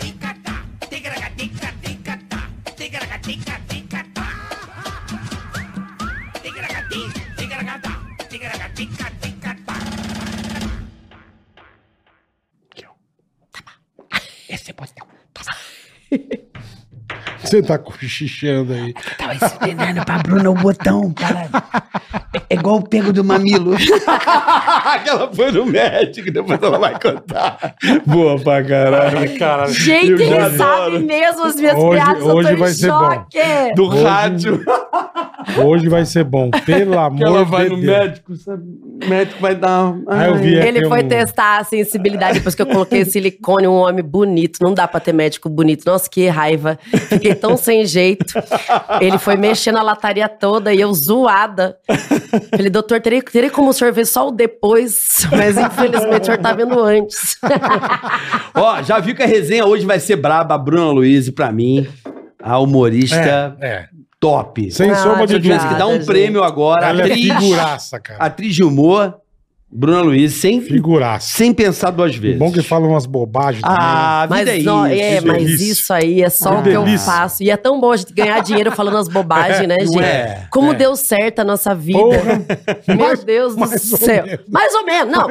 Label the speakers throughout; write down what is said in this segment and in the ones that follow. Speaker 1: ticatá. Ticaracatica, ticatá. Ticaracatica, ticatá. Ticaracati, ticaracatá. Ticaracatica, ticatá. Esse é postal.
Speaker 2: Você tá cochichando aí.
Speaker 3: Tava ensinando pra Bruna o botão, cara. É igual o pego do mamilo.
Speaker 4: Ela foi no médico, depois ela vai contar.
Speaker 2: Boa pra caralho. caralho.
Speaker 5: Gente, ele sabe mesmo as minhas
Speaker 2: Hoje-
Speaker 5: piadas,
Speaker 2: hoje
Speaker 5: eu tô
Speaker 2: vai
Speaker 5: em
Speaker 2: ser
Speaker 5: choque.
Speaker 4: Do
Speaker 2: Hoje-
Speaker 4: rádio.
Speaker 2: Hoje vai ser bom, pelo amor
Speaker 3: Ela
Speaker 2: de
Speaker 3: vai no
Speaker 2: Deus.
Speaker 3: médico, sabe? O médico vai dar. uma-
Speaker 2: Aí eu vi
Speaker 5: Ele
Speaker 2: aqui
Speaker 5: foi
Speaker 2: um-
Speaker 5: testar a sensibilidade depois que eu coloquei silicone, um homem bonito. Não dá pra ter médico bonito. Nossa, que raiva. Fiquei tão sem jeito. Ele foi mexendo a lataria toda e eu zoada. Falei, doutor, teria, teria como o senhor ver só o depois, mas infelizmente o senhor tá vendo antes.
Speaker 3: Ó, já viu que a resenha hoje vai ser braba. A Bruna Luiz, pra mim, a humorista
Speaker 2: É,
Speaker 3: top. Se
Speaker 2: sem
Speaker 5: Ah,
Speaker 2: sombra de
Speaker 3: eu tivesse que
Speaker 2: dúvida.
Speaker 3: dar um Ah,
Speaker 5: Obrigada,
Speaker 3: prêmio agora,
Speaker 2: Ela é
Speaker 3: atriz,
Speaker 2: figuraça, cara.
Speaker 3: atriz de humor, Bruna Luiz, sem,
Speaker 2: Figuraça.
Speaker 3: sem pensar duas vezes.
Speaker 2: Bom que fala umas bobagens
Speaker 3: Ah, a
Speaker 5: Mas,
Speaker 3: vida é
Speaker 5: não,
Speaker 3: isso.
Speaker 5: é,
Speaker 2: que
Speaker 5: mas
Speaker 2: delícia.
Speaker 5: isso aí é só
Speaker 2: Que
Speaker 5: o que eu
Speaker 2: delícia.
Speaker 5: faço. E é tão bom a gente ganhar dinheiro falando as bobagens, né, gente?
Speaker 3: é?
Speaker 5: Como deu certo a nossa vida. Meu Deus do
Speaker 2: mais ou
Speaker 5: céu.
Speaker 2: menos.
Speaker 5: Mais ou menos, não.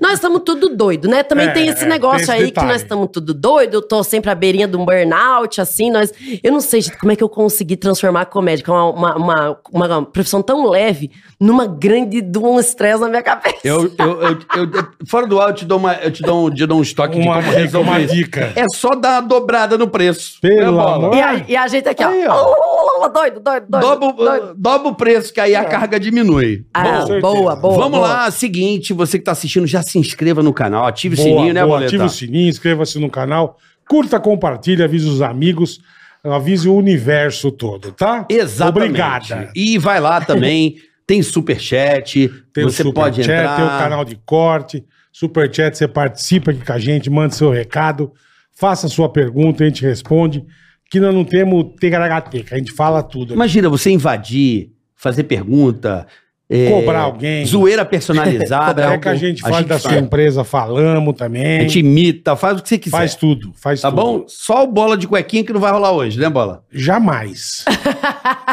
Speaker 5: Nós estamos tudo doido, né? Também
Speaker 2: É,
Speaker 5: tem esse
Speaker 2: é,
Speaker 5: negócio
Speaker 2: tem esse
Speaker 5: aí
Speaker 2: detalhe.
Speaker 5: que nós estamos tudo doido. Eu tô sempre à beirinha de um burnout, assim. Nós, eu não sei gente, como é que eu consegui transformar a comédia, que é uma, uma, uma, uma profissão tão leve, numa grande de um estresse na minha cabeça.
Speaker 3: Eu, eu, eu, eu- fora do ar, eu te dou, uma, eu te dou um, te dou um estoque
Speaker 2: né? Uma,
Speaker 3: de como
Speaker 2: dica,
Speaker 3: resolver
Speaker 2: uma
Speaker 3: isso.
Speaker 2: dica.
Speaker 3: É só dar uma dobrada no preço.
Speaker 2: Pelo
Speaker 3: né, bola?
Speaker 2: amor-
Speaker 5: E a, e a gente aqui, ó.
Speaker 3: Aí, ó.
Speaker 5: Doido, doido, doido. doido.
Speaker 3: Dobra o- dobra o preço, que
Speaker 2: É.
Speaker 3: aí a carga diminui.
Speaker 5: Ah,
Speaker 2: certeza.
Speaker 5: boa, boa, boa.
Speaker 3: Vamos lá, seguinte, você que tá assistindo, já se inscreva no canal, ative o
Speaker 2: Boa,
Speaker 3: sininho, né,
Speaker 2: boa.
Speaker 3: Boleta?
Speaker 2: Ativa o sininho, inscreva-se no canal, curta, compartilha, avise os amigos, avise o universo todo, tá?
Speaker 3: Exatamente.
Speaker 2: Obrigada.
Speaker 3: E vai lá também, tem superchat,
Speaker 2: Tem
Speaker 3: você
Speaker 2: o Super
Speaker 3: pode
Speaker 2: Chat,
Speaker 3: entrar.
Speaker 2: tem o canal de corte, Superchat, você participa aqui com a gente, manda seu recado, faça sua pergunta, a gente responde. Que nós não temos tegaracateca, a gente fala tudo.
Speaker 3: Imagina você invadir, fazer pergunta, é,
Speaker 2: Cobrar alguém.
Speaker 3: zoeira personalizada.
Speaker 2: É que a gente fala da sua
Speaker 3: faz,
Speaker 2: empresa, falamos também.
Speaker 3: A gente imita, faz o que você quiser.
Speaker 2: faz tudo, faz
Speaker 3: Tá
Speaker 2: tudo.
Speaker 3: bom? Só o bola de cuequinha que não vai rolar hoje, né, bola?
Speaker 2: Jamais.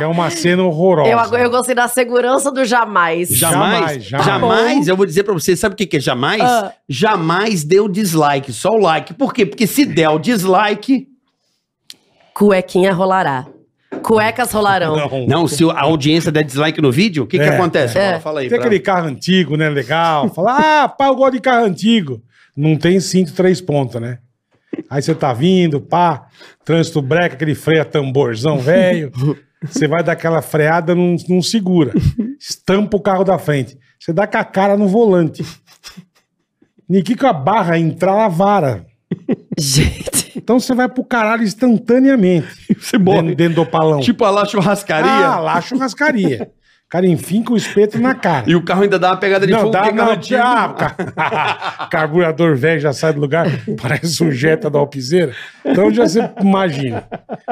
Speaker 2: é uma cena horrorosa.
Speaker 5: Eu, eu gostei da segurança do jamais.
Speaker 2: Jamais,
Speaker 3: Jamais, jamais.
Speaker 2: jamais.
Speaker 3: eu vou dizer pra você, sabe o que que é jamais?
Speaker 5: Ah.
Speaker 3: Jamais deu dislike, só o like. Por quê? Porque se der o dislike,
Speaker 5: Cuequinha rolará. Cuecas rolarão.
Speaker 2: Não.
Speaker 3: não, se a audiência der dislike no vídeo, o que que
Speaker 2: É.
Speaker 3: acontece?
Speaker 5: É.
Speaker 3: Bola, Fala aí.
Speaker 2: Tem
Speaker 3: pra-
Speaker 2: aquele carro antigo, né? Legal. Fala, ah, pá, eu gosto de carro antigo. Não tem cinto três pontas, né? Aí você tá vindo, pá, trânsito breca, aquele freio a tamborzão velho. Você vai dar aquela freada, não, não segura. Estampa o carro da frente. Você dá com a cara no volante. Niki com a barra entravara.
Speaker 5: Gente.
Speaker 2: Então você vai pro caralho instantaneamente.
Speaker 3: Você
Speaker 2: Dentro,
Speaker 3: morre.
Speaker 2: dentro do palão.
Speaker 3: Tipo a lá churrascaria.
Speaker 2: ah, lá churrascaria. O cara enfinca o espeto na cara.
Speaker 3: E o carro ainda dá uma pegada de
Speaker 2: Não,
Speaker 3: fogo,
Speaker 2: dá
Speaker 3: porque
Speaker 2: não,
Speaker 3: carro antigo-
Speaker 2: ah, ca- carburador velho já sai do lugar, parece um Jetta da Alpizeira. Então já você imagina.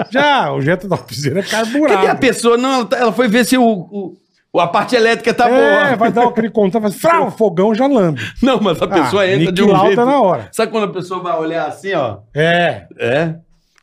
Speaker 2: Já, o Jetta da Alpizeira é
Speaker 3: Porque tem a
Speaker 2: carburado.
Speaker 3: pessoa, não, ela tá- ela foi ver se o, o- a parte elétrica tá
Speaker 2: é,
Speaker 3: boa.
Speaker 2: vai dar aquele contato, vai frau, o fogão já lambe.
Speaker 3: Não, mas a pessoa entra de um
Speaker 2: niquilauta
Speaker 3: jeito.
Speaker 2: na hora.
Speaker 3: Sabe quando a pessoa vai olhar assim, ó?
Speaker 2: É,
Speaker 3: É.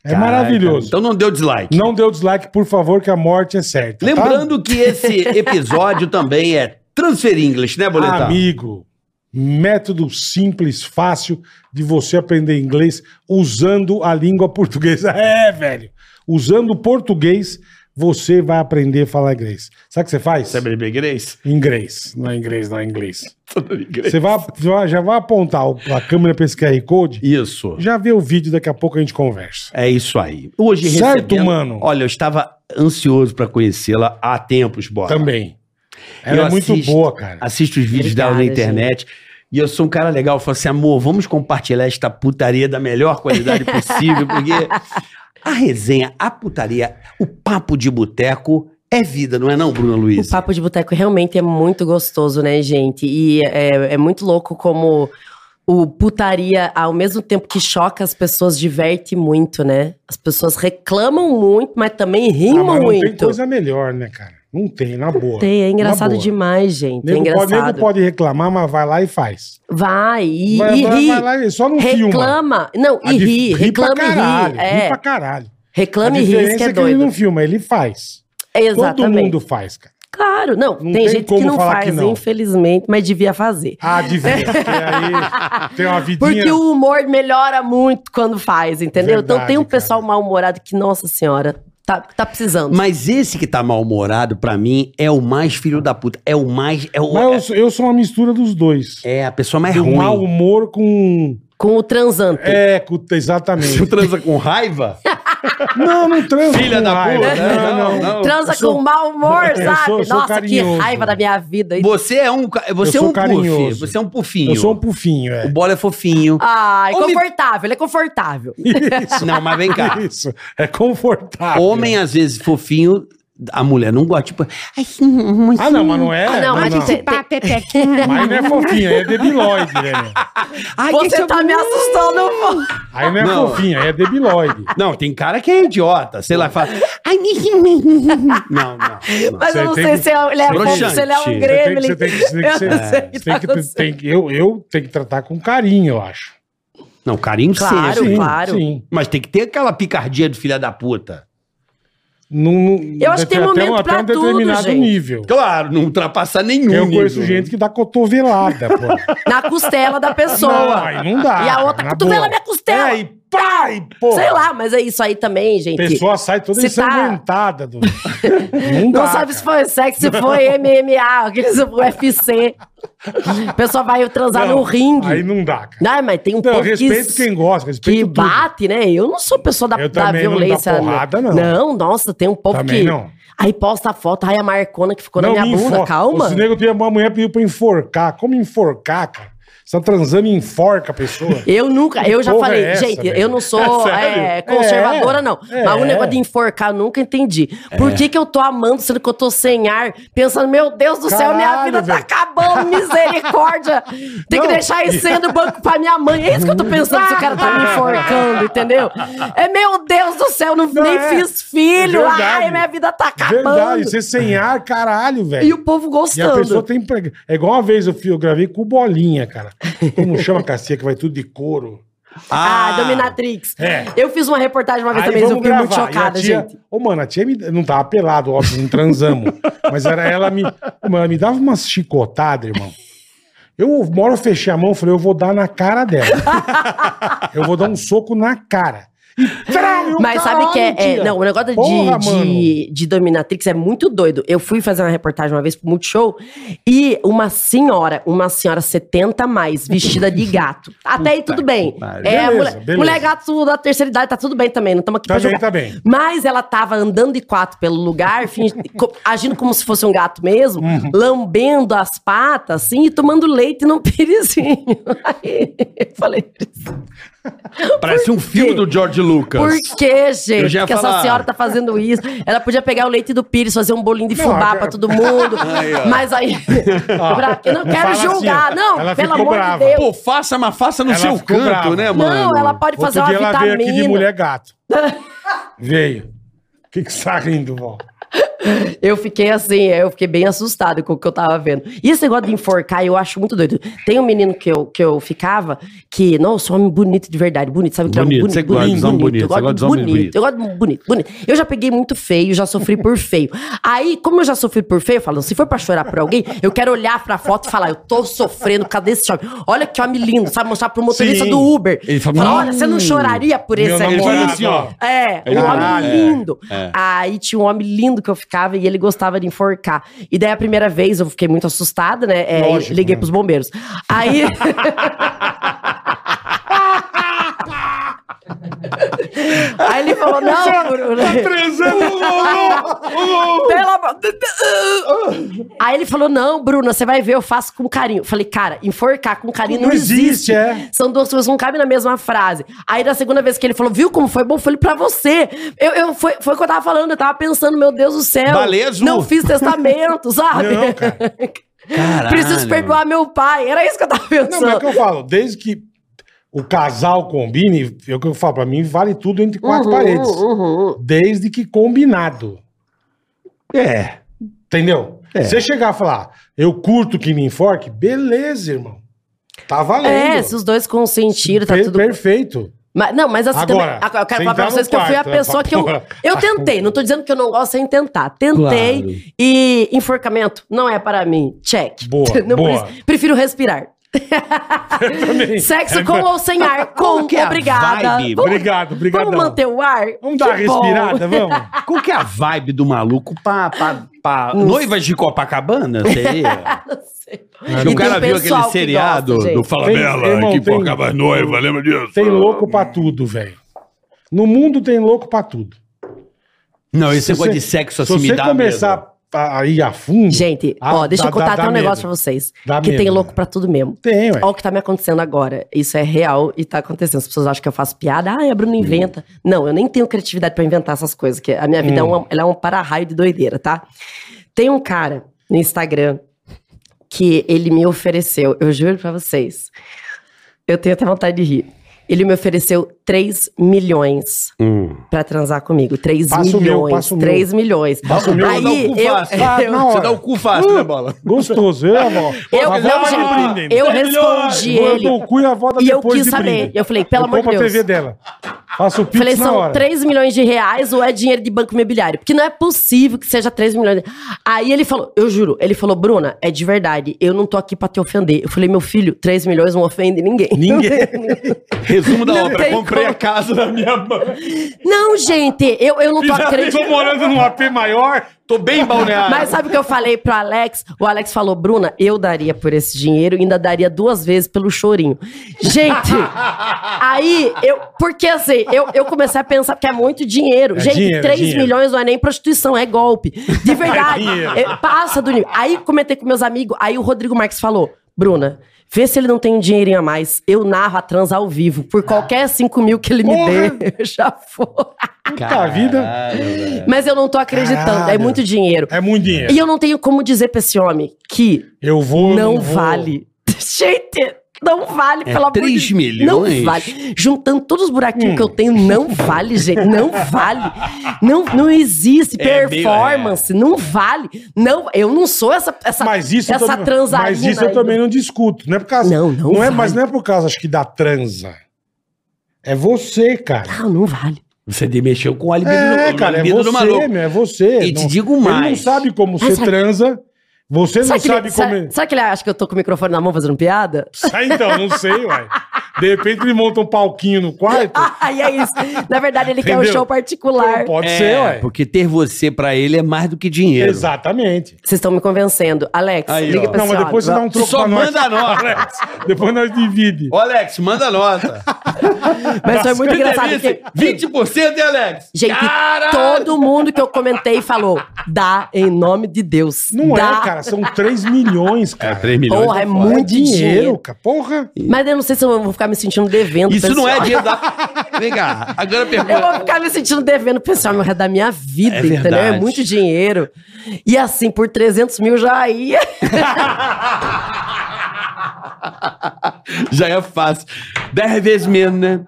Speaker 2: é maravilhoso.
Speaker 3: Então não deu dislike.
Speaker 2: Não dê o dislike, por favor, que a morte é certa. tá?
Speaker 3: Lembrando que esse episódio também é Transfer English, né, Boletar?
Speaker 2: amigo, Método simples, fácil de você aprender inglês usando a língua portuguesa. É, velho. Usando o português, você vai aprender a falar inglês. Sabe o que você faz?
Speaker 4: Sabe beber inglês?
Speaker 2: Inglês. Não é inglês, não é inglês.
Speaker 4: Tudo em inglês.
Speaker 2: Você vai, vai- já vai apontar o- a câmera para esse QR Code,
Speaker 4: Isso.
Speaker 2: já vê o vídeo, daqui a pouco a gente conversa.
Speaker 3: É isso aí. Hoje
Speaker 2: Certo,
Speaker 3: recebendo-
Speaker 2: mano.
Speaker 3: Olha, eu estava ansioso pra conhecê-la há tempos, Bola.
Speaker 2: Também. Ela
Speaker 3: Eu
Speaker 2: é muito
Speaker 3: assisto-
Speaker 2: boa, cara.
Speaker 3: Assisto os vídeos
Speaker 5: Obrigada,
Speaker 3: dela na internet. E eu sou um cara legal. Eu falo assim, amor, vamos compartilhar esta putaria da melhor qualidade possível, porque a resenha, a putaria, o papo de boteco é vida, não é não, Bruna Luiz?
Speaker 5: O papo de boteco realmente é muito gostoso, né, gente? E é, é muito louco como o putaria, ao mesmo tempo que choca, as pessoas diverte muito, né? As pessoas reclamam muito, mas também riem
Speaker 2: Ah, mas não tem
Speaker 5: muito.
Speaker 2: coisa melhor, né, cara? Não tem, na boa.
Speaker 5: Tem, é
Speaker 2: Na
Speaker 5: engraçado
Speaker 2: boa.
Speaker 5: demais, gente. É
Speaker 2: Nego pode,
Speaker 5: engraçado.
Speaker 2: nego pode reclamar, mas vai lá e faz.
Speaker 5: Vai, e,
Speaker 2: vai,
Speaker 5: e
Speaker 2: vai-
Speaker 5: ri.
Speaker 2: vai lá e só não filma.
Speaker 5: reclama. Não,
Speaker 2: A
Speaker 5: e
Speaker 2: dif-
Speaker 5: ri. Reclama
Speaker 2: pra
Speaker 5: e
Speaker 2: caralho,
Speaker 5: ri. É,
Speaker 2: ri pra caralho.
Speaker 5: reclama
Speaker 2: a
Speaker 5: e ri, isso
Speaker 2: diferença
Speaker 5: que
Speaker 2: é
Speaker 5: é
Speaker 2: que ele não
Speaker 5: doido.
Speaker 2: filma, ele faz. Todo
Speaker 5: Exatamente.
Speaker 2: mundo faz, cara.
Speaker 5: Claro, não,
Speaker 2: Não
Speaker 5: tem,
Speaker 2: tem
Speaker 5: gente
Speaker 2: como
Speaker 5: que não
Speaker 2: falar que
Speaker 5: faz,
Speaker 2: não.
Speaker 5: infelizmente, mas devia fazer.
Speaker 2: Ah, devia, porque aí tem uma vidinha...
Speaker 5: Porque o humor melhora muito quando faz, entendeu? então
Speaker 2: Verdade,
Speaker 5: tem um
Speaker 2: cara.
Speaker 5: pessoal mal-humorado que, nossa senhora, tá, tá precisando.
Speaker 3: Mas esse que tá mal-humorado, pra mim, é o mais filho da puta. É o mais... É, o-
Speaker 2: Mas eu sou, eu sou uma mistura dos dois.
Speaker 3: é a pessoa mais
Speaker 2: do
Speaker 3: ruim.
Speaker 2: mau humor com...
Speaker 5: Com o transante.
Speaker 2: É, com- exatamente.
Speaker 3: transa com raiva?
Speaker 2: não, não transa
Speaker 3: Filha
Speaker 2: com
Speaker 3: da
Speaker 2: raiva.
Speaker 3: puta, né?
Speaker 2: Não, não.
Speaker 3: Não, não.
Speaker 5: Transa
Speaker 2: eu sou-
Speaker 5: com mau humor,
Speaker 2: eu
Speaker 5: sabe?
Speaker 2: sou- eu sou
Speaker 5: nossa,
Speaker 2: carinhoso.
Speaker 5: que raiva da minha vida.
Speaker 3: Você é um... ca-
Speaker 2: Eu
Speaker 3: Você é
Speaker 2: sou
Speaker 3: um puff.
Speaker 2: carinhoso.
Speaker 3: Você é um pufinho.
Speaker 2: Eu sou um pufinho, é.
Speaker 3: O Bola é fofinho.
Speaker 5: Ai,
Speaker 3: Homem-
Speaker 5: confortável, ele é confortável.
Speaker 3: Não, mas vem cá.
Speaker 2: Isso, é confortável.
Speaker 3: Homem, às vezes, fofinho, a mulher não gosta. Tipo, ai,
Speaker 2: Ah, não, mas não é.
Speaker 5: Ah, não, mas tem- tem-
Speaker 2: Mas não é fofinha, é debilóide, né? meu?
Speaker 3: ai, que
Speaker 5: você
Speaker 3: esse-
Speaker 5: tá me assustando.
Speaker 2: Aí não é
Speaker 3: Não.
Speaker 2: fofinha, é debilóide.
Speaker 3: Não, tem cara que é idiota. Sei lá, fala. Ai, não, não, não.
Speaker 5: Mas
Speaker 2: Você
Speaker 5: eu não
Speaker 2: tem
Speaker 5: sei
Speaker 2: que-
Speaker 5: se é- ele é
Speaker 3: você
Speaker 5: fofo,
Speaker 3: tem-
Speaker 5: se ele é
Speaker 3: Você
Speaker 2: Você
Speaker 3: tem
Speaker 5: um
Speaker 2: tem que-
Speaker 5: gremlin.
Speaker 2: Você tem que- você tem que- você- você tem
Speaker 5: Eu não sei o que tá
Speaker 2: que- tem que- eu- Eu tenho que tratar com carinho, eu acho.
Speaker 3: Não, carinho
Speaker 5: Claro,
Speaker 3: seja.
Speaker 5: claro.
Speaker 2: Sim.
Speaker 3: Mas tem que ter aquela picardia do filha da puta.
Speaker 2: Não- não-
Speaker 5: Eu acho que tem
Speaker 2: até um-
Speaker 5: momento
Speaker 2: até
Speaker 5: pra
Speaker 2: um
Speaker 5: tudo,
Speaker 2: determinado
Speaker 5: gente.
Speaker 2: nível.
Speaker 3: Claro, não ultrapassar nenhum.
Speaker 4: um
Speaker 2: Eu
Speaker 4: né?
Speaker 2: conheço
Speaker 3: nível.
Speaker 2: gente que dá cotovelada, pô.
Speaker 5: Na costela da pessoa.
Speaker 2: Não, aí não dá.
Speaker 5: E a outra,
Speaker 2: cara, Ah, na
Speaker 5: cotovela
Speaker 2: boa.
Speaker 5: minha
Speaker 3: Então,
Speaker 5: costela.
Speaker 2: É, e pá, e pô.
Speaker 5: Sei lá, mas é isso aí também, gente.
Speaker 2: Pessoa sai toda
Speaker 5: Se tá-
Speaker 2: ensanguentada. Do... Não,
Speaker 5: Não
Speaker 2: dá,
Speaker 5: sabe se
Speaker 2: cara.
Speaker 5: foi sexo, se foi MMA, aqueles UFC. A pessoa vai transar
Speaker 2: Não,
Speaker 5: no ringue.
Speaker 2: Aí não dá, cara.
Speaker 5: Não, mas tem um
Speaker 2: Não,
Speaker 5: pouco
Speaker 2: respeito
Speaker 5: que,
Speaker 2: quem gosta, respeito
Speaker 5: que
Speaker 2: tudo.
Speaker 5: bate, né? Eu não sou pessoa da,
Speaker 2: Eu
Speaker 5: da
Speaker 2: também não dá
Speaker 5: violência. né?
Speaker 2: porrada, não.
Speaker 5: nossa, tem um povo
Speaker 2: Também
Speaker 5: que.
Speaker 2: não.
Speaker 5: Aí posta a foto, aí a marcona que ficou
Speaker 2: Não,
Speaker 5: na
Speaker 2: me
Speaker 5: minha bunda,
Speaker 2: enfor-
Speaker 5: calma.
Speaker 2: O nego tinha uma mulher pediu pra enforcar. Como enforcar, cara? Você tá transando e enforca a pessoa.
Speaker 5: Eu nunca, eu já
Speaker 2: Porra
Speaker 5: falei,
Speaker 2: é essa,
Speaker 5: gente,
Speaker 2: velho?
Speaker 5: eu não
Speaker 2: É
Speaker 5: sou
Speaker 2: sério?
Speaker 5: é, conservadora,
Speaker 2: É,
Speaker 5: não.
Speaker 2: é.
Speaker 5: Mas o negócio de enforcar, eu nunca entendi. Por que, que eu tô amando, sendo que eu tô sem ar, pensando, meu Deus do céu, minha
Speaker 2: Caralho,
Speaker 5: vida
Speaker 2: velho.
Speaker 5: tá acabando, misericórdia. Tem
Speaker 2: Não,
Speaker 5: que deixar
Speaker 2: e-
Speaker 5: isso sendo banco pra minha mãe. É isso que eu tô pensando, se o cara tá me enforcando, entendeu? É, meu Deus do céu, não,
Speaker 2: Não,
Speaker 5: nem
Speaker 2: é.
Speaker 5: fiz filho,
Speaker 2: É verdade.
Speaker 5: ai, minha vida tá acabando. É.
Speaker 2: Verdade, você sem ar, caralho,
Speaker 5: E
Speaker 2: velho.
Speaker 5: o povo
Speaker 2: E a pessoa
Speaker 5: gostando.
Speaker 2: tem. preg- É igual uma vez eu, fui, eu gravei com o bolinha, cara. Como chama a cacia que vai tudo de couro?
Speaker 5: Ah, Dominatrix.
Speaker 2: É.
Speaker 5: Eu fiz uma reportagem uma vez também, eu fiquei muito
Speaker 2: E a
Speaker 5: chocada,
Speaker 2: tia-
Speaker 5: gente.
Speaker 2: Ô, mano, a tia me... não tava pelado, óbvio, não transamos. mas era ela me. Ô, mano, ela me dava uma chicotada, irmão. Eu, uma hora eu fechei a mão, falei, eu vou dar na cara dela. eu vou dar um soco na cara. E trau, eu,
Speaker 5: Mas sabe que é,
Speaker 2: caralho,
Speaker 5: é-
Speaker 2: tia. Tá
Speaker 5: Não, o negócio de-
Speaker 2: um Porra,
Speaker 5: de,
Speaker 2: mano.
Speaker 5: de, Dominatrix é muito doido. Eu fui fazer uma reportagem uma vez pro Multishow e uma senhora, uma senhora 70 a mais, vestida de gato. Até aí tudo bem.
Speaker 3: que pariu.
Speaker 5: É,
Speaker 2: Beleza,
Speaker 5: mulher,
Speaker 2: beleza.
Speaker 5: mulher gato da terceira idade, tá tudo bem também. Não estamos aqui pra
Speaker 2: Também
Speaker 5: julgar.
Speaker 2: tá bem.
Speaker 5: Mas ela tava andando de quatro pelo lugar, fingi- co- agindo como se fosse um gato mesmo,
Speaker 2: Uhum.
Speaker 5: lambendo as patas, assim, e tomando leite num pirizinho. Aí eu falei,
Speaker 3: Parece um filme do George Lucas.
Speaker 5: Por que,
Speaker 3: Eu
Speaker 5: gente?
Speaker 3: já ia
Speaker 5: Que essa
Speaker 3: falar.
Speaker 5: senhora tá fazendo isso. Ela podia pegar o leite do Pires, fazer um bolinho de
Speaker 2: Não,
Speaker 5: fubá
Speaker 2: cara.
Speaker 5: pra todo mundo. mas aí. Pra- eu não
Speaker 2: fala
Speaker 5: quero julgar,
Speaker 2: assim, ó.
Speaker 5: não.
Speaker 2: Ela
Speaker 5: pelo
Speaker 2: ficou
Speaker 5: amor
Speaker 2: brava.
Speaker 5: de Deus.
Speaker 3: Pô, faça, mas faça no
Speaker 2: Ela
Speaker 3: seu
Speaker 2: ficou
Speaker 3: canto,
Speaker 2: brava.
Speaker 3: né, mano?
Speaker 5: não, ela pode fazer
Speaker 2: Outro dia
Speaker 5: uma
Speaker 2: ela veio aqui de
Speaker 5: vitamina.
Speaker 2: mulher gato. Veio. O que que você tá rindo, vó?
Speaker 5: Eu fiquei assim, eu fiquei bem assustada com o que eu tava vendo. E esse negócio de enforcar, eu acho muito doido. Tem um menino que eu, que eu ficava, que, nossa, homem bonito de verdade, bonito, sabe? Que é um
Speaker 3: Bonito, você gosta dos homens bonitos,
Speaker 5: Eu
Speaker 3: você gosta
Speaker 5: gosto de
Speaker 3: dos homens
Speaker 5: bonito,
Speaker 3: bonitos.
Speaker 5: eu gosto de bonito, bonito. Eu já peguei muito feio, já sofri por feio. Aí, como eu já sofri por feio, eu falo, se for pra chorar por alguém, eu quero olhar pra foto e falar, eu tô sofrendo, cadê esse homem? Olha que homem lindo, sabe? Mostrar pro motorista
Speaker 2: Sim.
Speaker 5: do Uber.
Speaker 3: Ele fala,
Speaker 5: Falar, olha, você não choraria por
Speaker 2: Meu
Speaker 5: esse
Speaker 2: namorado,
Speaker 5: aqui?
Speaker 2: ó.
Speaker 5: É,
Speaker 3: Ele
Speaker 5: um
Speaker 3: fala,
Speaker 5: homem
Speaker 3: "Ah,
Speaker 5: lindo.
Speaker 3: é.
Speaker 5: Aí tinha um homem lindo que eu ficava e ele gostava de enforcar. E daí a primeira vez eu fiquei muito assustada, né? É,
Speaker 2: Lógico,
Speaker 5: liguei
Speaker 2: né?
Speaker 5: pros bombeiros. Aí. Aí ele
Speaker 2: Tá
Speaker 5: falou: não, Bruno. Pelo amor de Deus. Aí ele falou: não, Bruna, você vai ver, eu faço com carinho. Eu Falei, cara, enforcar com carinho não,
Speaker 2: Não existe,
Speaker 5: existe.
Speaker 2: é.
Speaker 5: São duas coisas, não cabem na mesma frase. Aí da segunda vez que ele falou, viu como foi bom? Eu falei, pra você. Eu, eu, foi, foi o que eu tava falando, eu tava pensando, meu Deus do céu.
Speaker 4: Baleia azul.
Speaker 5: Não fiz testamento, sabe?
Speaker 2: Não, cara.
Speaker 3: Caralho.
Speaker 5: Preciso perdoar meu pai. Era isso que eu tava
Speaker 2: Não,
Speaker 5: pensando.
Speaker 2: mas é o que eu falo, desde que o casal combine, é o que eu falo, pra mim vale tudo entre
Speaker 5: Uhum,
Speaker 2: quatro paredes. Desde que combinado.
Speaker 3: É.
Speaker 2: Entendeu?
Speaker 3: É.
Speaker 2: Se você chegar e falar, eu curto que me enforque, beleza, irmão. Tá valendo.
Speaker 5: É, se os dois consentiram, tá
Speaker 2: Per-
Speaker 5: tudo
Speaker 2: Perfeito.
Speaker 5: Mas, não, mas assim
Speaker 2: Agora,
Speaker 5: também. Agora, eu quero
Speaker 2: você
Speaker 5: falar pra
Speaker 2: entrar
Speaker 5: vocês
Speaker 2: no
Speaker 5: que eu fui a
Speaker 2: quarto, né,
Speaker 5: pessoa
Speaker 2: pra
Speaker 5: que eu.
Speaker 2: porra.
Speaker 5: Eu tentei, não tô dizendo que eu não gosto sem tentar. Tentei.
Speaker 3: Claro.
Speaker 5: E enforcamento não é para mim. Check.
Speaker 2: Boa,
Speaker 5: Não
Speaker 2: boa.
Speaker 5: preciso- prefiro respirar.
Speaker 2: Também.
Speaker 5: Sexo com ou sem ar? Com.
Speaker 3: que é a
Speaker 5: Obrigada.
Speaker 3: vibe?
Speaker 5: Vamos-
Speaker 2: Obrigado, obrigado.
Speaker 5: Vamos manter o ar?
Speaker 2: Vamos dar uma
Speaker 5: Que bom.
Speaker 2: respirada, vamos.
Speaker 3: Qual que é a vibe do maluco pra, pra, pra noivas de Copacabana? Seria?
Speaker 5: Não sei.
Speaker 3: Acho
Speaker 5: assim. E
Speaker 3: que
Speaker 5: tem
Speaker 3: o cara viu
Speaker 5: um pessoal
Speaker 3: aquele
Speaker 5: que gosta,
Speaker 3: seriado
Speaker 5: gente.
Speaker 3: do Fala
Speaker 2: Tem-
Speaker 3: Bela,
Speaker 2: irmão,
Speaker 3: que
Speaker 2: tem-
Speaker 3: focava as noiva, lembra disso?
Speaker 2: Tem louco pra tudo, velho. No mundo tem louco pra tudo.
Speaker 3: Não, esse
Speaker 2: Se
Speaker 3: negócio
Speaker 2: você-
Speaker 3: de sexo
Speaker 2: Se
Speaker 3: assim me
Speaker 2: você
Speaker 3: dá medo.
Speaker 2: começar a a ir a fundo.
Speaker 5: Gente,
Speaker 2: Ah,
Speaker 5: ó, deixa
Speaker 2: dá-
Speaker 5: eu contar
Speaker 2: dá-
Speaker 5: até
Speaker 2: dá
Speaker 5: um negócio pra
Speaker 2: medo.
Speaker 5: vocês.
Speaker 2: Dá
Speaker 5: que tem
Speaker 2: medo.
Speaker 5: louco pra tudo mesmo.
Speaker 2: Tem, ué.
Speaker 5: Olha o que tá me acontecendo agora. Isso é real e tá acontecendo. As pessoas acham que eu faço piada. Ah, a Bruna
Speaker 2: Hum.
Speaker 5: inventa. Não, eu nem tenho criatividade pra inventar essas coisas. Que a minha vida
Speaker 2: Hum.
Speaker 5: é, um, ela é um para-raio de doideira, tá? Tem um cara no Instagram que ele me ofereceu, eu juro pra vocês. Eu tenho até vontade de rir. Ele me ofereceu 3 milhões
Speaker 3: Hum.
Speaker 5: pra transar comigo. 3
Speaker 2: Passa o meu,
Speaker 5: milhões.
Speaker 2: passa o meu.
Speaker 5: 3 milhões.
Speaker 3: Passa o meu, dá o
Speaker 5: Aí
Speaker 3: cu
Speaker 5: eu,
Speaker 3: fácil. Ah,
Speaker 5: eu,
Speaker 2: Não,
Speaker 3: Você
Speaker 2: olha.
Speaker 3: dá o cu fácil, né, Bola?
Speaker 2: Gostoso, eu, avó.
Speaker 5: Eu-
Speaker 2: A avó
Speaker 5: não,
Speaker 2: vai é
Speaker 5: gente,
Speaker 2: de brinde.
Speaker 5: eu respondi
Speaker 2: Vou-
Speaker 5: ele.
Speaker 2: dou o cu e a avó dá
Speaker 5: E eu
Speaker 2: depois
Speaker 5: quis
Speaker 2: de
Speaker 5: saber.
Speaker 2: brinde.
Speaker 5: Eu falei, pelo amor de
Speaker 2: compro a
Speaker 5: Deus.
Speaker 2: TV dela. Faço o pix
Speaker 5: Falei,
Speaker 2: na
Speaker 5: são
Speaker 2: hora.
Speaker 5: 3 milhões de reais ou é dinheiro de banco imobiliário? Porque não é possível que seja 3 milhões. de- Aí ele falou, eu juro, ele falou, Bruna, é de verdade, eu não tô aqui pra te ofender. Eu falei, meu filho, 3 milhões não ofende ninguém.
Speaker 2: Ninguém.
Speaker 3: Resumo da
Speaker 5: Não
Speaker 3: obra.
Speaker 5: tem
Speaker 3: Comprei
Speaker 5: como.
Speaker 3: a casa da minha mãe.
Speaker 5: não, gente, eu, eu não
Speaker 2: Tô
Speaker 5: tô acreditando.
Speaker 2: morando num AP maior.
Speaker 3: Tô bem balneado.
Speaker 5: Mas sabe o que eu falei pro Alex? O Alex falou, Bruna, eu daria por esse dinheiro e ainda daria duas vezes pelo chorinho. Gente, aí eu. Porque assim, eu, eu comecei a pensar, porque é muito dinheiro.
Speaker 2: É
Speaker 5: Gente,
Speaker 2: dinheiro,
Speaker 5: 3
Speaker 2: dinheiro.
Speaker 5: milhões não é nem prostituição, é golpe. De verdade.
Speaker 2: dinheiro.
Speaker 5: É, passa do nível. Aí comentei com meus amigos, aí o Rodrigo Marques falou, Bruna. Vê se ele não tem um dinheirinho a mais. Eu narro a trans ao vivo. Por qualquer 5 mil que ele me
Speaker 2: Ah. Porra!
Speaker 5: dê, eu já for.
Speaker 2: Puta vida.
Speaker 3: Caralho, velho.
Speaker 5: Mas eu não tô acreditando. É
Speaker 2: É. Caralho.
Speaker 5: muito dinheiro.
Speaker 2: É muito dinheiro.
Speaker 5: E eu não tenho como dizer pra esse homem que
Speaker 2: Eu vou. eu
Speaker 5: não,
Speaker 2: vou.
Speaker 5: vale. Gente, não vale,
Speaker 3: É
Speaker 5: pelo amor de
Speaker 3: três
Speaker 5: Deus.
Speaker 3: milhões?
Speaker 5: Não vale. Juntando todos os buraquinhos
Speaker 2: Hum.
Speaker 5: que eu tenho, não vale, gente. Não vale. Não, não existe
Speaker 3: É meio-
Speaker 5: performance. Não vale. Não, eu não sou essa, essa,
Speaker 2: Mas isso,
Speaker 5: essa
Speaker 2: eu também,
Speaker 5: transarina.
Speaker 2: mas isso eu
Speaker 5: aí.
Speaker 2: também não discuto. Não é por causa.
Speaker 5: Não, não
Speaker 2: é,
Speaker 5: vale.
Speaker 2: Mas não é por causa, acho que, da transa. É você, cara.
Speaker 5: Não, não vale.
Speaker 3: Você de- mexeu com o alibido
Speaker 2: É,
Speaker 3: do,
Speaker 2: cara, é
Speaker 3: alibido
Speaker 2: você,
Speaker 3: do maluco.
Speaker 2: meu, é você.
Speaker 3: E te
Speaker 2: Não-
Speaker 3: digo
Speaker 2: Ele não
Speaker 3: mais.
Speaker 2: sabe como você
Speaker 5: sabe-
Speaker 2: transa. Você não
Speaker 5: Será que,
Speaker 2: sabe
Speaker 5: ele,
Speaker 2: como. é.
Speaker 5: será, será que ele acha que eu tô com o microfone na mão fazendo piada?
Speaker 2: Ah, então, não sei, uai. De repente ele monta um palquinho no quarto.
Speaker 5: Aí é isso. Na verdade, ele quer um
Speaker 2: Entendeu?
Speaker 5: show particular.
Speaker 2: Pode
Speaker 3: É,
Speaker 2: ser, ué.
Speaker 3: Porque ter você pra ele é mais do que dinheiro.
Speaker 2: Exatamente.
Speaker 5: Vocês estão me convencendo. Alex,
Speaker 3: Aí,
Speaker 5: liga
Speaker 3: ó.
Speaker 5: pra
Speaker 2: Não,
Speaker 5: esse
Speaker 2: mas
Speaker 5: homem.
Speaker 2: depois você dá um troco
Speaker 3: Só
Speaker 2: pra nós.
Speaker 3: manda a nota.
Speaker 2: Alex, Depois nós divide.
Speaker 3: Ô, Alex, manda a nota.
Speaker 5: Mas foi muito
Speaker 3: Que
Speaker 5: engraçado.
Speaker 3: delícia.
Speaker 5: porque-
Speaker 3: 20%, hein, Alex?
Speaker 5: Gente,
Speaker 3: Caralho!
Speaker 5: todo mundo que eu comentei falou: dá em nome de Deus.
Speaker 2: Não
Speaker 5: dá.
Speaker 2: é, cara. São 3 milhões,
Speaker 3: É,
Speaker 2: cara.
Speaker 3: 3 milhões.
Speaker 5: Porra, é
Speaker 3: tá fora.
Speaker 5: muito
Speaker 2: É dinheiro,
Speaker 5: dinheiro.
Speaker 2: cara. Porra.
Speaker 5: Mas eu não sei se eu vou ficar me sentindo devendo. pra
Speaker 3: Isso
Speaker 5: esse
Speaker 3: não é
Speaker 5: homem.
Speaker 3: dinheiro da... Vem cá, agora
Speaker 5: Eu
Speaker 3: pergunta.
Speaker 5: vou ficar me sentindo devendo pro pessoal, meu resto da minha vida,
Speaker 3: É
Speaker 5: entendeu?
Speaker 3: verdade.
Speaker 5: É muito dinheiro. E assim, por 300 mil já ia.
Speaker 3: Já é fácil. 10 vezes menos, né?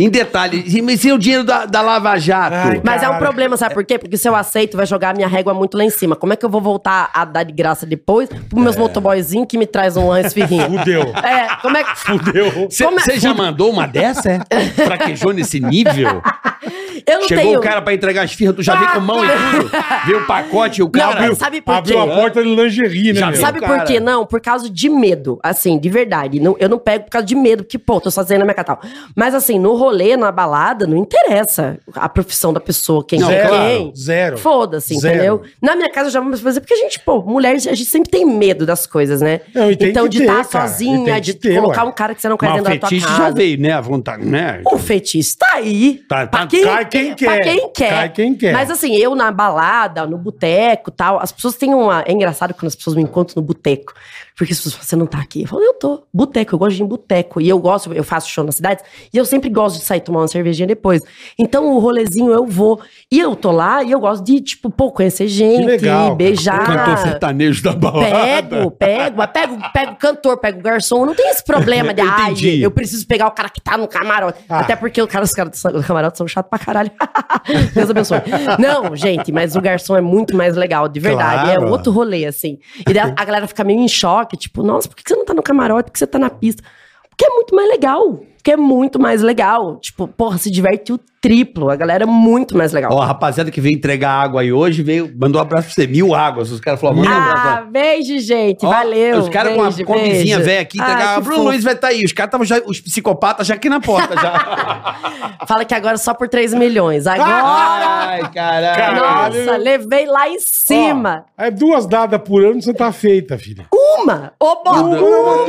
Speaker 3: Em detalhes. E- Mas e o dinheiro da, da Lava Jato?
Speaker 2: Ai,
Speaker 5: Mas é um
Speaker 2: Cara,
Speaker 5: problema, sabe por quê? Porque se eu aceito, vai jogar a minha régua muito lá em cima. Como é que eu vou voltar a dar de graça depois pros meus motoboyzinhos que me traz um esfirrinha?
Speaker 2: É. Fudeu.
Speaker 5: é, como é que.
Speaker 2: Fudeu.
Speaker 3: Você
Speaker 5: Como é-
Speaker 3: já mandou uma dessa, é? Traquejou nesse nível?
Speaker 5: Eu não
Speaker 3: Chegou
Speaker 5: tenho.
Speaker 3: o cara pra entregar as firras, tu já veio com mão e tudo. Veio o pacote e o cara...
Speaker 5: mas sabe por
Speaker 2: Abriu
Speaker 5: quê?
Speaker 2: a porta de lingerie, né?
Speaker 3: Já
Speaker 2: meu?
Speaker 3: viu?
Speaker 5: Sabe
Speaker 3: cara.
Speaker 5: por quê? Não, por causa de medo. Assim, de verdade. Não, eu não pego por causa de medo, porque, pô, tô sozinha na minha catal. Mas, assim, no rolê, na balada, não interessa a profissão da pessoa, quem
Speaker 3: Não,
Speaker 5: é
Speaker 2: Zero.
Speaker 5: quem.
Speaker 2: Zero.
Speaker 5: Foda-se,
Speaker 2: Zero.
Speaker 5: entendeu? Na minha casa eu já vamos fazer, porque a gente, pô, mulheres, a gente sempre tem medo das coisas, né?
Speaker 2: Não, e tem
Speaker 5: então,
Speaker 2: que
Speaker 5: de
Speaker 2: ter,
Speaker 5: estar
Speaker 2: cara. E tem
Speaker 5: sozinha,
Speaker 2: que
Speaker 5: de
Speaker 2: ter,
Speaker 5: colocar
Speaker 2: ué.
Speaker 5: um cara que você não quer
Speaker 3: Mas o
Speaker 5: dentro da tua
Speaker 3: fetiche
Speaker 5: casa.
Speaker 3: já veio, né? A vontade, né?
Speaker 5: O feitiço tá aí.
Speaker 3: Tá-
Speaker 5: Pra
Speaker 3: tá-
Speaker 2: cai quem quer.
Speaker 5: Pra quem quer.
Speaker 2: Cai quem quer.
Speaker 5: Mas assim, eu na balada, no boteco e tal, as pessoas têm uma. É engraçado quando as pessoas me encontram no boteco. Porque as pessoas falam, você não tá aqui. Eu falo, eu tô. Boteco, eu gosto de ir em boteco. E eu gosto, eu faço show nas cidades. E eu sempre gosto de sair tomar uma cervejinha depois. Então o rolezinho eu vou. E eu tô lá e eu gosto de, tipo, pô, conhecer gente,
Speaker 2: legal, cara.
Speaker 5: beijar.
Speaker 3: O cantor tá sertanejo da balada.
Speaker 5: Pego, pego, mas pego, pego o cantor, pego o garçom. Não tem esse problema de,
Speaker 3: Eu
Speaker 5: ai,
Speaker 3: entendi.
Speaker 5: eu preciso pegar o cara que tá no camarote.
Speaker 2: Ah.
Speaker 5: Até porque o cara, os caras do sa- do camarote são chatos pra caralho. Deus abençoe. Não, gente, mas o garçom é muito mais legal, de verdade.
Speaker 2: Claro.
Speaker 5: É outro rolê, assim. E daí a, a galera fica meio em choque, tipo, nossa, por que você não tá no camarote? Por que você tá na pista? Porque é muito mais legal. Porque é muito mais legal. Tipo, porra, se diverte o triplo. A galera é muito mais legal.
Speaker 3: Ó, a rapaziada que veio entregar água aí hoje, veio, mandou um abraço pra você, mil águas. Os caras falaram, manda um abraço.
Speaker 5: Ah, beijo, gente.
Speaker 3: Ó,
Speaker 5: Valeu.
Speaker 3: Os caras com a
Speaker 5: beijo,
Speaker 3: combizinha
Speaker 5: beijo.
Speaker 3: velha aqui,
Speaker 5: Ai,
Speaker 3: entregar,
Speaker 5: que
Speaker 3: Bruno
Speaker 5: fofo.
Speaker 3: Luiz vai estar aí. Os caras estavam já, os psicopatas já aqui na porta já.
Speaker 5: Fala que agora é só por 3 milhões.
Speaker 2: Ah,
Speaker 5: Agora,
Speaker 3: Ai, caralho.
Speaker 2: caralho.
Speaker 5: nossa, levei lá em cima.
Speaker 2: Ó, é duas dadas por ano você tá feita, filha.
Speaker 5: Uma! Ô, Bob,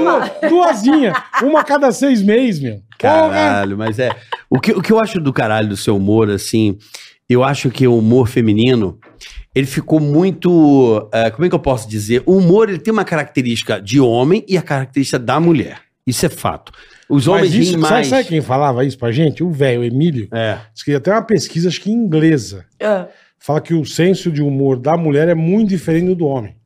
Speaker 5: uma!
Speaker 2: Duasinha. Uma a cada seis meses, meu. Porra.
Speaker 3: Caralho, mas é. O que, o que eu acho do caralho do seu humor, assim, eu acho que o humor feminino, ele ficou muito. eh, como é que eu posso dizer? O humor, ele tem uma característica de homem e a característica da mulher. Isso é fato. Os homens
Speaker 2: Mas
Speaker 3: riem
Speaker 2: isso, sabe,
Speaker 3: mais.
Speaker 2: sabe quem falava isso pra gente? O velho Emílio.
Speaker 3: É.
Speaker 2: Diz que até uma pesquisa, acho que inglesa.
Speaker 5: Ah,
Speaker 2: Fala que o senso de humor da mulher é muito diferente do do homem.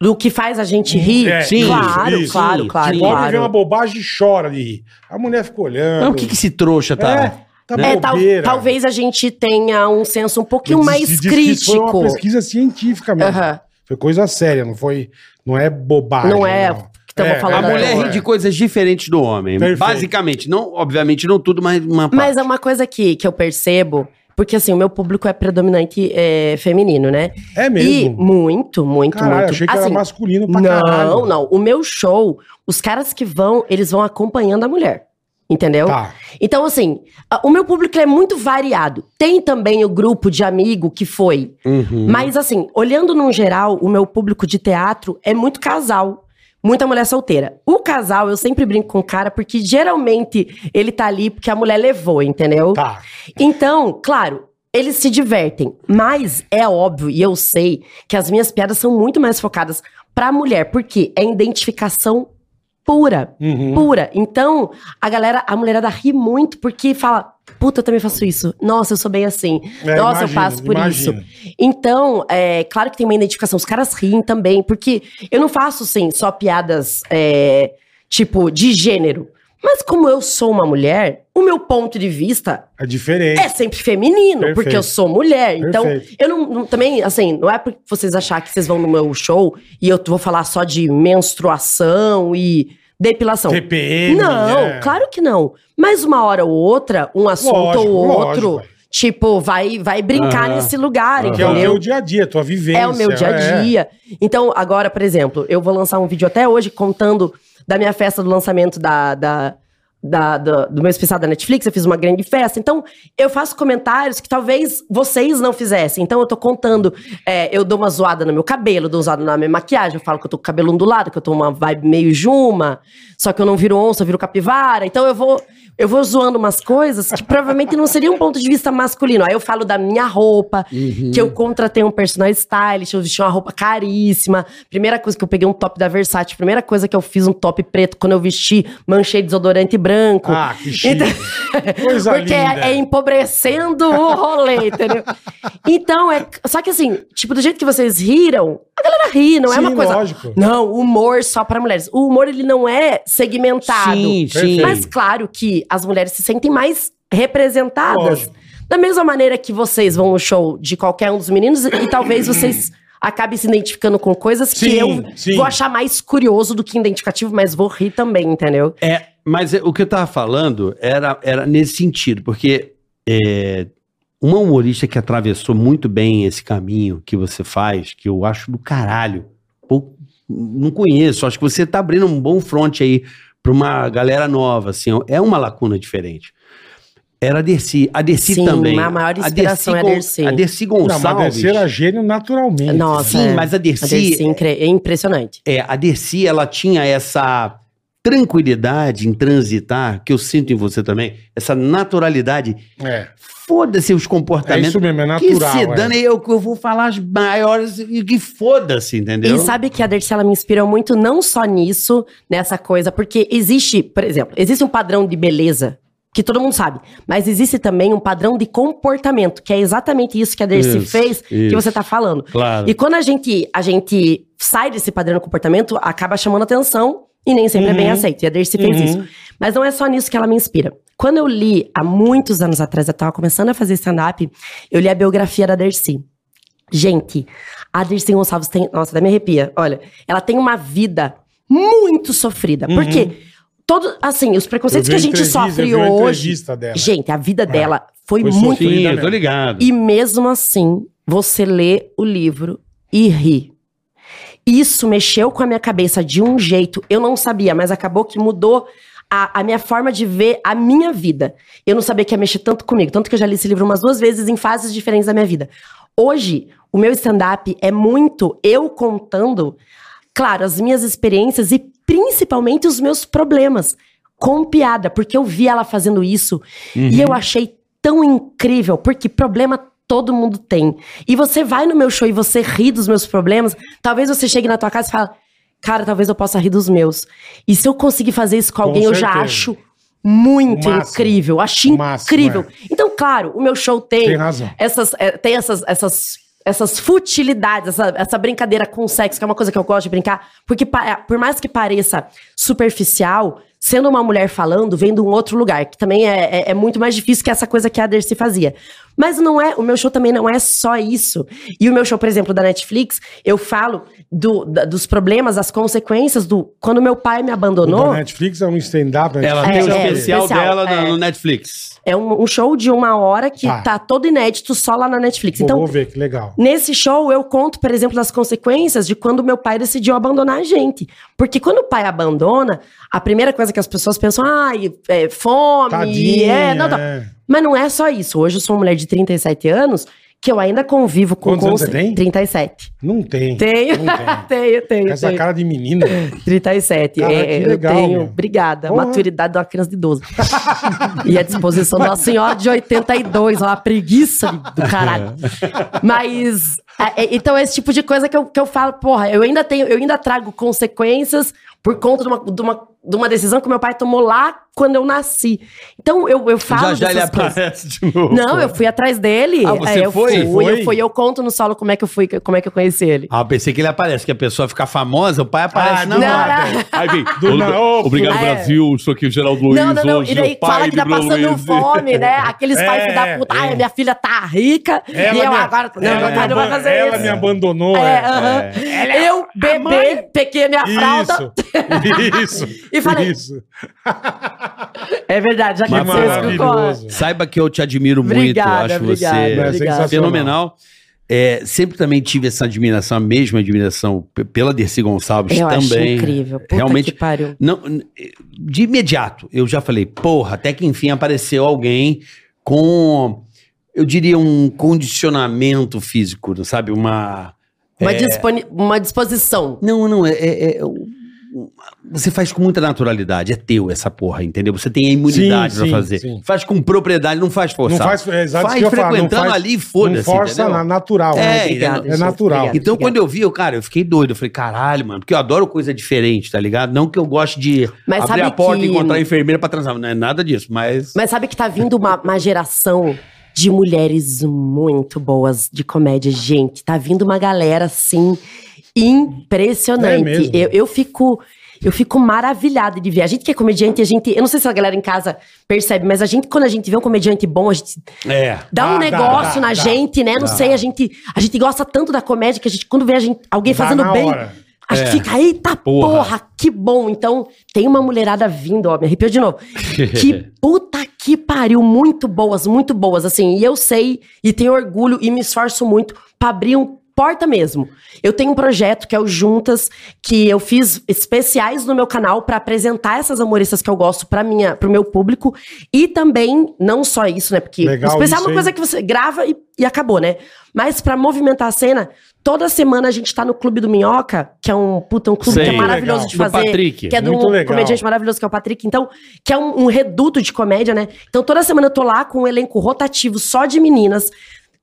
Speaker 5: Do que faz a gente rir?
Speaker 2: É,
Speaker 3: sim,
Speaker 5: claro,
Speaker 2: isso,
Speaker 5: claro,
Speaker 3: sim.
Speaker 5: claro,
Speaker 2: o homem vê uma
Speaker 5: claro.
Speaker 2: bobagem e chora de rir. A mulher fica olhando.
Speaker 3: Não, o que, que esse trouxa tá.
Speaker 2: É, tá
Speaker 5: É, tal-
Speaker 2: bobeira.
Speaker 5: talvez a gente tenha um senso um pouquinho
Speaker 2: Diz-
Speaker 5: mais
Speaker 2: diz que isso Foi
Speaker 5: crítico.
Speaker 2: uma pesquisa científica mesmo.
Speaker 5: Aham.
Speaker 2: Foi coisa séria, não foi. Não é bobagem.
Speaker 5: Não é que tamo
Speaker 3: A
Speaker 5: falando Não,
Speaker 3: mulher
Speaker 5: não
Speaker 3: ri de coisas diferentes do homem.
Speaker 2: Perfeito.
Speaker 3: Basicamente. Não, obviamente, não tudo, mas uma
Speaker 5: Mas
Speaker 3: parte.
Speaker 5: é uma coisa que, que eu percebo, porque assim, o meu público é predominante é, feminino, né?
Speaker 2: É
Speaker 5: E
Speaker 2: mesmo.
Speaker 5: muito, muito,
Speaker 2: Caralho,
Speaker 5: muito.
Speaker 2: achei que era
Speaker 5: Assim,
Speaker 2: masculino pra caralho.
Speaker 5: Não, não. O meu show, os caras que vão, eles vão acompanhando a mulher. Entendeu?
Speaker 2: Tá.
Speaker 5: Então, assim, a- o meu público ele é muito variado. Tem também o grupo de amigo que foi.
Speaker 3: Uhum.
Speaker 5: Mas, assim, olhando num geral, o meu público de teatro é muito casal. Muita mulher solteira. O casal, eu sempre brinco com o cara, porque geralmente ele tá ali porque a mulher levou, entendeu?
Speaker 2: Tá.
Speaker 5: Então, claro, eles se divertem, mas é óbvio e eu sei que as minhas piadas são muito mais focadas pra mulher, porque é identificação pura,
Speaker 2: Uhum.
Speaker 5: pura. Então, a galera, a mulherada ri muito porque fala: "Puta, eu também faço isso. Nossa, eu sou bem assim.
Speaker 2: É,
Speaker 5: Nossa, eu
Speaker 2: imagino,
Speaker 5: passo por isso."
Speaker 2: imagino.
Speaker 5: Então, é claro que tem uma identificação. Os caras riem também, porque eu não faço, assim, só piadas, é, tipo, de gênero. Mas como eu sou uma mulher, o meu ponto de vista
Speaker 2: É diferente.
Speaker 5: é sempre feminino,
Speaker 2: Perfeito.
Speaker 5: porque eu sou mulher. Então,
Speaker 2: Perfeito.
Speaker 5: eu não, não- também, assim, não é porque vocês achar que vocês vão no meu show e eu vou falar só de menstruação e depilação.
Speaker 2: TPM.
Speaker 5: não,
Speaker 2: é.
Speaker 5: claro que não. Mas uma hora ou outra, um assunto
Speaker 2: Lógico,
Speaker 5: ou outro,
Speaker 2: lógico, é.
Speaker 5: tipo, vai vai brincar
Speaker 3: Aham.
Speaker 5: nesse lugar,
Speaker 3: Aham.
Speaker 2: Que é o
Speaker 5: entendeu?
Speaker 2: meu dia a dia, tua vivência.
Speaker 5: É o meu dia a dia. Então, agora, por exemplo, eu vou lançar um vídeo até hoje contando da minha festa do lançamento da, da- da- da- do meu especial da Netflix. Eu fiz uma grande festa. Então, eu faço comentários que talvez vocês não fizessem. Então, eu tô contando. é, eu dou uma zoada no meu cabelo, dou uma zoada na minha maquiagem. Eu falo que eu tô com o cabelo ondulado, que eu tô uma vibe meio juma. Só que eu não viro onça, eu viro capivara. Então, eu vou. Eu vou zoando umas coisas que provavelmente não seria um ponto de vista masculino. Aí eu falo da minha roupa,
Speaker 2: Uhum.
Speaker 5: que eu contratei um personal stylist, eu vesti uma roupa caríssima. Primeira coisa que eu peguei um top da Versace, primeira coisa que eu fiz um top preto quando eu vesti, manchei desodorante branco.
Speaker 2: Ah, que chique. Coisa
Speaker 5: Então, Porque é-
Speaker 2: linda.
Speaker 5: é empobrecendo o rolê, entendeu? Então, é. Só que assim, tipo, do jeito que vocês riram, a galera ri, não é
Speaker 2: Sim,
Speaker 5: uma coisa.
Speaker 2: lógico.
Speaker 5: Não, humor só pra mulheres. O humor, ele não é segmentado.
Speaker 3: Sim,
Speaker 2: Perfeito.
Speaker 3: sim.
Speaker 5: Mas claro que as mulheres se sentem mais representadas.
Speaker 2: Lógico.
Speaker 5: Da mesma maneira que vocês vão no show de qualquer um dos meninos e talvez vocês acabem se identificando com coisas que
Speaker 2: Sim,
Speaker 5: eu
Speaker 2: sim.
Speaker 5: vou achar mais curioso do que identificativo, mas vou rir também, entendeu?
Speaker 3: É, mas é- o que eu tava falando era, era nesse sentido, porque é, uma humorista que atravessou muito bem esse caminho que você faz, que eu acho do caralho, pou- não conheço, acho que você tá abrindo um bom fronte aí pra uma galera nova, assim, ó, é uma lacuna diferente. Era a Dercy, a Dercy
Speaker 5: Sim,
Speaker 3: também.
Speaker 5: a maior inspiração é a
Speaker 3: Gon-
Speaker 5: Dercy.
Speaker 3: A Dercy
Speaker 2: Não,
Speaker 3: Gonçalves.
Speaker 2: mas deve ser a gênio naturalmente.
Speaker 5: Nossa,
Speaker 3: Sim,
Speaker 5: é.
Speaker 3: mas a Dercy,
Speaker 5: Mas esse incre- é impressionante.
Speaker 3: é, a Dercy, ela tinha essa tranquilidade em transitar, que eu sinto em você também, essa naturalidade.
Speaker 2: É.
Speaker 3: Foda-se os
Speaker 4: Tá
Speaker 2: É
Speaker 3: comportamentos.
Speaker 2: isso mesmo, é
Speaker 3: que
Speaker 2: natural.
Speaker 3: se
Speaker 2: é.
Speaker 3: dane, eu, eu vou falar as maiores e que foda-se, entendeu?
Speaker 5: E sabe que a Dercy, ela me inspirou muito não só nisso, nessa coisa, porque existe, por exemplo, existe um padrão de beleza que todo mundo sabe, mas existe também um padrão de comportamento, que é exatamente isso que a Dercy
Speaker 3: Isso,
Speaker 5: fez, que
Speaker 3: isso.
Speaker 5: você tá falando.
Speaker 3: Claro.
Speaker 5: E quando a gente, a gente sai desse padrão de comportamento, acaba chamando atenção e nem sempre é bem
Speaker 2: Uhum.
Speaker 5: aceito. E a Dercy fez
Speaker 2: Uhum.
Speaker 5: isso. Mas não é só nisso que ela me inspira. Quando eu li, há muitos anos atrás, eu tava começando a fazer stand-up, eu li a biografia da Dercy. Gente, a Dercy Gonçalves tem. Nossa, até me arrepia. Olha, ela tem uma vida muito sofrida. Porque todo, assim, os
Speaker 2: Uhum. Eu
Speaker 5: preconceitos
Speaker 2: vi
Speaker 5: que a
Speaker 2: uma
Speaker 5: gente
Speaker 2: entrevista,
Speaker 5: sofre
Speaker 2: eu vi uma
Speaker 5: hoje.
Speaker 2: entrevista Dela. É.
Speaker 5: Gente, a vida dela foi,
Speaker 2: Foi
Speaker 5: muito
Speaker 2: sofrida,
Speaker 3: Sim,
Speaker 2: né?
Speaker 3: eu tô ligado.
Speaker 5: e mesmo assim, você lê o livro e ri. Isso mexeu com a minha cabeça de um jeito, eu não sabia, mas acabou que mudou a, a minha forma de ver a minha vida. Eu não sabia que ia mexer tanto comigo, tanto que eu já li esse livro umas duas vezes em fases diferentes da minha vida. Hoje, o meu stand-up é muito eu contando, claro, as minhas experiências e principalmente os meus problemas com piada, porque eu vi ela fazendo isso e
Speaker 2: Uhum.
Speaker 5: eu achei tão incrível, porque problema todo mundo tem. E você vai no meu show e você ri dos meus problemas, talvez você chegue na tua casa e fala: "Cara, talvez eu possa rir dos meus". E se eu conseguir fazer isso com
Speaker 2: Com
Speaker 5: alguém, eu já
Speaker 2: certeza.
Speaker 5: acho muito
Speaker 2: O máximo.
Speaker 5: incrível, acho
Speaker 2: O máximo,
Speaker 5: incrível.
Speaker 2: é.
Speaker 5: Então, claro, o meu show
Speaker 2: Tem razão.
Speaker 5: essas, é, tem essas, essas, essas futilidades, essa, essa brincadeira com sexo, que é uma coisa que eu gosto de brincar, porque pa- é, por mais que pareça superficial, sendo uma mulher falando, vem de um outro lugar, que também é, é, é muito mais difícil que essa coisa que a Dercy fazia. Mas não é, o meu show também não é só isso. E o meu show, por exemplo, da Netflix, eu falo do, da- dos problemas, das consequências do. Quando meu pai me
Speaker 2: O
Speaker 5: abandonou.
Speaker 2: da Netflix é um stand-up. né?
Speaker 3: Ela
Speaker 5: É,
Speaker 3: tem o
Speaker 5: é,
Speaker 3: especial,
Speaker 5: especial,
Speaker 3: dela
Speaker 5: é.
Speaker 3: no, no Netflix.
Speaker 5: É um, um show de uma hora que
Speaker 2: Tá.
Speaker 5: tá todo inédito só lá na Netflix.
Speaker 2: Pô,
Speaker 5: Então,
Speaker 2: vou ver, que legal.
Speaker 5: Nesse show, eu conto, por exemplo, das consequências de quando meu pai decidiu abandonar a gente. Porque quando o pai abandona, a primeira coisa que as pessoas pensam, ai, é fome,
Speaker 2: Tadinha,
Speaker 5: é. Não, não.
Speaker 2: é.
Speaker 5: Mas não é só isso. Hoje eu sou uma mulher de 37 anos que eu ainda convivo com.
Speaker 2: Quantos anos
Speaker 5: conce-
Speaker 2: você tem?
Speaker 5: 37.
Speaker 2: Não tem.
Speaker 5: Tenho,
Speaker 2: Não tem.
Speaker 5: tenho, tenho.
Speaker 2: Essa
Speaker 5: tenho.
Speaker 2: cara de menina.
Speaker 5: 37.
Speaker 2: Cara,
Speaker 5: é,
Speaker 2: que legal,
Speaker 5: eu tenho.
Speaker 2: meu.
Speaker 5: Obrigada.
Speaker 2: Porra.
Speaker 5: Maturidade de uma criança de 12. e a disposição de uma senhora de 82. Uma preguiça de- do caralho. Mas. é, é, então, é esse tipo de coisa que eu, que eu falo, porra, eu ainda tenho, eu ainda trago consequências por conta de uma, de uma, de uma decisão que meu pai tomou lá quando eu nasci. Então, eu, eu
Speaker 3: já
Speaker 5: falo.
Speaker 3: já ele
Speaker 5: dessas coisas.
Speaker 3: aparece de novo.
Speaker 5: Não, eu fui atrás dele.
Speaker 3: Ah, você
Speaker 5: É, eu
Speaker 3: foi?
Speaker 5: Fui,
Speaker 2: Foi?
Speaker 5: Eu fui, eu conto no solo como é que eu fui, como é que eu conheci ele.
Speaker 3: Ah, eu pensei que ele aparece, que a pessoa fica famosa, o pai
Speaker 2: Ah,
Speaker 3: aparece na
Speaker 2: não,
Speaker 3: hora.
Speaker 5: não.
Speaker 6: Aí vem,
Speaker 2: Do na- ô,
Speaker 6: obrigado
Speaker 5: é.
Speaker 6: Brasil, sou aqui o Geraldo Luiz,
Speaker 5: Não, não, não.
Speaker 6: hoje é
Speaker 5: E daí
Speaker 6: o pai
Speaker 5: fala que
Speaker 6: de
Speaker 5: tá
Speaker 6: Bruno
Speaker 5: passando
Speaker 6: Luiz.
Speaker 5: fome, né? Aqueles
Speaker 2: É,
Speaker 5: pais que da puta. Ai,
Speaker 2: é.
Speaker 5: minha filha tá rica. e eu
Speaker 2: me-
Speaker 5: agora. Não,
Speaker 2: ela
Speaker 5: meu pai
Speaker 2: me
Speaker 5: não vai
Speaker 2: aban-
Speaker 5: fazer
Speaker 2: ela
Speaker 5: isso.
Speaker 2: me abandonou.
Speaker 5: É,
Speaker 2: é.
Speaker 5: aham. Eu, bebê, peguei a minha fralda.
Speaker 2: Isso. Isso.
Speaker 5: E falei-
Speaker 2: Isso.
Speaker 5: É verdade, já que
Speaker 3: Mas
Speaker 5: você escutou.
Speaker 2: maravilhoso. é
Speaker 3: Saiba que eu te admiro
Speaker 5: Obrigada,
Speaker 3: muito, acho
Speaker 5: obrigada,
Speaker 3: você é
Speaker 5: obrigada.
Speaker 2: sensacional.
Speaker 3: fenomenal. É, sempre também tive essa admiração, a mesma admiração p- pela Dercy Gonçalves
Speaker 5: Eu acho
Speaker 3: também.
Speaker 5: incrível. Puta
Speaker 3: Realmente.
Speaker 5: que pariu.
Speaker 3: Não, n- de imediato, eu já falei, porra, até que enfim apareceu alguém com, eu diria, um condicionamento físico, sabe? Uma.
Speaker 5: Uma, disponi- uma disposição.
Speaker 3: Não, não, é. é- é- o- o- você faz com muita naturalidade, é teu essa porra, entendeu? Você tem a imunidade
Speaker 2: Sim,
Speaker 3: pra
Speaker 2: sim,
Speaker 3: fazer.
Speaker 2: sim.
Speaker 3: Faz com propriedade, não faz
Speaker 2: Não
Speaker 3: forçado.
Speaker 2: faz, é, exato
Speaker 3: Faz
Speaker 2: isso que eu ia falar,
Speaker 3: frequentando
Speaker 2: não faz,
Speaker 3: ali, foda-se,
Speaker 2: Não força
Speaker 3: entendeu?
Speaker 2: na natural.
Speaker 3: É,
Speaker 2: né?
Speaker 5: Obrigada,
Speaker 2: é
Speaker 5: gente,
Speaker 2: natural.
Speaker 5: obrigada,
Speaker 3: Então,
Speaker 5: obrigada.
Speaker 3: quando eu vi, eu, cara, eu fiquei doido. Eu falei, caralho, mano, porque eu adoro coisa diferente, tá ligado? Não que eu goste de
Speaker 5: Mas
Speaker 3: abrir
Speaker 5: sabe
Speaker 3: a porta e
Speaker 5: que-
Speaker 3: encontrar a enfermeira pra transar. Não é nada disso, mas.
Speaker 5: Mas sabe que tá vindo uma, uma geração de mulheres muito boas de comédia, gente. Tá vindo uma galera assim impressionante.
Speaker 2: É mesmo?
Speaker 5: eu, eu fico Eu fico maravilhada de ver. A gente que é comediante, a gente. Eu não sei se a galera em casa percebe, mas a gente, quando a gente vê um comediante bom, a gente
Speaker 3: É.
Speaker 5: dá
Speaker 2: Dá, dá,
Speaker 5: um negócio
Speaker 2: dá,
Speaker 5: na
Speaker 2: dá.
Speaker 5: gente, né? Não sei, a gente, a gente gosta tanto da comédia que a gente, quando vê a gente, alguém
Speaker 2: Dá
Speaker 5: fazendo
Speaker 2: na
Speaker 5: bem,
Speaker 2: hora. É.
Speaker 5: a gente fica, eita porra. que bom. Então, tem uma mulherada vindo, ó, me arrepiou de novo. que puta que pariu, muito boas, muito boas, assim. E eu sei, e tenho orgulho, e me esforço muito pra abrir um porta mesmo. Eu tenho um projeto que é o Juntas, que eu fiz especiais no meu canal pra apresentar essas amoristas que eu gosto para minha, pro meu público e também não só isso, né, porque
Speaker 2: Legal
Speaker 5: o especial é
Speaker 2: isso,
Speaker 5: uma
Speaker 2: hein?
Speaker 5: coisa que você grava e, e acabou, né? Mas pra movimentar a cena, toda semana a gente tá no Clube do Minhoca, que é um puta um clube
Speaker 3: Sei.
Speaker 5: que é maravilhoso
Speaker 2: Legal.
Speaker 5: de
Speaker 3: Do
Speaker 5: fazer,
Speaker 3: Patrick.
Speaker 5: que é de um
Speaker 2: Muito legal.
Speaker 5: comediante maravilhoso que é o Patrick, então, que é um, um reduto de comédia, né? Então toda semana eu tô lá com um elenco rotativo só de meninas,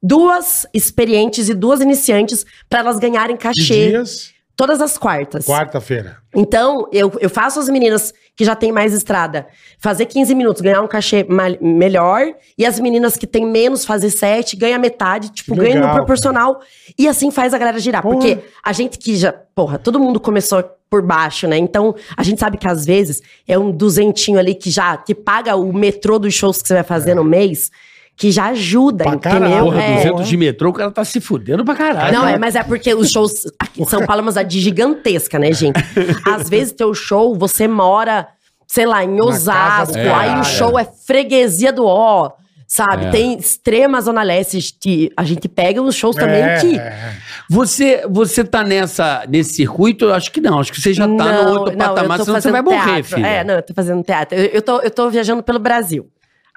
Speaker 5: duas experientes e duas iniciantes pra elas ganharem
Speaker 2: De
Speaker 5: cachê
Speaker 2: dias,
Speaker 5: todas as quartas.
Speaker 2: quarta-feira.
Speaker 5: Então, eu, eu faço as meninas que já têm mais estrada fazer 15 minutos, ganhar um cachê ma- melhor. E as meninas que têm menos, fazer 7, ganha metade. Tipo,
Speaker 2: Que
Speaker 5: ganha no
Speaker 2: legal,
Speaker 5: proporcional. E assim faz a galera girar.
Speaker 2: Porra.
Speaker 5: Porque a gente que já... Porra, todo mundo começou por baixo, né? Então, a gente sabe que às vezes é um duzentinho ali que já... Que paga o metrô dos shows que você vai fazer no mês. Que já ajuda,
Speaker 2: É. Pra caralho.
Speaker 5: entendeu?
Speaker 3: Porra,
Speaker 5: É.
Speaker 3: 200 de metrô, o cara tá se fudendo pra
Speaker 2: Ah,
Speaker 3: caralho.
Speaker 5: Não,
Speaker 2: tá.
Speaker 5: é, mas é porque os shows aqui de São Paulo é uma cidade gigantesca, né, gente? Às vezes teu show, você mora, sei lá, em
Speaker 2: casa
Speaker 5: Osasco,
Speaker 2: do
Speaker 5: aí
Speaker 2: caralho.
Speaker 5: o show é freguesia do Ó, sabe?
Speaker 3: É.
Speaker 5: Tem extrema zona leste, que a gente pega uns shows também
Speaker 2: É,
Speaker 5: que...
Speaker 2: é.
Speaker 3: Você, você tá nessa, nesse circuito? Eu acho que não. Acho que você já tá
Speaker 5: Não,
Speaker 3: no outro
Speaker 5: não, eu
Speaker 3: patamar,
Speaker 5: tô
Speaker 3: senão você
Speaker 5: fazendo
Speaker 3: vai morrer,
Speaker 5: teatro.
Speaker 3: filho.
Speaker 5: É, não, eu tô fazendo teatro. Eu, eu tô, eu tô viajando pelo Brasil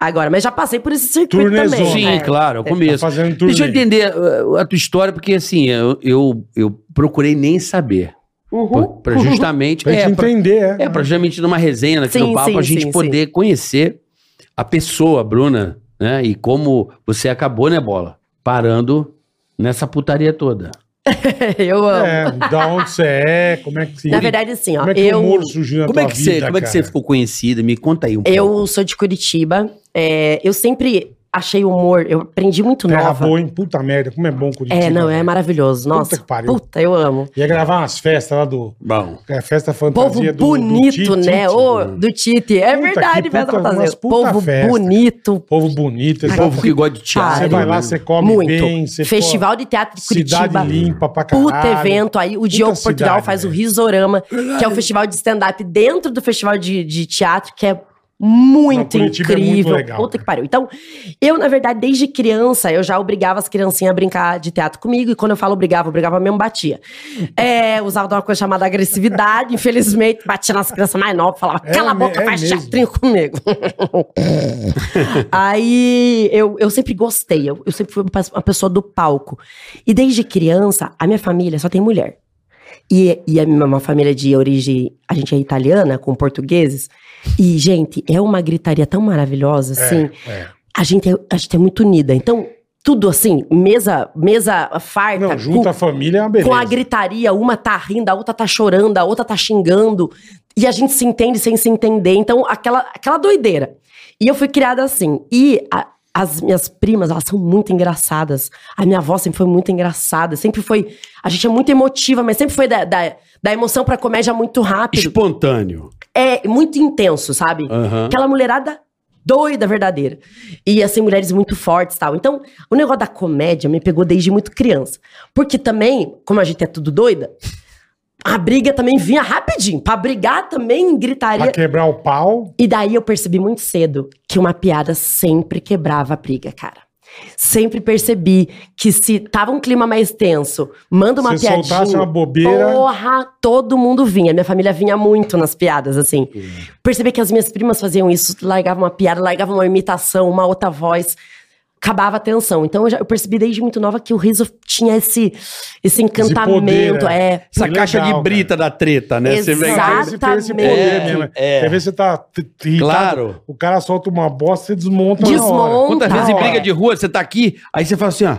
Speaker 5: agora, mas já passei por esse circuito
Speaker 2: Turnezona.
Speaker 5: também.
Speaker 3: Sim,
Speaker 5: é.
Speaker 3: claro, é o começo.
Speaker 2: Tá fazendo turnê.
Speaker 3: Deixa eu entender uh, a tua história, porque assim, eu, eu, eu procurei nem saber.
Speaker 5: Uhum.
Speaker 3: Pra, pra justamente.
Speaker 2: Pra gente
Speaker 3: É, pra,
Speaker 2: entender, é.
Speaker 3: é, pra justamente numa resenha aqui
Speaker 5: Sim,
Speaker 3: no papo,
Speaker 5: sim,
Speaker 3: a gente
Speaker 5: sim,
Speaker 3: poder conhecer a pessoa, Bruna, né? E como você acabou, né, bola? Parando nessa putaria toda.
Speaker 5: eu amo.
Speaker 2: É, da onde você é, como é que se...
Speaker 5: Na verdade, assim, ó,
Speaker 2: como é que
Speaker 5: eu...
Speaker 2: o humor surgiu na
Speaker 3: Como é,
Speaker 2: tua
Speaker 3: que você,
Speaker 2: vida,
Speaker 3: como é que
Speaker 2: cara?
Speaker 3: você ficou conhecida? Me conta aí um pouco.
Speaker 5: Eu sou de Curitiba. é, eu sempre achei o humor, eu aprendi muito
Speaker 2: Terra
Speaker 5: nova.
Speaker 2: boa, hein? Puta merda, como é bom Curitiba.
Speaker 5: É, não, é
Speaker 2: velho.
Speaker 5: maravilhoso.
Speaker 2: Puta
Speaker 5: Nossa,
Speaker 2: que
Speaker 5: puta,
Speaker 2: pariu.
Speaker 5: eu amo.
Speaker 2: Ia gravar umas festas lá do...
Speaker 3: Bom.
Speaker 2: É, festa
Speaker 5: Povo
Speaker 2: fantasia do- do
Speaker 5: bonito,
Speaker 2: Tite, tipo,
Speaker 5: né?
Speaker 2: Tite.
Speaker 5: Ô, do Tite. É
Speaker 2: Puta,
Speaker 5: verdade,
Speaker 2: que
Speaker 5: festa
Speaker 2: puta-
Speaker 5: fantasia.
Speaker 2: umas puta
Speaker 5: Povo
Speaker 2: festa.
Speaker 5: bonito.
Speaker 2: Povo bonito,
Speaker 3: O
Speaker 2: exato.
Speaker 3: povo que gosta de teatro.
Speaker 2: Você vai lá,
Speaker 3: né?
Speaker 2: você come
Speaker 5: muito.
Speaker 2: bem, você... pô,
Speaker 5: Festival de Teatro de
Speaker 2: Cidade
Speaker 5: Curitiba.
Speaker 2: limpa pra caralho.
Speaker 5: Puta evento aí. O Diogo
Speaker 2: cidade,
Speaker 5: Portugal faz o
Speaker 2: velho.
Speaker 5: Risorama, que é um festival de stand-up dentro do festival de, de teatro, que é
Speaker 2: Não,
Speaker 5: muito
Speaker 2: Curitiba é muito
Speaker 5: incrível.
Speaker 2: legal,
Speaker 5: Puta
Speaker 2: cara.
Speaker 5: que pariu. Então, eu, na verdade, desde criança, eu já obrigava as criancinhas a brincar de teatro comigo. E quando eu falo obrigava, obrigava mesmo, batia. É, usava uma coisa chamada agressividade. Infelizmente, batia nas crianças mais novas, falava,
Speaker 2: É
Speaker 5: cala a
Speaker 2: me-
Speaker 5: boca,
Speaker 2: é
Speaker 5: faz
Speaker 2: mesmo.
Speaker 5: teatrinho comigo. Aí eu, eu sempre gostei, eu, eu sempre fui uma pe- uma pessoa do palco. E desde criança, a minha família só tem mulher. E, e é uma uma família de origem, a gente é italiana, com portugueses. E, gente, é uma gritaria tão maravilhosa, assim.
Speaker 2: É.
Speaker 5: A, gente é, a gente é muito unida. Então, tudo assim, mesa, mesa farta,
Speaker 2: Não, junta a família é uma beleza.
Speaker 5: Tá com a gritaria, uma tá rindo, a outra tá chorando, a outra tá xingando. E a gente se entende sem se entender. Então, aquela, aquela doideira. E eu fui criada assim. E a- as minhas primas, elas são muito engraçadas. A minha avó sempre foi muito engraçada. Sempre foi. A gente é muito emotiva, mas sempre foi da, da, da emoção pra comédia muito rápido.
Speaker 3: Espontâneo.
Speaker 5: É muito intenso, sabe?
Speaker 3: Aham.
Speaker 5: Aquela mulherada doida, verdadeira. E, assim, mulheres muito fortes e tal. Então, o negócio da comédia me pegou desde muito criança. Porque também, como a gente é tudo doida, a briga também vinha rapidinho. Pra brigar também, gritaria.
Speaker 2: Pra quebrar o pau,
Speaker 5: E daí eu percebi muito cedo que uma piada sempre quebrava a briga, cara. Sempre percebi que se tava um clima mais tenso, manda uma
Speaker 2: se
Speaker 5: piadinha.
Speaker 2: soltasse uma bobeira...
Speaker 5: Porra, todo mundo vinha. Minha família vinha muito nas piadas, assim. Percebi que as minhas primas faziam isso, largavam uma piada, largavam uma imitação, uma outra voz. Acabava a tensão. Então eu, já, eu percebi desde muito nova que o riso tinha esse, esse encantamento.
Speaker 2: né?
Speaker 5: é.
Speaker 3: Essa
Speaker 2: Que
Speaker 3: caixa
Speaker 2: legal,
Speaker 3: de brita da treta, né? Você vem-
Speaker 5: Exato.
Speaker 2: Esse- tem esse poder
Speaker 5: Exatamente.
Speaker 2: mesmo.
Speaker 3: É, é.
Speaker 2: Quer ver você tá t- t- irritado,
Speaker 3: Claro.
Speaker 2: o cara solta uma bosta, você desmonta na hora.
Speaker 5: Desmonta.
Speaker 3: Quantas vezes
Speaker 5: na
Speaker 3: em
Speaker 5: hora.
Speaker 3: briga de rua, você tá aqui, aí você fala assim, ó.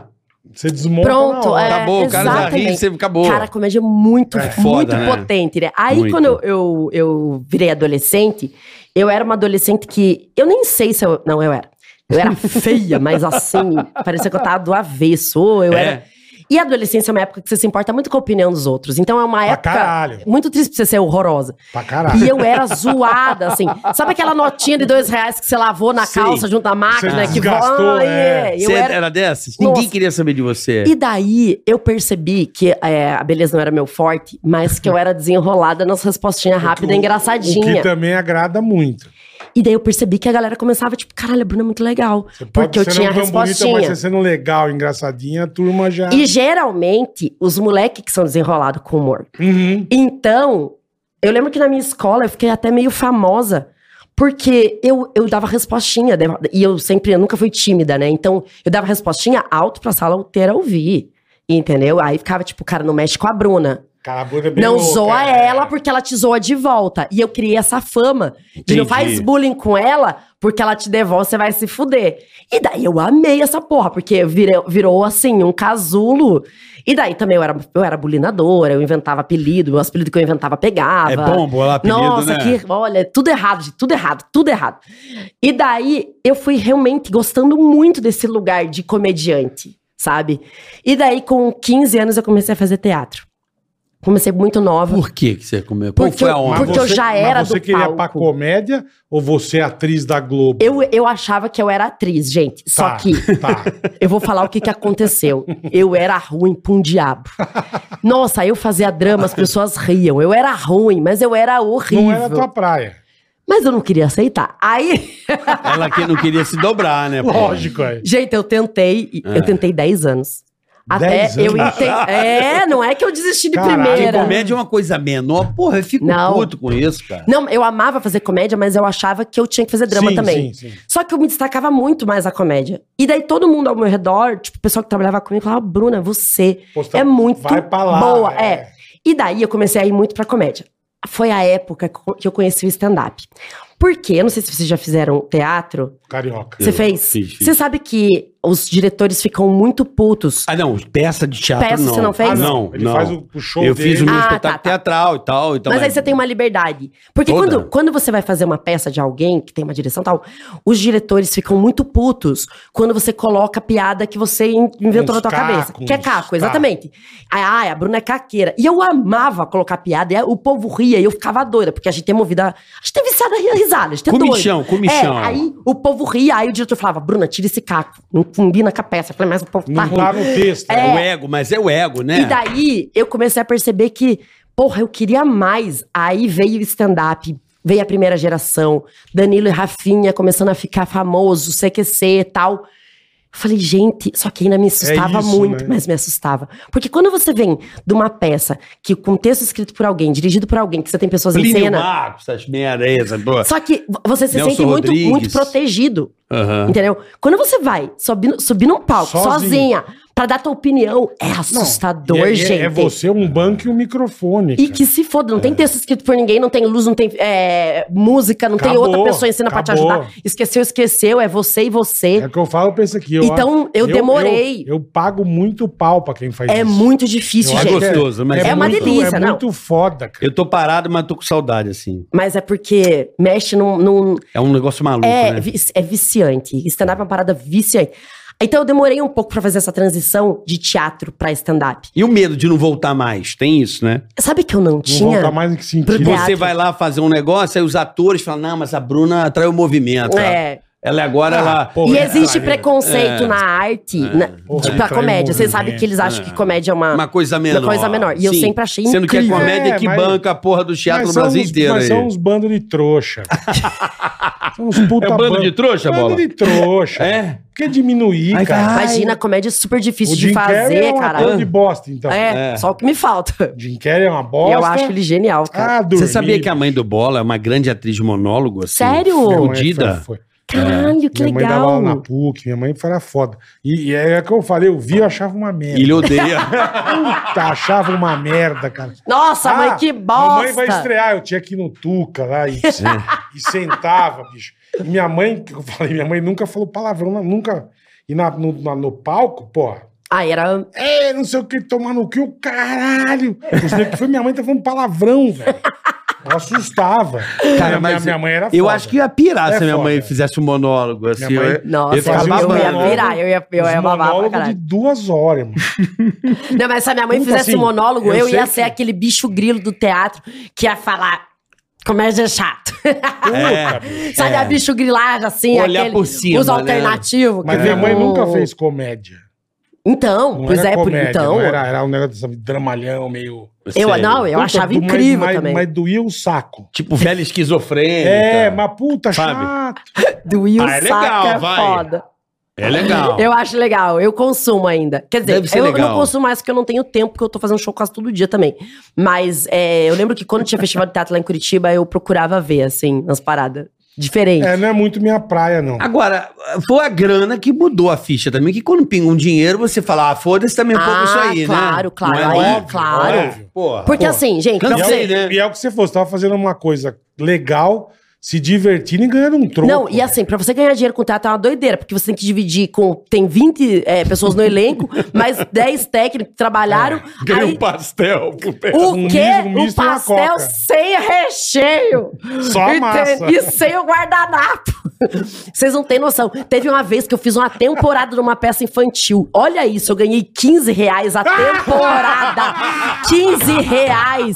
Speaker 2: Você desmonta
Speaker 5: Pronto,
Speaker 2: na hora.
Speaker 5: é.
Speaker 3: Acabou, o cara já ri,
Speaker 5: exatamente.
Speaker 3: você acabou.
Speaker 5: Cara, a comédia é muito,
Speaker 2: É,
Speaker 3: foda,
Speaker 5: muito
Speaker 3: né?
Speaker 5: potente, né? Aí,
Speaker 3: Muito.
Speaker 5: quando eu, eu, eu virei adolescente, eu era uma adolescente que. Eu nem sei se eu. Não, eu era. Eu era feia, mas assim, parecia que eu tava do avesso. ou Eu
Speaker 3: É?
Speaker 5: era. E a adolescência é uma época que você se importa muito com a opinião dos outros. Então é uma época
Speaker 2: caralho.
Speaker 5: muito triste pra você ser horrorosa.
Speaker 2: Pra caralho.
Speaker 5: E eu era zoada, assim. Sabe aquela notinha de dois reais que você lavou na
Speaker 3: Sim.
Speaker 5: calça junto à máquina?
Speaker 2: Você
Speaker 5: que
Speaker 2: desgastou,
Speaker 5: vai,
Speaker 2: é.
Speaker 5: Eu
Speaker 3: Você
Speaker 5: era-
Speaker 3: era... dessas?
Speaker 5: Nossa.
Speaker 3: Ninguém queria saber de você.
Speaker 5: E daí eu percebi que é, a beleza não era meu forte, mas que eu era desenrolada nas respostinhas rápidas,
Speaker 2: É O que tá-
Speaker 5: engraçadinha.
Speaker 2: também agrada muito.
Speaker 5: E daí eu percebi que a galera começava, tipo, caralho, a Bruna é muito legal.
Speaker 2: Você pode
Speaker 5: porque eu
Speaker 2: ser
Speaker 5: tinha
Speaker 2: não tão bonita,
Speaker 5: respostinha.
Speaker 2: mas você sendo legal, engraçadinha, a turma já.
Speaker 5: E geralmente, os moleques que são desenrolados com humor.
Speaker 2: Uhum.
Speaker 5: Então, eu lembro que na minha escola eu fiquei até meio famosa, porque eu, eu dava respostinha, né? e eu sempre, eu nunca fui tímida, né? Então, eu dava respostinha alto pra sala inteira ouvir, entendeu? Aí ficava tipo, cara, não mexe com a Bruna.
Speaker 2: Cara, a bunda é bem
Speaker 5: Não
Speaker 2: louca,
Speaker 5: zoa
Speaker 2: é.
Speaker 5: ela porque ela te zoa de volta. E eu criei essa fama de não
Speaker 3: Entendi.
Speaker 5: faz bullying com ela porque ela te devolve, você vai se fuder. E daí eu amei essa porra, porque virou, virou assim, um casulo. E daí também eu era, eu era bulinadora, eu inventava apelido, o apelido que eu inventava pegava.
Speaker 3: É bom bolar apelido,
Speaker 5: Nossa,
Speaker 3: né?
Speaker 5: que, olha, tudo errado, gente, tudo errado, tudo errado. E daí eu fui realmente gostando muito desse lugar de comediante, sabe? E daí com 15 anos eu comecei a fazer teatro. Comecei muito nova.
Speaker 3: Por que, que você comeu? Qual
Speaker 5: Porque
Speaker 3: foi
Speaker 5: eu-
Speaker 3: a onda?
Speaker 5: porque eu já era
Speaker 2: mas é você
Speaker 5: do
Speaker 2: queria
Speaker 5: palco.
Speaker 2: pra comédia ou você é atriz da Globo?
Speaker 5: Eu, eu achava que eu era atriz, gente. Só
Speaker 2: Tá,
Speaker 5: que
Speaker 2: Tá.
Speaker 5: eu vou falar o que, que aconteceu. Eu era ruim pra um diabo. Nossa, eu fazia drama, as pessoas riam. Eu era ruim, mas eu era horrível.
Speaker 2: Não era a tua praia.
Speaker 5: Mas eu não queria aceitar. Aí,
Speaker 3: Ela que não queria se dobrar, né? pô?
Speaker 2: Lógico, é.
Speaker 5: gente, eu tentei. Eu tentei 10 anos. Até
Speaker 2: 10
Speaker 5: eu
Speaker 2: Ah. anos?
Speaker 5: entendi. É, não é que eu desisti de
Speaker 2: Caralho,
Speaker 3: Porque
Speaker 5: primeira.
Speaker 3: comédia é uma coisa menor. Porra, eu fico
Speaker 5: Não.
Speaker 3: puto com isso, cara.
Speaker 5: Não, eu amava fazer comédia, mas eu achava que eu tinha que fazer drama
Speaker 2: Sim,
Speaker 5: também.
Speaker 2: Sim, sim.
Speaker 5: Só que eu me destacava muito mais na comédia. E daí todo mundo ao meu redor, tipo, o pessoal que trabalhava comigo, falava, "Ah, Bruna, você
Speaker 2: Pô, você tá-
Speaker 5: é muito
Speaker 2: vai pra lá,
Speaker 5: boa.
Speaker 2: é.
Speaker 5: É. E daí eu comecei a ir muito pra comédia. Foi a época que eu conheci o stand-up. Porque, eu não sei se vocês já fizeram teatro.
Speaker 2: Carioca.
Speaker 5: Você
Speaker 3: Eu
Speaker 5: fez?
Speaker 3: fiz, fiz.
Speaker 5: Você sabe que os diretores ficam muito putos.
Speaker 3: Ah, não, peça de teatro
Speaker 5: Peça
Speaker 3: não.
Speaker 5: você não fez?
Speaker 3: Ah, não,
Speaker 2: Ele
Speaker 3: não.
Speaker 2: faz o, o show
Speaker 3: eu
Speaker 2: dele.
Speaker 3: fiz um- o meu
Speaker 5: Ah,
Speaker 3: espetáculo
Speaker 5: tá, tá.
Speaker 3: teatral e tal. então é e tal,
Speaker 5: Mas aí você tem uma liberdade. Porque
Speaker 3: Toda.
Speaker 5: quando, quando você vai fazer uma peça de alguém que tem uma direção e tal, os diretores ficam muito putos quando você coloca a piada que você in- inventou
Speaker 2: Uns
Speaker 5: na tua cabeça.
Speaker 2: cacos,
Speaker 5: Que é caco,
Speaker 2: tá.
Speaker 5: exatamente. Ah, a Bruna é caqueira. E eu amava colocar piada, e o povo ria e eu ficava doida, porque a gente é movida. A gente é viciada a risada, a gente é
Speaker 3: Comichão,
Speaker 5: doido.
Speaker 3: comichão.
Speaker 5: É, aí o povo ria, aí o diretor falava, Bruna, tira esse caco. Não combina com a peça. Eu falei, mas o povo tá
Speaker 2: Não tá no
Speaker 5: rindo.
Speaker 2: texto.
Speaker 3: É
Speaker 2: né?
Speaker 3: o ego, mas é o ego, né?
Speaker 5: E daí eu comecei a perceber que, porra, eu queria mais. Aí veio o stand-up, veio a primeira geração, Danilo e Rafinha começando a ficar famoso, CQC e tal. Eu Falei, gente, só que ainda me assustava
Speaker 2: É isso,
Speaker 5: muito,
Speaker 2: né?
Speaker 5: mas me assustava. Porque quando você vem de uma peça que com texto escrito por alguém, dirigido por alguém, que você tem pessoas em
Speaker 3: Plínio
Speaker 5: cena.
Speaker 3: Marcos, essas merda aí, essa porra.
Speaker 5: Só que você se
Speaker 3: Nelson
Speaker 5: sente muito,
Speaker 3: Rodrigues.
Speaker 5: muito protegido.
Speaker 3: Aham.
Speaker 5: Entendeu? Quando você vai subir, no- subir num palco
Speaker 2: Sozinho.
Speaker 5: sozinha pra dar tua opinião, é
Speaker 2: Não,
Speaker 5: assustador,
Speaker 2: e é- e é-
Speaker 5: gente.
Speaker 2: É você, um banco e um microfone.
Speaker 5: E
Speaker 2: cara.
Speaker 5: que se foda,
Speaker 2: É.
Speaker 5: não tem texto escrito por ninguém, não tem luz, não tem é, música, não tem
Speaker 2: Acabou,
Speaker 5: outra pessoa em cena pra te
Speaker 2: acabou.
Speaker 5: ajudar. Esqueceu, esqueceu, é você e você.
Speaker 2: É o que eu falo, eu penso aqui.
Speaker 5: Então, eu demorei.
Speaker 2: Eu, eu pago muito pau pra quem faz
Speaker 5: É,
Speaker 2: isso.
Speaker 5: muito difícil,
Speaker 2: Eu acho
Speaker 5: gente.
Speaker 2: que
Speaker 3: gostoso, mas
Speaker 5: é uma
Speaker 2: muito-
Speaker 5: delícia,
Speaker 2: É
Speaker 5: não.
Speaker 2: muito foda, cara.
Speaker 3: Eu tô parado, mas tô com saudade, assim.
Speaker 5: Mas é porque mexe num. num-
Speaker 3: É um negócio maluco,
Speaker 5: é,
Speaker 3: né?
Speaker 5: vi- é viciante. Stand-up é uma parada viciante. Então eu demorei um pouco pra fazer essa transição de teatro pra stand-up.
Speaker 3: E o medo de não voltar mais? Tem isso, né?
Speaker 5: Sabe que eu não
Speaker 2: Não
Speaker 5: tinha?
Speaker 2: volta mais em que
Speaker 5: Pro
Speaker 2: sentido.
Speaker 5: teatro.
Speaker 3: Você vai lá fazer um negócio, aí os atores falam, não, mas a Bruna atrai o movimento.
Speaker 5: É. Ah.
Speaker 3: Ela agora, ela...
Speaker 2: pô,
Speaker 5: e
Speaker 2: é
Speaker 5: existe
Speaker 2: claro.
Speaker 5: preconceito
Speaker 3: É.
Speaker 5: na arte,
Speaker 2: Porra,
Speaker 5: na, tipo a
Speaker 2: entrar em
Speaker 5: comédia.
Speaker 2: movimento.
Speaker 5: Vocês sabem que eles acham que comédia é uma,
Speaker 3: Uma coisa menor.
Speaker 5: Uma coisa menor. E eu
Speaker 3: Sim.
Speaker 5: sempre achei
Speaker 3: Sendo que a
Speaker 5: incrível.
Speaker 3: comédia
Speaker 2: É,
Speaker 3: que
Speaker 2: mas-
Speaker 3: banca a porra do teatro no
Speaker 2: são
Speaker 3: Brasil
Speaker 2: uns-
Speaker 3: inteiro
Speaker 2: Mas
Speaker 3: aí.
Speaker 2: são uns bandos de trouxa. são uns puta
Speaker 3: É bando de trouxa,
Speaker 2: Bando
Speaker 3: Bola?
Speaker 2: de trouxa.
Speaker 3: É?
Speaker 2: Porque diminuir,
Speaker 3: Ai,
Speaker 2: cara.
Speaker 3: vai.
Speaker 5: Imagina, a comédia é super difícil de
Speaker 2: Carrey é
Speaker 5: fazer,
Speaker 2: um ator de
Speaker 5: cara.
Speaker 2: bosta, então.
Speaker 5: É,
Speaker 3: É.
Speaker 5: só o que me falta.
Speaker 2: Jim Carrey é uma
Speaker 5: E
Speaker 2: bosta.
Speaker 5: eu acho ele genial, cara.
Speaker 2: Ah,
Speaker 3: Você
Speaker 2: dormi.
Speaker 3: sabia que a mãe do Bola é uma grande atriz de monólogo? Assim,
Speaker 5: Sério?
Speaker 2: Minha mãe é
Speaker 3: Fudida?
Speaker 2: foi- foi.
Speaker 5: Caralho, que
Speaker 2: Minha mãe dava aula
Speaker 5: legal.
Speaker 2: na PUC, minha mãe era foda. E, e é o que eu falei, eu vi, eu achava uma merda.
Speaker 3: E ele odeia.
Speaker 2: Puta, achava uma merda, cara.
Speaker 5: Nossa, mãe, que
Speaker 2: Ah, Mamãe vai
Speaker 5: bosta.
Speaker 2: estrear, eu tinha que ir no Tuca lá e, e sentava, bicho. E minha mãe, que eu falei, minha mãe nunca falou palavrão, não, nunca. E na- no, na- no palco, porra,
Speaker 5: Ah, era.
Speaker 2: é, não sei o que, tomar no que, o caralho. Não sei o que foi, minha mãe tá falando palavrão, velho. Eu assustava. minha, minha-
Speaker 3: Cara, mas
Speaker 2: minha mãe era
Speaker 3: Eu
Speaker 2: foda.
Speaker 3: acho que ia
Speaker 2: É
Speaker 3: pirar se a minha
Speaker 2: foda.
Speaker 3: mãe fizesse um monólogo. Assim,
Speaker 2: Minha mãe-
Speaker 3: eu-
Speaker 5: Nossa,
Speaker 3: eu ficava
Speaker 5: eu, ia
Speaker 3: babando.
Speaker 5: virar, eu ia, eu ia
Speaker 2: Os
Speaker 5: babar pra
Speaker 2: monólogos
Speaker 5: caralho.
Speaker 2: de duas horas, mano.
Speaker 5: Não, mas se a minha mãe
Speaker 2: Puta,
Speaker 5: fizesse
Speaker 2: assim,
Speaker 5: um monólogo,
Speaker 2: eu
Speaker 5: eu,
Speaker 2: sei
Speaker 5: ia
Speaker 2: que-
Speaker 5: ser aquele bicho grilo do teatro que ia falar. Comédia é chato.
Speaker 3: É.
Speaker 2: Puta,
Speaker 5: Sabe,
Speaker 2: É.
Speaker 5: a bicho grilagem, assim,
Speaker 3: Olhar
Speaker 5: aquele,
Speaker 3: por cima,
Speaker 5: os
Speaker 3: né?
Speaker 5: alternativos.
Speaker 2: Mas
Speaker 5: que
Speaker 2: minha
Speaker 5: vem
Speaker 2: mãe
Speaker 5: com-
Speaker 2: nunca fez comédia.
Speaker 5: Então,
Speaker 2: Não
Speaker 5: pois
Speaker 2: era
Speaker 5: é, por-
Speaker 2: comédia,
Speaker 5: então.
Speaker 2: não era, era um negócio sabe, dramalhão, meio...
Speaker 5: Eu,
Speaker 3: Sério.
Speaker 5: não, eu
Speaker 2: Puta,
Speaker 5: achava
Speaker 2: do- mas-
Speaker 5: incrível
Speaker 2: mas,
Speaker 5: também.
Speaker 2: Mas doía o saco.
Speaker 3: Tipo, velha esquizofrênica.
Speaker 2: É, mas puta,
Speaker 3: Sabe?
Speaker 2: chato.
Speaker 5: Do Will
Speaker 3: Ah, é
Speaker 5: Saca
Speaker 3: legal,
Speaker 5: é
Speaker 3: vai.
Speaker 5: foda.
Speaker 3: É legal.
Speaker 5: Eu acho legal, eu consumo ainda. Quer dizer,
Speaker 3: Deve ser
Speaker 5: eu eu
Speaker 3: legal.
Speaker 5: não consumo mais porque eu não tenho tempo, porque eu tô fazendo show quase todo dia também. Mas é, eu lembro que quando tinha festival de teatro lá em Curitiba, eu procurava ver, assim, umas paradas diferentes.
Speaker 2: É, não é muito minha praia, não.
Speaker 3: Agora, foi a grana que mudou a ficha também, que quando pinga um dinheiro, você fala, ah, foda-se também um pouco
Speaker 5: Ah,
Speaker 3: isso aí, né?
Speaker 5: claro, claro,
Speaker 3: Não
Speaker 5: aí,
Speaker 3: óbvio?
Speaker 5: claro.
Speaker 3: Óbvio. Porra.
Speaker 5: Porque assim, gente, pra
Speaker 3: Não
Speaker 2: É. e, é,
Speaker 3: sei,
Speaker 2: o-
Speaker 5: você...
Speaker 3: né?
Speaker 2: e é o que você fosse, tava fazendo uma coisa legal, se divertindo e ganhando um troco.
Speaker 5: Não,
Speaker 3: né?
Speaker 5: e assim, pra você ganhar dinheiro com teatro é uma doideira, porque você tem que dividir com. Tem 20 é, pessoas no elenco, mais 10 técnicos que trabalharam.
Speaker 3: Ganha um
Speaker 5: aí,
Speaker 3: pastel.
Speaker 5: o
Speaker 2: Um
Speaker 5: quê?
Speaker 2: misto- um
Speaker 5: Um
Speaker 2: misto e uma
Speaker 5: pastel
Speaker 2: coca.
Speaker 5: sem recheio.
Speaker 2: Só a
Speaker 5: Entende?
Speaker 2: massa.
Speaker 5: E sem o guardanapo. Vocês não têm noção. Teve uma vez que eu fiz uma temporada numa peça infantil. Olha isso, eu ganhei 15 reais a temporada. 15 reais.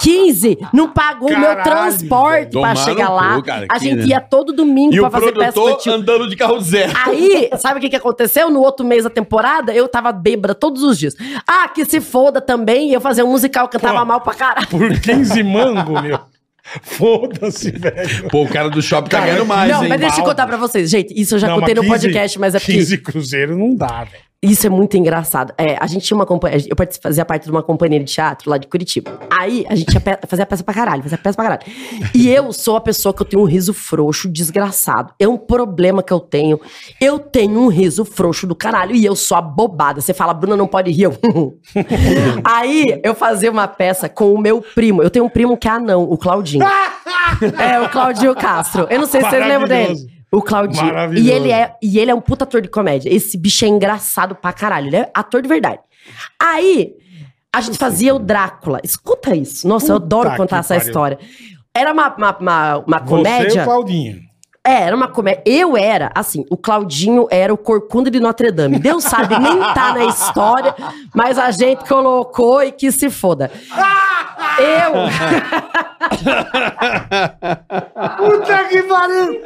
Speaker 5: 15. Não pagou o
Speaker 2: Caralho,
Speaker 5: meu transporte
Speaker 3: velho.
Speaker 5: pra
Speaker 3: Tomaram
Speaker 5: chegar
Speaker 3: o
Speaker 5: lá.
Speaker 3: cu, cara,
Speaker 5: a
Speaker 3: aqui,
Speaker 5: gente
Speaker 3: né?
Speaker 5: ia todo domingo
Speaker 3: E
Speaker 5: pra
Speaker 3: o
Speaker 5: fazer peça tipo
Speaker 3: produtor
Speaker 5: infantil.
Speaker 3: andando de carro zero.
Speaker 5: Aí, sabe o que, que aconteceu? No outro mês da temporada, eu tava bêbada todos os dias. Ah, que se foda também. Eu fazia um musical, eu cantava
Speaker 2: Pô.
Speaker 5: mal pra caralho.
Speaker 2: Por 15 mango, meu. Foda-se, velho.
Speaker 3: Pô, o cara do shopping tá
Speaker 2: Cara,
Speaker 3: ganhando mais,
Speaker 5: não,
Speaker 3: hein?
Speaker 5: mas deixa eu
Speaker 2: Baldo.
Speaker 5: contar pra vocês. Gente, isso eu já
Speaker 2: Não,
Speaker 5: contei no
Speaker 2: 15
Speaker 5: podcast, mas é porque
Speaker 2: 15 cruzeiro não dá, velho.
Speaker 5: isso é muito engraçado. É, a gente tinha uma companhia. Eu partici- fazia parte de uma companhia de teatro lá de Curitiba. Aí a gente ia pe- fazia peça pra caralho, fazia peça pra caralho. E eu sou a pessoa que eu tenho um riso frouxo, desgraçado. É um problema que eu tenho. Eu tenho um riso frouxo do caralho e eu sou abobada. Você fala, Bruna, não pode rir. Eu... "Hum." Aí eu fazia uma peça com o meu primo. Eu tenho um primo que é anão, o Claudinho. É, o Claudinho Castro. Eu não sei se vocês lembram
Speaker 2: Maravilhoso.
Speaker 5: dele. O Claudinho.
Speaker 2: Maravilhoso.
Speaker 5: E ele, é, e ele é um puta ator de comédia. Esse bicho é engraçado pra caralho. Ele é ator de verdade. Aí, a gente fazia o Drácula. Escuta isso. Nossa, eu
Speaker 2: Puta
Speaker 5: adoro
Speaker 2: que
Speaker 5: contar essa
Speaker 2: pariu.
Speaker 5: história. Era uma, uma, uma,
Speaker 2: Você e
Speaker 5: uma
Speaker 2: o
Speaker 5: comédia.
Speaker 2: Claudinho.
Speaker 5: É, era uma comédia. Eu era, assim, o Claudinho era o corcunda de Notre Dame. Deus sabe, nem tá na história, mas a gente colocou e que se foda. Eu.
Speaker 2: Puta que pariu!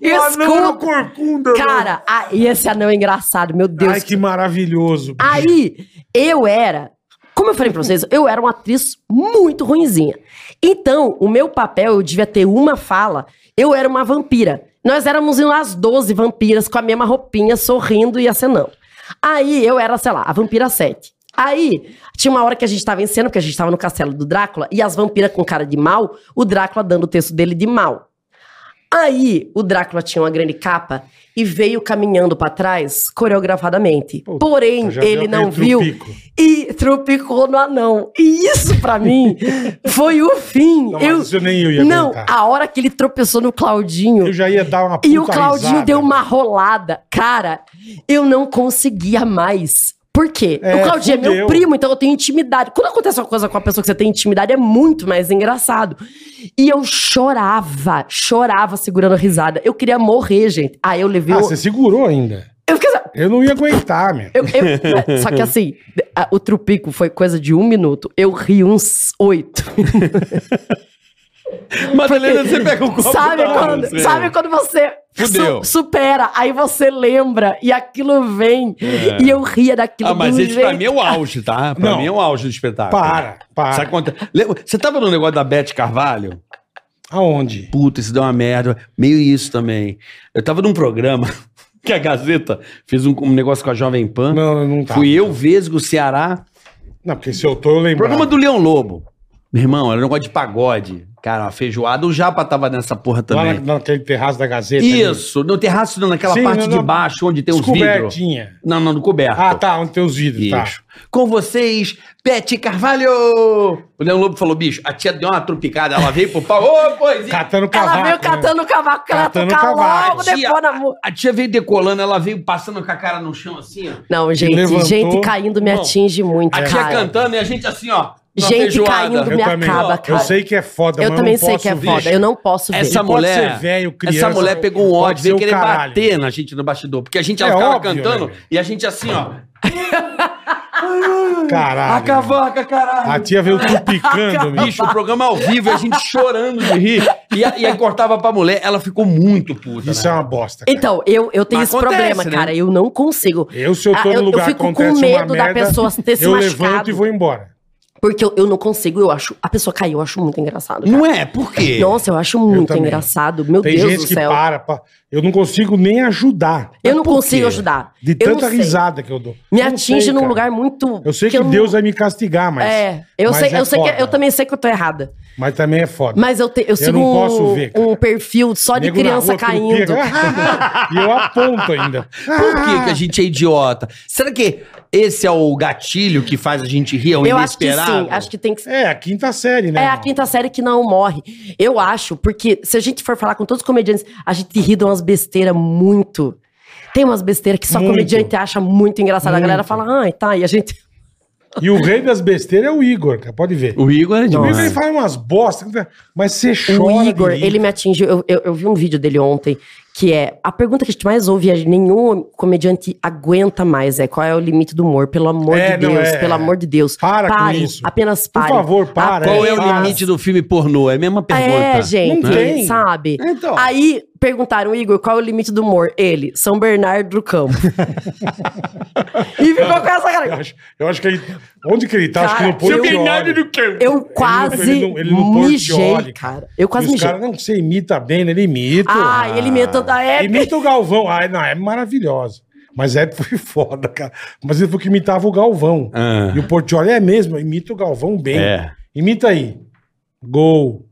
Speaker 2: é
Speaker 5: Escuta.
Speaker 2: corcunda,
Speaker 5: Cara, ah, e esse anão é engraçado, meu Deus.
Speaker 2: Ai, que maravilhoso. bicho.
Speaker 5: Aí, eu era. Como eu falei pra vocês, eu era uma atriz muito ruinzinha. Então, o meu papel, eu devia ter uma fala, eu era uma vampira. Nós éramos umas 12 vampiras com a mesma roupinha, sorrindo e acenando. Aí, eu era, sei lá, a vampira 7. Aí, tinha uma hora que a gente tava em cena, porque a gente tava no castelo do Drácula, e as vampiras com cara de mal, o Drácula dando o texto dele de mal. Aí, o Drácula tinha uma grande capa e veio caminhando pra trás, coreografadamente.
Speaker 2: Puta,
Speaker 5: Porém,
Speaker 2: já
Speaker 5: ele
Speaker 2: deu
Speaker 5: não
Speaker 2: aquele
Speaker 5: viu
Speaker 2: trupico.
Speaker 5: e trupicou no anão. E isso, pra mim, foi o fim.
Speaker 2: Não, mas
Speaker 5: eu,
Speaker 2: isso nem eu ia
Speaker 5: Não,
Speaker 2: aguentar.
Speaker 5: a hora que ele tropeçou no Claudinho.
Speaker 2: Eu já ia dar uma puta
Speaker 5: E o Claudinho
Speaker 2: risada.
Speaker 5: deu uma rolada. Cara, eu não conseguia mais. Por quê?
Speaker 2: É,
Speaker 5: o Claudinho é
Speaker 2: fudeu.
Speaker 5: meu primo, então eu tenho intimidade. Quando acontece uma coisa com a pessoa que você tem intimidade, é muito mais engraçado. E eu chorava, chorava segurando a risada. Eu queria morrer, gente. Aí eu levei.
Speaker 2: Ah,
Speaker 5: o-
Speaker 2: você segurou ainda.
Speaker 5: Eu fiquei assim,
Speaker 2: Eu não ia aguentar, meu.
Speaker 5: eu- eu- só que assim, a- o trupico foi coisa de um minuto. Eu ri uns oito.
Speaker 3: Madalena, você pega o copo
Speaker 5: é Sabe
Speaker 3: da
Speaker 5: quando,
Speaker 3: você.
Speaker 5: sabe quando você
Speaker 3: Fudeu.
Speaker 5: su- supera, aí você lembra e aquilo vem. E eu ria daquilo
Speaker 3: É. Ah, mas
Speaker 5: do
Speaker 3: esse pra mim é o auge, tá? Pra
Speaker 2: Não.
Speaker 3: mim é o auge do espetáculo.
Speaker 2: Para, para.
Speaker 3: Sabe quanto... Lembra- Você tava no negócio da Beth Carvalho?
Speaker 2: Aonde?
Speaker 3: puta, isso deu uma merda. Meio isso também. Eu tava num programa que a Gazeta fez um, um negócio com a Jovem Pan.
Speaker 2: Não, não tá.
Speaker 3: Fui eu, Vesgo, Ceará.
Speaker 2: Não, porque se eu tô, eu lembro.
Speaker 3: Programa do Leão Lobo. Meu irmão, era um negócio de pagode. Cara, uma feijoada. O Japa tava nessa porra
Speaker 2: Lá
Speaker 3: também.
Speaker 2: na- naquele terraço da Gazeta. né?
Speaker 3: Isso, no terraço, não, naquela
Speaker 2: Sim,
Speaker 3: parte
Speaker 2: não,
Speaker 3: de
Speaker 2: não.
Speaker 3: baixo onde tem
Speaker 2: Tem
Speaker 3: os vidros.
Speaker 2: Cobertinha.
Speaker 3: Não, não, no coberto.
Speaker 2: Ah, tá, onde tem os vidros, tá.
Speaker 3: Isso. Com vocês, Pet Carvalho! O Leão Lobo falou, bicho, a tia deu uma trupicada, ela veio pro pau. Ô, poesia!
Speaker 2: Catando cavaco. né?
Speaker 5: Ela veio catando o cavaco, que ela
Speaker 2: Catando
Speaker 5: tocar
Speaker 2: cavaco.
Speaker 5: logo depois na mu-
Speaker 3: a um né? tia veio decolando, ela veio passando com a cara no chão assim, ó.
Speaker 5: Não, gente,
Speaker 2: levantou.
Speaker 5: gente caindo me
Speaker 2: Bom,
Speaker 5: atinge muito,
Speaker 2: É.
Speaker 3: A tia
Speaker 5: cara.
Speaker 3: cantando e a gente assim, ó.
Speaker 4: na
Speaker 5: Gente
Speaker 4: feijoada.
Speaker 5: caindo
Speaker 2: Eu
Speaker 5: me
Speaker 2: também.
Speaker 5: acaba,
Speaker 2: Eu
Speaker 5: cara.
Speaker 2: sei que é foda,
Speaker 5: Eu
Speaker 2: mas
Speaker 5: também
Speaker 2: eu não
Speaker 5: sei
Speaker 2: posso
Speaker 5: que é
Speaker 2: ver.
Speaker 5: foda. Eu não posso ver.
Speaker 3: Essa
Speaker 2: Ele pode
Speaker 3: mulher,
Speaker 2: ser velho, criança,
Speaker 3: essa mulher pegou um
Speaker 2: pode
Speaker 3: ódio, veio
Speaker 2: ser o
Speaker 3: querer
Speaker 2: caralho.
Speaker 3: bater na gente no bastidor, porque a gente
Speaker 2: É
Speaker 3: ela ficava
Speaker 2: óbvio,
Speaker 3: cantando
Speaker 2: né?
Speaker 3: e a gente assim, ó,
Speaker 2: Caralho.
Speaker 3: a
Speaker 2: né?"
Speaker 3: cavaca,
Speaker 2: A
Speaker 3: caralho.
Speaker 2: tia veio tupicando, bicho.
Speaker 3: Bicho, o programa ao vivo, e a gente chorando de rir. E, a- e aí cortava pra mulher, ela ficou muito puta. né?
Speaker 2: Isso é uma bosta. cara.
Speaker 5: Então, eu, eu tenho
Speaker 3: Mas
Speaker 5: esse
Speaker 3: acontece,
Speaker 5: problema,
Speaker 3: né?
Speaker 5: cara. Eu não consigo.
Speaker 2: Eu, se eu
Speaker 5: Ah,
Speaker 2: tô
Speaker 5: eu-
Speaker 2: no
Speaker 5: eu
Speaker 2: lugar,
Speaker 5: fico com
Speaker 2: acontece uma
Speaker 5: medo da
Speaker 2: merda,
Speaker 5: pessoa ter se
Speaker 2: eu
Speaker 5: machucado.
Speaker 2: levanto e vou embora.
Speaker 5: Porque eu, eu não consigo, eu acho. A pessoa caiu, eu acho muito engraçado.
Speaker 3: Não é? Por quê?
Speaker 5: Nossa, eu acho muito
Speaker 2: também.
Speaker 5: engraçado. Meu
Speaker 2: Tem
Speaker 5: Deus
Speaker 2: gente
Speaker 5: do
Speaker 2: que
Speaker 5: céu.
Speaker 2: para, pa- Eu não consigo nem ajudar.
Speaker 5: Eu não
Speaker 3: Por
Speaker 5: consigo
Speaker 3: quê?
Speaker 5: ajudar.
Speaker 2: De
Speaker 5: Eu não
Speaker 2: tanta
Speaker 5: sei.
Speaker 2: risada que eu dou.
Speaker 5: Me
Speaker 2: Eu não
Speaker 5: atinge
Speaker 2: sei,
Speaker 5: num
Speaker 2: cara.
Speaker 5: lugar muito.
Speaker 2: Eu sei que
Speaker 5: não-
Speaker 2: Deus vai me castigar, mas.
Speaker 5: É, eu
Speaker 2: mas
Speaker 5: sei,
Speaker 2: é
Speaker 5: eu sei que
Speaker 2: foda.
Speaker 5: eu também sei que eu tô errada.
Speaker 2: Mas também é foda.
Speaker 5: Mas eu, te, eu sigo
Speaker 2: não
Speaker 5: um,
Speaker 2: posso ver, cara.
Speaker 5: um perfil só de
Speaker 2: Nego na
Speaker 5: criança
Speaker 2: rua,
Speaker 5: caindo.
Speaker 2: tudo pega. e eu aponto ainda.
Speaker 3: Por
Speaker 2: Ah.
Speaker 3: que, que a gente é idiota? Será que esse é o gatilho que faz a gente rir? É o
Speaker 5: Eu acho que
Speaker 3: inesperado?
Speaker 5: sim, acho que tem que
Speaker 2: É, a quinta série, né?
Speaker 5: É a
Speaker 2: irmão?
Speaker 5: quinta série que não morre. Eu acho, porque se a gente for falar com todos os comediantes, a gente ri de umas besteiras muito. Tem umas besteiras que só
Speaker 2: Muito.
Speaker 5: comediante acha muito engraçado. A
Speaker 2: Muito.
Speaker 5: galera fala, ai, tá, e a gente.
Speaker 2: E o rei das besteiras é o Igor, cara. Pode ver.
Speaker 3: O Igor é
Speaker 2: O
Speaker 3: demais.
Speaker 2: Igor ele fala umas bosta, mas você chora.
Speaker 5: o
Speaker 2: de
Speaker 5: Igor,
Speaker 2: rir.
Speaker 5: ele me atinge. Eu, eu, eu vi um vídeo dele ontem, que é a pergunta que a gente mais ouve é nenhum comediante aguenta mais, é qual é o limite do humor, pelo amor
Speaker 2: É,
Speaker 5: de
Speaker 2: não,
Speaker 5: Deus,
Speaker 2: é.
Speaker 5: pelo amor de Deus.
Speaker 2: Para com
Speaker 5: Parem,
Speaker 2: isso.
Speaker 5: Apenas
Speaker 2: Por
Speaker 5: parem.
Speaker 2: favor, para.
Speaker 3: Qual é o
Speaker 2: Faz.
Speaker 3: limite do filme pornô? É a mesma pergunta.
Speaker 5: É, gente,
Speaker 2: Não tem.
Speaker 5: sabe?
Speaker 3: Então.
Speaker 5: Aí perguntaram, Igor, qual é o limite do humor? Ele, São Bernardo do Campo. e ficou com essa
Speaker 2: Eu
Speaker 5: cara.
Speaker 2: acho, eu acho que ele. Onde que ele tá? acho que
Speaker 5: Cara,
Speaker 2: não põe
Speaker 5: seu
Speaker 2: o Bernardo do
Speaker 5: Eu quase
Speaker 2: ele não- ele não pôr
Speaker 5: mijei,
Speaker 2: tiole,
Speaker 5: cara. Eu quase
Speaker 2: Os
Speaker 5: mijei.
Speaker 2: caras não se imita bem, né? Ele imita.
Speaker 5: Ah, ele imita da época.
Speaker 2: Imita o Galvão. Ah, não, é maravilhoso. Mas é foi foda, cara. Mas ele foi que imitava o Galvão.
Speaker 3: Ah.
Speaker 2: E o Portioli é mesmo, imita o Galvão bem.
Speaker 3: É.
Speaker 2: Imita aí. Gol.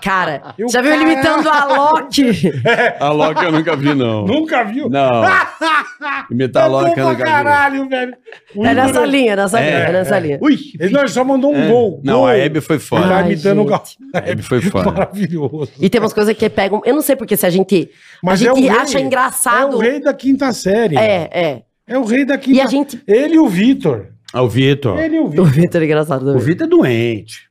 Speaker 5: Cara,
Speaker 2: Eu-
Speaker 5: já viu ele imitando a Loki?
Speaker 3: A Loki eu nunca vi, não.
Speaker 2: Nunca viu?
Speaker 3: Não. Imitar a Loki é eu
Speaker 2: pra
Speaker 3: nunca vi.
Speaker 2: caralho, velho. O
Speaker 5: É
Speaker 2: Igor-
Speaker 5: nessa linha, nessa
Speaker 3: É,
Speaker 5: linha, é nessa linha.
Speaker 3: Ui.
Speaker 2: Ele, não, ele só mandou um gol.
Speaker 3: É. Não,
Speaker 2: Gol.
Speaker 3: a Hebe foi
Speaker 2: Ele
Speaker 3: fora.
Speaker 2: tá
Speaker 5: Ai,
Speaker 2: imitando o
Speaker 5: gente.
Speaker 2: Galvão.
Speaker 3: A Hebe foi fora.
Speaker 2: Maravilhoso.
Speaker 5: E tem umas coisas que pegam. Eu não sei porque se a gente,
Speaker 2: Mas
Speaker 5: a
Speaker 2: é o
Speaker 5: gente
Speaker 2: rei.
Speaker 5: acha engraçado.
Speaker 2: É o rei da quinta série.
Speaker 5: é, é.
Speaker 2: É o rei da quinta
Speaker 5: E a gente.
Speaker 2: Ele e o Vitor.
Speaker 3: Ah, o Vitor.
Speaker 2: Ele e o
Speaker 5: O
Speaker 2: Vitor.
Speaker 5: Vitor é engraçado
Speaker 3: O
Speaker 5: também.
Speaker 3: Vitor é doente.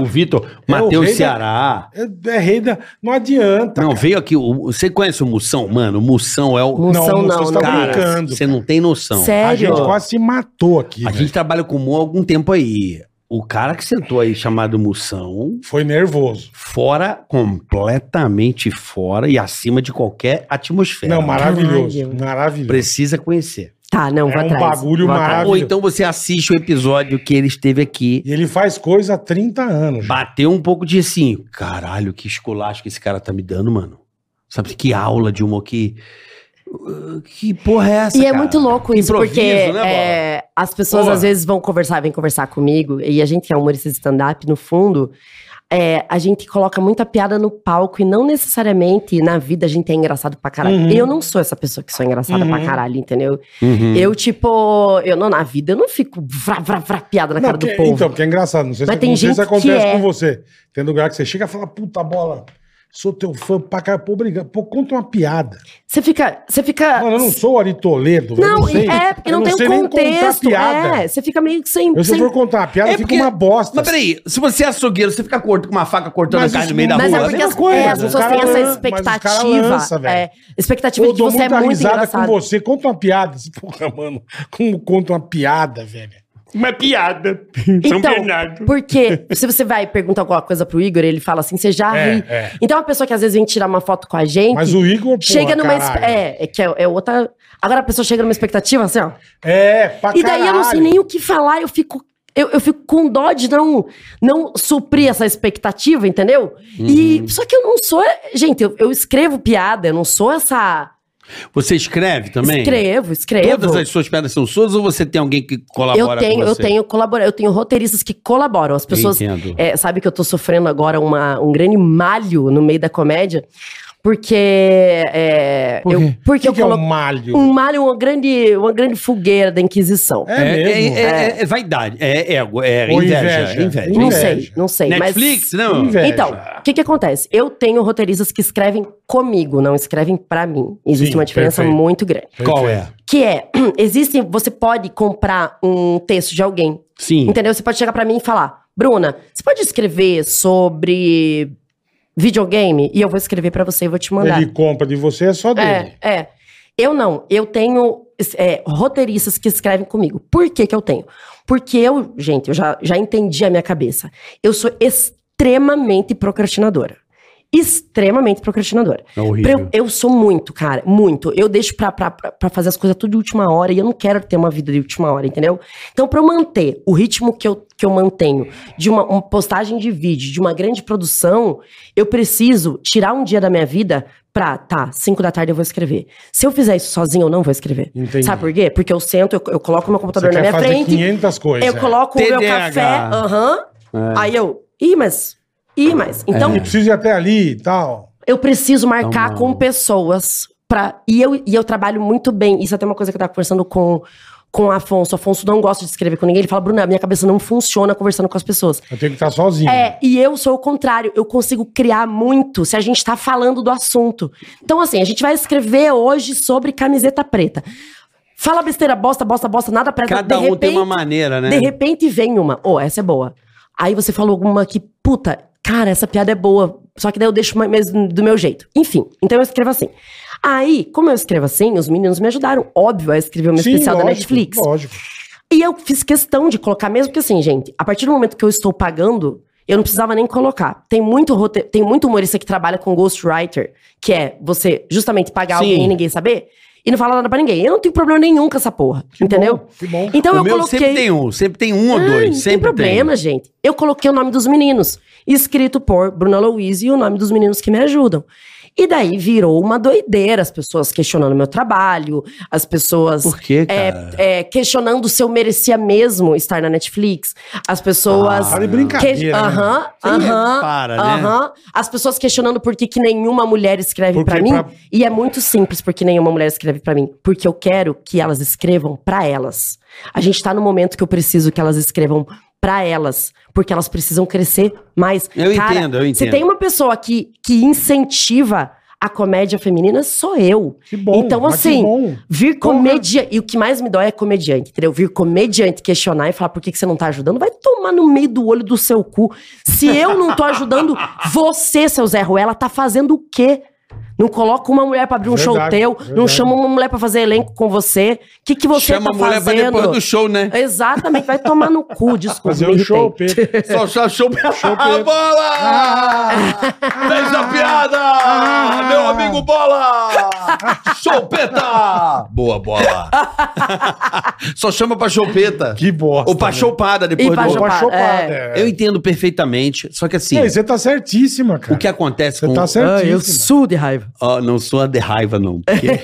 Speaker 3: O Vitor,
Speaker 2: É, rei
Speaker 3: Matheus
Speaker 2: da- Tá
Speaker 3: Ceará.
Speaker 2: É, é rei da. Não adianta.
Speaker 3: Não,
Speaker 2: cara.
Speaker 3: veio aqui. o- você conhece o Mussão, mano? O Mussão é o.
Speaker 5: Mussão não,
Speaker 2: Mussão, você
Speaker 5: não
Speaker 2: tá
Speaker 5: conheço.
Speaker 2: brincando.
Speaker 3: Você não tem noção.
Speaker 2: A gente
Speaker 5: Sério?
Speaker 2: quase se matou aqui.
Speaker 3: A
Speaker 2: velho.
Speaker 3: gente trabalha com o Mu há algum tempo aí. O cara que sentou aí, chamado Mussão,
Speaker 2: Foi nervoso.
Speaker 3: fora, completamente fora e acima de qualquer atmosfera.
Speaker 2: Não, maravilhoso.
Speaker 5: Caralho.
Speaker 2: Maravilhoso.
Speaker 3: Precisa conhecer.
Speaker 5: Tá, não,
Speaker 2: É
Speaker 5: vai
Speaker 2: um
Speaker 5: atrás.
Speaker 2: bagulho
Speaker 5: vai atrás.
Speaker 2: maravilhoso.
Speaker 3: Ou então você assiste o episódio que ele esteve aqui,
Speaker 2: E ele faz coisa há 30 anos. já.
Speaker 3: bateu um pouco de assim, caralho, que esculacho que esse cara tá me dando, mano. Sabe que aula de humor que que porra é essa?
Speaker 5: E é
Speaker 3: cara?
Speaker 5: muito louco isso,
Speaker 3: Improviso,
Speaker 5: porque
Speaker 3: né, Bola?
Speaker 5: é, as pessoas
Speaker 3: Porra.
Speaker 5: às vezes vão conversar, vêm conversar comigo, e a gente que é humorista de stand-up, no fundo, é, a gente coloca muita piada no palco e não necessariamente na vida a gente é engraçado pra caralho.
Speaker 2: Uhum.
Speaker 5: Eu não sou essa pessoa que sou engraçada pra
Speaker 2: Uhum.
Speaker 5: caralho, entendeu?
Speaker 3: Uhum.
Speaker 5: Eu, tipo, eu não, na vida eu não fico vrá, vrá, vrá, piada na
Speaker 2: Não,
Speaker 5: cara do
Speaker 2: porque-
Speaker 5: povo.
Speaker 2: Então, porque é engraçado. Não sei,
Speaker 5: Mas
Speaker 2: se,
Speaker 5: tem
Speaker 2: não sei
Speaker 5: gente
Speaker 2: se
Speaker 5: que
Speaker 2: acontece
Speaker 5: é.
Speaker 2: com você. Tem lugar que você chega e fala, puta bola, sou teu fã pra caralho. Pô, obrigado. Pô, conta uma piada.
Speaker 5: Você fica. Você fica.
Speaker 2: Mano, eu não sou o Ari Toledo. eu
Speaker 5: Não,
Speaker 2: sei.
Speaker 5: é, porque
Speaker 2: Eu
Speaker 5: não,
Speaker 2: sei
Speaker 5: tem
Speaker 2: nem
Speaker 5: um
Speaker 2: contar
Speaker 5: contexto.
Speaker 2: piada.
Speaker 5: É, você fica meio que sem.
Speaker 2: Eu, se eu
Speaker 5: sem-
Speaker 2: for contar uma piada,
Speaker 3: É
Speaker 2: fica
Speaker 3: porque-
Speaker 2: uma bosta.
Speaker 3: Mas peraí, se você é açougueiro, você fica cortando com uma faca cortando
Speaker 2: Mas
Speaker 3: a carne
Speaker 2: isso
Speaker 3: no meio da
Speaker 2: não-
Speaker 3: rua.
Speaker 5: Mas
Speaker 2: Pô,
Speaker 5: é
Speaker 3: a
Speaker 5: porque
Speaker 3: mesma
Speaker 5: as,
Speaker 2: coisa,
Speaker 5: é, as
Speaker 2: né?
Speaker 5: pessoas
Speaker 2: O
Speaker 5: têm
Speaker 2: cara
Speaker 5: essa
Speaker 2: lança, mas os caras
Speaker 5: expectativa.
Speaker 2: lançam, velho.
Speaker 5: é, expectativa
Speaker 2: Eu
Speaker 5: de que
Speaker 2: dou
Speaker 5: você é
Speaker 2: muita
Speaker 5: muito
Speaker 2: tá risada com
Speaker 5: engraçado.
Speaker 2: você. Conta uma piada. Porra, mano. Como conta uma piada, velho?
Speaker 6: Uma piada.
Speaker 2: é um
Speaker 6: São
Speaker 5: Então,
Speaker 6: Bernardo.
Speaker 5: porque se você vai perguntar alguma coisa pro Igor, ele fala assim, você já
Speaker 2: É,
Speaker 5: ri.
Speaker 2: é.
Speaker 5: Então, uma pessoa que às vezes vem tirar uma foto com a gente,
Speaker 2: Mas o Igor, porra,
Speaker 5: chega numa... espe-
Speaker 2: caralho.
Speaker 5: É, é que é, é outra... Agora a pessoa chega numa expectativa, assim, ó.
Speaker 2: É, pra
Speaker 5: e daí eu não sei
Speaker 2: caralho.
Speaker 5: nem o que falar, eu fico... Eu, eu fico com dó de não, não suprir essa expectativa, entendeu?
Speaker 2: Uhum.
Speaker 5: E só que eu não sou. Gente, eu, eu escrevo piada, eu não sou essa.
Speaker 3: Você escreve também?
Speaker 5: Escrevo, escrevo.
Speaker 3: Todas as suas pedras são suas ou você tem alguém que
Speaker 5: Eu
Speaker 3: colabora
Speaker 5: tenho,
Speaker 3: com
Speaker 5: eu
Speaker 3: você?
Speaker 5: tenho colabora, eu tenho roteiristas que colaboram. As pessoas
Speaker 3: Entendo.
Speaker 5: é, sabe que eu tô sofrendo agora uma, um grande malho no meio da comédia. Porque. é,
Speaker 4: Por
Speaker 5: eu-
Speaker 4: quê?
Speaker 5: porque
Speaker 2: que,
Speaker 5: eu
Speaker 2: que é um
Speaker 5: coloco.
Speaker 2: malho?
Speaker 5: Um malho, uma grande, uma grande fogueira da Inquisição.
Speaker 2: É, mesmo.
Speaker 3: É, é- é vaidade, é ego, é
Speaker 2: Ou
Speaker 3: inveja.
Speaker 2: inveja.
Speaker 3: inveja.
Speaker 5: não
Speaker 2: inveja.
Speaker 5: sei, não sei.
Speaker 3: Netflix, né?
Speaker 5: mas...
Speaker 3: não?
Speaker 2: Inveja.
Speaker 5: Então, o que, que acontece? Eu tenho roteiristas que escrevem comigo, não escrevem pra mim. Existe
Speaker 2: Sim,
Speaker 5: uma diferença
Speaker 2: perfeito.
Speaker 5: muito grande.
Speaker 3: Qual é?
Speaker 5: Que é, existem, você pode comprar um texto de alguém
Speaker 3: Sim.
Speaker 5: Entendeu? Você pode chegar pra mim e falar: "Bruna, você pode escrever sobre videogame?" E eu vou escrever pra você e vou te mandar.
Speaker 2: Ele compra de você, é só dele.
Speaker 5: É, é. Eu não. Eu tenho é, roteiristas que escrevem comigo. Por que que eu tenho? Porque eu, gente, eu já, já entendi a minha cabeça. Eu sou extremamente procrastinadora. Extremamente procrastinadora.
Speaker 3: É horrível.
Speaker 5: Pra Eu, eu sou muito, cara, muito. Eu deixo pra, pra, pra pra fazer as coisas tudo de última hora e eu não quero ter uma vida de última hora, entendeu? Então, pra eu manter o ritmo que eu, que eu mantenho de uma, uma postagem de vídeo, de uma grande produção, eu preciso tirar um dia da minha vida pra, tá, 5 da tarde eu vou escrever. Se eu fizer isso sozinho, eu não vou escrever.
Speaker 2: Entendi.
Speaker 5: Sabe por quê? Porque eu sento, eu, eu coloco meu
Speaker 2: Você
Speaker 5: computador na
Speaker 2: quer
Speaker 5: minha
Speaker 2: fazer
Speaker 5: frente.
Speaker 2: 500 coisas.
Speaker 5: Eu
Speaker 2: é.
Speaker 5: coloco o meu
Speaker 3: TDAH.
Speaker 5: café, aham. Aí eu, ih, mas. Ih, mas. Então,
Speaker 2: E precisa ir até ali e tal.
Speaker 5: eu preciso marcar
Speaker 3: Então,
Speaker 5: com pessoas. Pra, e, eu, e eu trabalho muito bem. Isso é até uma coisa que eu tava conversando com, com o Afonso. O Afonso não gosta de escrever com ninguém. Ele fala, Bruna, minha cabeça não funciona conversando com as pessoas.
Speaker 2: Eu tenho que estar sozinho.
Speaker 5: É, e eu sou o contrário. Eu consigo criar muito se a gente tá falando do assunto. Então, assim, a gente vai escrever hoje sobre camiseta preta. Fala besteira, bosta, bosta, bosta, nada preta.
Speaker 3: Cada
Speaker 5: de
Speaker 3: um tem uma
Speaker 5: repente-
Speaker 3: maneira, né?
Speaker 5: de repente vem uma, ô, essa é boa. Aí você falou alguma que, puta, cara, essa piada é boa. Só que daí eu deixo mais- mais do meu jeito. Enfim, então eu escrevo assim. Aí, como eu escrevo assim, os meninos me ajudaram, óbvio, a escrever o meu especial da Netflix.
Speaker 2: Lógico.
Speaker 5: E eu fiz questão de colocar, mesmo que assim, gente, a partir do momento que eu estou pagando, eu não precisava nem colocar. Tem muito, rote- tem muito humorista que trabalha com ghostwriter, que é você justamente pagar
Speaker 3: Sim.
Speaker 5: alguém e ninguém saber, e não falar nada pra ninguém. Eu não tenho problema nenhum com essa porra,
Speaker 2: Que
Speaker 5: entendeu?
Speaker 2: bom, que bom.
Speaker 5: Então
Speaker 3: o
Speaker 5: eu
Speaker 3: meu
Speaker 5: coloquei.
Speaker 3: sempre tem um, sempre tem um ou
Speaker 5: Ah,
Speaker 3: dois,
Speaker 5: Não tem
Speaker 3: sempre
Speaker 5: problema, gente. Eu coloquei o nome dos meninos, escrito por Bruna Luiz e o nome dos meninos que me ajudam. E daí virou uma doideira, as pessoas questionando meu trabalho, as pessoas
Speaker 3: Por quê,
Speaker 5: é,
Speaker 3: cara?
Speaker 5: é, questionando se eu merecia mesmo estar na Netflix, as
Speaker 3: Ah,
Speaker 5: pessoas.
Speaker 3: é
Speaker 2: Tá de brincadeira.
Speaker 5: que-
Speaker 2: né?
Speaker 5: Aham, aham,
Speaker 3: para, né?
Speaker 5: aham. As pessoas questionando por que, que nenhuma mulher escreve
Speaker 2: Porque
Speaker 5: pra mim.
Speaker 2: pra-
Speaker 5: E é muito simples porque nenhuma mulher escreve pra mim. Porque eu quero que elas escrevam pra elas. A gente tá no momento que eu preciso que elas escrevam pra elas. Porque elas precisam crescer mais.
Speaker 3: Eu entendo, eu
Speaker 5: Se
Speaker 3: entendo.
Speaker 5: tem uma pessoa que, que incentiva a comédia feminina, sou eu.
Speaker 2: Que bom.
Speaker 5: Então,
Speaker 2: mas
Speaker 5: assim,
Speaker 2: Que bom.
Speaker 5: Vir comediante. E o que mais me dói é comediante, entendeu? Vir comediante questionar e falar por que, que você não tá ajudando, vai tomar no meio do olho do seu cu. Se eu não tô ajudando, você, seu Zé Ruela, tá fazendo o quê? Não coloca uma mulher pra abrir um show
Speaker 2: Verdade,
Speaker 5: teu, não
Speaker 2: verdade.
Speaker 5: chama uma mulher pra fazer elenco com você. O que, que você
Speaker 3: Chama
Speaker 5: tá
Speaker 3: a mulher pra
Speaker 5: fazendo?
Speaker 3: depois do show, né?
Speaker 5: Exatamente, vai tomar no cu, desculpa.
Speaker 2: Fazer
Speaker 5: me
Speaker 2: um show,
Speaker 5: irritei.
Speaker 2: Pedro.
Speaker 3: Só, só show,
Speaker 2: Show
Speaker 3: a
Speaker 2: preto.
Speaker 5: Ah.
Speaker 3: bola! Fez a piada!
Speaker 2: Ah!
Speaker 3: Meu amigo Bola! Choupeta! Boa bola! Só chama pra choupeta.
Speaker 2: Que bosta. né?
Speaker 3: Ou pra choupada depois
Speaker 5: né? E pra
Speaker 3: do.
Speaker 2: Ou pra
Speaker 5: Chopada,
Speaker 2: chopada.
Speaker 5: é.
Speaker 2: é.
Speaker 3: Eu entendo perfeitamente, só que assim,
Speaker 2: E aí, você tá certíssima, cara.
Speaker 3: o que é Ah, acontece
Speaker 2: Você
Speaker 3: com.
Speaker 2: tá certíssima.
Speaker 5: suo de raiva.
Speaker 3: Ó, não sou a de raiva, não. porque-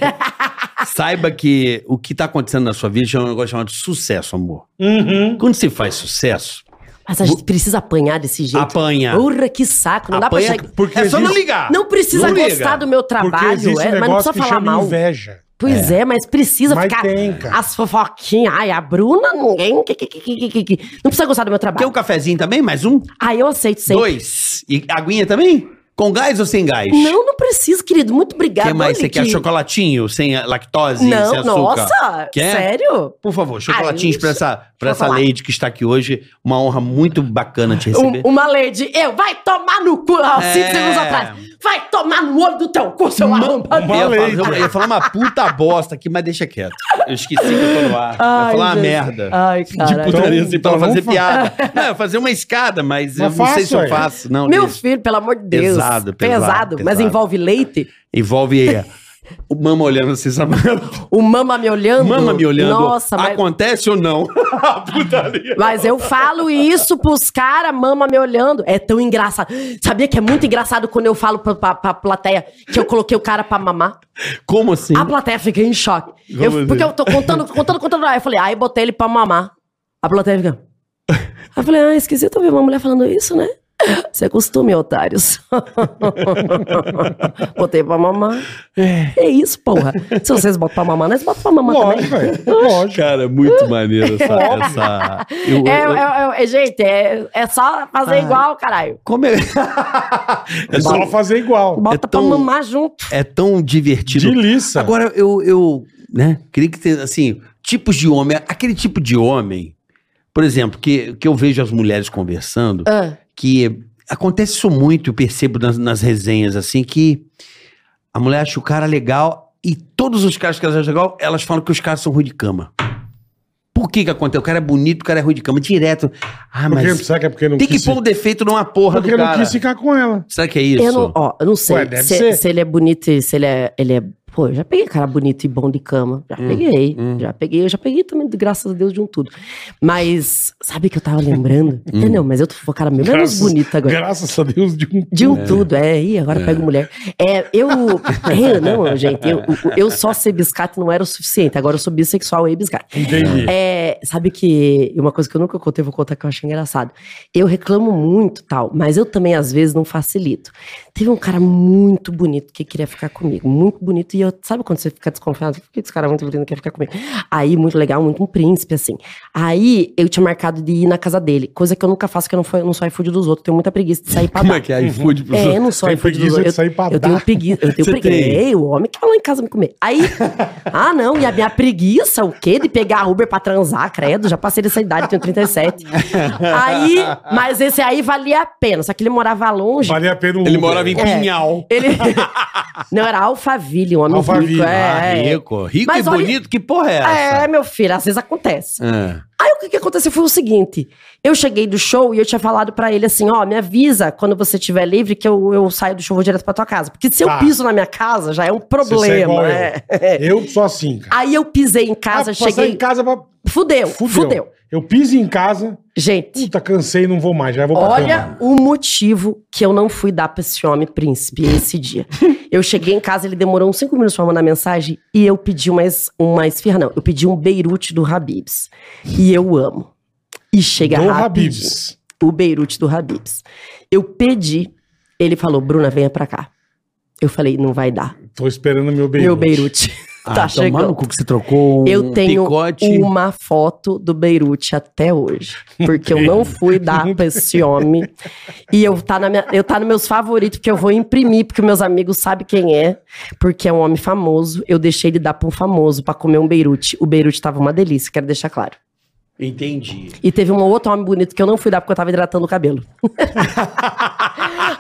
Speaker 3: Saiba que o que tá acontecendo na sua vida é um negócio chamado sucesso, amor.
Speaker 2: Uhum.
Speaker 3: Quando se faz sucesso,
Speaker 5: Mas a gente precisa apanhar desse jeito.
Speaker 3: apanha.
Speaker 5: Porra, que saco. Não dá pra
Speaker 3: apanha.
Speaker 5: chegar.
Speaker 2: Porque
Speaker 3: é só não
Speaker 2: existe-
Speaker 3: ligar.
Speaker 5: Não precisa
Speaker 3: Não liga.
Speaker 5: gostar do meu
Speaker 2: Porque
Speaker 5: trabalho,
Speaker 2: existe
Speaker 5: é,
Speaker 2: um
Speaker 5: mas não
Speaker 2: negócio
Speaker 5: precisa
Speaker 2: que
Speaker 5: falar
Speaker 2: chama
Speaker 5: mal.
Speaker 2: inveja.
Speaker 5: Pois é. mas precisa
Speaker 2: Mas
Speaker 5: ficar.
Speaker 2: tem, cara.
Speaker 5: As fofoquinhas. Ai, a Bruna, ninguém. que, que, que, que, que, que. Não precisa gostar do meu
Speaker 3: Quer
Speaker 5: trabalho.
Speaker 3: um cafezinho também? Mais um?
Speaker 5: Aí eu aceito sempre.
Speaker 3: Dois. E aguinha também? Com gás ou sem gás?
Speaker 5: Não, não preciso, querido.
Speaker 3: O
Speaker 5: Muito obrigada.
Speaker 3: que mais?
Speaker 5: Olha
Speaker 3: Você quer
Speaker 5: que-
Speaker 3: chocolatinho, sem a- lactose, sem
Speaker 5: Não,
Speaker 3: açúcar?
Speaker 5: nossa.
Speaker 3: Quer?
Speaker 5: Sério?
Speaker 3: Por favor, chocolatinhos
Speaker 5: Ah,
Speaker 3: pra essa, pra essa
Speaker 5: falar.
Speaker 3: lady que está aqui hoje. Uma honra muito bacana te receber.
Speaker 5: Um- uma lady. Eu, vai tomar no cu. Há
Speaker 3: É.
Speaker 5: cinco segundos atrás. Vai tomar no olho do teu cu, seu arrombado.
Speaker 3: Eu ia, falar,
Speaker 2: lady.
Speaker 3: eu ia falar uma puta bosta aqui, mas deixa quieto. Eu esqueci que eu tô no ar. eu ia
Speaker 5: Ai, Ah,
Speaker 3: falar uma
Speaker 5: Jesus.
Speaker 3: merda.
Speaker 5: Ai,
Speaker 3: De
Speaker 5: cara.
Speaker 3: putaria, assim, pra
Speaker 2: Então,
Speaker 3: ela fazer
Speaker 2: então
Speaker 3: piada. Não, eu ia fazer uma escada, mas,
Speaker 2: Mas
Speaker 3: eu não sei
Speaker 2: faço,
Speaker 3: se eu
Speaker 2: ué.
Speaker 3: faço. Não,
Speaker 5: Meu
Speaker 3: deixa.
Speaker 5: filho, pelo amor de Deus.
Speaker 3: Pesado, pesado,
Speaker 5: mas
Speaker 3: pesado.
Speaker 5: envolve leite?
Speaker 3: Envolve é, o mama olhando assim, sabe?
Speaker 5: O mama me olhando?
Speaker 3: Mama me olhando. Ah,
Speaker 5: Nossa, mas,
Speaker 3: Acontece ou não? Putaria.
Speaker 5: mas eu falo isso pros caras, mama me olhando. É tão engraçado. Sabia que é muito engraçado quando eu falo pra, pra, pra plateia que eu coloquei o cara pra mamar?
Speaker 3: Como assim?
Speaker 5: A plateia fica em choque. Eu-
Speaker 3: Vamos ver.
Speaker 5: porque eu tô contando, contando, contando. Aí eu falei, aí botei ele pra mamar. A plateia fica. Aí eu falei, ah, esquisito ouvir uma mulher falando isso, né? Isso é costume, otários. Botei pra mamar. É. isso, porra. Se vocês botam pra mamar, nós botamos pra mamar também.
Speaker 2: Lógico, velho. Lógico.
Speaker 3: Cara, muito maneiro essa. essa eu-
Speaker 5: É,
Speaker 3: eu-
Speaker 5: é, é, é, gente, é, é só fazer igual, caralho.
Speaker 3: como é... é,
Speaker 2: Só
Speaker 3: tão,
Speaker 2: fazer igual.
Speaker 5: Bota pra
Speaker 3: tão-
Speaker 5: mamar junto.
Speaker 3: é tão divertido.
Speaker 2: De liça.
Speaker 3: Agora, eu, eu né, queria que tenha, assim, tipos de homem. Aquele tipo de homem, por exemplo, que, que eu vejo as mulheres conversando,
Speaker 5: Ah,
Speaker 3: que acontece isso muito, eu percebo nas, nas resenhas, assim, que a mulher acha o cara legal e todos os caras que elas acham legal, elas falam que os caras são ruim de cama. Por que que acontece? O cara é bonito, o cara é ruim de cama, direto. Ah,
Speaker 2: Porque,
Speaker 3: mas
Speaker 2: será que é porque não
Speaker 3: tem que
Speaker 2: quis,
Speaker 3: pôr um defeito numa porra
Speaker 2: porque
Speaker 3: do
Speaker 2: não
Speaker 3: cara.
Speaker 2: quis ficar com ela.
Speaker 3: Será que é isso?
Speaker 5: eu não, ó, eu não sei
Speaker 2: Ué, deve
Speaker 5: se,
Speaker 2: ser.
Speaker 5: se ele é bonito e se ele é, ele é. Pô, eu já peguei cara bonito e bom de cama. Já peguei. Já peguei. Eu já peguei também, graças a Deus, de um tudo. Mas, sabe que eu tava lembrando? Entendeu? Mas eu tô com a cara menos
Speaker 2: Graças-
Speaker 5: bonita agora.
Speaker 2: Graças a Deus de um.
Speaker 5: De um tudo, é. Ih, agora pego mulher. É, eu. é, não, gente, eu, eu só ser biscate não era o suficiente. Agora eu sou bissexual e biscate.
Speaker 2: Entendi.
Speaker 5: É, sabe que uma coisa que eu nunca contei, vou contar que eu achei engraçado. Eu reclamo muito tal, mas eu também às vezes não facilito. Teve um cara muito bonito que queria ficar comigo, muito bonito, e eu, sabe quando você fica desconfiado? Por que esse cara é muito bonito não quer ficar comigo? Aí, muito legal, muito um príncipe, assim. Aí, eu tinha marcado de ir na casa dele, coisa que eu nunca faço, que eu não, fui- não sou iFood dos outros, tenho muita preguiça de sair pra
Speaker 3: Como
Speaker 5: dar.
Speaker 3: é que é? iFood pros
Speaker 5: É, eu
Speaker 3: outros?
Speaker 5: não sou
Speaker 2: Tem
Speaker 5: iFood dos
Speaker 2: preguiça de
Speaker 5: outros.
Speaker 2: sair pra
Speaker 5: eu tenho
Speaker 2: dar.
Speaker 5: preguiça. Eu tenho
Speaker 3: Você
Speaker 5: preguiça.
Speaker 3: tem?
Speaker 5: Ei, o homem que vai lá em casa me comer. Aí, ah, não, e a minha preguiça, o quê? De pegar a Uber pra transar, credo. Já passei dessa idade, tenho 37. Aí, mas esse aí valia a pena. Só que ele morava longe.
Speaker 2: Valia a pena um
Speaker 3: Ele
Speaker 2: Uber.
Speaker 3: morava em
Speaker 5: É.
Speaker 3: Pinhal.
Speaker 5: Ele... não, era Alphaville, um homem
Speaker 2: Alphaville,
Speaker 5: rico.
Speaker 3: Ah,
Speaker 5: É, é.
Speaker 3: rico. Rico
Speaker 5: Mas
Speaker 3: e
Speaker 5: olha-
Speaker 3: bonito, que porra é
Speaker 5: É,
Speaker 3: essa?
Speaker 5: meu filho, às vezes acontece.
Speaker 3: Ah.
Speaker 5: Aí o que, que aconteceu foi o seguinte: eu cheguei do show e eu tinha falado pra ele assim: ó, me avisa quando você estiver livre que eu, eu saio do show e vou direto pra tua casa. Porque se
Speaker 2: Tá.
Speaker 5: eu piso na minha casa já é um
Speaker 2: Você sai igual
Speaker 5: problema,
Speaker 2: eu.
Speaker 5: né?
Speaker 2: Eu sou assim, cara.
Speaker 5: Aí eu pisei em casa,
Speaker 2: Ah, passar
Speaker 5: cheguei.
Speaker 2: em casa pra...
Speaker 5: Fudeu, fudeu,
Speaker 2: Eu piso em casa,
Speaker 5: Gente,
Speaker 2: puta, cansei, não vou mais, já vou pra
Speaker 5: olha
Speaker 2: cama.
Speaker 5: o motivo que eu não fui dar pra esse homem príncipe esse dia. eu cheguei em casa, ele demorou uns cinco minutos pra mandar mensagem e eu pedi mais uma esfirra, não. Eu pedi um Beirute do Habibs. E eu amo. E chega
Speaker 2: Do
Speaker 5: rapidinho.
Speaker 2: Habibs.
Speaker 5: o Beirute do Habibs. Eu pedi, ele falou, Bruna, venha pra cá. Eu falei, não vai dar.
Speaker 2: Tô esperando meu Beirute.
Speaker 5: Meu Beirute
Speaker 3: Ah,
Speaker 5: tá
Speaker 3: então,
Speaker 5: chegando.
Speaker 3: mano, cu que você trocou um
Speaker 5: Eu tenho
Speaker 3: picote.
Speaker 5: uma foto do Beirute até hoje. Porque eu não fui dar pra esse homem. E eu tá, na minha, eu tá nos meus favoritos, porque eu vou imprimir, porque meus amigos sabem quem é. Porque é um homem famoso. Eu deixei ele dar pra um famoso, pra comer um Beirute. O Beirute tava uma delícia, quero deixar claro.
Speaker 3: Entendi.
Speaker 5: E teve um outro homem bonito que eu não fui dar porque eu tava hidratando o cabelo.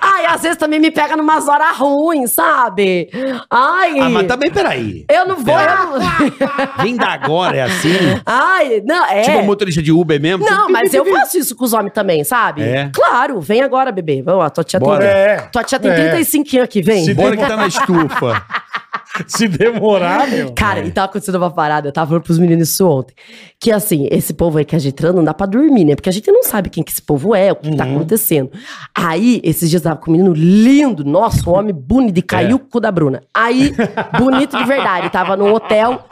Speaker 5: Ai, às vezes também me pega numas horas ruins, sabe? Ai.
Speaker 3: Ah, mas também, peraí.
Speaker 5: Eu não vou. eu não-
Speaker 3: Vem da agora, é assim?
Speaker 5: Ai, não, é.
Speaker 3: Tipo um motorista de Uber mesmo?
Speaker 5: Não, mas eu faço isso com os homens também, sabe?
Speaker 3: É?
Speaker 5: Claro, vem agora, bebê. Vamos lá, tua tia
Speaker 3: Bora.
Speaker 5: tem.
Speaker 2: É.
Speaker 5: Tua tia tem
Speaker 2: É.
Speaker 5: 35 anos aqui, vem.
Speaker 2: Se
Speaker 3: Bora que tá na estufa.
Speaker 2: Se demorar, meu.
Speaker 5: Cara, e tava acontecendo uma parada, eu tava falando pros meninos isso ontem. Que assim, esse povo aí que a gente entra não dá pra dormir, né? Porque a gente não sabe quem que esse povo é, o que tá acontecendo. Aí, esses dias eu tava com um menino lindo, nossa, um homem bonito, de caiu o cu da Bruna. Aí, bonito de verdade, tava num hotel.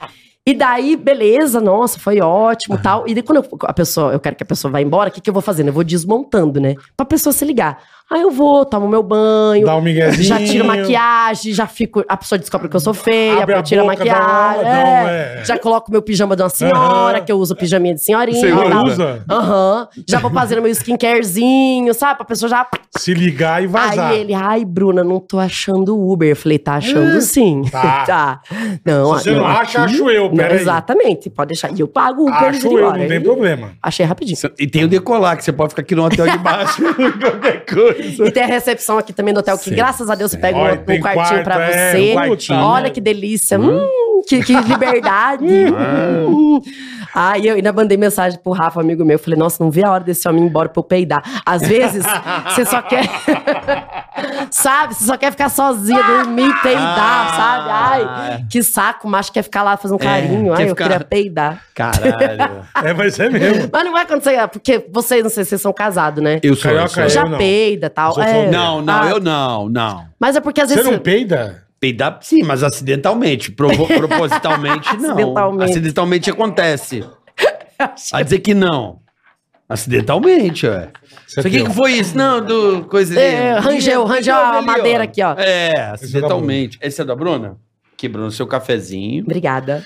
Speaker 5: E daí, beleza, nossa, foi ótimo e tal. E daí, quando eu- a pessoa, eu quero que a pessoa vá embora, o que, que eu vou fazendo? Eu vou desmontando, né? Pra pessoa se ligar. Aí eu vou, tomo meu banho,
Speaker 2: Dá um miguezinho.
Speaker 5: já tiro maquiagem, já fico. A pessoa descobre que eu sou feia,
Speaker 2: Abre a
Speaker 5: eu tiro a
Speaker 2: boca, dá uma-
Speaker 5: maquiagem.
Speaker 2: dá uma-
Speaker 5: é.
Speaker 2: é.
Speaker 5: Já coloco meu pijama de uma senhora,
Speaker 2: Aham.
Speaker 5: que eu uso pijaminha de senhorinha.
Speaker 3: Você
Speaker 5: tá?
Speaker 2: usa?
Speaker 5: Aham. Já vou fazendo meu skincarezinho, sabe? Pra pessoa já.
Speaker 2: Se ligar e vazar.
Speaker 5: Aí ele, ai, Bruna, não tô achando o Uber. Eu falei, tá achando sim.
Speaker 2: tá.
Speaker 5: Não,
Speaker 2: Se você
Speaker 5: eu
Speaker 2: não acha, acho eu,
Speaker 5: Não,
Speaker 2: peraí.
Speaker 5: exatamente, pode deixar. E eu pago o Uber e
Speaker 2: Acho
Speaker 5: vou
Speaker 2: eu,
Speaker 5: embora.
Speaker 2: não tem
Speaker 5: E
Speaker 2: problema.
Speaker 5: Achei rapidinho.
Speaker 3: E tem o decolar, que você pode ficar aqui no hotel de baixo. qualquer coisa.
Speaker 5: E tem a recepção aqui também do hotel, que graças a Deus você pega um,
Speaker 2: Olha,
Speaker 5: um
Speaker 2: tem
Speaker 5: quartinho pra
Speaker 2: quarto, é,
Speaker 5: você.
Speaker 2: um quartinho.
Speaker 5: Olha que delícia. Hum, que, que liberdade. hum. Aí eu ainda mandei mensagem pro Rafa, amigo meu. Falei, nossa, não vi a hora desse homem ir embora pra eu peidar. Às vezes, você só quer. sabe? Você só quer ficar sozinha, dormir, peidar,
Speaker 3: Ah.
Speaker 5: sabe? Ai, que saco. O macho quer ficar lá fazendo carinho.
Speaker 3: quer
Speaker 5: Ai, eu
Speaker 3: ficar-
Speaker 5: queria peidar.
Speaker 3: Caralho.
Speaker 2: É, mas é mesmo.
Speaker 5: Mas não vai acontecer, porque vocês, não sei se vocês são casados, né?
Speaker 3: Eu sou.
Speaker 2: Carioca
Speaker 3: eu sou.
Speaker 5: Já
Speaker 2: não.
Speaker 5: peida e tal.
Speaker 2: Sou
Speaker 5: É.
Speaker 2: solteiro.
Speaker 3: Não, não,
Speaker 5: Ah.
Speaker 3: eu não, não.
Speaker 5: Mas é porque às
Speaker 2: Você
Speaker 5: vezes.
Speaker 2: não peida?
Speaker 3: Peidar, sim, mas acidentalmente. Provo- propositalmente, não.
Speaker 5: Acidentalmente.
Speaker 3: Acidentalmente acontece. A dizer que não. Acidentalmente, ué.
Speaker 2: Isso
Speaker 3: Isso aqui
Speaker 2: aqui,
Speaker 3: que
Speaker 2: ó.
Speaker 3: foi isso? Não, do coisa
Speaker 5: É, rangeu, rangeu a
Speaker 3: Olha ali,
Speaker 5: madeira aqui, ó.
Speaker 3: É,
Speaker 2: Esse é da
Speaker 3: acidentalmente. Esse é da Bruna? Quebrou no seu cafezinho.
Speaker 5: Obrigada.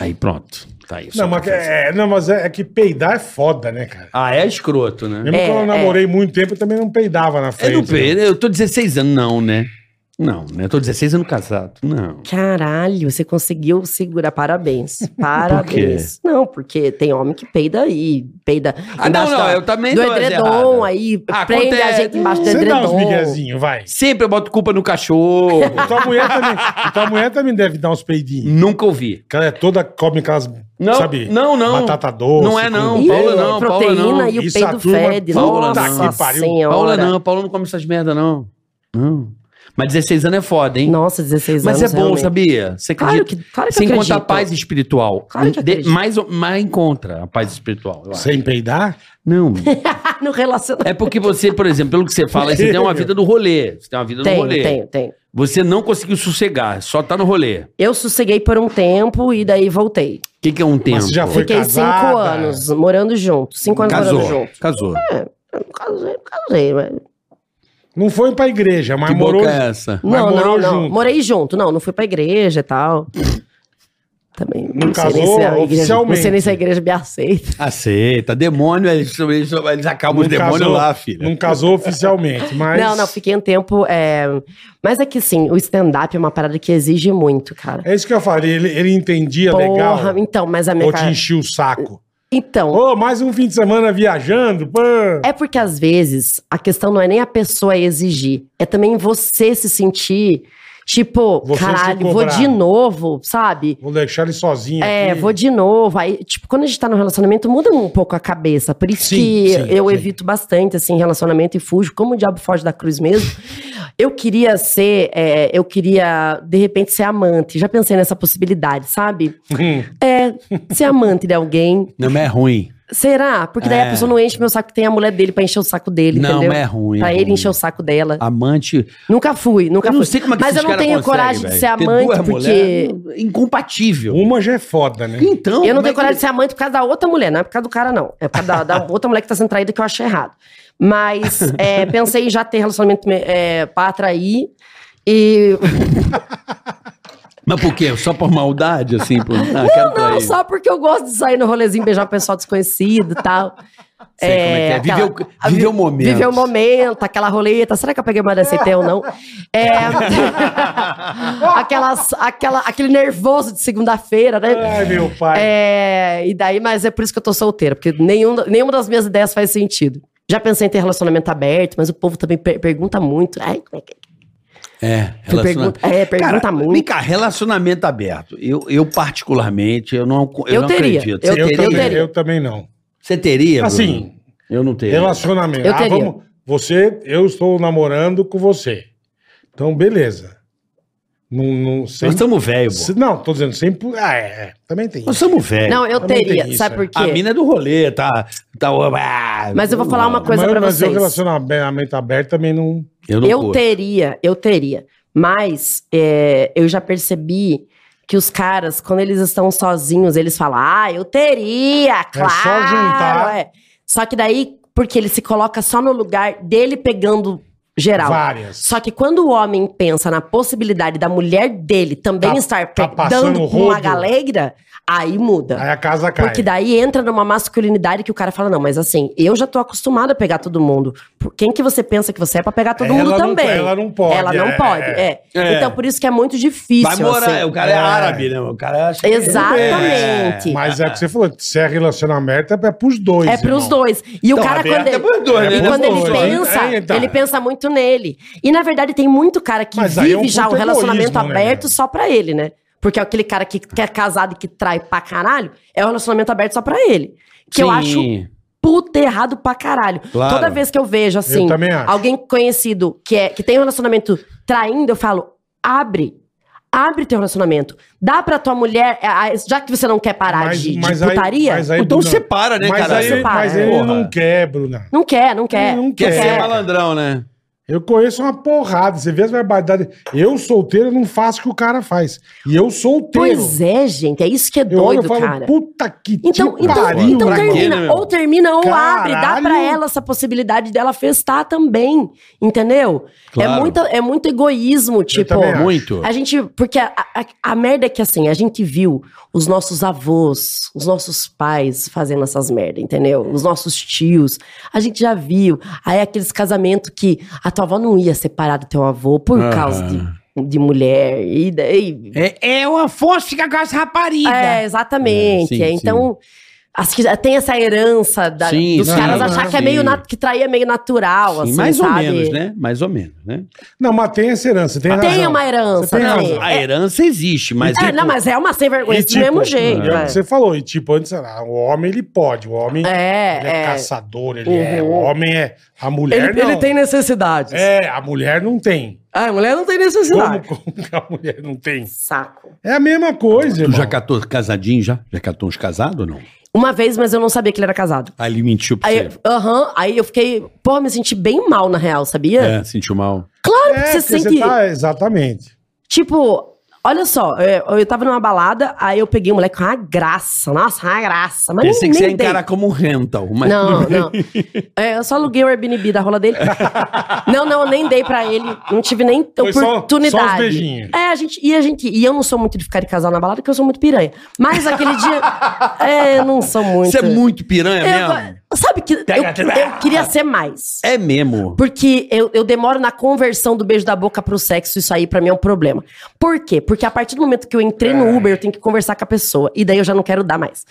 Speaker 3: Aí pronto. Tá aí. o seu
Speaker 2: Não, mas,
Speaker 3: cafezinho.
Speaker 2: é, não, mas é, é que peidar é foda, né, cara?
Speaker 3: Ah, é escroto, né?
Speaker 2: Mesmo
Speaker 5: É,
Speaker 2: quando eu
Speaker 5: é.
Speaker 2: namorei muito tempo, eu também não peidava na
Speaker 3: É
Speaker 2: frente.
Speaker 3: no
Speaker 2: né?
Speaker 3: peido. Eu tô 16 anos, não, né? Não, né? Eu tô 16 anos casado. Não.
Speaker 5: Caralho, você conseguiu segurar. Parabéns. Parabéns. Não, porque tem homem que peida e peida.
Speaker 3: Ah, não,
Speaker 5: embaixo
Speaker 3: não,
Speaker 5: da-
Speaker 3: eu também
Speaker 5: Do
Speaker 3: dou as
Speaker 5: edredom,
Speaker 3: erradas.
Speaker 5: aí
Speaker 3: Acontece.
Speaker 5: prende a gente embaixo do
Speaker 2: Você dá uns
Speaker 5: edredom.
Speaker 2: miguezinhos, vai.
Speaker 3: Sempre eu boto culpa no cachorro.
Speaker 2: Tua mulher, também, tua mulher também deve dar uns peidinhos.
Speaker 3: Nunca ouvi.
Speaker 2: Que ela é toda, come aquelas,
Speaker 3: Não,
Speaker 2: sabe?
Speaker 3: não, não.
Speaker 2: Batata doce.
Speaker 3: Não é, não.
Speaker 2: com-
Speaker 3: Paula não, Paula
Speaker 5: proteína
Speaker 3: não.
Speaker 5: e o
Speaker 2: Isso, a
Speaker 5: peido
Speaker 2: turma-
Speaker 5: fede.
Speaker 3: Paula
Speaker 5: Nossa
Speaker 3: não.
Speaker 2: Que pariu.
Speaker 5: senhora.
Speaker 3: Paula É não, Paula não come essas merda, não. Não. Mas 16 anos é foda, hein?
Speaker 5: Nossa, 16
Speaker 3: Mas é
Speaker 5: anos.
Speaker 3: bom,
Speaker 5: realmente.
Speaker 3: sabia? Você
Speaker 5: Claro
Speaker 3: acredita?
Speaker 5: que, claro que
Speaker 3: Você
Speaker 5: eu acredito.
Speaker 3: encontra a paz espiritual.
Speaker 5: Claro que eu
Speaker 3: De-
Speaker 5: acredito.
Speaker 3: mais, ou- mais encontra a paz espiritual. eu acho.
Speaker 2: Sem peidar?
Speaker 3: Não.
Speaker 5: Ah, no relacionamento.
Speaker 3: É porque você, por exemplo, pelo que você fala, você tem uma vida do rolê. Você tem uma vida do
Speaker 5: Tem,
Speaker 3: rolê.
Speaker 5: tem, tem.
Speaker 3: Você não conseguiu sossegar, só tá no rolê. O
Speaker 5: Eu sosseguei por um tempo e daí voltei.
Speaker 3: que, que é um tempo?
Speaker 2: Mas você já foi
Speaker 5: Fiquei
Speaker 2: casada?
Speaker 5: cinco anos morando junto. Cinco anos
Speaker 3: casou.
Speaker 5: morando junto.
Speaker 3: Casou.
Speaker 5: Eu não casei, não casei, mas
Speaker 2: Não foi pra igreja, mas
Speaker 3: que
Speaker 2: morou...
Speaker 3: boca é essa?
Speaker 2: Mas
Speaker 5: Não,
Speaker 2: morou
Speaker 5: não, não.
Speaker 2: junto.
Speaker 5: Morei junto. Não, não fui pra igreja e tal. Também.
Speaker 2: Não
Speaker 5: sei nem
Speaker 2: casou
Speaker 5: se a igreja-
Speaker 2: oficialmente.
Speaker 5: Não sei nem se a igreja me aceita.
Speaker 3: Aceita. Demônio, eles, eles, eles acabam
Speaker 2: Não
Speaker 3: os demônios
Speaker 2: casou-
Speaker 3: lá, filha.
Speaker 2: Não casou oficialmente, mas...
Speaker 5: Não, não, fiquei um tempo. é, Mas é que sim, o stand-up é uma parada que exige muito, cara.
Speaker 2: É isso que eu falei, ele, ele entendia legal
Speaker 5: então, mas a minha
Speaker 2: ou te
Speaker 5: cara.
Speaker 2: enchia o saco?
Speaker 5: Então.
Speaker 2: Ô, mais um fim de semana viajando, pô.
Speaker 5: É porque às vezes a questão não é nem a pessoa exigir, é também você se sentir tipo,
Speaker 2: Você se
Speaker 5: caralho, vou
Speaker 2: cobrar.
Speaker 5: de novo, sabe?
Speaker 2: Vou deixar ele sozinho
Speaker 5: É,
Speaker 2: aqui.
Speaker 5: vou de novo. Aí, tipo, quando a gente tá no relacionamento, muda um pouco a cabeça. Por isso
Speaker 2: Sim,
Speaker 5: que
Speaker 2: sim,
Speaker 5: eu
Speaker 2: sim.
Speaker 5: evito bastante, assim, relacionamento e fujo. Como o diabo foge da cruz mesmo. Eu queria ser, é, eu queria, de repente, ser amante. Já pensei nessa possibilidade, sabe? É, ser amante de alguém.
Speaker 3: Não, mas é ruim.
Speaker 5: Será? Porque daí
Speaker 3: É.
Speaker 5: a pessoa não enche meu saco, tem a mulher dele pra encher o saco dele,
Speaker 3: não,
Speaker 5: entendeu?
Speaker 3: mas é ruim.
Speaker 5: Pra
Speaker 3: é
Speaker 5: ele
Speaker 3: ruim.
Speaker 5: encher o saco dela.
Speaker 3: Amante.
Speaker 5: Nunca fui, nunca
Speaker 3: Eu não
Speaker 5: fui.
Speaker 3: sei como é que
Speaker 5: Mas
Speaker 3: esses
Speaker 5: eu não
Speaker 3: caras
Speaker 5: tenho
Speaker 3: conseguem,
Speaker 5: coragem de
Speaker 3: velho.
Speaker 5: ser
Speaker 3: Ter
Speaker 5: amante,
Speaker 3: duas
Speaker 5: porque-
Speaker 3: mulher, incompatível.
Speaker 2: Uma já é foda, né?
Speaker 3: Então.
Speaker 5: eu não
Speaker 3: como é que-
Speaker 5: tenho coragem de ser amante por causa da outra mulher, não é por causa do cara, não. É por causa da, da outra mulher que tá sendo traída que eu acho errado. Mas é, pensei em já ter relacionamento é, pra atrair. E.
Speaker 3: Mas por quê? Só por maldade, assim? Por... Ah, quero
Speaker 5: Não,
Speaker 3: trair.
Speaker 5: só porque eu gosto de sair no rolezinho, beijar o pessoal desconhecido e tal.
Speaker 3: Sei como é que é. Viver o-
Speaker 5: a
Speaker 3: viver
Speaker 5: vi-
Speaker 3: o momento.
Speaker 5: Viver o momento, aquela roleta. Será que eu peguei uma DCT ou não? É, aquelas, aquela, aquele nervoso de segunda-feira, né?
Speaker 2: Ai, meu pai.
Speaker 5: É, e daí, mas é por isso que eu tô solteira, porque nenhum, nenhuma das minhas ideias faz sentido. Já pensei em ter relacionamento aberto, mas o povo também per- pergunta muito. Ai, como é que é?
Speaker 3: É, relaciona-
Speaker 5: Pergunta- é, pergunta
Speaker 3: Cara,
Speaker 5: muito.
Speaker 3: Vem cá, relacionamento aberto. Eu, eu particularmente, eu não, eu
Speaker 5: Eu
Speaker 3: não
Speaker 5: teria,
Speaker 3: acredito.
Speaker 5: eu
Speaker 3: Você
Speaker 5: teria,
Speaker 2: também,
Speaker 5: teria.
Speaker 2: eu também não.
Speaker 3: Você teria? Bruno?
Speaker 2: Assim,
Speaker 3: Eu não teria.
Speaker 2: relacionamento.
Speaker 5: Eu
Speaker 2: Ah,
Speaker 5: teria.
Speaker 2: vamos. Você, eu estou namorando com você. Então, beleza. Não, não sem-
Speaker 3: Nós estamos velhos,
Speaker 2: se- Não, tô dizendo sempre. Ah, é, é. Também tem.
Speaker 3: Nós estamos velhos.
Speaker 5: Não, eu
Speaker 2: Também tem
Speaker 5: teria,
Speaker 2: isso,
Speaker 5: sabe
Speaker 2: é.
Speaker 5: por
Speaker 3: A
Speaker 5: quê?
Speaker 3: mina é do rolê, tá? tá ah,
Speaker 5: Mas eu vou falar uma coisa
Speaker 2: mas,
Speaker 5: pra
Speaker 2: mas o
Speaker 5: vocês.
Speaker 2: relacionamento aberto também não.
Speaker 3: Eu não
Speaker 5: Eu
Speaker 3: curto.
Speaker 5: teria, eu teria. Mas é, eu já percebi que os caras, quando eles estão sozinhos, eles falam, ah, eu teria, claro.
Speaker 2: É juntar.
Speaker 5: é." Só que daí, porque ele se coloca só no lugar dele pegando geral.
Speaker 2: Várias.
Speaker 5: Só que quando o homem pensa na possibilidade da mulher dele também
Speaker 2: Tá-
Speaker 5: estar
Speaker 2: tá passando
Speaker 5: pegando com uma
Speaker 2: rodo.
Speaker 5: galera, aí muda.
Speaker 2: Aí a casa cai.
Speaker 5: Porque daí entra numa masculinidade que o cara fala: não, mas assim, eu já tô acostumado a pegar todo mundo. Por- Quem que você pensa que você é pra pegar todo
Speaker 2: Ela
Speaker 5: mundo
Speaker 2: não-
Speaker 5: também?
Speaker 2: ela não pode,
Speaker 5: Ela não
Speaker 2: é.
Speaker 5: pode, é.
Speaker 3: É.
Speaker 5: Então por isso que é muito difícil.
Speaker 3: Vai morar,
Speaker 5: assim.
Speaker 3: o cara é, árabe, né? O cara acha que-
Speaker 5: Exatamente.
Speaker 2: Mas é o que você falou, se é relacionamento aberto, é pros dois.
Speaker 5: Ah. É pros
Speaker 2: irmão.
Speaker 5: dois. E
Speaker 3: Então,
Speaker 5: o cara,
Speaker 3: aberto
Speaker 5: quando
Speaker 3: é
Speaker 5: ele,
Speaker 3: pros dois, né?
Speaker 5: e quando ele
Speaker 2: Pros dois.
Speaker 5: pensa,
Speaker 2: É, então.
Speaker 5: ele pensa muito nele. E na verdade, tem muito cara que
Speaker 2: Mas aí é um
Speaker 5: vive já o
Speaker 2: puta
Speaker 5: relacionamento
Speaker 2: egoísmo, né,
Speaker 5: aberto
Speaker 2: cara?
Speaker 5: só pra ele, né? Porque aquele cara que, que é casado e que trai pra caralho, é o relacionamento aberto só pra ele. Que eu
Speaker 3: Sim.
Speaker 5: acho puta errado pra caralho.
Speaker 3: Claro.
Speaker 5: Toda vez que eu vejo, assim,
Speaker 2: Eu também acho.
Speaker 5: alguém conhecido que, é, que tem um relacionamento traindo, eu falo, abre. Abre teu relacionamento. Dá pra tua mulher, é, a- já que você não quer parar de, de putaria,
Speaker 2: mas aí-
Speaker 3: Então
Speaker 2: não.
Speaker 3: separa, né,
Speaker 2: mas
Speaker 3: cara?
Speaker 2: Aí,
Speaker 5: Separa,
Speaker 2: mas
Speaker 5: é.
Speaker 2: ele
Speaker 3: Porra.
Speaker 2: não quer, Bruna.
Speaker 5: não quer, não quer.
Speaker 2: Não
Speaker 3: Quer
Speaker 2: quer.
Speaker 3: ser malandrão, né?
Speaker 2: Eu conheço uma porrada. Você vê as barbaridades. Eu solteiro não faço o que o cara faz. E eu solteiro.
Speaker 5: Pois é, gente. É isso que é
Speaker 2: eu olho
Speaker 5: doido,
Speaker 2: e falo,
Speaker 5: cara.
Speaker 2: puta que
Speaker 5: Então,
Speaker 2: te
Speaker 5: então,
Speaker 2: pariu,
Speaker 5: então
Speaker 2: né, mano?
Speaker 5: termina.
Speaker 3: né, meu?
Speaker 5: ou termina ou abre. Dá pra
Speaker 2: Caralho.
Speaker 5: ela essa possibilidade dela festar também. Entendeu? É,
Speaker 3: Claro.
Speaker 5: muito, é muito egoísmo, tipo.
Speaker 2: também acho.
Speaker 3: Muito.
Speaker 5: A gente. Porque a, a- a merda é que assim, a gente viu os nossos avós, os nossos pais fazendo essas merdas, entendeu? Os nossos tios. A gente já viu. Aí aqueles casamentos que a tua avó não ia separar do teu avô por
Speaker 3: Ah.
Speaker 5: causa de, de mulher. E daí.
Speaker 6: É, é o Afonso fica com as raparigas.
Speaker 5: É, exatamente.
Speaker 3: É, sim,
Speaker 5: é, então, acho que tem essa herança da-
Speaker 3: Sim,
Speaker 5: dos
Speaker 3: sim,
Speaker 5: caras achar que é
Speaker 3: sim.
Speaker 5: meio nat- que trair é meio natural,
Speaker 3: Sim,
Speaker 5: assim,
Speaker 3: mais ou
Speaker 5: sabe?
Speaker 3: menos, né? Mais ou menos, né?
Speaker 2: Não, mas tem essa herança, tem razão.
Speaker 5: Tem uma
Speaker 2: Você
Speaker 5: herança,
Speaker 2: tem
Speaker 5: né?
Speaker 2: razão.
Speaker 3: A
Speaker 5: É,
Speaker 3: herança existe, mas. tipo,
Speaker 5: é, não, mas é uma sem vergonha
Speaker 2: E,
Speaker 5: do mesmo jeito.
Speaker 2: É o
Speaker 5: né?
Speaker 2: que você falou. E tipo, antes, ah, o homem ele pode. O homem ele é,
Speaker 5: É, é.
Speaker 2: caçador, ele é. O
Speaker 5: Uhum.
Speaker 2: homem é. A mulher não.
Speaker 5: necessidades.
Speaker 2: É, a mulher não tem.
Speaker 5: Ah, a mulher não tem
Speaker 2: Como, como que a mulher não tem?
Speaker 5: Saco.
Speaker 2: É a mesma coisa,
Speaker 3: Tu
Speaker 2: irmão.
Speaker 3: já catou casadinho já? Já catou uns casados ou não?
Speaker 5: Uma vez, mas eu não sabia que ele era casado.
Speaker 3: Aí ele mentiu pra
Speaker 5: Aí,
Speaker 3: você.
Speaker 5: aham, aí eu fiquei, porra, me senti bem mal, na real, sabia?
Speaker 3: É, sentiu mal.
Speaker 5: Claro que
Speaker 2: É,
Speaker 5: você
Speaker 2: porque
Speaker 5: sente.
Speaker 2: você tá- Exatamente.
Speaker 5: Tipo, olha só, é, eu tava numa balada, aí eu peguei um moleque com uma graça, nossa, uma graça. Mas
Speaker 3: Pensei
Speaker 5: nem,
Speaker 3: que você ia
Speaker 5: nem dei.
Speaker 3: encarar como um rental, mas
Speaker 5: Não, não. É, eu só aluguei o Airbnb da rola dele. não, não, eu nem dei pra ele. Não tive nem
Speaker 2: Foi só-
Speaker 5: oportunidade.
Speaker 2: só os beijinhos.
Speaker 5: É, a gente, e a gente. E eu não sou muito de ficar de casal na balada, porque eu sou muito piranha. Mas aquele dia. é, eu não sou muito.
Speaker 3: Você é muito piranha
Speaker 5: Eu-
Speaker 3: mesmo?
Speaker 5: sabe que eu, eu queria ser mais.
Speaker 3: É mesmo.
Speaker 5: Porque eu, eu demoro na conversão do beijo da boca pro sexo, isso aí pra mim é um problema. Por quê? Porque a partir do momento que eu entrei no Uber, eu tenho que conversar com a pessoa. E daí eu já não quero dar mais.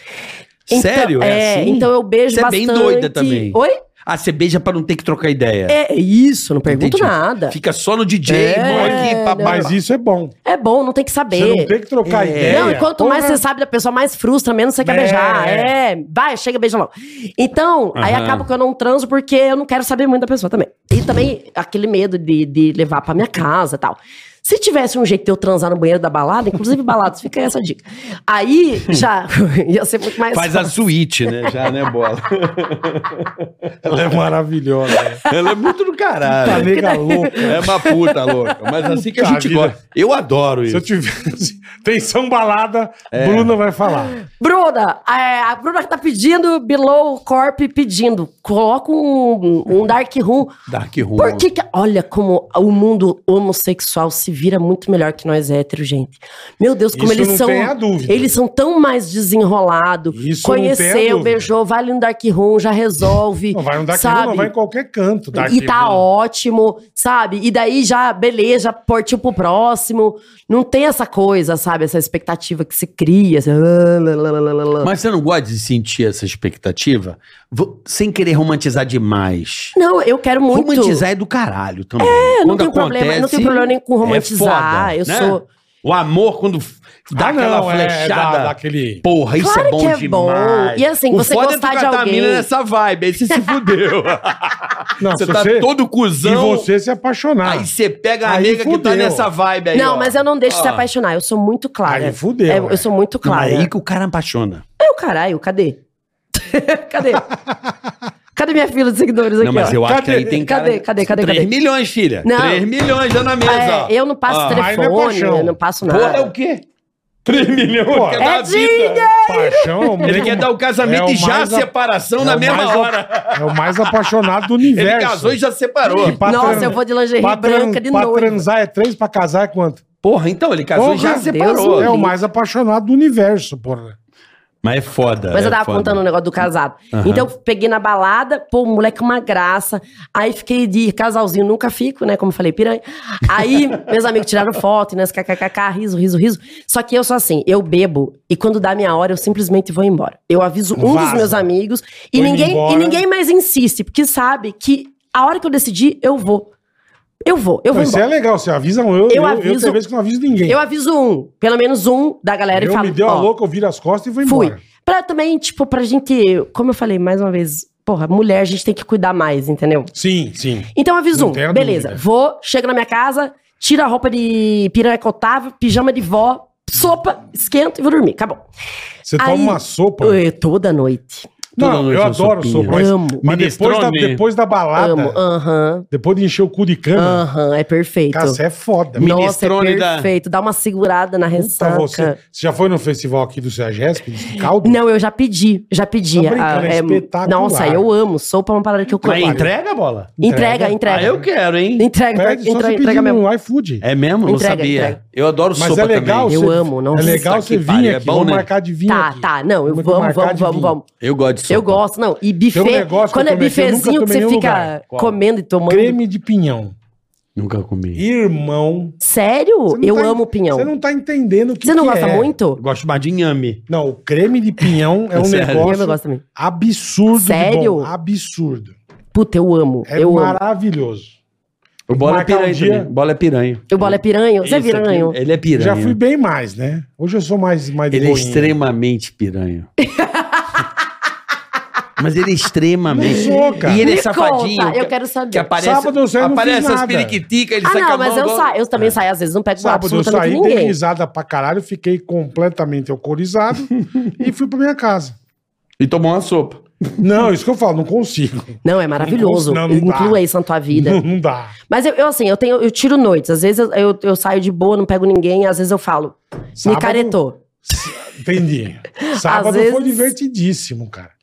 Speaker 3: Sério? É
Speaker 5: É,
Speaker 3: assim?
Speaker 5: então eu beijo
Speaker 3: Você é
Speaker 5: bastante.
Speaker 3: bem doida também.
Speaker 5: Oi?
Speaker 3: Ah, você beija pra não ter que trocar ideia.
Speaker 5: É isso, não pergunto
Speaker 3: Entendi.
Speaker 5: nada.
Speaker 3: Fica só no DJ,
Speaker 5: É,
Speaker 3: vou aqui,
Speaker 5: não.
Speaker 3: papai.
Speaker 2: Mas isso é bom.
Speaker 5: É bom, não tem que saber.
Speaker 2: Você não tem que trocar ideia.
Speaker 5: É. Não, e quanto mais você sabe da pessoa, mais frustra, menos você quer
Speaker 2: É.
Speaker 5: beijar. É, vai, chega, beija logo. Então, aí
Speaker 3: Aham.
Speaker 5: acaba que eu não transo porque eu não quero saber muito da pessoa também. E também aquele medo de, de levar pra minha casa e tal. Se tivesse um jeito de eu transar no banheiro da balada, inclusive balados, fica essa dica. Aí já ia ser muito mais.
Speaker 3: Faz a suíte, né? Já, né, bola?
Speaker 2: Ela é maravilhosa. né?
Speaker 3: Ela é muito do
Speaker 2: Tá
Speaker 3: caralho.
Speaker 2: nega louca.
Speaker 3: É uma puta louca. Mas assim que a
Speaker 2: Puta
Speaker 3: gente
Speaker 2: vida.
Speaker 3: gosta. Eu adoro
Speaker 2: Se eu
Speaker 3: isso.
Speaker 2: tivesse tensão balada,
Speaker 3: É.
Speaker 2: Bruna vai falar.
Speaker 5: Bruna, é, a Bruna que tá pedindo, Below Corp pedindo. Coloca um, um Dark Room.
Speaker 3: Dark Room.
Speaker 5: Por que, que. Olha como o mundo homossexual se vira muito melhor que nós héteros, gente. Meu Deus, como
Speaker 2: Isso
Speaker 5: eles
Speaker 2: não
Speaker 5: são.
Speaker 2: tem a dúvida.
Speaker 5: Eles são tão mais desenrolados.
Speaker 2: Isso não tem a
Speaker 5: Conheceu,
Speaker 2: dúvida.
Speaker 5: beijou, vai ali no Dark Room, já resolve.
Speaker 2: Não vai no Dark
Speaker 5: sabe?
Speaker 2: Room, não vai em qualquer canto. Dark
Speaker 5: e tá
Speaker 2: Room.
Speaker 5: ótimo, sabe? E daí já, beleza, já partiu pro próximo. Não tem essa coisa, sabe? Essa expectativa que se cria. assim, ah, lá, lá, lá, lá, lá.
Speaker 3: Mas você não gosta de sentir essa expectativa? Vo- Sem querer romantizar demais.
Speaker 5: Não, eu quero muito.
Speaker 3: Romantizar é do caralho também. É,
Speaker 5: não tem problema, não tem problema nem com romantizar, eu sou-
Speaker 3: né? O amor, quando f- dá
Speaker 2: Ah,
Speaker 3: aquela
Speaker 2: não, é,
Speaker 3: flechada.
Speaker 2: dá- dá aquele-
Speaker 3: Porra, isso
Speaker 5: Claro
Speaker 3: é bom
Speaker 5: que é
Speaker 3: demais.
Speaker 5: bom. E assim,
Speaker 3: O
Speaker 5: você
Speaker 3: foda
Speaker 5: gostar
Speaker 3: é tu
Speaker 5: de
Speaker 3: catar a
Speaker 5: alguém.
Speaker 3: mina nessa vibe, aí você se fudeu.
Speaker 2: Não,
Speaker 3: você
Speaker 2: se
Speaker 3: tá todo cuzão.
Speaker 2: E você se apaixonar.
Speaker 3: Aí você pega a
Speaker 2: Aí
Speaker 3: nega que tá
Speaker 2: fudeu.
Speaker 3: nessa vibe aí.
Speaker 5: Não,
Speaker 3: ó.
Speaker 5: mas eu não deixo
Speaker 3: Ó.
Speaker 5: se apaixonar, eu sou muito clara.
Speaker 2: Ah. Aí fudeu, é.
Speaker 5: É, eu sou muito
Speaker 3: Não,
Speaker 5: clara.
Speaker 3: Aí que o cara apaixona.
Speaker 5: É o caralho, cadê? cadê? Cadê minha fila de seguidores aqui?
Speaker 3: não, mas
Speaker 5: ó?
Speaker 3: eu acho que
Speaker 2: Cadê?
Speaker 3: aí tem
Speaker 5: Cadê?
Speaker 3: cara...
Speaker 5: Cadê? Cadê?
Speaker 3: 3
Speaker 5: Cadê?
Speaker 3: milhões, filha.
Speaker 5: Não.
Speaker 3: 3 milhões já na mesa,
Speaker 5: Ah,
Speaker 3: ó.
Speaker 5: é, eu não passo
Speaker 3: Ah,
Speaker 2: mas não é
Speaker 5: telefone,
Speaker 2: paixão.
Speaker 5: eu não passo nada.
Speaker 3: Porra, é o quê? 3 milhões
Speaker 2: Pô,
Speaker 3: quer
Speaker 2: é
Speaker 3: dar a vida.
Speaker 2: Paixão. um
Speaker 3: Ele quer dar o casamento
Speaker 2: É o
Speaker 3: e já a
Speaker 2: mais a-
Speaker 3: separação
Speaker 2: é
Speaker 3: na
Speaker 2: o
Speaker 3: mesma
Speaker 2: mais a-
Speaker 3: hora.
Speaker 2: É o mais apaixonado do
Speaker 3: Ele
Speaker 2: universo.
Speaker 3: casou e já separou.
Speaker 2: E pra
Speaker 5: Nossa,
Speaker 2: tran-
Speaker 5: eu vou de lingerie
Speaker 2: pra tran-
Speaker 5: branca de
Speaker 2: Pra
Speaker 5: noiva.
Speaker 2: transar é três, pra casar é quanto?
Speaker 3: Porra, então, ele casou e
Speaker 2: Porra,
Speaker 3: já
Speaker 2: Deus
Speaker 3: separou.
Speaker 2: É o mais apaixonado do universo, porra.
Speaker 3: Mas é foda.
Speaker 5: Mas
Speaker 3: é
Speaker 5: eu tava
Speaker 3: foda.
Speaker 5: contando né? o negócio do casado.
Speaker 3: Aham.
Speaker 5: Então, eu peguei na balada, pô, o moleque é uma graça. Aí fiquei de casalzinho, nunca fico, né? Como eu falei, piranha. Aí, meus amigos tiraram foto, né? KKKK, riso, riso, riso. Só que eu sou assim, eu bebo e quando dá minha hora, eu simplesmente vou embora. Eu aviso um dos
Speaker 2: Vaza.
Speaker 5: meus amigos
Speaker 2: Tô
Speaker 5: e
Speaker 2: indo
Speaker 5: ninguém,
Speaker 2: embora.
Speaker 5: e ninguém mais insiste, porque sabe que a hora que eu decidir, eu vou. Eu vou, eu vou
Speaker 2: Mas isso é
Speaker 5: embora.
Speaker 2: legal, você avisa um. Eu, eu, eu,
Speaker 5: aviso-
Speaker 2: tem vezes que não aviso ninguém.
Speaker 5: Eu aviso um, pelo menos um da galera
Speaker 2: eu
Speaker 5: e falo.
Speaker 2: me deu a
Speaker 5: ó,
Speaker 2: louca, eu viro as costas e vou
Speaker 5: Fui.
Speaker 2: embora.
Speaker 5: Pra também, tipo, pra gente. Como eu falei mais uma vez, porra, mulher a gente tem que cuidar mais, entendeu?
Speaker 2: Sim, sim.
Speaker 5: Então aviso
Speaker 2: Não
Speaker 5: um.
Speaker 2: tenha
Speaker 5: Beleza,
Speaker 2: dúvida.
Speaker 5: vou, chego na minha casa, tiro a roupa de piranha cotável, pijama de vó, sopa, esquento e vou dormir. Acabou.
Speaker 2: Você
Speaker 5: Aí-
Speaker 2: toma uma sopa.
Speaker 5: É, toda noite.
Speaker 3: Toda
Speaker 2: Não,
Speaker 3: noite
Speaker 2: eu
Speaker 3: uma
Speaker 2: adoro
Speaker 3: sopinha.
Speaker 2: sopa. Mas,
Speaker 5: Amo.
Speaker 2: mas depois, da,
Speaker 4: Minestrone.
Speaker 2: depois da balada,
Speaker 5: Amo. Ah. Aham.
Speaker 2: depois de encher o cu de cana,
Speaker 5: Aham. É perfeito.
Speaker 2: cara, você é foda.
Speaker 4: Me-
Speaker 5: Nossa,
Speaker 4: Minestrone
Speaker 5: é
Speaker 4: da-
Speaker 5: perfeito. Dá uma segurada na
Speaker 2: Puta,
Speaker 5: ressaca.
Speaker 2: você, é você já foi no festival aqui do Ceagesp, de caldo?
Speaker 5: Não, eu já pedi, já pedi.
Speaker 2: Tá brincando, é
Speaker 5: é-
Speaker 2: espetacular.
Speaker 5: Nossa, eu amo. Sopa é uma parada que eu
Speaker 3: Mas
Speaker 5: como.
Speaker 3: entrega, bola?
Speaker 5: Entrega,
Speaker 3: Ah,
Speaker 5: entrega.
Speaker 3: eu quero, hein?
Speaker 5: Entrega,
Speaker 2: Pede
Speaker 5: entrega,
Speaker 2: só
Speaker 5: entrega,
Speaker 2: você
Speaker 5: entrega
Speaker 2: pedir
Speaker 5: mesmo.
Speaker 2: no iFood.
Speaker 3: É mesmo? não
Speaker 5: Entrega,
Speaker 3: sabia.
Speaker 5: entrega.
Speaker 4: Eu adoro
Speaker 2: Mas
Speaker 4: sopa
Speaker 2: é legal,
Speaker 4: também.
Speaker 5: Eu
Speaker 2: você,
Speaker 5: amo, nossa.
Speaker 2: é legal
Speaker 4: Puta
Speaker 2: você
Speaker 4: que
Speaker 2: vir
Speaker 4: pariu, é
Speaker 2: aqui,
Speaker 4: bom,
Speaker 2: vamos
Speaker 4: né?
Speaker 2: marcar de vir
Speaker 5: Tá,
Speaker 2: aqui.
Speaker 5: tá. Não, eu
Speaker 2: Vamos
Speaker 5: vamos,
Speaker 2: marcar
Speaker 5: vamos,
Speaker 2: de
Speaker 5: vamos,
Speaker 2: vinho.
Speaker 5: vamos.
Speaker 4: Eu gosto de sopa.
Speaker 5: Eu gosto, não. E buffet,
Speaker 2: Tem um negócio que
Speaker 5: quando
Speaker 2: eu
Speaker 5: é
Speaker 2: tomei aqui, eu nunca
Speaker 5: bifezinho que
Speaker 2: tomei em
Speaker 5: você
Speaker 2: nenhum
Speaker 5: fica
Speaker 2: lugar.
Speaker 4: Qual?
Speaker 5: comendo e tomando.
Speaker 2: Creme de pinhão.
Speaker 3: Nunca comi.
Speaker 2: Irmão.
Speaker 5: Sério?
Speaker 2: você não
Speaker 5: Eu
Speaker 2: tá-
Speaker 5: amo pinhão.
Speaker 2: Você
Speaker 5: Você não,
Speaker 2: não tá entendendo o que que
Speaker 5: gosta
Speaker 2: é.
Speaker 5: muito?
Speaker 3: Gosto mais de inhame.
Speaker 2: Não, o creme de pinhão é um
Speaker 3: Sério?
Speaker 5: Eu não
Speaker 2: negócio
Speaker 5: gosto também.
Speaker 2: absurdo. de
Speaker 5: Sério?
Speaker 2: bom, Absurdo.
Speaker 5: Puta, eu amo.
Speaker 2: É
Speaker 5: eu amo.
Speaker 2: maravilhoso.
Speaker 3: O bola é
Speaker 2: Marcar um
Speaker 3: piranha
Speaker 2: dia.
Speaker 3: também. Bola é piranha.
Speaker 5: O bola é piranha? Você é
Speaker 3: Esse aqui,
Speaker 5: piranha?
Speaker 3: Ele é piranha.
Speaker 2: Já fui bem mais, né? Hoje eu sou mais, mais de
Speaker 3: Ele é
Speaker 2: boinha.
Speaker 3: extremamente piranha. Mas ele é
Speaker 2: Não
Speaker 3: extremamente.
Speaker 2: sou, cara.
Speaker 3: E ele é
Speaker 5: Me
Speaker 3: safadinho.
Speaker 5: conta, eu
Speaker 3: que-
Speaker 5: quero saber.
Speaker 3: Que aparece,
Speaker 2: Sábado eu saí, não
Speaker 4: Aparece
Speaker 2: fiz
Speaker 4: as
Speaker 2: nada.
Speaker 4: periquiticas, ele
Speaker 5: Ah,
Speaker 4: sai com a
Speaker 5: não, mas
Speaker 4: mão
Speaker 5: eu,
Speaker 4: igual-
Speaker 5: saio, eu também saio às vezes. Não pego com
Speaker 2: Sábado eu
Speaker 5: absolutamente
Speaker 2: saí, dei
Speaker 5: ninguém.
Speaker 2: risada pra caralho, fiquei completamente alcoolizado e fui pra minha casa.
Speaker 4: E tomou uma sopa.
Speaker 2: Não, isso que eu falo, não consigo.
Speaker 5: Não, é maravilhoso.
Speaker 2: Não, não dá.
Speaker 5: Inclua isso na tua vida.
Speaker 2: Não, não dá.
Speaker 5: Mas eu, eu, assim, eu tenho, eu tiro noites. Às vezes eu, eu, eu saio de boa, não pego ninguém, às vezes eu falo,
Speaker 2: Sábado-
Speaker 5: me caretou.
Speaker 2: Entendi. Sábado
Speaker 5: Às
Speaker 2: foi
Speaker 5: vezes-
Speaker 2: divertidíssimo, cara.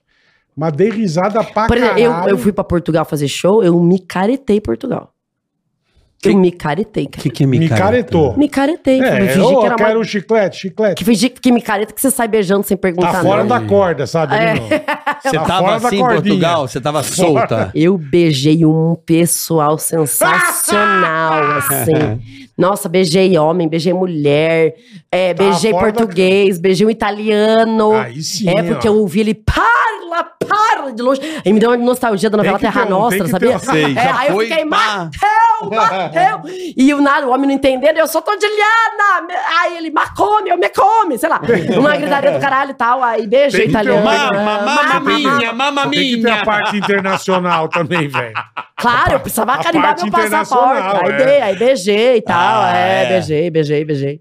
Speaker 2: Mas dei risada pra
Speaker 5: Por exemplo,
Speaker 2: caralho.
Speaker 5: eu, eu fui pra Portugal fazer show, eu me caretei em Portugal. Eu me caretei,
Speaker 3: O
Speaker 5: cara.
Speaker 3: que, que é
Speaker 2: Me
Speaker 3: micareta?
Speaker 2: caretou.
Speaker 5: Me caretei. eu
Speaker 2: É,
Speaker 5: fingi
Speaker 2: eu,
Speaker 5: que era
Speaker 2: quero
Speaker 5: uma...
Speaker 2: um chiclete, chiclete.
Speaker 5: Que fingi que me careta que você sai beijando sem perguntar
Speaker 2: Tá fora
Speaker 5: nada.
Speaker 2: da corda, sabe?
Speaker 5: É.
Speaker 2: Não.
Speaker 4: Você
Speaker 2: Tá
Speaker 4: tava
Speaker 2: fora da
Speaker 4: assim em
Speaker 2: cordinha.
Speaker 4: Portugal? Você tava solta?
Speaker 5: Eu beijei um pessoal sensacional, assim. Nossa, beijei homem, beijei mulher, é,
Speaker 2: Tá
Speaker 5: beijei
Speaker 2: fora da-
Speaker 5: português, beijei um italiano.
Speaker 2: Aí sim,
Speaker 5: é, porque
Speaker 2: ó.
Speaker 5: eu ouvi ele, parla, parla, de longe. Aí me deu uma nostalgia da novela
Speaker 2: Tem que
Speaker 5: Terra
Speaker 2: ter um, tem
Speaker 5: Nostra,
Speaker 2: que
Speaker 5: sabia?
Speaker 2: ter um. Sei,
Speaker 5: é,
Speaker 4: já
Speaker 5: aí eu
Speaker 4: foi,
Speaker 5: fiquei,
Speaker 4: pá.
Speaker 5: Mateu, Mateu. E o, nada, o homem não entendendo, eu sou tondiliana. me- Aí ele, macome, eu me come, sei lá. Uma gritaria do caralho e tal, aí beijei
Speaker 2: Tem que ter um.
Speaker 5: italiano.
Speaker 4: Mama, mama
Speaker 5: Mamma
Speaker 4: minha, mama
Speaker 2: Tem que ter a
Speaker 4: minha.
Speaker 2: parte internacional também, velho.
Speaker 5: Claro, eu precisava
Speaker 2: a
Speaker 5: carimbar
Speaker 2: parte
Speaker 5: meu
Speaker 2: internacional,
Speaker 5: passaporte. Aí,
Speaker 2: é.
Speaker 5: dei, aí beijei e tal.
Speaker 4: Ah,
Speaker 5: é,
Speaker 4: é.
Speaker 5: beijei, beijei, beijei.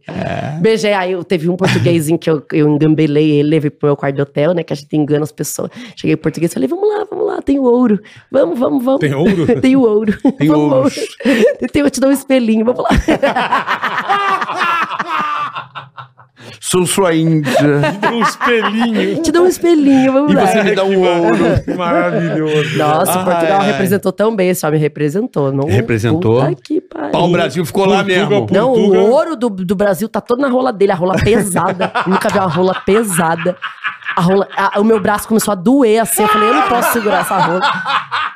Speaker 5: Beijei. Aí eu- teve um portuguesinho que eu, eu engambelei ele, levei pro meu quarto de hotel, né? Que a gente engana as pessoas. Cheguei em português e falei: vamos lá, vamos lá, tem o ouro. Vamos, vamos, vamos.
Speaker 2: Tem ouro?
Speaker 5: tem o ouro.
Speaker 4: Tem
Speaker 5: Vamos,
Speaker 4: ouros.
Speaker 5: ouro. Tem, eu te dou um espelhinho, vamos lá.
Speaker 4: Sou sua índia.
Speaker 2: Um espelhinho.
Speaker 5: te dou um espelhinho, vamos
Speaker 4: E
Speaker 5: lá.
Speaker 4: você me dá um ouro.
Speaker 2: Maravilhoso.
Speaker 5: Nossa,
Speaker 4: Ai,
Speaker 5: Portugal
Speaker 4: ai.
Speaker 5: representou tão bem, esse homem representou. Não,
Speaker 4: Representou.
Speaker 5: Puta que pariu.
Speaker 4: Pau Brasil ficou lá
Speaker 2: Portugal,
Speaker 4: mesmo.
Speaker 2: Portugal.
Speaker 5: Não,
Speaker 2: Portuga.
Speaker 5: o ouro do, do Brasil tá todo na rola dele, a rola pesada. Nunca vi uma rola pesada. A rola, a- o meu braço começou a doer assim. Eu falei, eu não posso segurar essa rola.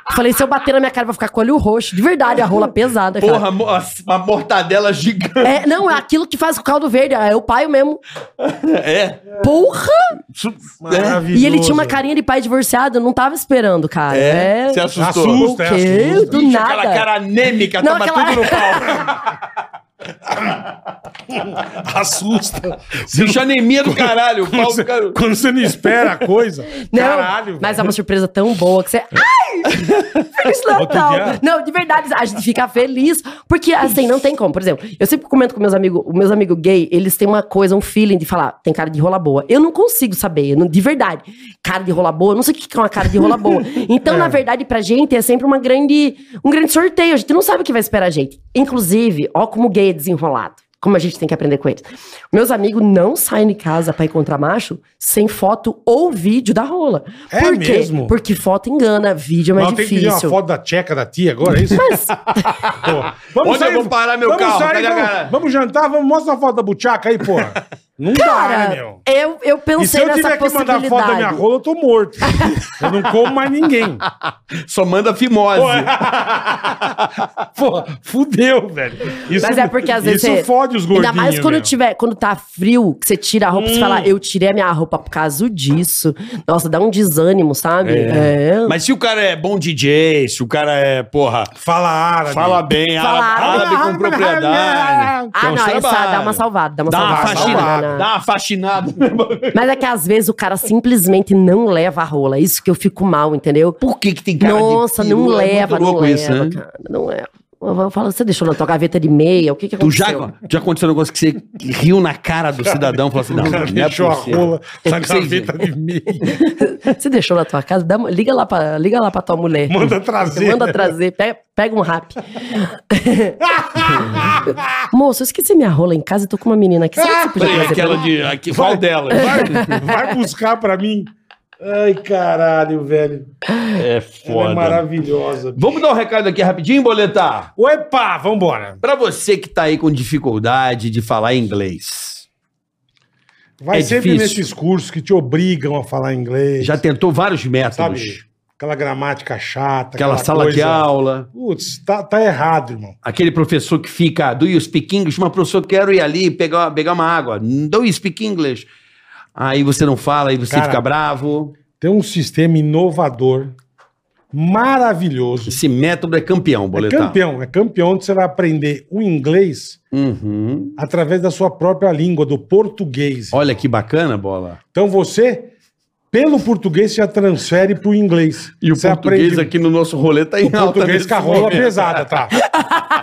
Speaker 5: Eu Falei, se eu bater na minha cara, eu vou ficar com o olho roxo. De verdade, a rola pesada, cara.
Speaker 4: Porra, mo- uma mortadela gigante.
Speaker 5: É, não, é aquilo que faz o caldo verde. É o pai mesmo.
Speaker 4: É.
Speaker 5: Porra!
Speaker 2: Maravilhoso.
Speaker 5: né? E ele tinha uma carinha de pai divorciado. Eu não tava esperando, cara.
Speaker 4: É. Você assustou.
Speaker 2: Assusta. é
Speaker 5: O quê?
Speaker 2: assusta.
Speaker 5: Do
Speaker 4: Ixi,
Speaker 5: nada.
Speaker 4: Aquela cara anêmica,
Speaker 5: Não,
Speaker 4: tava
Speaker 5: aquela-
Speaker 4: tudo no pau.
Speaker 2: Assusta.
Speaker 4: Bicho, anemia do caralho. Ah, O pau
Speaker 2: Quando
Speaker 4: do
Speaker 2: você,
Speaker 4: caralho.
Speaker 2: quando você não espera a coisa.
Speaker 5: Não,
Speaker 2: caralho.
Speaker 5: mas é
Speaker 2: velho.
Speaker 5: uma surpresa tão boa que você.
Speaker 4: É.
Speaker 5: Ai! Feliz
Speaker 2: Outro
Speaker 5: Natal!
Speaker 2: dia-
Speaker 5: Não, de verdade, a gente fica feliz. Porque assim, não tem como. Por exemplo, eu sempre comento com meus amigos, os meus amigos gay, eles têm uma coisa, um feeling de falar, tem cara de rola boa. Eu não consigo saber, eu não- de verdade. Cara de rola boa, eu não sei o que que é uma cara de rola boa. Então, na verdade, pra gente é sempre uma grande, um grande sorteio. A gente não sabe o que vai esperar a gente. Inclusive, ó, como gay é desenrolado. Como a gente tem que aprender com eles. Meus amigos não saem de casa pra encontrar macho sem foto ou vídeo da rola.
Speaker 2: É
Speaker 5: Por quê?
Speaker 2: mesmo?
Speaker 5: Porque foto engana, vídeo é
Speaker 2: Mas
Speaker 5: mais
Speaker 2: tem que pedir uma
Speaker 5: difícil.
Speaker 2: foto da tcheca da tia agora, é isso?
Speaker 5: Mas
Speaker 2: Porra.
Speaker 4: Onde eu vou parar meu
Speaker 2: vamos
Speaker 4: carro?
Speaker 2: Sair,
Speaker 4: Cadê a
Speaker 2: vamos,
Speaker 4: cara?
Speaker 2: vamos jantar, vamos mostrar a foto da buchaca aí, porra. Não dá, né,
Speaker 5: Cara,
Speaker 2: meu?
Speaker 5: eu, eu
Speaker 2: E se
Speaker 5: pensei
Speaker 2: eu tiver
Speaker 5: nessa
Speaker 2: que mandar
Speaker 5: possibilidade.
Speaker 2: foto da minha rola, eu tô morto. eu não como mais ninguém.
Speaker 4: Só manda fimose.
Speaker 2: Porra, fudeu, velho. Isso,
Speaker 5: Mas é porque às vezes.
Speaker 2: Isso
Speaker 5: você-
Speaker 2: fode os gordinhos.
Speaker 5: Ainda mais quando
Speaker 2: meu. Hum.
Speaker 5: tiver, quando tá frio, que você tira a roupa e você fala, eu tirei a minha roupa por causa disso. Nossa, dá um desânimo, sabe? É.
Speaker 4: Mas se o cara é bom DJ, se o cara é, porra,
Speaker 2: Fala árabe.
Speaker 4: fala bem,
Speaker 5: Fala
Speaker 4: árabe, árabe com propriedade.
Speaker 5: Ah,
Speaker 4: Então,
Speaker 5: não,
Speaker 4: trabalho.
Speaker 5: essa dá uma salvada, dá uma
Speaker 4: Dá uma
Speaker 5: salvada.
Speaker 4: faxinada.
Speaker 3: né?
Speaker 5: Não, não.
Speaker 4: Dá uma faxinada.
Speaker 5: Mas é que às vezes o cara simplesmente não leva a rola. Isso que eu fico mal, entendeu?
Speaker 4: Por que que tem
Speaker 5: Nossa, não
Speaker 4: peru? É muito
Speaker 5: leva, não
Speaker 4: louco
Speaker 5: leva,
Speaker 4: isso, né?
Speaker 5: cara. Não leva. Eu vou falar, você deixou na tua gaveta de meia? O que, que
Speaker 3: Tu já,
Speaker 5: aconteceu?
Speaker 3: já aconteceu um negócio que você riu na cara do cidadão e falou assim: não, não é
Speaker 2: Deixou a
Speaker 3: possível.
Speaker 2: rola na
Speaker 3: Tem que ser,
Speaker 2: gaveta de meia.
Speaker 5: Você deixou na tua casa? Dá uma- liga, lá pra, liga lá pra tua mulher.
Speaker 2: Manda trazer.
Speaker 5: Manda trazer, pega, pega um rap. Moço, eu esqueci minha rola em casa e tô com uma menina aqui. Será que você podia
Speaker 3: Ah, É
Speaker 4: Peraí,
Speaker 5: trazer pra
Speaker 4: aquela
Speaker 5: mim?
Speaker 4: de. Aqui, qual dela?
Speaker 2: Vai, vai buscar pra mim. Ai, caralho, velho.
Speaker 4: É
Speaker 2: Ela é
Speaker 4: foda.
Speaker 2: maravilhosa.
Speaker 4: Vamos dar um recado aqui rapidinho, boletar?
Speaker 2: Opa, vambora.
Speaker 3: Pra você que tá aí com dificuldade de falar inglês,
Speaker 2: Vai
Speaker 3: É
Speaker 2: sempre
Speaker 3: difícil.
Speaker 2: nesses cursos que te obrigam a falar inglês.
Speaker 3: já tentou vários métodos,
Speaker 2: Sabe? Aquela gramática chata.
Speaker 3: aquela sala de
Speaker 2: coisa-
Speaker 3: aula,
Speaker 2: Putz, tá, tá errado, irmão.
Speaker 3: aquele professor que fica, do you speak English? Mas professor, quero ir ali pegar, pegar uma água. Do you speak English? Aí você não fala, aí você
Speaker 2: Cara,
Speaker 3: fica bravo.
Speaker 2: Tem um sistema inovador, maravilhoso.
Speaker 3: Esse método é campeão,
Speaker 2: É
Speaker 3: boletar.
Speaker 2: campeão, é campeão onde você vai aprender o inglês
Speaker 3: Uhum.
Speaker 2: através da sua própria língua, do português.
Speaker 3: Olha que bacana, bola.
Speaker 2: Então você, pelo português, já transfere pro inglês.
Speaker 3: E o
Speaker 2: você
Speaker 3: português
Speaker 2: aprende
Speaker 3: aqui no nosso rolê tá em
Speaker 2: o
Speaker 3: alta
Speaker 2: português
Speaker 3: nesse
Speaker 2: com a rola
Speaker 3: momento.
Speaker 2: pesada, tá?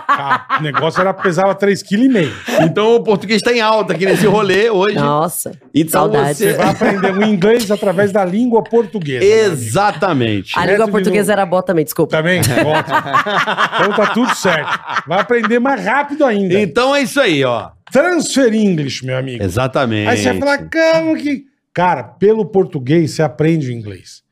Speaker 2: Tá, O negócio era, pesava 3,5 kg.
Speaker 3: Então o português tá em alta aqui nesse rolê hoje.
Speaker 5: Nossa,
Speaker 3: Então
Speaker 5: saudade.
Speaker 3: você-
Speaker 2: Vai aprender o inglês através da língua portuguesa. meu amigo.
Speaker 3: Exatamente.
Speaker 5: A língua portuguesa era boa também, desculpa.
Speaker 2: Também? Ótimo. Então tá tudo certo. Vai aprender mais rápido ainda.
Speaker 3: Então é isso aí, ó.
Speaker 2: Transfer English, meu amigo.
Speaker 3: Exatamente.
Speaker 2: Aí você vai falar, como que. Cara, pelo português você aprende o inglês.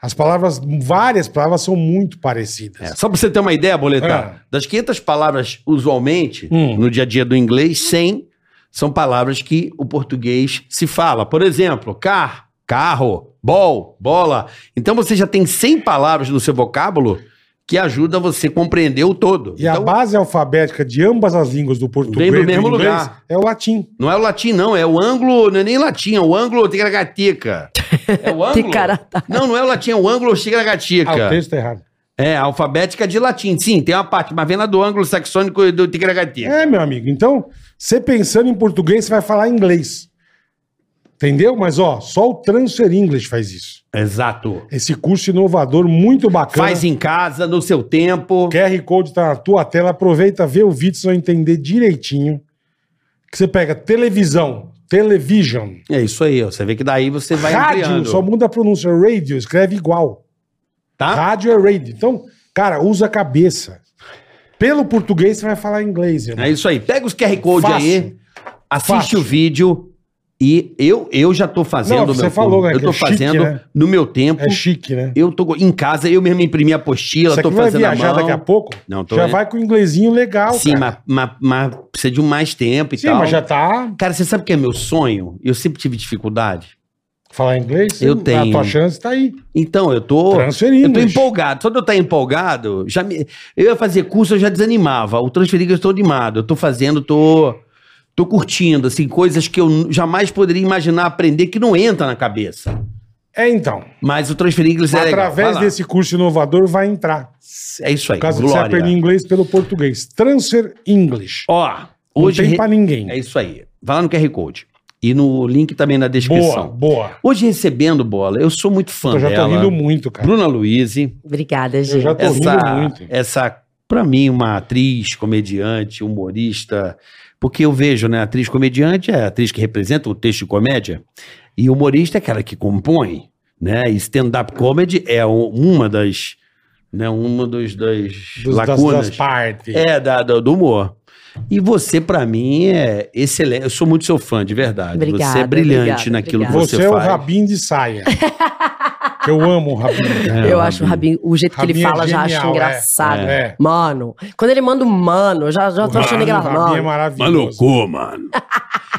Speaker 2: As palavras, várias palavras são muito
Speaker 3: É,
Speaker 2: parecidas.
Speaker 3: só pra você ter uma ideia, Boletar,
Speaker 2: Ah.
Speaker 3: das 500 palavras usualmente,
Speaker 2: Hum.
Speaker 3: no dia a dia do inglês, 100 são palavras que o português se fala. Por exemplo, car, carro, bol, bola. Então você já tem 100 palavras no seu vocábulo que ajuda você a compreender o todo.
Speaker 2: E a
Speaker 3: então,
Speaker 2: base alfabética de ambas as línguas do português
Speaker 3: Vem
Speaker 2: e
Speaker 3: do mesmo lugar.
Speaker 2: é o latim.
Speaker 3: não é o latim, não, é o anglo, não é nem latim, é o anglo ticaracatica. É o anglo?
Speaker 5: Ticarata.
Speaker 3: não, não é o latim, é o anglo
Speaker 2: Ah, o
Speaker 3: ticaracatica.
Speaker 2: texto tá errado.
Speaker 3: é, alfabética de latim. Sim, tem uma parte, mas vem lá do anglo-saxônico e do ticaracatica.
Speaker 2: É, meu amigo. Então, você pensando em português, você vai falar inglês. Entendeu? Mas, ó, só o Transfer English faz isso.
Speaker 3: Exato.
Speaker 2: Esse curso inovador, muito bacana.
Speaker 3: Faz em casa, no seu tempo.
Speaker 2: O QR Code tá na tua tela, aproveita, vê o vídeo, você vai entender direitinho. Que você pega televisão, television,
Speaker 3: É isso aí, ó. Você vê que daí você vai
Speaker 2: rádio,
Speaker 3: ampliando,
Speaker 2: só um muda a pronúncia, radio, escreve igual.
Speaker 3: tá?
Speaker 2: Rádio é radio. Então, cara, usa a cabeça. Pelo português você vai falar inglês, irmão.
Speaker 3: É isso aí. Pega os QR Code
Speaker 2: Fácil.
Speaker 3: aí, assiste
Speaker 2: Fácil.
Speaker 3: o vídeo e eu, eu já tô fazendo
Speaker 2: Não,
Speaker 3: o meu
Speaker 2: você falou, né,
Speaker 3: Eu
Speaker 2: que
Speaker 3: tô
Speaker 2: é chique,
Speaker 3: fazendo
Speaker 2: né?
Speaker 3: no meu tempo.
Speaker 2: É chique, né?
Speaker 3: Eu tô em casa, eu mesmo imprimi a apostila,
Speaker 2: Você
Speaker 3: tô
Speaker 2: aqui vai
Speaker 3: fazendo a
Speaker 2: viajar
Speaker 3: mão.
Speaker 2: daqui a pouco,
Speaker 3: Não, tô
Speaker 2: já
Speaker 3: indo.
Speaker 2: vai com o inglesinho legal,
Speaker 3: Sim,
Speaker 2: cara.
Speaker 3: mas, mas- mas precisa de mais tempo e
Speaker 2: Sim,
Speaker 3: tal.
Speaker 2: mas já tá...
Speaker 3: Cara, você sabe o que é meu sonho? Eu sempre tive dificuldade.
Speaker 2: Falar inglês,
Speaker 3: Eu
Speaker 2: a
Speaker 3: tenho.
Speaker 2: tua chance tá aí.
Speaker 3: Então, eu tô.
Speaker 2: Transfer
Speaker 3: Eu tô
Speaker 2: English.
Speaker 3: empolgado. Só de eu estar empolgado, já me- eu ia fazer curso, eu já desanimava. O transferir eu estou animado. Eu tô fazendo, tô tô curtindo assim coisas que eu n- jamais poderia imaginar aprender que não entra na cabeça.
Speaker 2: É, então.
Speaker 3: Mas o transferir inglês é legal. Vai
Speaker 2: através
Speaker 3: lá.
Speaker 2: desse curso inovador vai entrar.
Speaker 3: é isso aí.
Speaker 2: Por causa que você aprende
Speaker 3: Glória.
Speaker 2: inglês pelo português. Transfer English.
Speaker 3: Ó,
Speaker 2: Hoje
Speaker 3: hoje
Speaker 2: não tem
Speaker 3: re-
Speaker 2: pra ninguém.
Speaker 3: é isso aí. Vai lá no QR Code e no link também na
Speaker 2: boa,
Speaker 3: descrição.
Speaker 2: boa.
Speaker 3: Hoje recebendo bola, eu sou muito fã
Speaker 2: Eu já tô
Speaker 3: dela.
Speaker 2: rindo muito, cara.
Speaker 3: Bruna Luiz,
Speaker 5: Obrigada,
Speaker 2: já
Speaker 5: gente.
Speaker 2: tô- rindo
Speaker 3: essa, é
Speaker 2: muito.
Speaker 3: essa para mim, uma atriz, comediante, humorista, porque eu vejo, né, atriz comediante é a atriz que representa o texto de comédia, e humorista é aquela que compõe, né, e stand-up comedy é o- uma das, né, uma dos, das
Speaker 2: Dos- das-
Speaker 3: lacunas.
Speaker 2: das partes.
Speaker 3: é, da, da- do humor. E você, pra mim, é excelente. Eu sou muito seu fã, de verdade.
Speaker 5: Obrigada,
Speaker 3: você é brilhante
Speaker 5: obrigada,
Speaker 3: naquilo
Speaker 5: obrigada.
Speaker 2: Você,
Speaker 3: que você,
Speaker 2: é o
Speaker 3: faz.
Speaker 2: Rabin de saia. Que eu amo o Rabin.
Speaker 3: É,
Speaker 5: Eu acho o Rabinho, o jeito que ele
Speaker 2: Rabinho é
Speaker 5: fala, já acho
Speaker 2: genial,
Speaker 5: engraçado.
Speaker 2: é, é.
Speaker 5: Mano, quando ele manda um mano, já, já tô achando engraçado.
Speaker 2: Rabin é
Speaker 5: Mano,
Speaker 2: maravilhoso.
Speaker 3: Maluco, mano.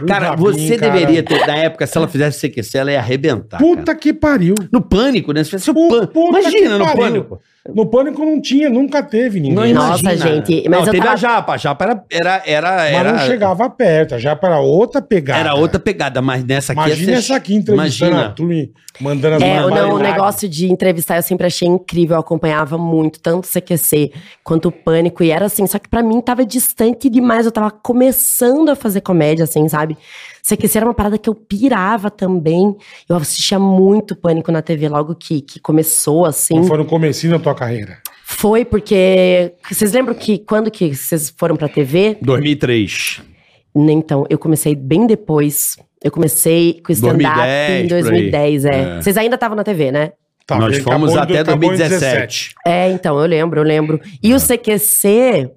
Speaker 2: O
Speaker 3: Cara,
Speaker 2: Rabin,
Speaker 3: você
Speaker 2: cara,
Speaker 3: deveria ter, na época, se ela fizesse CQC, ela ia arrebentar. cara.
Speaker 2: Puta que pariu.
Speaker 3: No pânico, né? Se fizesse o
Speaker 2: Pu-
Speaker 3: pânico.
Speaker 2: puta que
Speaker 3: Imagina no
Speaker 2: pariu.
Speaker 3: pânico.
Speaker 2: No Pânico não tinha, nunca teve ninguém.
Speaker 5: Não, Nossa, gente, mas
Speaker 3: não,
Speaker 5: eu
Speaker 3: teve
Speaker 5: tava-
Speaker 3: a Japa. A Japa era. Era, era,
Speaker 2: mas
Speaker 3: era,
Speaker 2: não chegava perto, já para outra pegada.
Speaker 3: era outra pegada, mas nessa aqui.
Speaker 2: Imagina
Speaker 3: ia ser-
Speaker 2: essa aqui entrevistando a
Speaker 3: Imagina.
Speaker 2: turma, e mandando as
Speaker 5: É, não, o
Speaker 2: barbaridades.
Speaker 5: negócio de entrevistar eu sempre achei incrível, eu acompanhava muito, tanto o CQC quanto o Pânico, e era assim, só que pra mim tava distante demais, eu tava começando a fazer comédia, assim, sabe? CQC era uma parada que eu pirava também, eu assistia muito Pânico na TV logo que, que começou, assim.
Speaker 2: Foi no comecinho da tua carreira.
Speaker 5: Foi porque. Vocês lembram que quando que vocês foram pra TV?
Speaker 3: 2003.
Speaker 5: Nem Então, eu comecei bem depois. Eu comecei com stand-up
Speaker 3: 2010,
Speaker 5: em
Speaker 3: por aí.
Speaker 5: 2010, é.
Speaker 3: É.
Speaker 5: Vocês ainda estavam na TV, né?
Speaker 2: Tá,
Speaker 3: Nós
Speaker 2: ele
Speaker 3: fomos
Speaker 2: acabou em-
Speaker 3: até
Speaker 2: acabou em
Speaker 3: 2017.
Speaker 5: É, então, eu lembro, eu lembro. E o CQC,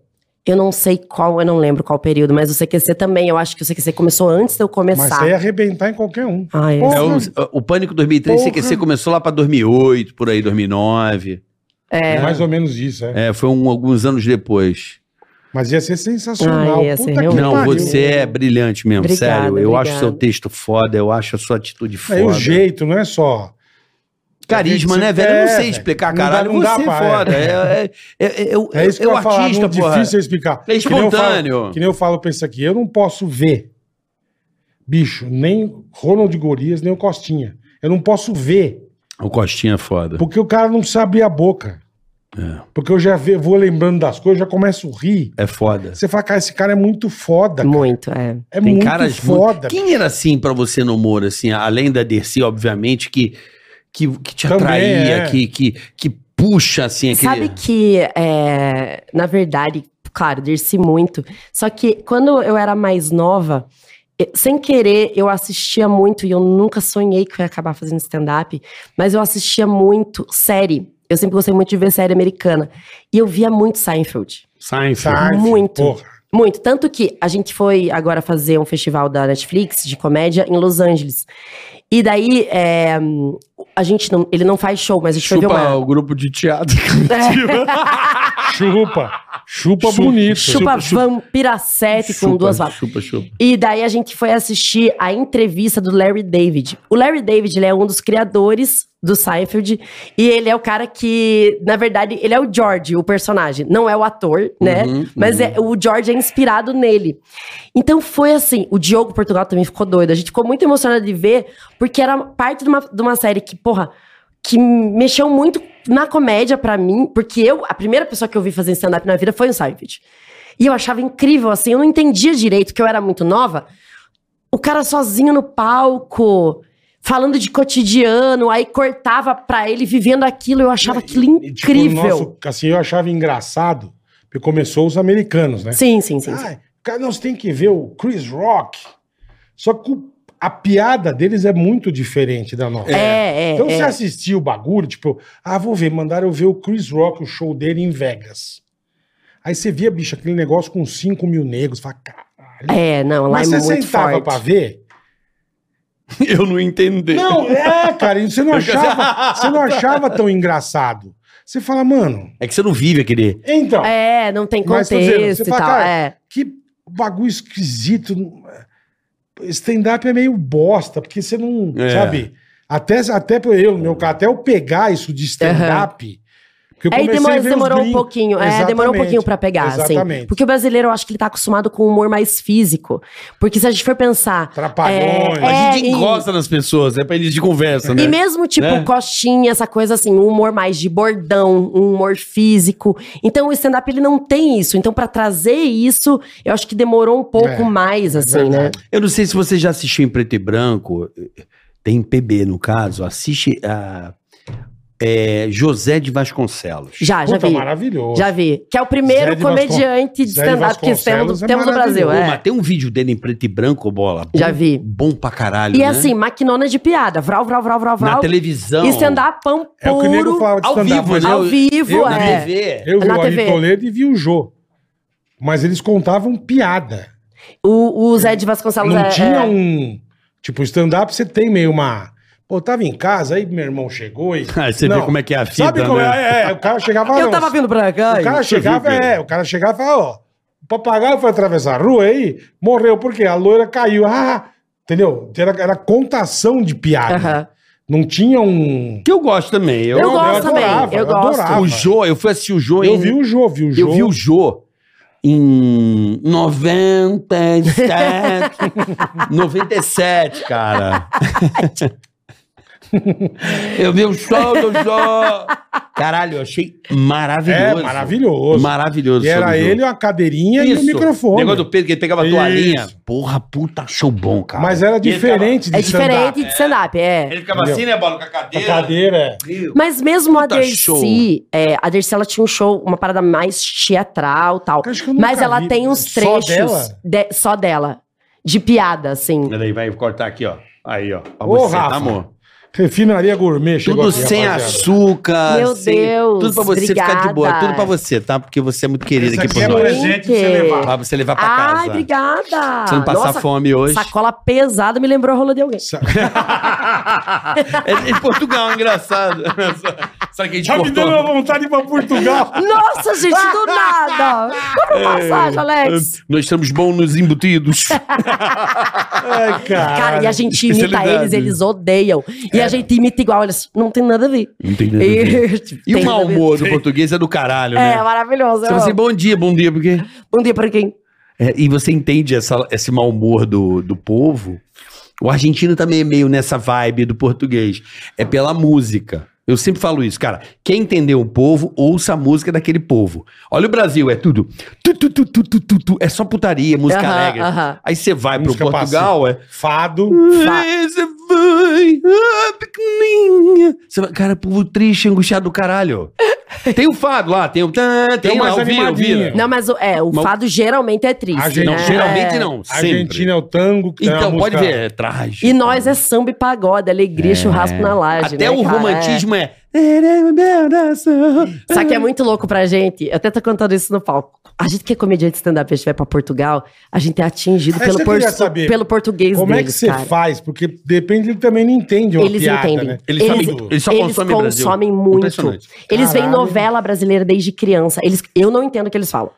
Speaker 5: eu não sei qual, eu não lembro qual período, mas o CQC também, eu acho que o CQC começou antes de eu começar.
Speaker 2: Mas é você ia arrebentar em qualquer um.
Speaker 5: Ai,
Speaker 2: Pô,
Speaker 5: é.
Speaker 3: É, o, o Pânico 2003,
Speaker 2: Porra.
Speaker 3: CQC começou lá pra 2008, por aí, 2009.
Speaker 2: É. Mais ou menos isso, é.
Speaker 3: É, foi um- alguns anos depois.
Speaker 2: Mas ia ser sensacional.
Speaker 5: Ah, ia ser
Speaker 2: Puta que
Speaker 5: realmente.
Speaker 3: Não,
Speaker 2: pariu.
Speaker 3: você é brilhante mesmo,
Speaker 5: Obrigada,
Speaker 3: sério. Eu acho
Speaker 5: obrigada.
Speaker 3: seu texto foda, eu acho a sua atitude foda.
Speaker 2: É o jeito, não é só.
Speaker 3: Carisma, né, velho? eu não sei
Speaker 2: Não
Speaker 3: explicar,
Speaker 2: dá-
Speaker 3: caralho.
Speaker 2: não dá
Speaker 3: você é
Speaker 2: pra-
Speaker 3: foda. É, é, é, é, eu-
Speaker 2: É isso que
Speaker 3: eu,
Speaker 2: eu, ia falar,
Speaker 3: artista,
Speaker 2: não,
Speaker 3: porra.
Speaker 2: difícil eu explicar.
Speaker 3: É
Speaker 2: Que nem eu
Speaker 3: espontâneo.
Speaker 2: falo, que nem eu falo pra isso aqui, eu não posso ver, bicho, nem Ronald Gorias, nem o Costinha. Eu não posso ver,
Speaker 3: O Costinha é foda.
Speaker 2: porque o cara não sabe abrir a boca.
Speaker 3: É.
Speaker 2: Porque eu já ve- vou lembrando das coisas, já começo a rir.
Speaker 3: É foda.
Speaker 2: Você fala, cara, esse cara é muito foda. cara.
Speaker 5: Muito, é.
Speaker 2: É
Speaker 3: Tem
Speaker 2: muito
Speaker 3: caras muito-
Speaker 2: foda.
Speaker 3: Quem era assim pra você no humor, assim, além da Dercy, obviamente, que, que, que te
Speaker 2: Também,
Speaker 3: atraía,
Speaker 2: é.
Speaker 3: que, que, que puxa, assim, aquele...
Speaker 5: Sabe que, é, na verdade, claro, Dirce muito. Só que quando eu era mais nova, eh, sem querer, eu assistia muito, e eu nunca sonhei que eu ia acabar fazendo stand-up, mas eu assistia muito série. Eu sempre gostei muito de ver série americana. E eu via muito Seinfeld.
Speaker 3: Seinfeld.
Speaker 2: Sarf,
Speaker 5: muito.
Speaker 2: porra.
Speaker 5: Muito. Tanto que a gente foi agora fazer um festival da Netflix de comédia em Los Angeles. E daí, é, a gente não. Ele não faz show, mas a gente foi ver
Speaker 3: Chupa
Speaker 5: uma.
Speaker 3: o grupo de teatro.
Speaker 2: Chupa. Chupa bonito.
Speaker 5: Chupa, Vampira 7 com duas vacas.
Speaker 3: Chupa, chupa.
Speaker 5: E daí a gente foi assistir a entrevista do Larry David. O Larry David, ele é um dos criadores do Seinfeld. E ele é o cara que, na verdade, ele é o George, o personagem. Não é o ator, né?
Speaker 3: Uhum,
Speaker 5: Mas é- o George é inspirado nele. Então foi assim. O Diogo Portugal também ficou doido. A gente ficou muito emocionada de ver, porque era parte de uma, de uma série que, porra, que mexeu muito na comédia pra mim, porque eu, a primeira pessoa que eu vi fazer stand-up na vida foi o Seinfeld. E eu achava incrível, assim, eu não entendia direito, que eu era muito nova. O cara sozinho no palco, falando de cotidiano, aí cortava pra ele vivendo aquilo, eu achava aquilo
Speaker 2: E, tipo, o
Speaker 5: incrível.
Speaker 2: nosso- assim, eu achava engraçado, porque começou os americanos, né?
Speaker 5: Sim, sim, sim. sim.
Speaker 2: Ah, cara, nós tem que ver o Chris Rock. Só que o- a piada deles é muito diferente da nossa.
Speaker 5: É, é,
Speaker 2: Então
Speaker 5: é.
Speaker 2: você assistiu o bagulho, tipo, ah, vou ver, mandaram eu ver o Chris Rock, o show dele em Vegas. Aí você via, bicho, aquele negócio com 5 mil negros, fala, caralho.
Speaker 5: É, não, lá
Speaker 2: Mas
Speaker 5: é
Speaker 2: você
Speaker 5: muito
Speaker 2: sentava
Speaker 5: forte.
Speaker 2: pra ver?
Speaker 3: Eu não entendi.
Speaker 2: Não, é, cara, e você não achava, você não achava tão engraçado. Você fala, mano,
Speaker 3: É que você não vive aquele...
Speaker 2: então,
Speaker 5: É, não tem
Speaker 2: Mas tô dizendo,
Speaker 5: contexto
Speaker 2: você
Speaker 5: e
Speaker 2: fala,
Speaker 5: tal.
Speaker 2: cara,
Speaker 5: é.
Speaker 2: que bagulho esquisito. Stand-up é meio bosta, porque você não.
Speaker 3: É.
Speaker 2: Sabe? Até, até pra eu, no meu caso, até eu pegar isso de stand-up. Porque eu
Speaker 5: Aí
Speaker 2: comecei
Speaker 5: demorou,
Speaker 2: a ver os
Speaker 5: demorou um
Speaker 2: gringos.
Speaker 5: pouquinho, é, demorou um
Speaker 2: Exatamente,
Speaker 5: pouquinho pra pegar,
Speaker 2: Exatamente.
Speaker 5: assim. Porque o brasileiro, eu acho que ele tá acostumado com um humor mais físico. Porque se a gente for
Speaker 2: Tá
Speaker 5: pensar,
Speaker 2: Trapalhões.
Speaker 5: É,
Speaker 3: A gente
Speaker 5: e-
Speaker 3: encosta nas pessoas, é pra eles de conversa, né?
Speaker 5: E mesmo, tipo,
Speaker 3: Né?
Speaker 5: costinha, essa coisa assim, um humor mais de bordão, um humor físico. Então, o stand-up, ele não tem isso. Então, pra trazer isso, eu acho que demorou um pouco
Speaker 2: É,
Speaker 5: mais, assim, né?
Speaker 2: verdade.
Speaker 3: Eu não sei se você já assistiu em preto e branco, tem em PB no caso, assiste a é, José de Vasconcelos.
Speaker 5: Já, já
Speaker 2: Puta,
Speaker 5: vi.
Speaker 2: maravilhoso.
Speaker 5: Já vi. Que é o primeiro
Speaker 2: Zé de
Speaker 5: comediante
Speaker 2: Vascon- Zé de
Speaker 5: de stand-up que
Speaker 2: Vasconcelos
Speaker 5: temos,
Speaker 2: é
Speaker 5: temos no Brasil.
Speaker 3: Pô,
Speaker 5: é.
Speaker 3: mas tem um vídeo dele em preto e branco, bola. Bom-
Speaker 5: Já vi.
Speaker 3: Bom pra caralho.
Speaker 5: E
Speaker 3: né?
Speaker 5: assim, maquinona de piada. Vral, vral, vral, vral,
Speaker 3: na
Speaker 5: vral.
Speaker 3: televisão.
Speaker 5: E stand-upão puro.
Speaker 2: É o que o nego falava de
Speaker 3: Ao
Speaker 2: stand-up.
Speaker 3: vivo,
Speaker 2: mas
Speaker 3: né?
Speaker 5: Ao
Speaker 3: Eu-
Speaker 5: vivo,
Speaker 3: Eu na
Speaker 5: é.
Speaker 3: TV.
Speaker 2: Eu vi
Speaker 5: Na
Speaker 2: o Ari
Speaker 5: TV.
Speaker 2: Toledo e vi o Jô. Mas eles contavam piada.
Speaker 5: O, o Zé de Vasconcelos
Speaker 2: não
Speaker 5: é-
Speaker 2: tinha
Speaker 5: é-
Speaker 2: um. Tipo, stand-up você tem meio uma. Pô, eu tava em casa, aí meu irmão chegou e.
Speaker 3: Aí você vê como é que é a fita,
Speaker 2: Sabe como é?
Speaker 3: né?
Speaker 2: É, o cara chegava
Speaker 5: Eu
Speaker 2: não,
Speaker 5: tava vindo pra cá.
Speaker 2: O cara
Speaker 3: você
Speaker 2: chegava,
Speaker 3: viu, cara?
Speaker 2: é, o cara chegava e falava, ó, o papagaio foi atravessar a rua aí, morreu porque a loira caiu. Ah, entendeu? Era, era contação de piada.
Speaker 5: Aham.
Speaker 2: Não tinha um.
Speaker 3: Que eu gosto também. Eu,
Speaker 5: Eu gosto também, eu gosto.
Speaker 3: Ah, O Jô, eu fui assistir o Jô
Speaker 2: Eu
Speaker 3: em-
Speaker 2: vi o Jô, vi o Jô.
Speaker 3: Eu vi o Jô em 97. 97, cara. Eu vi o show do Jô. Caralho, eu achei maravilhoso.
Speaker 2: É, maravilhoso.
Speaker 3: Maravilhoso.
Speaker 2: E era
Speaker 3: show do Jô.
Speaker 2: ele, a cadeirinha e o
Speaker 3: Isso.
Speaker 2: microfone.
Speaker 3: Negócio do Pedro, que ele pegava a
Speaker 2: Isso.
Speaker 3: toalhinha. Porra, puta, show bom, cara.
Speaker 2: Mas era
Speaker 3: E ele
Speaker 2: diferente de
Speaker 5: É
Speaker 2: stand-up.
Speaker 5: diferente de stand-up, é.
Speaker 3: Ele ficava
Speaker 2: Entendeu?
Speaker 3: assim, né, Bola, com a
Speaker 2: A
Speaker 3: cadeira.
Speaker 2: cadeira, é.
Speaker 5: Mas mesmo a
Speaker 3: Puta show.
Speaker 5: Dercy, é, a Dercy ela tinha um show, uma parada mais teatral tal.
Speaker 2: Eu acho que eu nunca
Speaker 5: Mas ela
Speaker 2: vi.
Speaker 5: tem uns
Speaker 2: Só
Speaker 5: trechos
Speaker 2: dela?
Speaker 5: de- só dela. De piada, assim.
Speaker 3: Peraí, vai cortar aqui, ó. Aí, ó. Pra
Speaker 2: Ô,
Speaker 3: você,
Speaker 2: Rafa.
Speaker 3: tá, amor?
Speaker 2: Refinaria gourmet chegou
Speaker 3: Tudo
Speaker 2: aqui,
Speaker 3: sem
Speaker 2: rapaziada.
Speaker 3: açúcar.
Speaker 5: Meu
Speaker 3: sem-
Speaker 5: Deus,
Speaker 3: Tudo pra você ficar de boa.
Speaker 5: obrigada.
Speaker 3: Tudo pra você, tá? Porque você é muito querida
Speaker 2: Esse
Speaker 3: aqui
Speaker 2: aqui
Speaker 3: por
Speaker 2: é
Speaker 3: nós.
Speaker 2: presente pra você levar.
Speaker 3: Pra você levar pra casa.
Speaker 5: Ai, obrigada!
Speaker 3: Você não passar
Speaker 5: Nossa,
Speaker 3: fome hoje.
Speaker 5: Sacola pesada me lembrou a rola de alguém.
Speaker 3: é de Portugal, engraçado. Será que a gente
Speaker 2: Já me deu uma
Speaker 3: cortou?
Speaker 2: vontade pra Portugal.
Speaker 5: Nossa, gente, do nada! Compra
Speaker 3: É,
Speaker 5: uma passagem, Alex!
Speaker 3: Nós estamos bons nos embutidos.
Speaker 2: Ai, cara.
Speaker 5: Cara, e a
Speaker 3: é
Speaker 5: gente imita
Speaker 3: especialidade.
Speaker 5: eles, eles odeiam. E a gente imita igual, eles não tem nada a ver.
Speaker 3: É. Não tem nada a ver.
Speaker 5: E,
Speaker 3: E o mau
Speaker 5: mal
Speaker 3: humor do português é do caralho,
Speaker 5: É,
Speaker 3: né?
Speaker 5: maravilhoso.
Speaker 3: Você
Speaker 5: eu
Speaker 3: fala assim,
Speaker 5: amo.
Speaker 3: bom dia, bom dia, porque...
Speaker 5: Bom dia pra quem?
Speaker 3: É, e você entende essa- esse mau humor do, do povo. O argentino também é meio nessa vibe do português. É pela música. Eu sempre falo isso, cara. Quem entender o povo, ouça a música daquele povo. Olha o Brasil, é tudo. Tu, tu, tu, tu, tu, tu, tu. é só putaria, música
Speaker 5: Aham,
Speaker 3: alegre.
Speaker 5: aham.
Speaker 3: Aí você vai pro
Speaker 2: Música
Speaker 3: Portugal, é.
Speaker 2: Fado.
Speaker 5: Fa-
Speaker 3: Aí Você vai, ah, pequenininha. Você vai, cara, povo triste, angustiado do caralho. Tem o fado lá, tem o. Tem,
Speaker 2: Tem
Speaker 3: lá,
Speaker 2: mais
Speaker 3: ouvira,
Speaker 2: animadinha.
Speaker 3: ouvira.
Speaker 5: Não, mas o- é, o
Speaker 3: Mas-
Speaker 5: fado geralmente é triste.
Speaker 2: A gente-
Speaker 5: né?
Speaker 3: Não, geralmente
Speaker 5: É.
Speaker 3: não.
Speaker 2: A
Speaker 3: sempre.
Speaker 2: Argentina é o tango. que é
Speaker 3: Então,
Speaker 2: uma
Speaker 3: pode
Speaker 2: música-
Speaker 3: ver, é trágico.
Speaker 5: E nós é samba e pagode,
Speaker 2: É.
Speaker 5: alegria, churrasco na laje.
Speaker 3: Até
Speaker 5: né,
Speaker 3: o
Speaker 5: cara?
Speaker 3: romantismo é. Meu
Speaker 5: É. Só que é muito louco pra gente. Eu até tô contando isso no palco. A gente que é comediante stand-up, a gente vai pra Portugal, a gente é atingido
Speaker 2: É, isso
Speaker 5: pelo,
Speaker 2: eu queria
Speaker 5: portu-
Speaker 2: saber.
Speaker 5: pelo português
Speaker 2: Como é que
Speaker 5: deles,
Speaker 2: você
Speaker 5: cara.
Speaker 2: faz? Porque depende, ele também não entende uma
Speaker 5: Eles
Speaker 2: piada,
Speaker 5: entendem.
Speaker 2: né?
Speaker 3: Eles
Speaker 5: Eles-
Speaker 3: sabem- eles só
Speaker 5: eles
Speaker 3: consomem Brasil.
Speaker 5: consomem muito.
Speaker 3: Impressionante.
Speaker 5: Eles veem
Speaker 2: Caralho.
Speaker 5: novela brasileira desde criança. Eles, eu não entendo o que eles falam.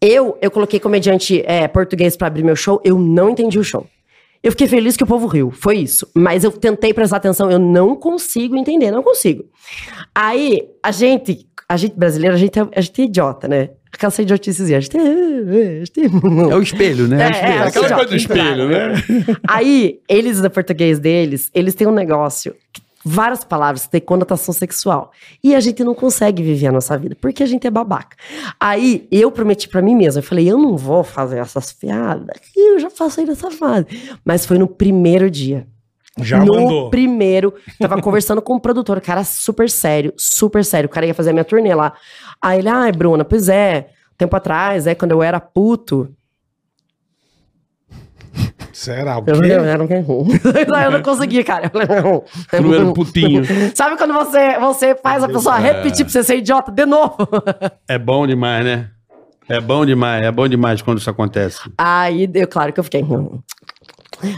Speaker 5: Eu, eu coloquei comediante é, português pra abrir meu show, eu não entendi o show. Eu fiquei feliz que o povo riu, foi isso. Mas eu tentei prestar atenção, eu não consigo entender, não consigo. Aí, a gente, a gente brasileira, a gente é, a gente é idiota, né? Aquela idioticezinha, a gente é... A gente é
Speaker 3: É o espelho, né?
Speaker 5: É,
Speaker 3: o espelho.
Speaker 5: é,
Speaker 3: Aquela
Speaker 5: assim, ó,
Speaker 3: coisa do espelho, né?
Speaker 5: Aí, eles, no português deles, eles têm um negócio. que Várias palavras que têm conotação sexual. E a gente não consegue viver a nossa vida, porque a gente é babaca. Aí eu prometi pra mim mesma, eu falei, eu não vou fazer essas piadas, que eu já passei dessa fase. Mas foi no primeiro dia.
Speaker 2: Já
Speaker 5: no
Speaker 2: mandou.
Speaker 5: primeiro, tava conversando com o produtor, o cara super sério, super sério. O cara ia fazer a minha turnê lá. Aí ele, ai, Bruna, pois é, tempo atrás, é, quando eu era puto,
Speaker 2: Será? O
Speaker 5: eu não, eu
Speaker 2: quê?
Speaker 5: era um guerreiro. eu não conseguia, cara. Eu falei, não.
Speaker 3: Não era um putinho.
Speaker 5: Sabe quando você, você faz a pessoa repetir pra você ser idiota de novo?
Speaker 3: É bom demais, né? É bom demais, é bom demais quando isso acontece.
Speaker 5: Aí, eu, claro que eu fiquei. hum.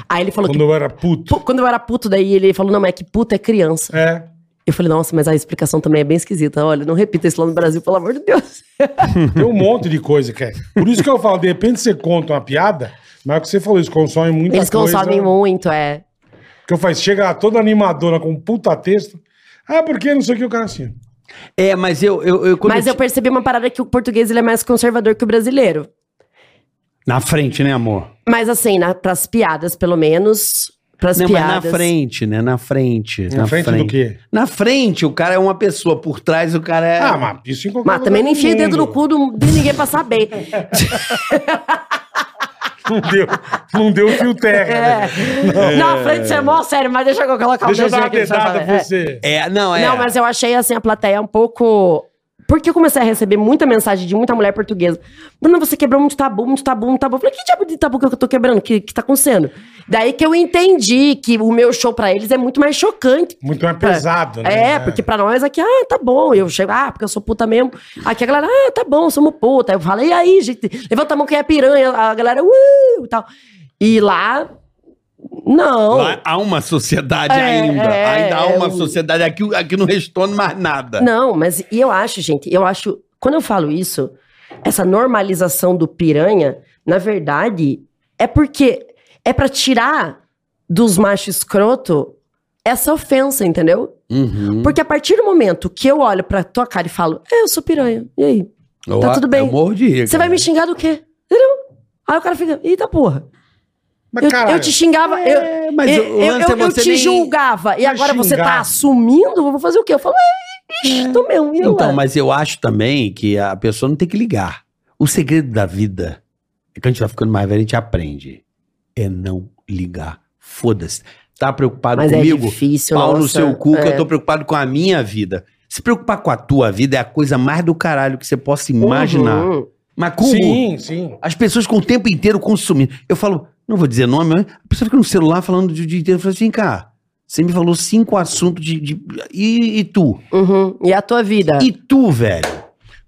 Speaker 5: Aí ele falou
Speaker 2: Quando
Speaker 5: que.
Speaker 2: eu era puto.
Speaker 5: pu- Quando eu era puto, daí ele falou: não, mas é que puto é criança.
Speaker 2: É.
Speaker 5: Eu falei, nossa, mas a explicação também é bem esquisita. Olha, não repita isso lá no Brasil, pelo amor de Deus.
Speaker 2: Tem um monte de coisa que é. Por isso que eu falo, de repente você conta uma piada, mas é o que você falou, eles consomem muita
Speaker 5: Eles
Speaker 2: coisa.
Speaker 5: consomem muito, é.
Speaker 2: Que eu faço, chega lá toda animadora com um puta texto. Ah, porque não sei o que o cara assim.
Speaker 3: É, mas eu. eu, eu quando
Speaker 5: Mas eu percebi uma parada que o português ele é mais conservador que o brasileiro.
Speaker 3: Na frente, né, amor?
Speaker 5: Mas assim, na, pras piadas, pelo menos. Pras
Speaker 3: Não, mas na
Speaker 5: piadas.
Speaker 3: frente, né? Na frente.
Speaker 5: É.
Speaker 2: Na frente do quê?
Speaker 3: Na frente, o cara é uma pessoa. Por trás, o cara é.
Speaker 2: Ah, mas isso em qualquer
Speaker 5: Mas
Speaker 2: lugar
Speaker 5: também
Speaker 2: do
Speaker 5: não enfiei o dedo no
Speaker 2: mundo.
Speaker 5: cu do- de ninguém pra saber.
Speaker 2: Não deu, não deu fio terra. né?
Speaker 5: É. Na frente você é mó sério, mas deixa eu colocar
Speaker 2: Deixa
Speaker 5: o
Speaker 2: eu dar uma
Speaker 5: dedinho aqui pra
Speaker 2: dedada
Speaker 5: saber.
Speaker 2: pra
Speaker 5: É.
Speaker 2: você.
Speaker 3: É, não, é.
Speaker 5: Não, mas eu achei assim a plateia um pouco. Porque eu comecei a receber muita mensagem de muita mulher portuguesa. Bruna, você quebrou muito tabu, muito tabu, muito tabu. Eu falei, que diabo de tabu que eu tô quebrando? O que, que tá acontecendo? Daí que eu entendi que o meu show pra eles é muito mais chocante.
Speaker 2: Muito mais pesado, né?
Speaker 5: É, porque pra nós aqui, ah, tá bom. Eu chego, ah, porque eu sou puta mesmo. Aqui a galera, ah, tá bom, somos puta. Aí eu falo, e aí, gente? Levanta a mão quem é piranha. A galera, uh, e tal. E lá, não.
Speaker 3: Lá é- há uma sociedade
Speaker 5: É,
Speaker 3: ainda.
Speaker 5: é,
Speaker 3: ainda há
Speaker 5: é,
Speaker 3: uma
Speaker 5: o-
Speaker 3: sociedade. Aqui, aqui não restou mais nada.
Speaker 5: Não, mas e eu acho, gente, eu acho. Quando eu falo isso, essa normalização do piranha, na verdade, é porque é pra tirar dos machos escroto essa ofensa, entendeu?
Speaker 3: Uhum.
Speaker 5: Porque a partir do momento que eu olho pra tua cara e falo, é, eu sou piranha, e aí?
Speaker 3: Eu-
Speaker 5: Tá tudo bem.
Speaker 3: Eu morro de rir,
Speaker 5: Você
Speaker 3: cara.
Speaker 5: vai me xingar do quê? Entendeu? Aí o cara fica, eita porra.
Speaker 2: Mas,
Speaker 5: Eu,
Speaker 2: caralho,
Speaker 5: eu te xingava, eu,
Speaker 3: mas
Speaker 5: eu,
Speaker 3: o lance
Speaker 5: eu-
Speaker 3: é
Speaker 5: eu
Speaker 3: você
Speaker 5: te
Speaker 3: nem-
Speaker 5: julgava. E
Speaker 2: Não é
Speaker 5: agora você
Speaker 2: xingar.
Speaker 5: tá assumindo? Eu vou fazer o quê? Eu falo, "Ai, ixi, tomei um e
Speaker 3: Então,
Speaker 5: lá."
Speaker 3: mas eu acho também que a pessoa não tem que ligar. O segredo da vida, é que a gente vai ficando mais velho, a gente aprende, é não ligar. Foda-se. Tá preocupado
Speaker 5: Mas é
Speaker 3: comigo?
Speaker 5: difícil,
Speaker 3: pau no
Speaker 5: nossa.
Speaker 3: seu cu, que
Speaker 5: É.
Speaker 3: eu tô preocupado com a minha vida. Se preocupar com a tua vida é a coisa mais do caralho que você possa imaginar.
Speaker 5: Uhum.
Speaker 3: Mas como
Speaker 2: Sim, sim.
Speaker 3: as pessoas com o tempo inteiro consumindo. Eu falo, não vou dizer nome, mas a pessoa fica no celular falando de dia inteiro. Eu falo assim, cá, você me falou cinco assuntos de. de- e, e tu?
Speaker 5: Uhum. E a tua vida?
Speaker 3: E tu, velho?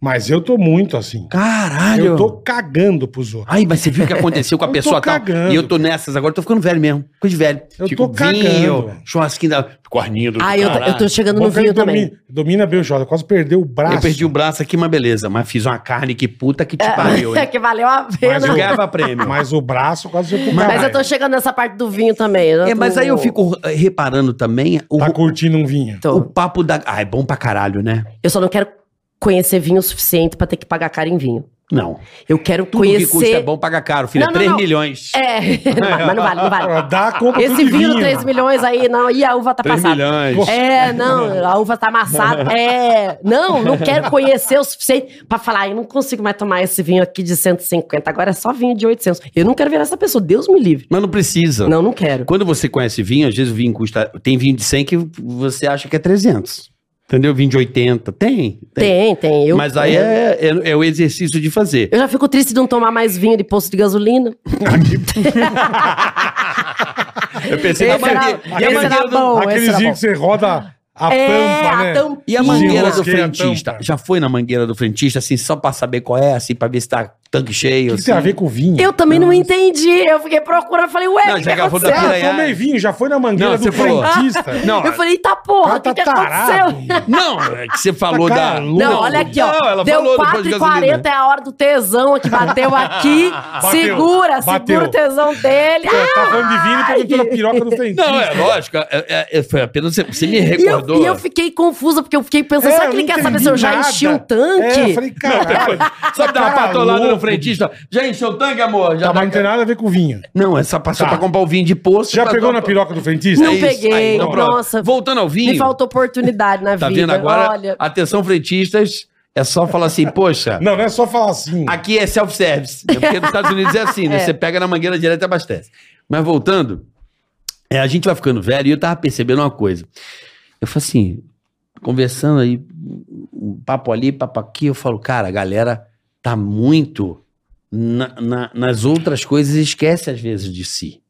Speaker 2: Mas eu tô muito assim.
Speaker 3: Caralho!
Speaker 2: Eu tô cagando pros outros.
Speaker 3: Ai, mas você viu o que aconteceu com
Speaker 2: Eu
Speaker 3: a
Speaker 2: tô
Speaker 3: pessoa tal?
Speaker 2: cagando.
Speaker 3: E eu tô nessas agora, eu tô ficando velho mesmo. Coisa de velho.
Speaker 2: Eu
Speaker 3: Tipo,
Speaker 2: tô cagando, velho.
Speaker 3: Churrasquinho da. Corninho do.
Speaker 5: Ah, eu, tô-
Speaker 3: caralho.
Speaker 5: eu tô chegando
Speaker 2: Bom
Speaker 5: no
Speaker 2: que ele
Speaker 5: vinho também.
Speaker 2: domina- Domina bem o Jota, quase perdeu o braço.
Speaker 3: Eu perdi o braço aqui, mas beleza. Mas fiz uma carne que puta que te pariu,
Speaker 5: É
Speaker 3: hein?
Speaker 5: que valeu a pena.
Speaker 2: Mas
Speaker 3: Eu
Speaker 2: eu-
Speaker 3: ganhava prêmio.
Speaker 2: Mas o braço quase foi pro
Speaker 5: Mas
Speaker 2: caralho.
Speaker 5: eu tô chegando nessa parte do vinho também. eu
Speaker 3: É,
Speaker 5: tô-
Speaker 3: mas aí eu fico eh, reparando também o,
Speaker 2: Tá curtindo um vinho.
Speaker 5: Tô.
Speaker 3: o papo da. Ah, é bom pra caralho, né?
Speaker 5: Eu só não quero conhecer vinho o suficiente pra ter que pagar caro em vinho.
Speaker 3: Não.
Speaker 5: Eu quero
Speaker 3: Tudo
Speaker 5: conhecer.
Speaker 3: que custa é bom, paga caro, filha.
Speaker 5: Não, não,
Speaker 3: 3
Speaker 5: não.
Speaker 3: milhões.
Speaker 5: É, não vale, mas não vale, não vale.
Speaker 2: Dá a compra
Speaker 5: Esse
Speaker 2: tudo de
Speaker 5: vinho do 3 milhões aí, não, e a uva tá
Speaker 3: 3
Speaker 5: passada.
Speaker 3: milhões.
Speaker 5: É, não, a uva tá amassada. É, não, não quero conhecer o suficiente pra falar, "Ah, eu não consigo mais tomar esse vinho aqui de 150, agora é só vinho de 800. Eu não quero virar essa pessoa, Deus me livre.
Speaker 3: Mas não precisa.
Speaker 5: Não, não quero.
Speaker 3: Quando você conhece vinho, às vezes o vinho custa. Tem vinho de 100 que você acha que é 300. Entendeu? Vinho de 80. Tem.
Speaker 5: Tem, tem. Eu,
Speaker 3: Mas aí é, é- é o exercício de fazer.
Speaker 5: Eu já fico triste de não tomar mais vinho de posto de gasolina.
Speaker 3: Eu pensei na
Speaker 5: Esse é era-
Speaker 3: mangueira. E a
Speaker 5: esse
Speaker 3: mangueira
Speaker 5: era
Speaker 3: do,
Speaker 5: bom, esse
Speaker 2: Aqueles
Speaker 5: era
Speaker 2: vinhos
Speaker 5: bom. É,
Speaker 2: que você roda a tampa, né?
Speaker 5: a tampa.
Speaker 3: e a mangueira do
Speaker 2: Enrosquei a
Speaker 3: frentista.
Speaker 2: tampa.
Speaker 3: Já foi na mangueira do frentista, assim, só pra saber qual é, assim, pra ver se tá tanque
Speaker 2: O
Speaker 3: cheio.
Speaker 2: que, que tem a
Speaker 3: assim?
Speaker 2: ver com vinho?
Speaker 5: Eu também não entendi. Eu fiquei procurando, falei, ué,
Speaker 3: Não,
Speaker 5: o que,
Speaker 3: já
Speaker 5: que
Speaker 3: agarrou da
Speaker 5: aconteceu?
Speaker 2: Ah,
Speaker 3: piranha.
Speaker 2: tomei vinho, já foi na mangueira
Speaker 3: Não,
Speaker 2: do
Speaker 3: você falou.
Speaker 2: frentista.
Speaker 3: Não,
Speaker 5: Eu falei, eita
Speaker 2: cara
Speaker 5: porra, o
Speaker 2: tá
Speaker 5: que, que
Speaker 2: tarado.
Speaker 5: aconteceu?
Speaker 3: Não, é que você falou
Speaker 2: Tá
Speaker 3: da.
Speaker 2: caludo.
Speaker 5: Não, olha aqui, ó.
Speaker 3: Não, ela
Speaker 5: Deu
Speaker 3: falou depois de
Speaker 5: 4h40, é a hora do tesão que bateu aqui.
Speaker 2: Bateu,
Speaker 5: segura,
Speaker 2: bateu.
Speaker 5: segura o tesão dele. Ah,
Speaker 2: Pô, Tá falando de vinho e perguntou a piroca do frentista.
Speaker 3: Não, é lógico. é- é- é- foi apenas você, você me
Speaker 5: E eu,
Speaker 3: recordou.
Speaker 5: e eu fiquei confusa, porque eu fiquei pensando,
Speaker 2: É,
Speaker 5: será
Speaker 2: eu
Speaker 5: que ele
Speaker 2: não
Speaker 5: quer saber
Speaker 2: entendi
Speaker 5: se eu já
Speaker 2: nada.
Speaker 5: enchi um
Speaker 2: É, eu
Speaker 5: tanque?
Speaker 2: falei, caralho.
Speaker 3: Sabe dar uma
Speaker 2: Cara
Speaker 3: patolada tá no
Speaker 2: louco.
Speaker 3: frentista? Já encheu o tanque, amor?
Speaker 2: Tá,
Speaker 3: Já tá-
Speaker 2: mas não tem nada a ver com vinho.
Speaker 3: Não, é só passou
Speaker 2: Tá.
Speaker 3: pra comprar o vinho de poço.
Speaker 2: Você já
Speaker 3: pra-
Speaker 2: pegou na piroca do frentista?
Speaker 5: Não
Speaker 3: Tá É isso.
Speaker 5: peguei,
Speaker 3: Aí, então pronto.
Speaker 5: nossa.
Speaker 3: Voltando ao vinho.
Speaker 5: Me faltou oportunidade na
Speaker 3: Tá
Speaker 5: vida.
Speaker 3: vendo agora?
Speaker 5: Olha,
Speaker 3: Atenção, frentistas. É só falar assim, poxa,
Speaker 2: Não, não é só falar assim.
Speaker 3: aqui é self-service. né? Porque nos Estados Unidos é assim, né? Você pega na mangueira direto e abastece. Mas voltando, é, a gente vai ficando velho e eu tava percebendo uma coisa. Eu falo assim, conversando aí, um papo ali, papo aqui, eu falo, cara, a galera tá muito na- na- nas outras coisas e esquece às vezes de si.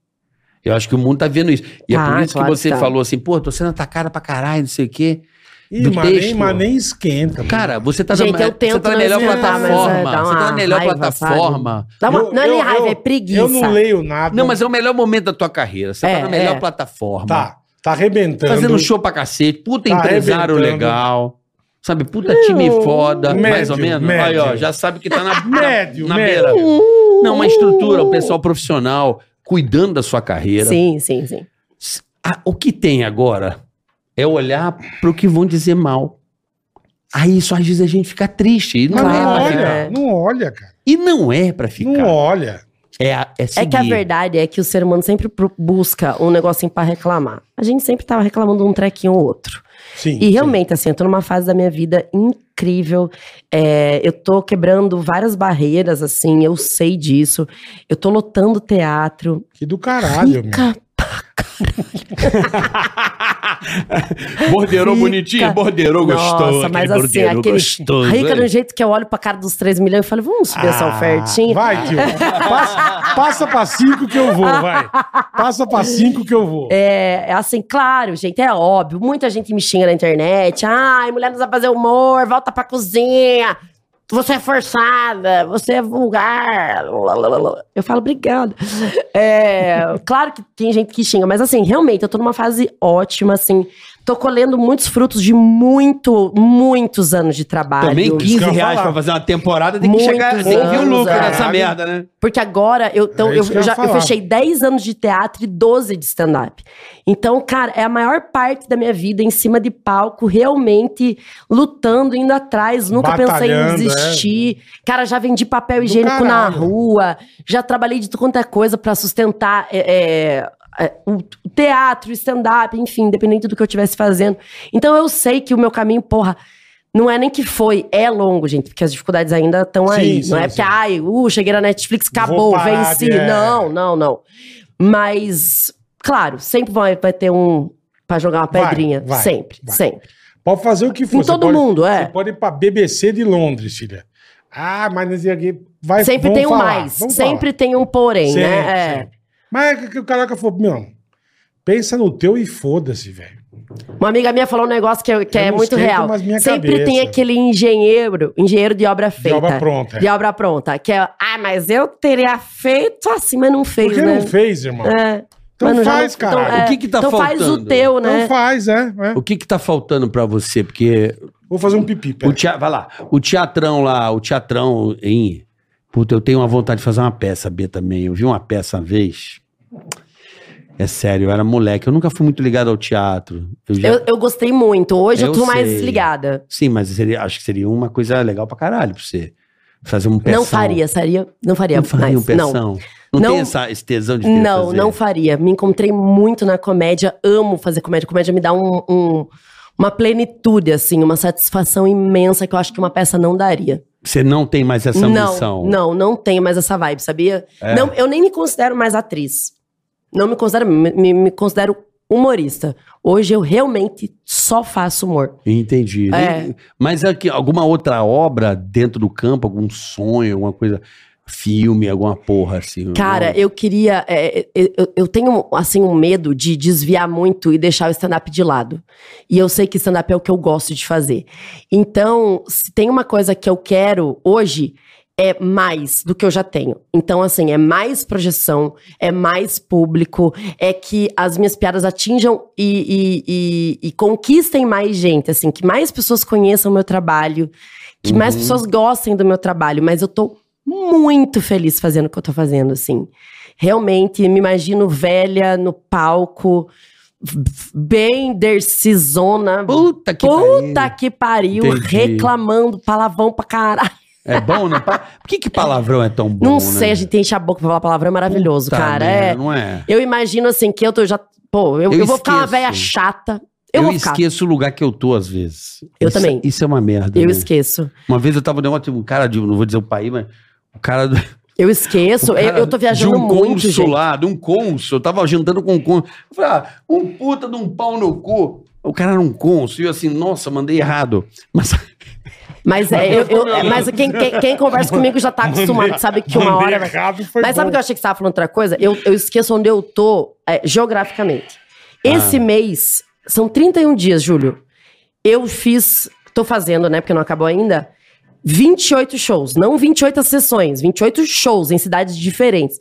Speaker 3: Eu acho que o mundo tá vendo isso. E é
Speaker 5: Ah,
Speaker 3: por isso
Speaker 5: claro
Speaker 3: que você
Speaker 5: que tá.
Speaker 3: falou assim, pô, tô sendo atacada pra caralho, não sei o quê.
Speaker 2: Ih,
Speaker 3: do
Speaker 2: mas nem,
Speaker 3: texto.
Speaker 2: mas nem esquenta.
Speaker 3: Cara, você tá,
Speaker 5: Gente,
Speaker 3: na,
Speaker 5: eu
Speaker 3: você
Speaker 5: tento
Speaker 3: tá na
Speaker 5: não
Speaker 3: melhor
Speaker 5: esquentar, mas, é,
Speaker 3: plataforma.
Speaker 5: dá
Speaker 3: você tá
Speaker 5: uma
Speaker 3: na melhor
Speaker 5: raiva,
Speaker 3: plataforma.
Speaker 5: dá uma-
Speaker 2: Eu-
Speaker 5: não é nem
Speaker 2: eu-
Speaker 5: raiva,
Speaker 2: eu-
Speaker 5: é preguiça.
Speaker 2: Eu não leio nada.
Speaker 3: Não, mas é o melhor momento da tua carreira. Você
Speaker 5: É,
Speaker 3: tá na melhor
Speaker 5: é.
Speaker 3: plataforma.
Speaker 2: Tá, tá arrebentando.
Speaker 3: Fazendo show pra cacete. Puta
Speaker 2: Tá
Speaker 3: empresário
Speaker 2: arrebentando.
Speaker 3: legal. Sabe, puta time foda, mais
Speaker 2: médio,
Speaker 3: ou menos.
Speaker 2: médio.
Speaker 3: Aí, ó, já sabe que tá na, na,
Speaker 2: Médio,
Speaker 3: na
Speaker 2: médio.
Speaker 3: beira.
Speaker 5: Uh.
Speaker 3: Não, uma estrutura, o pessoal profissional cuidando da sua carreira.
Speaker 5: Sim, sim, sim.
Speaker 3: Ah, o que tem agora é olhar pro que vão dizer mal. Aí isso às vezes a gente fica triste. E não,
Speaker 2: Mas não
Speaker 5: Claro,
Speaker 3: é, pra
Speaker 2: olha,
Speaker 3: ficar.
Speaker 5: né?
Speaker 2: não olha, cara.
Speaker 3: e não é pra ficar.
Speaker 2: Não olha.
Speaker 3: É, a- é
Speaker 5: É que a
Speaker 3: seguir.
Speaker 5: verdade é que o ser humano sempre pro- busca um negocinho pra reclamar. A gente sempre tava reclamando um trequinho ou outro.
Speaker 2: Sim.
Speaker 5: E realmente, assim, eu tô numa fase da minha vida incrível. É, eu tô quebrando várias barreiras, assim, eu sei disso. Eu tô lotando teatro.
Speaker 2: sim. Que do caralho, meu.
Speaker 5: Rica,
Speaker 3: Borderou
Speaker 5: Rica.
Speaker 3: bonitinho, borderou gostoso.
Speaker 5: Nossa, mas
Speaker 3: aquele
Speaker 5: assim,
Speaker 3: borderou
Speaker 5: aquele
Speaker 3: gostoso.
Speaker 5: rica
Speaker 2: é
Speaker 3: hein?
Speaker 5: de um jeito que eu olho pra cara dos 3 milhões e falo, vamos subir essa
Speaker 3: Ah,
Speaker 5: ofertinha.
Speaker 2: Vai, tio. Passa, passa pra cinco que eu vou, vai. Passa pra cinco que eu vou.
Speaker 5: É, é assim, claro, gente, é óbvio. Muita gente me xinga na internet. Ai, mulher não sabe fazer humor, volta pra cozinha. Você é forçada, você é vulgar. lá, lá, lá, lá. Eu falo, obrigada. É, claro que tem gente que xinga, mas assim, realmente, eu tô numa fase ótima, assim. Tô colhendo muitos frutos de muito, muitos anos de trabalho.
Speaker 3: Também 15
Speaker 2: que eu ia
Speaker 3: reais
Speaker 2: falar.
Speaker 3: pra fazer uma temporada, tem que
Speaker 5: Muitos
Speaker 3: chegar, tem que vir o
Speaker 5: anos,
Speaker 3: lucro
Speaker 5: é.
Speaker 3: nessa merda, né?
Speaker 5: Porque agora eu, então,
Speaker 2: É
Speaker 5: eu,
Speaker 2: isso que eu
Speaker 5: eu já,
Speaker 2: ia
Speaker 5: eu
Speaker 2: falar.
Speaker 5: fechei 10 anos de teatro e 12 de stand-up. Então, cara, é a maior parte da minha vida em cima de palco, realmente lutando, indo atrás. Nunca pensei em
Speaker 2: Batalhando, é.
Speaker 5: desistir. Cara, já vendi papel higiênico na
Speaker 2: caralho.
Speaker 5: rua, já trabalhei de tudo quanto é coisa pra sustentar. é, é, é, o o teatro, o stand-up, enfim, independente do que eu estivesse fazendo. Então eu sei que o meu caminho, porra, não é nem que foi, é longo, gente, porque as dificuldades ainda estão
Speaker 2: Sim,
Speaker 5: aí.
Speaker 2: sim,
Speaker 5: não
Speaker 2: sim.
Speaker 5: é porque, ai, uh, cheguei na Netflix, acabou,
Speaker 2: parar
Speaker 5: venci.
Speaker 2: de- é.
Speaker 5: Não, não, não. Mas, claro, sempre vai, vai ter um. Pra jogar uma
Speaker 2: Vai,
Speaker 5: pedrinha.
Speaker 2: vai,
Speaker 5: sempre,
Speaker 2: vai.
Speaker 5: sempre.
Speaker 2: Pode fazer o que for.
Speaker 5: Em
Speaker 2: Você
Speaker 5: todo
Speaker 2: pode-
Speaker 5: mundo,
Speaker 2: Você
Speaker 5: é.
Speaker 2: pode ir pra BBC de Londres, filha. Ah, mas não sei o quê. vai
Speaker 5: Sempre
Speaker 2: vão
Speaker 5: tem um
Speaker 2: falar,
Speaker 5: mais.
Speaker 2: vão
Speaker 5: Sempre
Speaker 2: falar.
Speaker 5: tem um porém,
Speaker 2: Sempre,
Speaker 5: né? É.
Speaker 2: sempre. Mas é que o caraca falou, meu, pensa no teu e foda-se, velho.
Speaker 5: Uma amiga minha falou um negócio que, eu- que
Speaker 2: Eu
Speaker 5: é
Speaker 2: não
Speaker 5: muito
Speaker 2: esquento
Speaker 5: real.
Speaker 2: mais minha
Speaker 5: Sempre
Speaker 2: cabeça.
Speaker 5: tem aquele engenheiro, engenheiro de obra feita.
Speaker 2: obra pronta, é.
Speaker 5: De obra pronta. Que é, ah, mas eu teria feito assim, mas não fez,
Speaker 2: Porque
Speaker 5: né?
Speaker 2: não fez, irmão.
Speaker 5: É.
Speaker 2: Então
Speaker 5: Mas não-
Speaker 2: faz,
Speaker 5: então,
Speaker 2: caralho.
Speaker 5: é,
Speaker 3: O que que tá
Speaker 5: então faz o
Speaker 3: faltando?
Speaker 5: teu,
Speaker 2: Não
Speaker 5: né?
Speaker 2: faz, é. é.
Speaker 3: O que que tá faltando pra você? Porque
Speaker 2: Vou fazer um pipi,
Speaker 3: o
Speaker 2: pera.
Speaker 3: tea- vai lá, o teatrão lá, o teatrão em... Puta, eu tenho uma vontade de fazer uma peça, B, também. Eu vi uma peça uma vez... É sério, eu era moleque. Eu nunca fui muito ligado ao teatro. Eu já-
Speaker 5: Eu, eu gostei muito. Hoje eu,
Speaker 3: Eu
Speaker 5: tô mais
Speaker 3: sei.
Speaker 5: ligada.
Speaker 3: Sim, mas seria- acho que seria uma coisa legal pra caralho pra você. Fazer um peção.
Speaker 5: Não faria, seria, não faria
Speaker 3: Não faria
Speaker 5: mais.
Speaker 3: um peção.
Speaker 5: não.
Speaker 3: Não,
Speaker 5: Não-
Speaker 3: tem essa, esse tesão de querer
Speaker 5: Não,
Speaker 3: fazer?
Speaker 5: não faria. Me encontrei muito na comédia. Amo fazer comédia. Comédia me dá um- um- uma plenitude, assim, uma satisfação imensa que eu acho que uma peça não daria.
Speaker 3: Você não tem mais essa
Speaker 5: não,
Speaker 3: ambição.
Speaker 5: Não, não tenho mais essa vibe, sabia? Não, eu nem me considero mais atriz. Não me considero, me, me- me considero humorista. Hoje eu realmente só faço humor.
Speaker 3: Uhum. Entendi.
Speaker 5: É.
Speaker 3: Nem- Mas aqui, alguma outra obra dentro do campo, algum sonho, alguma coisa, filme, alguma porra assim.
Speaker 5: Cara,
Speaker 3: não?
Speaker 5: eu queria. é, é, eu, eu tenho, assim, um medo de desviar muito e deixar o stand-up de lado. E eu sei que stand-up é o que eu gosto de fazer. Então, se tem uma coisa que eu quero hoje, é mais do que eu já tenho. Então, assim, é mais projeção, é mais público, é que as minhas piadas atinjam e, e- e- e conquistem mais gente, assim, que mais pessoas conheçam o meu trabalho, que
Speaker 3: Uhum.
Speaker 5: mais pessoas gostem do meu trabalho, mas eu tô muito feliz fazendo o que eu tô fazendo, assim. Realmente, me imagino velha no palco, v- bem dercisona,
Speaker 3: Puta que
Speaker 5: Puta
Speaker 3: Puta
Speaker 5: que pariu,
Speaker 3: Entendi.
Speaker 5: reclamando palavrão pra caralho.
Speaker 3: É bom, né? Pa- Por que, que palavrão é tão bom?
Speaker 5: não
Speaker 3: né?
Speaker 5: sei, a gente enche a boca pra falar palavrão, é maravilhoso,
Speaker 3: Puta
Speaker 5: cara.
Speaker 3: merda,
Speaker 5: É,
Speaker 3: Não é?
Speaker 5: eu imagino assim que eu tô já. Pô, eu,
Speaker 3: Eu
Speaker 5: eu vou ficar uma
Speaker 3: esqueço.
Speaker 5: velha chata.
Speaker 3: Eu,
Speaker 5: Eu, vou ficar.
Speaker 3: esqueço o lugar que eu tô, às vezes.
Speaker 5: Eu
Speaker 3: Isso-
Speaker 5: também.
Speaker 3: Isso é uma merda.
Speaker 5: Eu
Speaker 3: né?
Speaker 5: esqueço.
Speaker 3: Uma vez eu tava no negócio, um cara de, não vou dizer o país, mas o cara do.
Speaker 5: Eu esqueço.
Speaker 3: o
Speaker 5: eu-
Speaker 3: cara
Speaker 5: eu, tô viajando
Speaker 3: de um
Speaker 5: muito,
Speaker 3: cônsul
Speaker 5: gente.
Speaker 3: lá, de um cônsul. Eu tava jantando com um cônsul. Eu falei, ah, um puta de um pau no cu. O cara era um cônsul. E eu assim, nossa, mandei errado. Mas
Speaker 5: Mas, é, eu, eu- é, mas quem, quem- quem conversa comigo já tá acostumado, sabe que uma
Speaker 2: Mandei
Speaker 5: hora. vai-
Speaker 2: errado, foi
Speaker 5: Mas sabe
Speaker 2: bom.
Speaker 5: o que eu achei que você tava falando outra coisa? Eu, eu esqueço onde eu tô é, geograficamente.
Speaker 3: Ah.
Speaker 5: Esse mês, são 31 dias, Júlio. Eu fiz, tô fazendo, né, porque não acabou ainda, 28 shows. Não 28 sessões, 28 shows em cidades diferentes.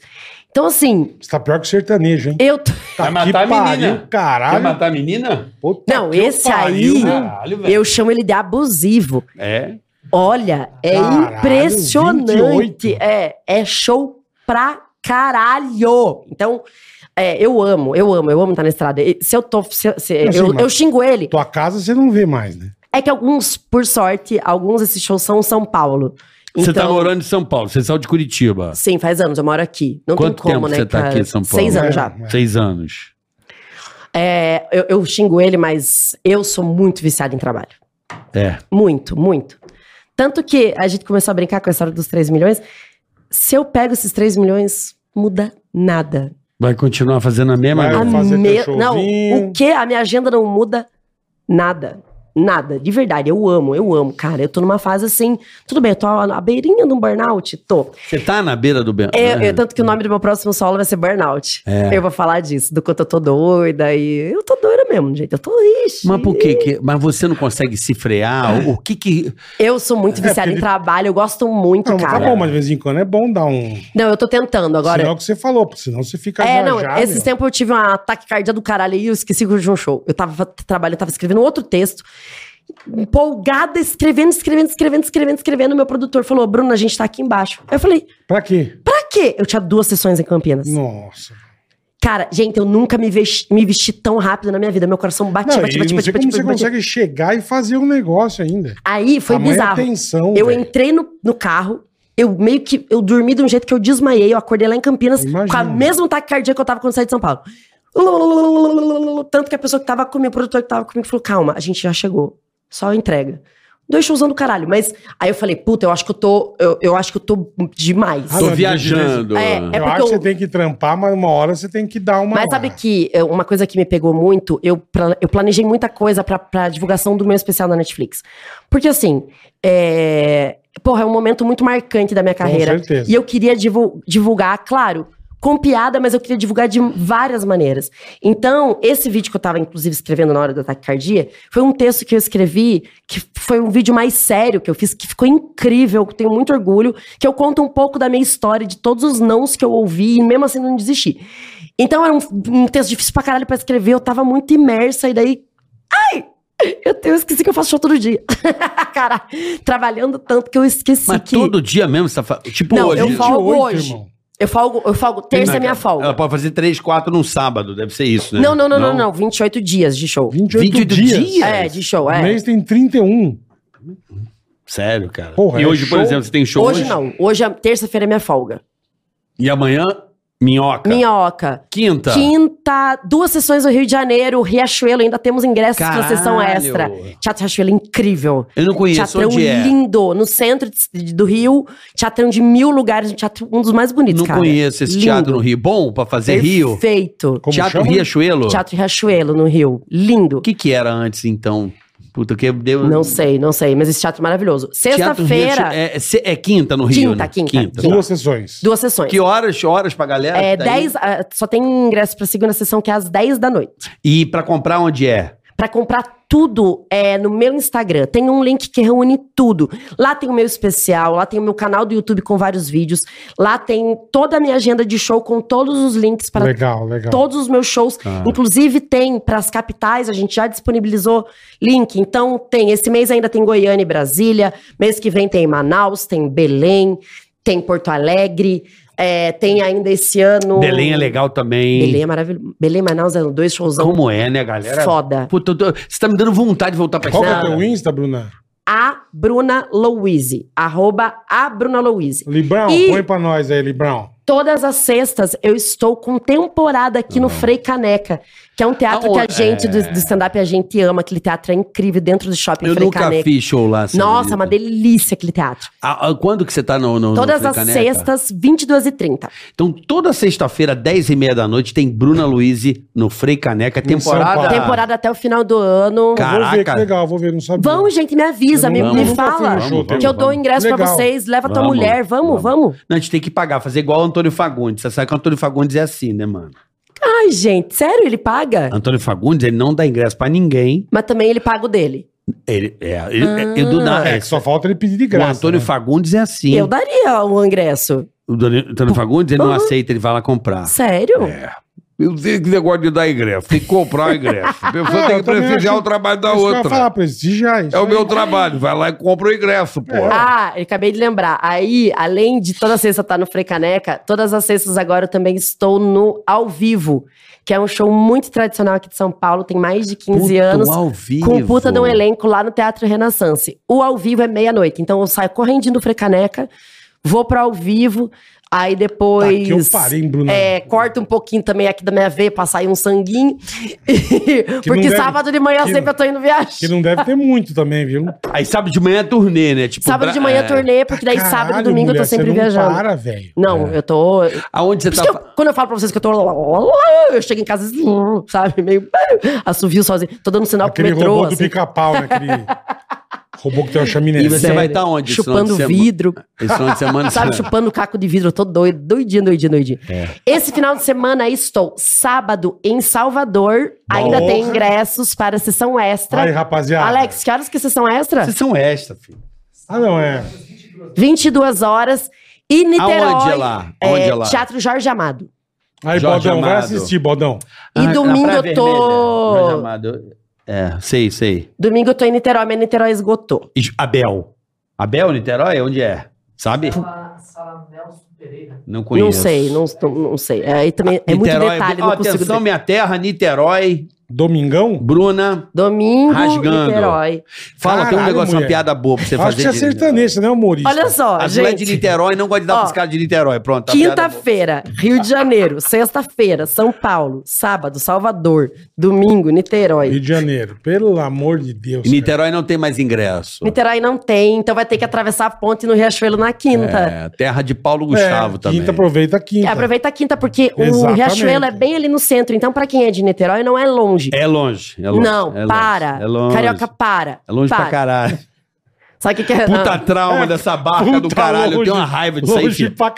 Speaker 5: Então, assim,
Speaker 2: Você tá pior que o sertanejo, hein?
Speaker 5: eu... tô-
Speaker 2: Tá
Speaker 3: Vai matar
Speaker 2: que
Speaker 3: a menina.
Speaker 2: pariu, Caralho.
Speaker 3: a menina?
Speaker 2: Puta
Speaker 5: Não,
Speaker 2: que
Speaker 5: esse
Speaker 2: pariu, né?
Speaker 5: aí,
Speaker 2: cara.
Speaker 5: eu chamo ele de abusivo.
Speaker 3: É.
Speaker 5: Olha, é
Speaker 2: Caralho,
Speaker 5: impressionante.
Speaker 2: 28.
Speaker 5: É, é show pra caralho. Então, é, eu amo, eu amo, eu amo estar na estrada. E Se eu tô. se- se-
Speaker 2: Mas,
Speaker 5: eu,
Speaker 2: irmão,
Speaker 5: eu xingo ele.
Speaker 2: Tua casa você não vê mais, né?
Speaker 5: É que alguns, por sorte, alguns desses shows são São Paulo.
Speaker 3: Você tá
Speaker 5: Então,
Speaker 3: morando em São Paulo, você saiu de Curitiba.
Speaker 5: Sim, faz anos, eu moro aqui. Não
Speaker 3: Quanto
Speaker 5: tem
Speaker 3: tempo
Speaker 5: como, né?
Speaker 3: você tá
Speaker 5: cara?
Speaker 3: aqui em São Paulo?
Speaker 5: Seis anos
Speaker 2: É.
Speaker 5: já.
Speaker 3: Seis anos.
Speaker 5: É, eu, eu xingo ele, mas eu sou muito viciada em trabalho.
Speaker 3: É.
Speaker 5: Muito, muito. Tanto que a gente começou a brincar com a história dos 3 milhões. Se eu pego esses 3 milhões, muda nada.
Speaker 3: Vai continuar fazendo a mesma.
Speaker 2: Vai.
Speaker 5: A
Speaker 2: Eu fazer
Speaker 5: me-
Speaker 2: teu
Speaker 5: Não,
Speaker 2: showzinho.
Speaker 5: o que? A minha agenda não muda nada. Nada, de verdade, eu amo, eu amo, cara. Eu tô numa fase assim, tudo bem, eu tô à à beirinha de um burnout? Tô.
Speaker 3: Você tá na beira do Ben.
Speaker 5: É,
Speaker 3: né?
Speaker 5: eu- tanto que
Speaker 2: É.
Speaker 5: o nome do meu próximo solo vai ser Burnout. Eu vou falar disso, do quanto eu tô doida e eu tô doida mesmo, gente. Eu tô ixi.
Speaker 3: Mas por quê? que? Mas você não consegue se frear? O que que.
Speaker 5: Eu sou muito viciada
Speaker 2: É,
Speaker 5: em
Speaker 2: porque-
Speaker 5: trabalho, eu gosto muito,
Speaker 2: Não, mas tá
Speaker 5: cara.
Speaker 2: bom, mas de vez em quando é bom dar um.
Speaker 5: Não, eu tô tentando agora.
Speaker 2: Senão é o que você falou, porque senão você fica. já,
Speaker 5: É, não,
Speaker 2: já,
Speaker 5: esses
Speaker 2: meu.
Speaker 5: tempos eu tive uma taquicardia do caralho e eu esqueci de um show. Eu tava trabalhando, eu tava escrevendo outro texto, empolgada, escrevendo, escrevendo, escrevendo, escrevendo, escrevendo. Meu produtor falou, Bruna, a gente tá aqui embaixo. Aí eu falei,
Speaker 2: Pra quê?
Speaker 5: pra quê? Eu tinha duas sessões em Campinas.
Speaker 2: Nossa.
Speaker 5: Cara, gente, eu nunca me vesti, me vesti tão rápido na minha vida. Meu coração batia,
Speaker 2: Não,
Speaker 3: Tipo,
Speaker 5: batia,
Speaker 2: e
Speaker 5: batia,
Speaker 2: não
Speaker 5: batia,
Speaker 2: sei
Speaker 5: batia,
Speaker 2: como você
Speaker 5: batia, batia.
Speaker 2: consegue chegar e fazer um negócio ainda.
Speaker 5: Aí foi
Speaker 2: Tamanha
Speaker 5: bizarro.
Speaker 2: tensão,
Speaker 5: eu
Speaker 2: velho.
Speaker 5: entrei no, no carro, eu meio que. Eu dormi de um jeito que eu desmaiei. Eu acordei lá em Campinas
Speaker 2: Imagino.
Speaker 5: com a mesma taquicardia que eu tava quando saí de São Paulo. Tanto que a pessoa que tava comigo, o produtor que tava comigo, falou: calma, a gente já chegou. Só entrega. Dois shows do caralho. Mas aí eu falei, puta, eu acho que eu tô. Eu, eu acho que eu tô demais.
Speaker 2: Ah,
Speaker 3: Tô
Speaker 2: não,
Speaker 3: viajando.
Speaker 5: É, é
Speaker 2: eu
Speaker 5: porque
Speaker 2: acho que
Speaker 5: eu-
Speaker 2: você tem que trampar, mas uma hora você tem que dar uma.
Speaker 5: Mas sabe que é, uma coisa que me pegou muito, eu, pla- eu planejei muita coisa pra, pra divulgação do meu especial na Netflix. Porque assim, é, porra, é um momento muito marcante da minha carreira.
Speaker 2: certeza.
Speaker 5: E eu queria divul- divulgar, claro, com piada, mas eu queria divulgar de várias maneiras. Então, esse vídeo que eu tava, inclusive, escrevendo na hora da taquicardia, foi um texto que eu escrevi, que foi um vídeo mais sério que eu fiz, que ficou incrível, que eu tenho muito orgulho, que eu conto um pouco da minha história, de todos os nãos que eu ouvi, e mesmo assim não desisti. Então, era um, um texto difícil pra caralho pra escrever, eu tava muito imersa, e daí eu, eu esqueci que eu faço show todo dia. Cara, trabalhando tanto que eu esqueci
Speaker 3: Mas
Speaker 5: que.
Speaker 3: todo dia mesmo? Você fa- Tipo
Speaker 5: Não,
Speaker 3: hoje. né,
Speaker 5: eu folgo
Speaker 2: 28,
Speaker 5: hoje.
Speaker 2: irmão.
Speaker 5: Eu folgo, eu folgo terça é minha
Speaker 3: Ela
Speaker 5: folga.
Speaker 3: pode fazer três, quatro num sábado, deve ser isso, né?
Speaker 5: Não, não, não, não, não. 28 dias de show.
Speaker 2: 28,
Speaker 3: 28
Speaker 2: dias.
Speaker 3: dias?
Speaker 5: É, de show,
Speaker 2: O
Speaker 5: é.
Speaker 2: mês tem 31.
Speaker 3: Sério, cara.
Speaker 2: Porra,
Speaker 3: e
Speaker 2: é
Speaker 3: hoje, por
Speaker 2: show?
Speaker 3: exemplo, você tem show hoje?
Speaker 5: Hoje não. Hoje, é- terça-feira é minha folga.
Speaker 3: E amanhã, minhoca.
Speaker 5: Minhoca.
Speaker 3: Quinta.
Speaker 5: Quinta, duas sessões no Rio de Janeiro, Riachuelo, ainda temos ingressos pra sessão
Speaker 3: Caralho.
Speaker 5: extra. Teatro Riachuelo é incrível.
Speaker 3: Eu não conheço
Speaker 5: Teatrão
Speaker 3: onde é.
Speaker 5: um lindo, no centro de- do Rio, teatrão de mil lugares, um, teatro, um dos mais bonitos,
Speaker 3: Não
Speaker 5: cara.
Speaker 3: conheço esse
Speaker 5: Lindo.
Speaker 3: teatro no Rio. Bom pra fazer Rio?
Speaker 5: Perfeito.
Speaker 2: Como
Speaker 3: teatro
Speaker 2: chama?
Speaker 3: Riachuelo?
Speaker 5: Teatro Riachuelo, no Rio. Lindo.
Speaker 3: O que que era antes, então? Puta, que deu...
Speaker 5: Não sei, não sei, mas esse teatro é maravilhoso.
Speaker 3: Teatro Riachu-
Speaker 5: Sexta-feira,
Speaker 3: É, é se- é quinta no Rio,
Speaker 5: Quinta,
Speaker 3: né?
Speaker 5: quinta,
Speaker 3: tá.
Speaker 2: Duas sessões.
Speaker 5: duas sessões.
Speaker 3: Que horas, horas pra galera?
Speaker 5: É,
Speaker 3: Tá aí?
Speaker 5: 10, ah, só tem ingresso pra segunda sessão, que é às 10 da noite.
Speaker 3: E pra comprar onde é?
Speaker 5: Pra comprar tudo é, no meu Instagram. Tem um link que reúne tudo. Lá tem o meu especial, lá tem o meu canal do YouTube com vários vídeos. Lá tem toda a minha agenda de show com todos os links para
Speaker 2: Legal, legal.
Speaker 5: todos os meus shows. Inclusive, tem para as capitais, a gente já disponibilizou link. Então, tem. Esse mês ainda tem Goiânia e Brasília. Mês que vem tem Manaus, tem Belém, tem Porto Alegre. é, tem ainda esse ano.
Speaker 3: Belém é legal também.
Speaker 5: Belém é maravilhoso. Belém e Manaus eram dois showzão
Speaker 3: Como é, né, galera?
Speaker 5: foda.
Speaker 3: Puta, eu tô- você tá me dando vontade de voltar pra
Speaker 2: Qual que é o
Speaker 3: estrada.
Speaker 2: teu Insta, Bruna?
Speaker 5: A Bruna Louise. Arroba a Bruna Louise.
Speaker 2: Librão,
Speaker 5: E-
Speaker 2: põe pra nós aí, Librão.
Speaker 5: Todas as sextas eu estou com temporada aqui no Frei Caneca, que é um
Speaker 3: Ah,
Speaker 5: teatro que
Speaker 3: Hum. é.
Speaker 5: a gente, do, do stand-up, a gente ama. Aquele teatro é incrível dentro do shopping
Speaker 3: Eu
Speaker 5: Frei
Speaker 3: nunca
Speaker 5: Caneca.
Speaker 3: fiz show lá. assim,
Speaker 5: Nossa, é
Speaker 3: né?
Speaker 5: uma delícia aquele teatro.
Speaker 3: Ah, ah, Quando que você tá no... no- no
Speaker 5: Todas
Speaker 3: Frei
Speaker 5: as
Speaker 3: Caneca?
Speaker 5: sextas, 22h30.
Speaker 3: Então, toda sexta-feira, 10 e meia da noite, tem Bruna Luiz no Frei Caneca.
Speaker 2: São
Speaker 3: Temporada...
Speaker 2: Paulo.
Speaker 5: Temporada até o final do ano.
Speaker 3: Cara,
Speaker 2: Vou ver, que
Speaker 3: Caraca.
Speaker 2: legal, vou ver, não sabia.
Speaker 5: Vão, gente, me avisa,
Speaker 2: Eu
Speaker 5: me,
Speaker 2: não-
Speaker 5: me
Speaker 2: nunca fui
Speaker 5: fala.
Speaker 2: no show,
Speaker 5: que eu
Speaker 3: vamos,
Speaker 5: dou o ingresso pra
Speaker 2: Legal.
Speaker 5: vocês, leva tua
Speaker 3: Vamos,
Speaker 5: mulher, vamos, vamos.
Speaker 3: Não, a gente tem que pagar, fazer igual o Antônio Fagundes. Você sabe que o Antônio Fagundes é assim, né, mano?
Speaker 5: Ai, gente, sério, ele paga?
Speaker 3: Antônio Fagundes, ele não dá ingresso pra ninguém.
Speaker 5: Mas também ele paga o dele.
Speaker 3: Ele, é, ele, é- é do nada.
Speaker 2: É, que só falta ele pedir de
Speaker 3: o
Speaker 2: graça.
Speaker 3: Antônio
Speaker 2: né?
Speaker 3: Fagundes é assim.
Speaker 5: Ah. Eu daria o ingresso.
Speaker 3: O Doni- Antônio Fagundes, ele não
Speaker 5: Uhum.
Speaker 3: aceita, ele vai lá comprar.
Speaker 5: Sério?
Speaker 3: Eu sei que negócio de dar ingresso, tem que comprar ingresso. A
Speaker 2: Ah, eu também acho-
Speaker 3: trabalho da É
Speaker 2: Isso que eu ia falar, prestigiar é isso. É.
Speaker 3: meu trabalho, vai lá e compra o ingresso, pô.
Speaker 5: Ah, eu acabei de lembrar. Aí, além de toda sexta estar no Frei Caneca, todas as sextas agora eu também estou no Ao Vivo, que é um show muito tradicional aqui de São Paulo, tem mais de 15 anos.
Speaker 3: ao vivo.
Speaker 5: Com puta de um elenco lá no Teatro Renaissance. O ao vivo é meia-noite, então eu saio correndinho do Frei Caneca, vou pro ao vivo, aí
Speaker 2: Tá
Speaker 5: depois.
Speaker 2: que eu parei, hein, Bruna.
Speaker 5: É, corta um pouquinho também aqui da minha veia pra sair um sanguinho.
Speaker 2: não
Speaker 5: Porque
Speaker 2: deve-
Speaker 5: sábado de manhã
Speaker 2: que
Speaker 5: sempre
Speaker 2: não-
Speaker 5: eu tô indo viajar.
Speaker 2: Que não deve ter muito também, viu?
Speaker 3: Aí sábado de manhã é turnê, né? Tipo,
Speaker 5: Sábado
Speaker 3: bra-
Speaker 5: de manhã
Speaker 3: é.
Speaker 5: é turnê, porque daí
Speaker 2: Caralho,
Speaker 5: sábado e domingo eu tô
Speaker 2: mulher,
Speaker 5: sempre
Speaker 2: você
Speaker 5: viajando.
Speaker 2: Não para, É. velho.
Speaker 5: Não, eu tô.
Speaker 3: Aonde você
Speaker 5: Por
Speaker 3: tá...
Speaker 5: isso que eu-
Speaker 3: fa-
Speaker 5: quando eu falo pra vocês que eu tô. Eu chego em casa, sabe? Meio. Assovio sozinho. Tô dando sinal
Speaker 2: Aquele
Speaker 5: pro metrô.
Speaker 2: robô do
Speaker 5: assim.
Speaker 2: pica-pau, né? Aquele Roubou que tem uma chaminé.
Speaker 3: E você
Speaker 5: Sério.
Speaker 3: vai
Speaker 2: tá
Speaker 3: estar onde? esse final de
Speaker 5: Chupando
Speaker 3: sema-
Speaker 5: vidro.
Speaker 3: Esse final de semana.
Speaker 5: Sabe,
Speaker 3: você- tá-
Speaker 5: chupando caco de vidro. Eu tô doido, doidinha, doidinha, doidinha.
Speaker 3: É.
Speaker 5: Esse final de semana estou sábado em Salvador. Ainda
Speaker 2: Porra.
Speaker 5: tem ingressos para a sessão extra.
Speaker 2: Aí, rapaziada.
Speaker 5: Alex, que horas que é sessão extra?
Speaker 3: Vocês são extra, filho.
Speaker 2: Ah, não, é.
Speaker 5: 22 horas. E Niterói.
Speaker 3: Aonde é lá? Aonde
Speaker 5: é,
Speaker 3: é lá?
Speaker 5: Teatro Jorge Amado.
Speaker 2: Aí,
Speaker 3: Jorge
Speaker 2: Baldão, vai
Speaker 3: Amado.
Speaker 2: assistir, Baldão.
Speaker 5: E
Speaker 3: Ah, na
Speaker 5: domingo
Speaker 3: Praia
Speaker 5: eu tô-
Speaker 3: Vermelha, na chamada- É, sei, sei.
Speaker 5: Domingo eu tô em Niterói, mas Niterói esgotou.
Speaker 3: E Ju- Abel. Abel, Niterói? Onde é? Sabe? Não conheço.
Speaker 5: Não sei, não, não- não sei. Aí também é muito
Speaker 3: Niterói,
Speaker 5: detalhe,
Speaker 3: ó,
Speaker 5: não consigo
Speaker 3: atenção,
Speaker 5: ver.
Speaker 3: minha terra, Niterói,
Speaker 2: Domingão?
Speaker 3: Bruna.
Speaker 5: Domingo,
Speaker 3: Rasgando.
Speaker 5: Niterói.
Speaker 3: Fala, tem um
Speaker 2: Caralho,
Speaker 3: negócio, uma
Speaker 2: mulher.
Speaker 3: piada boa pra você
Speaker 2: Acho
Speaker 3: fazer.
Speaker 2: que você é
Speaker 3: de-
Speaker 2: sertanejo, né, humorista?
Speaker 5: Olha só,
Speaker 3: A Zé de
Speaker 5: gente.
Speaker 3: Niterói não gosta de dar
Speaker 5: Ó,
Speaker 3: pros caras de Niterói. Pronto. a Tá piada é boa.
Speaker 5: Quinta-feira, Rio de Janeiro. Sexta-feira, São Paulo. Sábado, Salvador. Domingo, Niterói.
Speaker 2: Rio de Janeiro, pelo amor de Deus.
Speaker 3: Em Niterói não tem mais ingresso.
Speaker 5: Niterói não tem, então vai ter que atravessar a ponte no Riachuelo na quinta.
Speaker 3: É, terra de Paulo
Speaker 2: cara.
Speaker 3: Gustavo
Speaker 2: É,
Speaker 3: também.
Speaker 2: Quinta, aproveita a quinta.
Speaker 5: Aproveita a quinta, porque o
Speaker 2: Exatamente.
Speaker 5: Riachuelo é bem ali no centro. Então, pra quem é de Niterói, não é longe.
Speaker 3: É longe, é longe.
Speaker 5: não,
Speaker 3: é longe,
Speaker 5: para.
Speaker 3: é longe.
Speaker 5: Carioca, para.
Speaker 3: É longe
Speaker 5: para. Ah.
Speaker 3: pra caralho.
Speaker 5: Sabe o que, que é?
Speaker 3: Puta
Speaker 5: Ah.
Speaker 3: trauma dessa barca
Speaker 2: Puta,
Speaker 3: do caralho. Eu tenho uma raiva disso aí,
Speaker 2: Longe
Speaker 3: filho.
Speaker 2: pra
Speaker 3: Sou de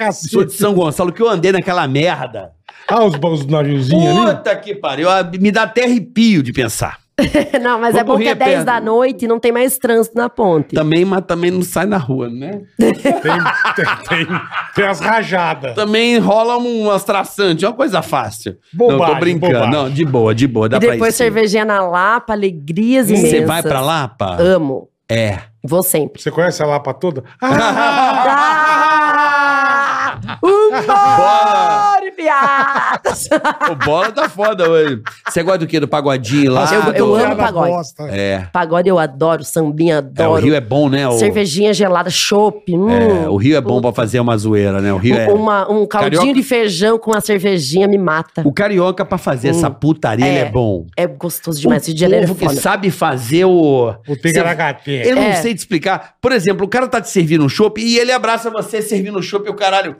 Speaker 2: cacete.
Speaker 3: São Gonçalo, que eu andei naquela merda.
Speaker 2: Ah, os, os naviozinhos ali.
Speaker 3: Puta que pariu. ah, Me dá até arrepio de pensar.
Speaker 5: não, mas
Speaker 3: Vamos
Speaker 5: é bom que
Speaker 3: correr
Speaker 5: é 10
Speaker 3: perto.
Speaker 5: da noite e não tem mais trânsito na ponte.
Speaker 3: Também, mas também não sai na rua, né?
Speaker 2: Tem, tem, tem, tem as rajadas.
Speaker 3: Também rola um astraçante, uma coisa fácil. não, tô
Speaker 2: Bobagem,
Speaker 3: brincando.
Speaker 2: bobagem.
Speaker 3: Não, de boa, de boa. Dá
Speaker 5: e
Speaker 3: pra ir
Speaker 5: depois
Speaker 3: sim.
Speaker 5: cervejinha na Lapa, alegrias imensas.
Speaker 3: Você vai pra Lapa?
Speaker 5: Amo.
Speaker 3: É.
Speaker 5: Vou sempre.
Speaker 2: Você conhece a Lapa toda? Ah,
Speaker 5: Ah! Humor, piadas!
Speaker 3: O bola tá foda hoje. Você gosta do quê? Do pagodinho lá?
Speaker 2: Ah,
Speaker 5: Eu- eu
Speaker 3: do-
Speaker 5: amo
Speaker 2: piada
Speaker 5: pagode.
Speaker 2: bosta.
Speaker 3: É.
Speaker 5: Pagode eu adoro, sambinha
Speaker 3: É, o
Speaker 5: adoro.
Speaker 3: Rio é bom, né? O,
Speaker 5: Cervejinha gelada, chopp. hum.
Speaker 3: é, o Rio é bom pra fazer uma zoeira, né? O Rio é...
Speaker 5: Um- uma- um caldinho
Speaker 3: Carioca-
Speaker 5: de feijão com uma cervejinha me mata.
Speaker 3: O carioca pra fazer essa putaria, ele é bom.
Speaker 5: É gostoso demais. Esse
Speaker 3: o
Speaker 5: dia é
Speaker 3: povo que
Speaker 5: foda.
Speaker 3: sabe fazer o...
Speaker 2: O Tegaragatinha.
Speaker 3: Eu não
Speaker 5: É.
Speaker 3: sei te explicar. Por exemplo, o cara tá te servindo um chopp e ele abraça você servindo um chopp e o caralho...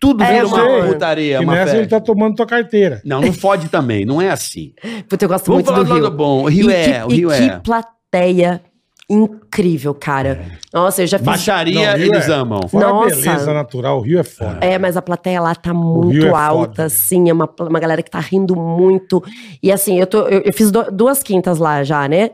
Speaker 3: Tudo
Speaker 5: É,
Speaker 3: vira
Speaker 5: eu
Speaker 3: uma
Speaker 5: sei.
Speaker 3: putaria,
Speaker 2: Que
Speaker 3: uma
Speaker 2: nessa
Speaker 3: festa.
Speaker 2: ele tá tomando tua carteira.
Speaker 3: Não, não fode também. Não é assim.
Speaker 5: Puta, eu gosto
Speaker 3: Vamos
Speaker 5: muito
Speaker 3: falar
Speaker 5: do
Speaker 3: do
Speaker 5: Rio.
Speaker 3: lado bom. O Rio
Speaker 5: E
Speaker 3: é,
Speaker 5: que-
Speaker 3: o Rio
Speaker 5: e
Speaker 3: é.
Speaker 5: que plateia incrível,
Speaker 3: É.
Speaker 5: cara. Nossa, eu já fiz...
Speaker 3: Baixaria,
Speaker 2: Não, o Rio
Speaker 3: eles
Speaker 2: é.
Speaker 3: amam.
Speaker 2: Fora a
Speaker 5: Nossa.
Speaker 2: beleza natural, o Rio é foda.
Speaker 5: É, mas a plateia lá tá
Speaker 2: Rio
Speaker 5: muito
Speaker 2: é foda,
Speaker 5: alta,
Speaker 2: né?
Speaker 5: assim, é uma, uma galera que tá rindo muito. E assim, eu, tô, eu, eu fiz do- duas quintas lá já, né?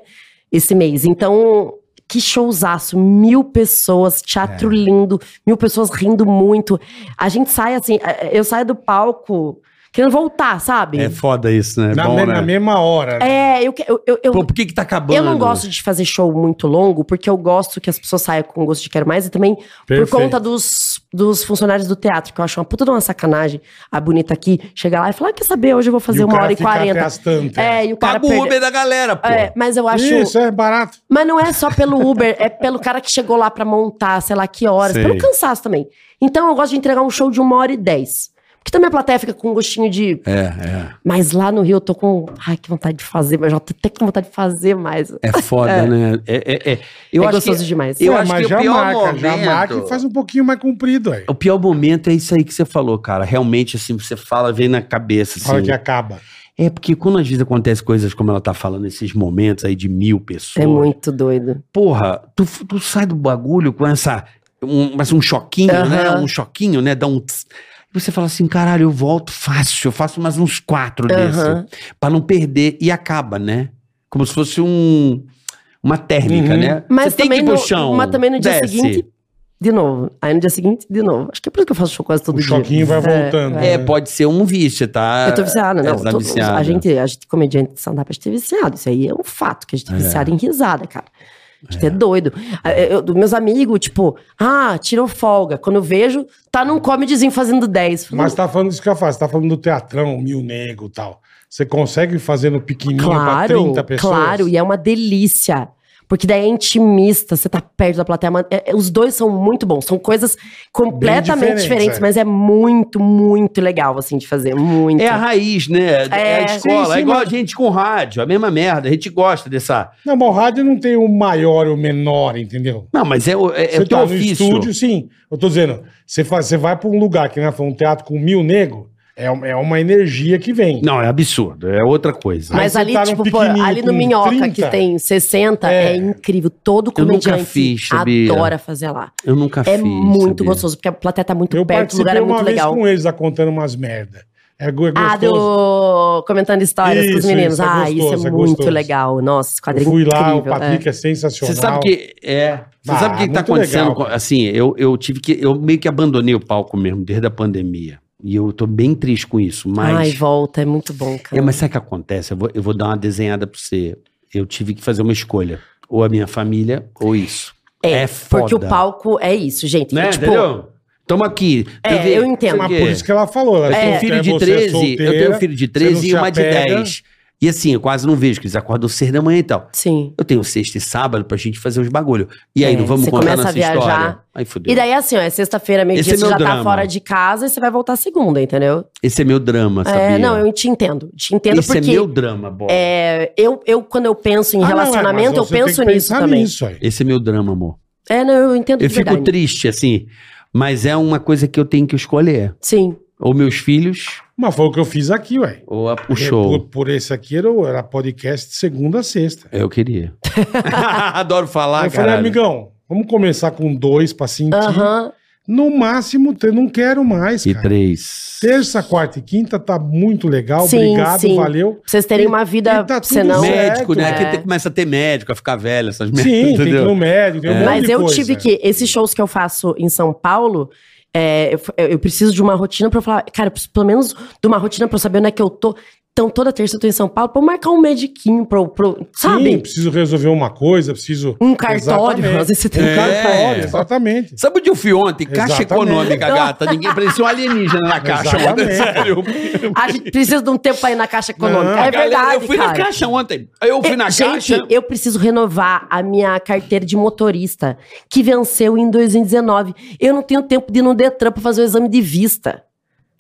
Speaker 5: Esse mês. Então, que showzaço. Mil pessoas, teatro lindo, mil pessoas rindo muito. A gente sai assim, eh, eu saio do palco querendo voltar, sabe?
Speaker 3: É foda isso, né? É
Speaker 2: na,
Speaker 3: bom,
Speaker 2: me-
Speaker 3: né?
Speaker 2: na mesma hora. né?
Speaker 5: É, eu, que- eu, eu, eu-
Speaker 3: Pô, por que que tá acabando?
Speaker 5: eu não gosto de fazer show muito longo, porque eu gosto que as pessoas saiam com gosto de quero mais e também
Speaker 2: Perfeito.
Speaker 5: por conta dos, dos funcionários do teatro, que eu acho uma puta de uma sacanagem a bonita aqui chegar lá e falar: "Ah, quer saber, hoje eu vou fazer
Speaker 2: o
Speaker 5: uma
Speaker 2: cara
Speaker 5: hora e
Speaker 2: fica até
Speaker 5: quarenta.
Speaker 2: as tantas.
Speaker 5: É, e o cara.
Speaker 3: Paga o
Speaker 5: perde-
Speaker 3: Uber da galera, pô.
Speaker 5: É, mas eu acho.
Speaker 2: Isso, é barato.
Speaker 5: Mas não é só pelo Uber, é pelo cara que chegou lá pra montar, sei lá que horas,
Speaker 3: Sei.
Speaker 5: pelo cansaço também. Então eu gosto de entregar um show de uma hora e dez. Porque também a plateia fica com um gostinho de.
Speaker 3: É, é.
Speaker 5: Mas lá no Rio eu tô com. Ai, que vontade de fazer, mas eu já tô até com vontade de fazer mais.
Speaker 3: É foda, né? É, é, é. Eu
Speaker 5: é
Speaker 3: acho
Speaker 5: gostoso
Speaker 3: que...
Speaker 5: demais.
Speaker 3: Eu
Speaker 2: Ué,
Speaker 3: acho
Speaker 2: mas
Speaker 3: que o
Speaker 2: já
Speaker 3: pior
Speaker 2: marca, já
Speaker 3: momento-
Speaker 2: marca e faz um pouquinho mais comprido aí.
Speaker 3: O pior momento é isso aí que você falou, cara. Realmente, assim, você fala, vem na cabeça,
Speaker 2: A hora
Speaker 3: assim.
Speaker 2: que acaba.
Speaker 3: É porque quando às vezes acontece coisas como ela tá falando, esses momentos aí de mil pessoas.
Speaker 5: É muito doido.
Speaker 3: Porra, tu, tu sai do bagulho com essa. Um, mas um choquinho, né?
Speaker 5: Aham.
Speaker 3: Um choquinho, né? Dá um. tss. E você fala assim, caralho, eu volto fácil, eu faço mais uns quatro desses.
Speaker 5: Aham.
Speaker 3: Pra não perder. E acaba, né? Como se fosse um, uma térmica,
Speaker 2: Uhum.
Speaker 3: né?
Speaker 5: Mas
Speaker 3: você tem que
Speaker 5: também
Speaker 3: ir pro
Speaker 5: no-
Speaker 3: chão.
Speaker 5: mas também no dia
Speaker 3: desce.
Speaker 5: seguinte- De novo. Aí no dia seguinte, de novo. Acho que é por isso que eu faço show quase todo
Speaker 2: O
Speaker 5: dia.
Speaker 2: choquinho vai voltando. né?
Speaker 3: É, pode ser um vício, tá?
Speaker 5: Eu tô viciada,
Speaker 3: É,
Speaker 5: não.
Speaker 3: tá
Speaker 5: Tô-
Speaker 3: viciada.
Speaker 5: A gente, a gente comediante de stand-up, a gente é viciado. Isso aí é um fato, que a gente é viciado em risada, cara. A gente é, doido. Ah, eu- dos meus amigos, tipo, ah, tirou folga. Quando eu vejo, tá num comedyzinho fazendo 10. Falo,
Speaker 2: Mas tá falando isso que eu faço, tá falando do teatrão, mil nego e tal. Você consegue fazer no pequenininho é pra
Speaker 5: claro,
Speaker 2: 30 pessoas?
Speaker 5: claro. E é uma delícia. Porque daí é intimista, você tá perto da plateia. mas é- é- os dois são muito bons. São coisas completamente
Speaker 2: diferentes,
Speaker 5: diferentes,
Speaker 2: é.
Speaker 5: mas é muito, muito legal, assim, de fazer. Muito.
Speaker 3: É a raiz, né? É, a
Speaker 5: É.
Speaker 3: escola.
Speaker 2: Sim, sim,
Speaker 3: é igual
Speaker 2: mas-
Speaker 3: a gente com rádio, a mesma merda. A gente gosta dessa.
Speaker 2: Não, mas o rádio não tem o maior e o menor, entendeu?
Speaker 3: Não, mas é, o- é, é
Speaker 2: você
Speaker 3: o teu
Speaker 2: tá no
Speaker 3: ofício.
Speaker 2: estúdio, sim. Eu tô dizendo, você, faz, você vai pra um lugar que né, foi um teatro com mil nego, É, um- é uma energia que vem.
Speaker 3: Não, é absurdo. É outra coisa.
Speaker 5: Mas
Speaker 2: Aí
Speaker 5: ali,
Speaker 2: botaram um
Speaker 5: tipo, pô,
Speaker 2: pequenininho
Speaker 5: ali
Speaker 2: com
Speaker 5: no Minhoca,
Speaker 2: 30.
Speaker 5: que tem 60, é,
Speaker 2: É.
Speaker 5: incrível. Todo
Speaker 3: Eu nunca
Speaker 5: comediante
Speaker 3: fiz, sabia?
Speaker 5: adora fazer lá.
Speaker 3: Eu nunca fiz.
Speaker 5: É muito
Speaker 3: sabia?
Speaker 5: gostoso, porque a plateia tá muito
Speaker 2: Eu
Speaker 5: perto, o lugar
Speaker 2: participei
Speaker 5: é
Speaker 2: uma
Speaker 5: muito
Speaker 2: vez
Speaker 5: legal.
Speaker 2: com eles lá contando umas merda. É, go- é
Speaker 5: Ah,
Speaker 2: gostoso.
Speaker 5: do Comentando Histórias com os
Speaker 2: Isso,
Speaker 5: meninos.
Speaker 2: isso, é
Speaker 5: ah, isso
Speaker 2: gostoso,
Speaker 5: é,
Speaker 2: é
Speaker 5: muito
Speaker 2: gostoso.
Speaker 5: legal. Nossa, esse
Speaker 2: eu
Speaker 5: quadrinho
Speaker 2: fui
Speaker 5: incrível.
Speaker 2: lá, o
Speaker 5: é.
Speaker 2: Patrick é,
Speaker 3: Você
Speaker 2: sensacional.
Speaker 3: sabe que é. Você
Speaker 2: Ah,
Speaker 3: sabe o que está
Speaker 2: muito
Speaker 3: acontecendo?
Speaker 2: legal,
Speaker 3: com-
Speaker 2: cara.
Speaker 3: assim, eu, eu tive que. Eu meio que abandonei o palco mesmo desde a pandemia. E eu tô bem triste com isso. Mas.
Speaker 5: Ai, volta, é muito bom, cara.
Speaker 3: É, mas sabe o que acontece? Eu vou, eu vou dar uma desenhada pra você. Eu tive que fazer uma escolha. Ou a minha família, ou isso. É, foda.
Speaker 5: Porque o palco é isso, gente.
Speaker 3: Né,
Speaker 5: tipo,
Speaker 3: entendeu? Tamo aqui.
Speaker 5: É,
Speaker 3: Teve-
Speaker 5: eu entendo.
Speaker 3: sei o
Speaker 2: Mas
Speaker 3: quê.
Speaker 2: por isso que ela falou. Ela
Speaker 3: Eu tenho
Speaker 2: falou
Speaker 3: um
Speaker 2: que
Speaker 3: filho de
Speaker 2: você é
Speaker 3: 13, eu
Speaker 2: solteira,
Speaker 3: tenho um filho de
Speaker 2: você não
Speaker 3: 13 e
Speaker 2: se
Speaker 3: uma de
Speaker 2: apega.
Speaker 3: 10. E assim, eu quase não vejo, que eles acordam seis da manhã e tal.
Speaker 5: Sim.
Speaker 3: Eu tenho sexta e sábado pra gente fazer os bagulho. E aí,
Speaker 5: É,
Speaker 3: não vamos
Speaker 5: você
Speaker 3: contar
Speaker 5: começa a
Speaker 3: nossa
Speaker 5: viajar.
Speaker 3: história. Aí fudeu.
Speaker 5: E daí, assim, ó, é sexta-feira, meio-dia,
Speaker 3: Esse é
Speaker 5: você
Speaker 3: meu
Speaker 5: já tá
Speaker 3: drama.
Speaker 5: fora de casa e você vai voltar segunda, entendeu?
Speaker 3: Esse é meu drama, sabia?
Speaker 5: É, não, eu te entendo. Te entendo
Speaker 3: Esse
Speaker 5: porque
Speaker 3: é meu drama, bola.
Speaker 5: é, eu, eu, quando eu penso em
Speaker 2: Ah, não, é, mas
Speaker 5: relacionamento, eu
Speaker 2: você tem
Speaker 5: penso
Speaker 2: que
Speaker 5: nisso
Speaker 2: pensar
Speaker 5: também.
Speaker 2: nisso aí.
Speaker 3: Esse é meu drama, amor.
Speaker 5: É, não, eu entendo
Speaker 3: Eu
Speaker 5: de
Speaker 3: fico
Speaker 5: verdade.
Speaker 3: triste, assim. Mas é uma coisa que eu tenho que escolher.
Speaker 5: Sim.
Speaker 3: Ou meus filhos,
Speaker 2: Mas foi o que eu fiz aqui, ué.
Speaker 3: ou a- o
Speaker 2: É,
Speaker 3: show.
Speaker 2: Por, por esse aqui era, o- era podcast de segunda a sexta.
Speaker 3: É, Eu queria. Adoro falar,
Speaker 2: eu falei,
Speaker 3: cara.
Speaker 2: amigão, vamos começar com dois pra
Speaker 3: Uhum.
Speaker 2: sentir.
Speaker 5: Aham.
Speaker 2: No máximo, três. não quero mais,
Speaker 3: E
Speaker 2: cara.
Speaker 3: três.
Speaker 2: Terça, quarta e quinta tá muito legal.
Speaker 5: Sim,
Speaker 2: Obrigado,
Speaker 5: sim.
Speaker 2: valeu.
Speaker 5: Pra vocês terem
Speaker 2: E-
Speaker 5: uma vida
Speaker 2: e tá tudo
Speaker 5: senão.
Speaker 2: certo. né?
Speaker 3: médico, né?
Speaker 5: é.
Speaker 3: Aqui tem- começa a ter médico, a ficar velho, essas merdas.
Speaker 2: Sim, tem que ir
Speaker 3: entendeu?
Speaker 2: no médico, tem um
Speaker 3: É.
Speaker 2: monte
Speaker 5: Mas
Speaker 2: de
Speaker 5: eu
Speaker 2: coisa.
Speaker 5: tive que. Esses shows que eu faço em São Paulo. é, eu, eu- eu preciso de uma rotina pra eu falar, cara, eu preciso pelo menos de uma rotina pra eu saber onde é que eu tô. Então, toda terça eu tô em São Paulo pra eu marcar um mediquinho, pra eu, pra eu- sabe?
Speaker 2: Sim, preciso resolver uma coisa, preciso...
Speaker 5: um cartório.
Speaker 2: Exatamente.
Speaker 5: Às vezes você tem
Speaker 2: Um
Speaker 3: É.
Speaker 5: um cartório.
Speaker 2: cartório, exatamente.
Speaker 3: Sabe onde eu fui ontem? Caixa
Speaker 2: Exatamente.
Speaker 3: econômica, gata. Ninguém parecia um alienígena na caixa. mano,
Speaker 2: Exatamente.
Speaker 3: sério.
Speaker 5: A gente precisa de um tempo pra ir na Caixa Econômica.
Speaker 2: Não,
Speaker 5: é
Speaker 3: A galera,
Speaker 5: verdade,
Speaker 3: Eu fui
Speaker 5: cara.
Speaker 3: na caixa ontem. Eu fui
Speaker 5: Eu-
Speaker 3: na
Speaker 5: gente,
Speaker 3: caixa.
Speaker 5: eu preciso renovar a minha carteira de motorista, que venceu em 2019. Eu não tenho tempo de ir no Detran pra fazer o exame de vista.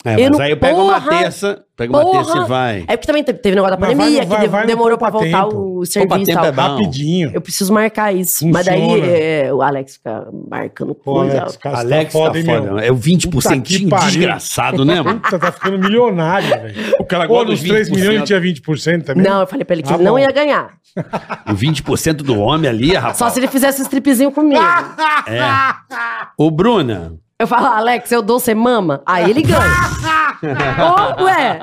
Speaker 3: É,
Speaker 5: eu
Speaker 3: mas
Speaker 5: não-
Speaker 3: aí eu pego uma
Speaker 5: Porra!
Speaker 3: terça, pego uma
Speaker 5: Porra!
Speaker 3: terça e vai.
Speaker 5: É porque também teve teve negócio da
Speaker 2: Mas
Speaker 5: pandemia,
Speaker 2: vai no- vai-
Speaker 5: que de-
Speaker 2: vai no
Speaker 5: demorou pra
Speaker 2: Poupa
Speaker 5: voltar
Speaker 2: Tempo.
Speaker 5: o
Speaker 3: Poupa
Speaker 5: serviço e
Speaker 3: Tempo
Speaker 5: tal.
Speaker 3: é bom.
Speaker 2: Rapidinho.
Speaker 5: Eu preciso marcar isso. Mas daí
Speaker 2: Funciona.
Speaker 5: é, o Alex fica marcando
Speaker 2: Pô,
Speaker 5: coisa.
Speaker 2: Alex, cara, você
Speaker 3: Alex tá foda,
Speaker 2: hein, meu?
Speaker 3: É o 20%
Speaker 2: Puta que pariu.
Speaker 3: desgraçado, né, mano?
Speaker 2: Puta, tá ficando milionário, velho.
Speaker 3: O cara
Speaker 2: Pô,
Speaker 3: gosta
Speaker 2: dos
Speaker 3: dos
Speaker 2: 3 milhões ele
Speaker 3: 20%.
Speaker 2: tinha 20% também?
Speaker 5: Não, eu falei pra ele que
Speaker 2: Ah,
Speaker 5: ele não
Speaker 2: bom.
Speaker 5: ia ganhar.
Speaker 3: O 20% do homem ali, rapaz.
Speaker 5: Só se ele fizesse um stripzinho comigo.
Speaker 3: É. Ô, Bruna.
Speaker 5: Eu falo, Alex, eu dou, você mama? Aí ele ganha. Ô, ué,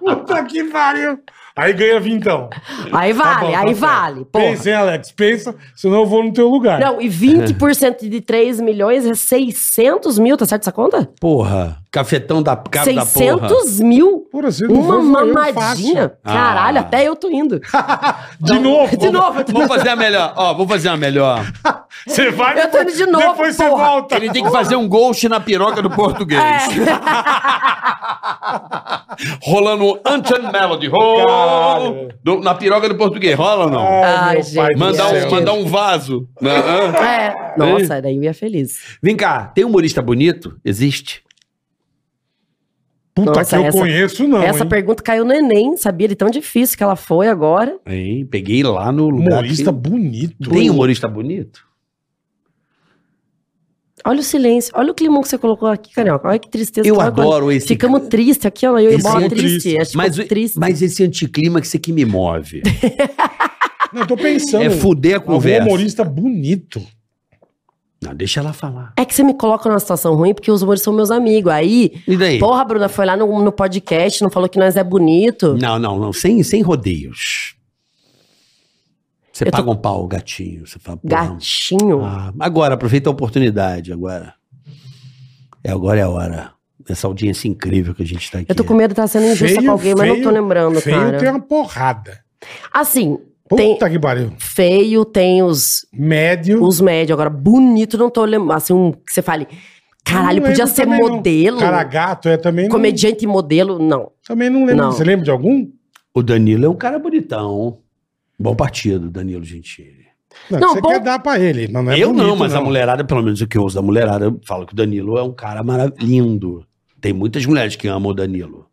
Speaker 2: Puta que pariu. Aí ganha vintão.
Speaker 5: aí
Speaker 2: Tá
Speaker 5: vale,
Speaker 2: bom, tá
Speaker 5: aí
Speaker 2: certo.
Speaker 5: vale. Porra.
Speaker 2: Pensa, hein, Alex? Pensa, senão eu vou no teu lugar.
Speaker 5: Não, e 20% de 3 milhões é 600 mil, tá certo essa conta?
Speaker 3: Porra. Cafetão da cara da porra.
Speaker 5: 600 mil?
Speaker 2: Porra, se não
Speaker 5: Uma
Speaker 2: for, assim eu
Speaker 5: mamadinha.
Speaker 3: Ah.
Speaker 5: Caralho, até eu tô indo.
Speaker 2: faço. De novo.
Speaker 5: Então, De novo, eu tô,
Speaker 3: Vamos fazer a melhor. Ó, vou fazer a melhor.
Speaker 2: Você vai.
Speaker 5: Eu tô indo de novo,
Speaker 2: Depois você
Speaker 5: porra.
Speaker 2: volta.
Speaker 3: Ele tem que fazer um ghost na piroca do português.
Speaker 5: É.
Speaker 3: Rolando um Ancient Melody.
Speaker 2: Caralho. É,
Speaker 3: Oh, do- na piroca do português. Rola ou não?
Speaker 5: Ai,
Speaker 2: meu pai
Speaker 5: gente.
Speaker 2: do
Speaker 3: Mandar um,
Speaker 2: céu.
Speaker 3: mandar um vaso. Né? Hã?
Speaker 5: é. Nossa, daí eu ia feliz.
Speaker 3: Vem cá, tem humorista bonito? Existe?
Speaker 2: Puta
Speaker 5: Nossa,
Speaker 2: que eu
Speaker 5: essa-
Speaker 2: conheço, não.
Speaker 5: Essa
Speaker 2: hein?
Speaker 5: pergunta caiu no Enem, sabia? De tão difícil que ela foi agora.
Speaker 3: Hein, peguei lá no lugar.
Speaker 2: Humorista bonito.
Speaker 3: que... Tem
Speaker 5: um
Speaker 3: humorista bonito?
Speaker 5: Olha o silêncio, olha o climão que você colocou aqui, Carioca. Olha que tristeza.
Speaker 3: Eu
Speaker 5: que tava
Speaker 3: adoro
Speaker 5: quando-
Speaker 3: esse-
Speaker 5: Ficamos tristes aqui, ó. Eu e
Speaker 3: Esse
Speaker 5: bola
Speaker 3: é
Speaker 5: triste.
Speaker 2: triste.
Speaker 5: Acho
Speaker 3: Mas,
Speaker 5: que triste.
Speaker 3: mas esse anticlímax é que me move.
Speaker 2: Então, Não, eu tô pensando.
Speaker 3: é fuder a
Speaker 2: Algum
Speaker 3: conversa.
Speaker 2: humorista bonito.
Speaker 3: Não, deixa ela falar.
Speaker 5: É que você me coloca numa situação ruim porque os humores são meus amigos. Aí
Speaker 3: E daí?
Speaker 5: Porra, Bruna, foi lá no, no podcast, não falou que nós é bonito.
Speaker 3: Não, não, não. Sem, sem rodeios. Você
Speaker 5: Eu tô-
Speaker 3: paga um pau, gatinho. Você fala, porra,
Speaker 5: Gatinho.
Speaker 3: ah, agora, aproveita a oportunidade agora. É, agora é a hora. Essa audiência incrível que a gente tá aqui.
Speaker 5: Eu tô com medo de estar sendo injusta com alguém, mas não tô lembrando,
Speaker 2: feio
Speaker 5: cara.
Speaker 2: tem
Speaker 3: é-
Speaker 2: uma porrada.
Speaker 5: Assim,
Speaker 2: Puta
Speaker 5: Tem-
Speaker 2: que pariu.
Speaker 5: feio tem os,
Speaker 2: Médio.
Speaker 5: os médios. Agora, bonito, não tô lembrando. Assim, um que você fale, caralho,
Speaker 2: Não
Speaker 5: podia
Speaker 2: lembro
Speaker 5: ser
Speaker 2: também, não.
Speaker 5: modelo.
Speaker 2: Cara gato é também. não-
Speaker 5: Comediante e modelo, não.
Speaker 2: Também não lembro.
Speaker 5: Não.
Speaker 2: Você lembra de algum?
Speaker 3: O Danilo é um cara bonitão. Bom partido, Danilo Gentili.
Speaker 2: Não,
Speaker 5: Não,
Speaker 2: você
Speaker 5: bom-
Speaker 2: quer dar pra ele. Mas não é
Speaker 3: eu não,
Speaker 2: bonito,
Speaker 3: mas a mulherada, pelo menos o que eu uso da mulherada, eu falo que o Danilo é um cara marav- lindo. Tem muitas mulheres que amam o Danilo.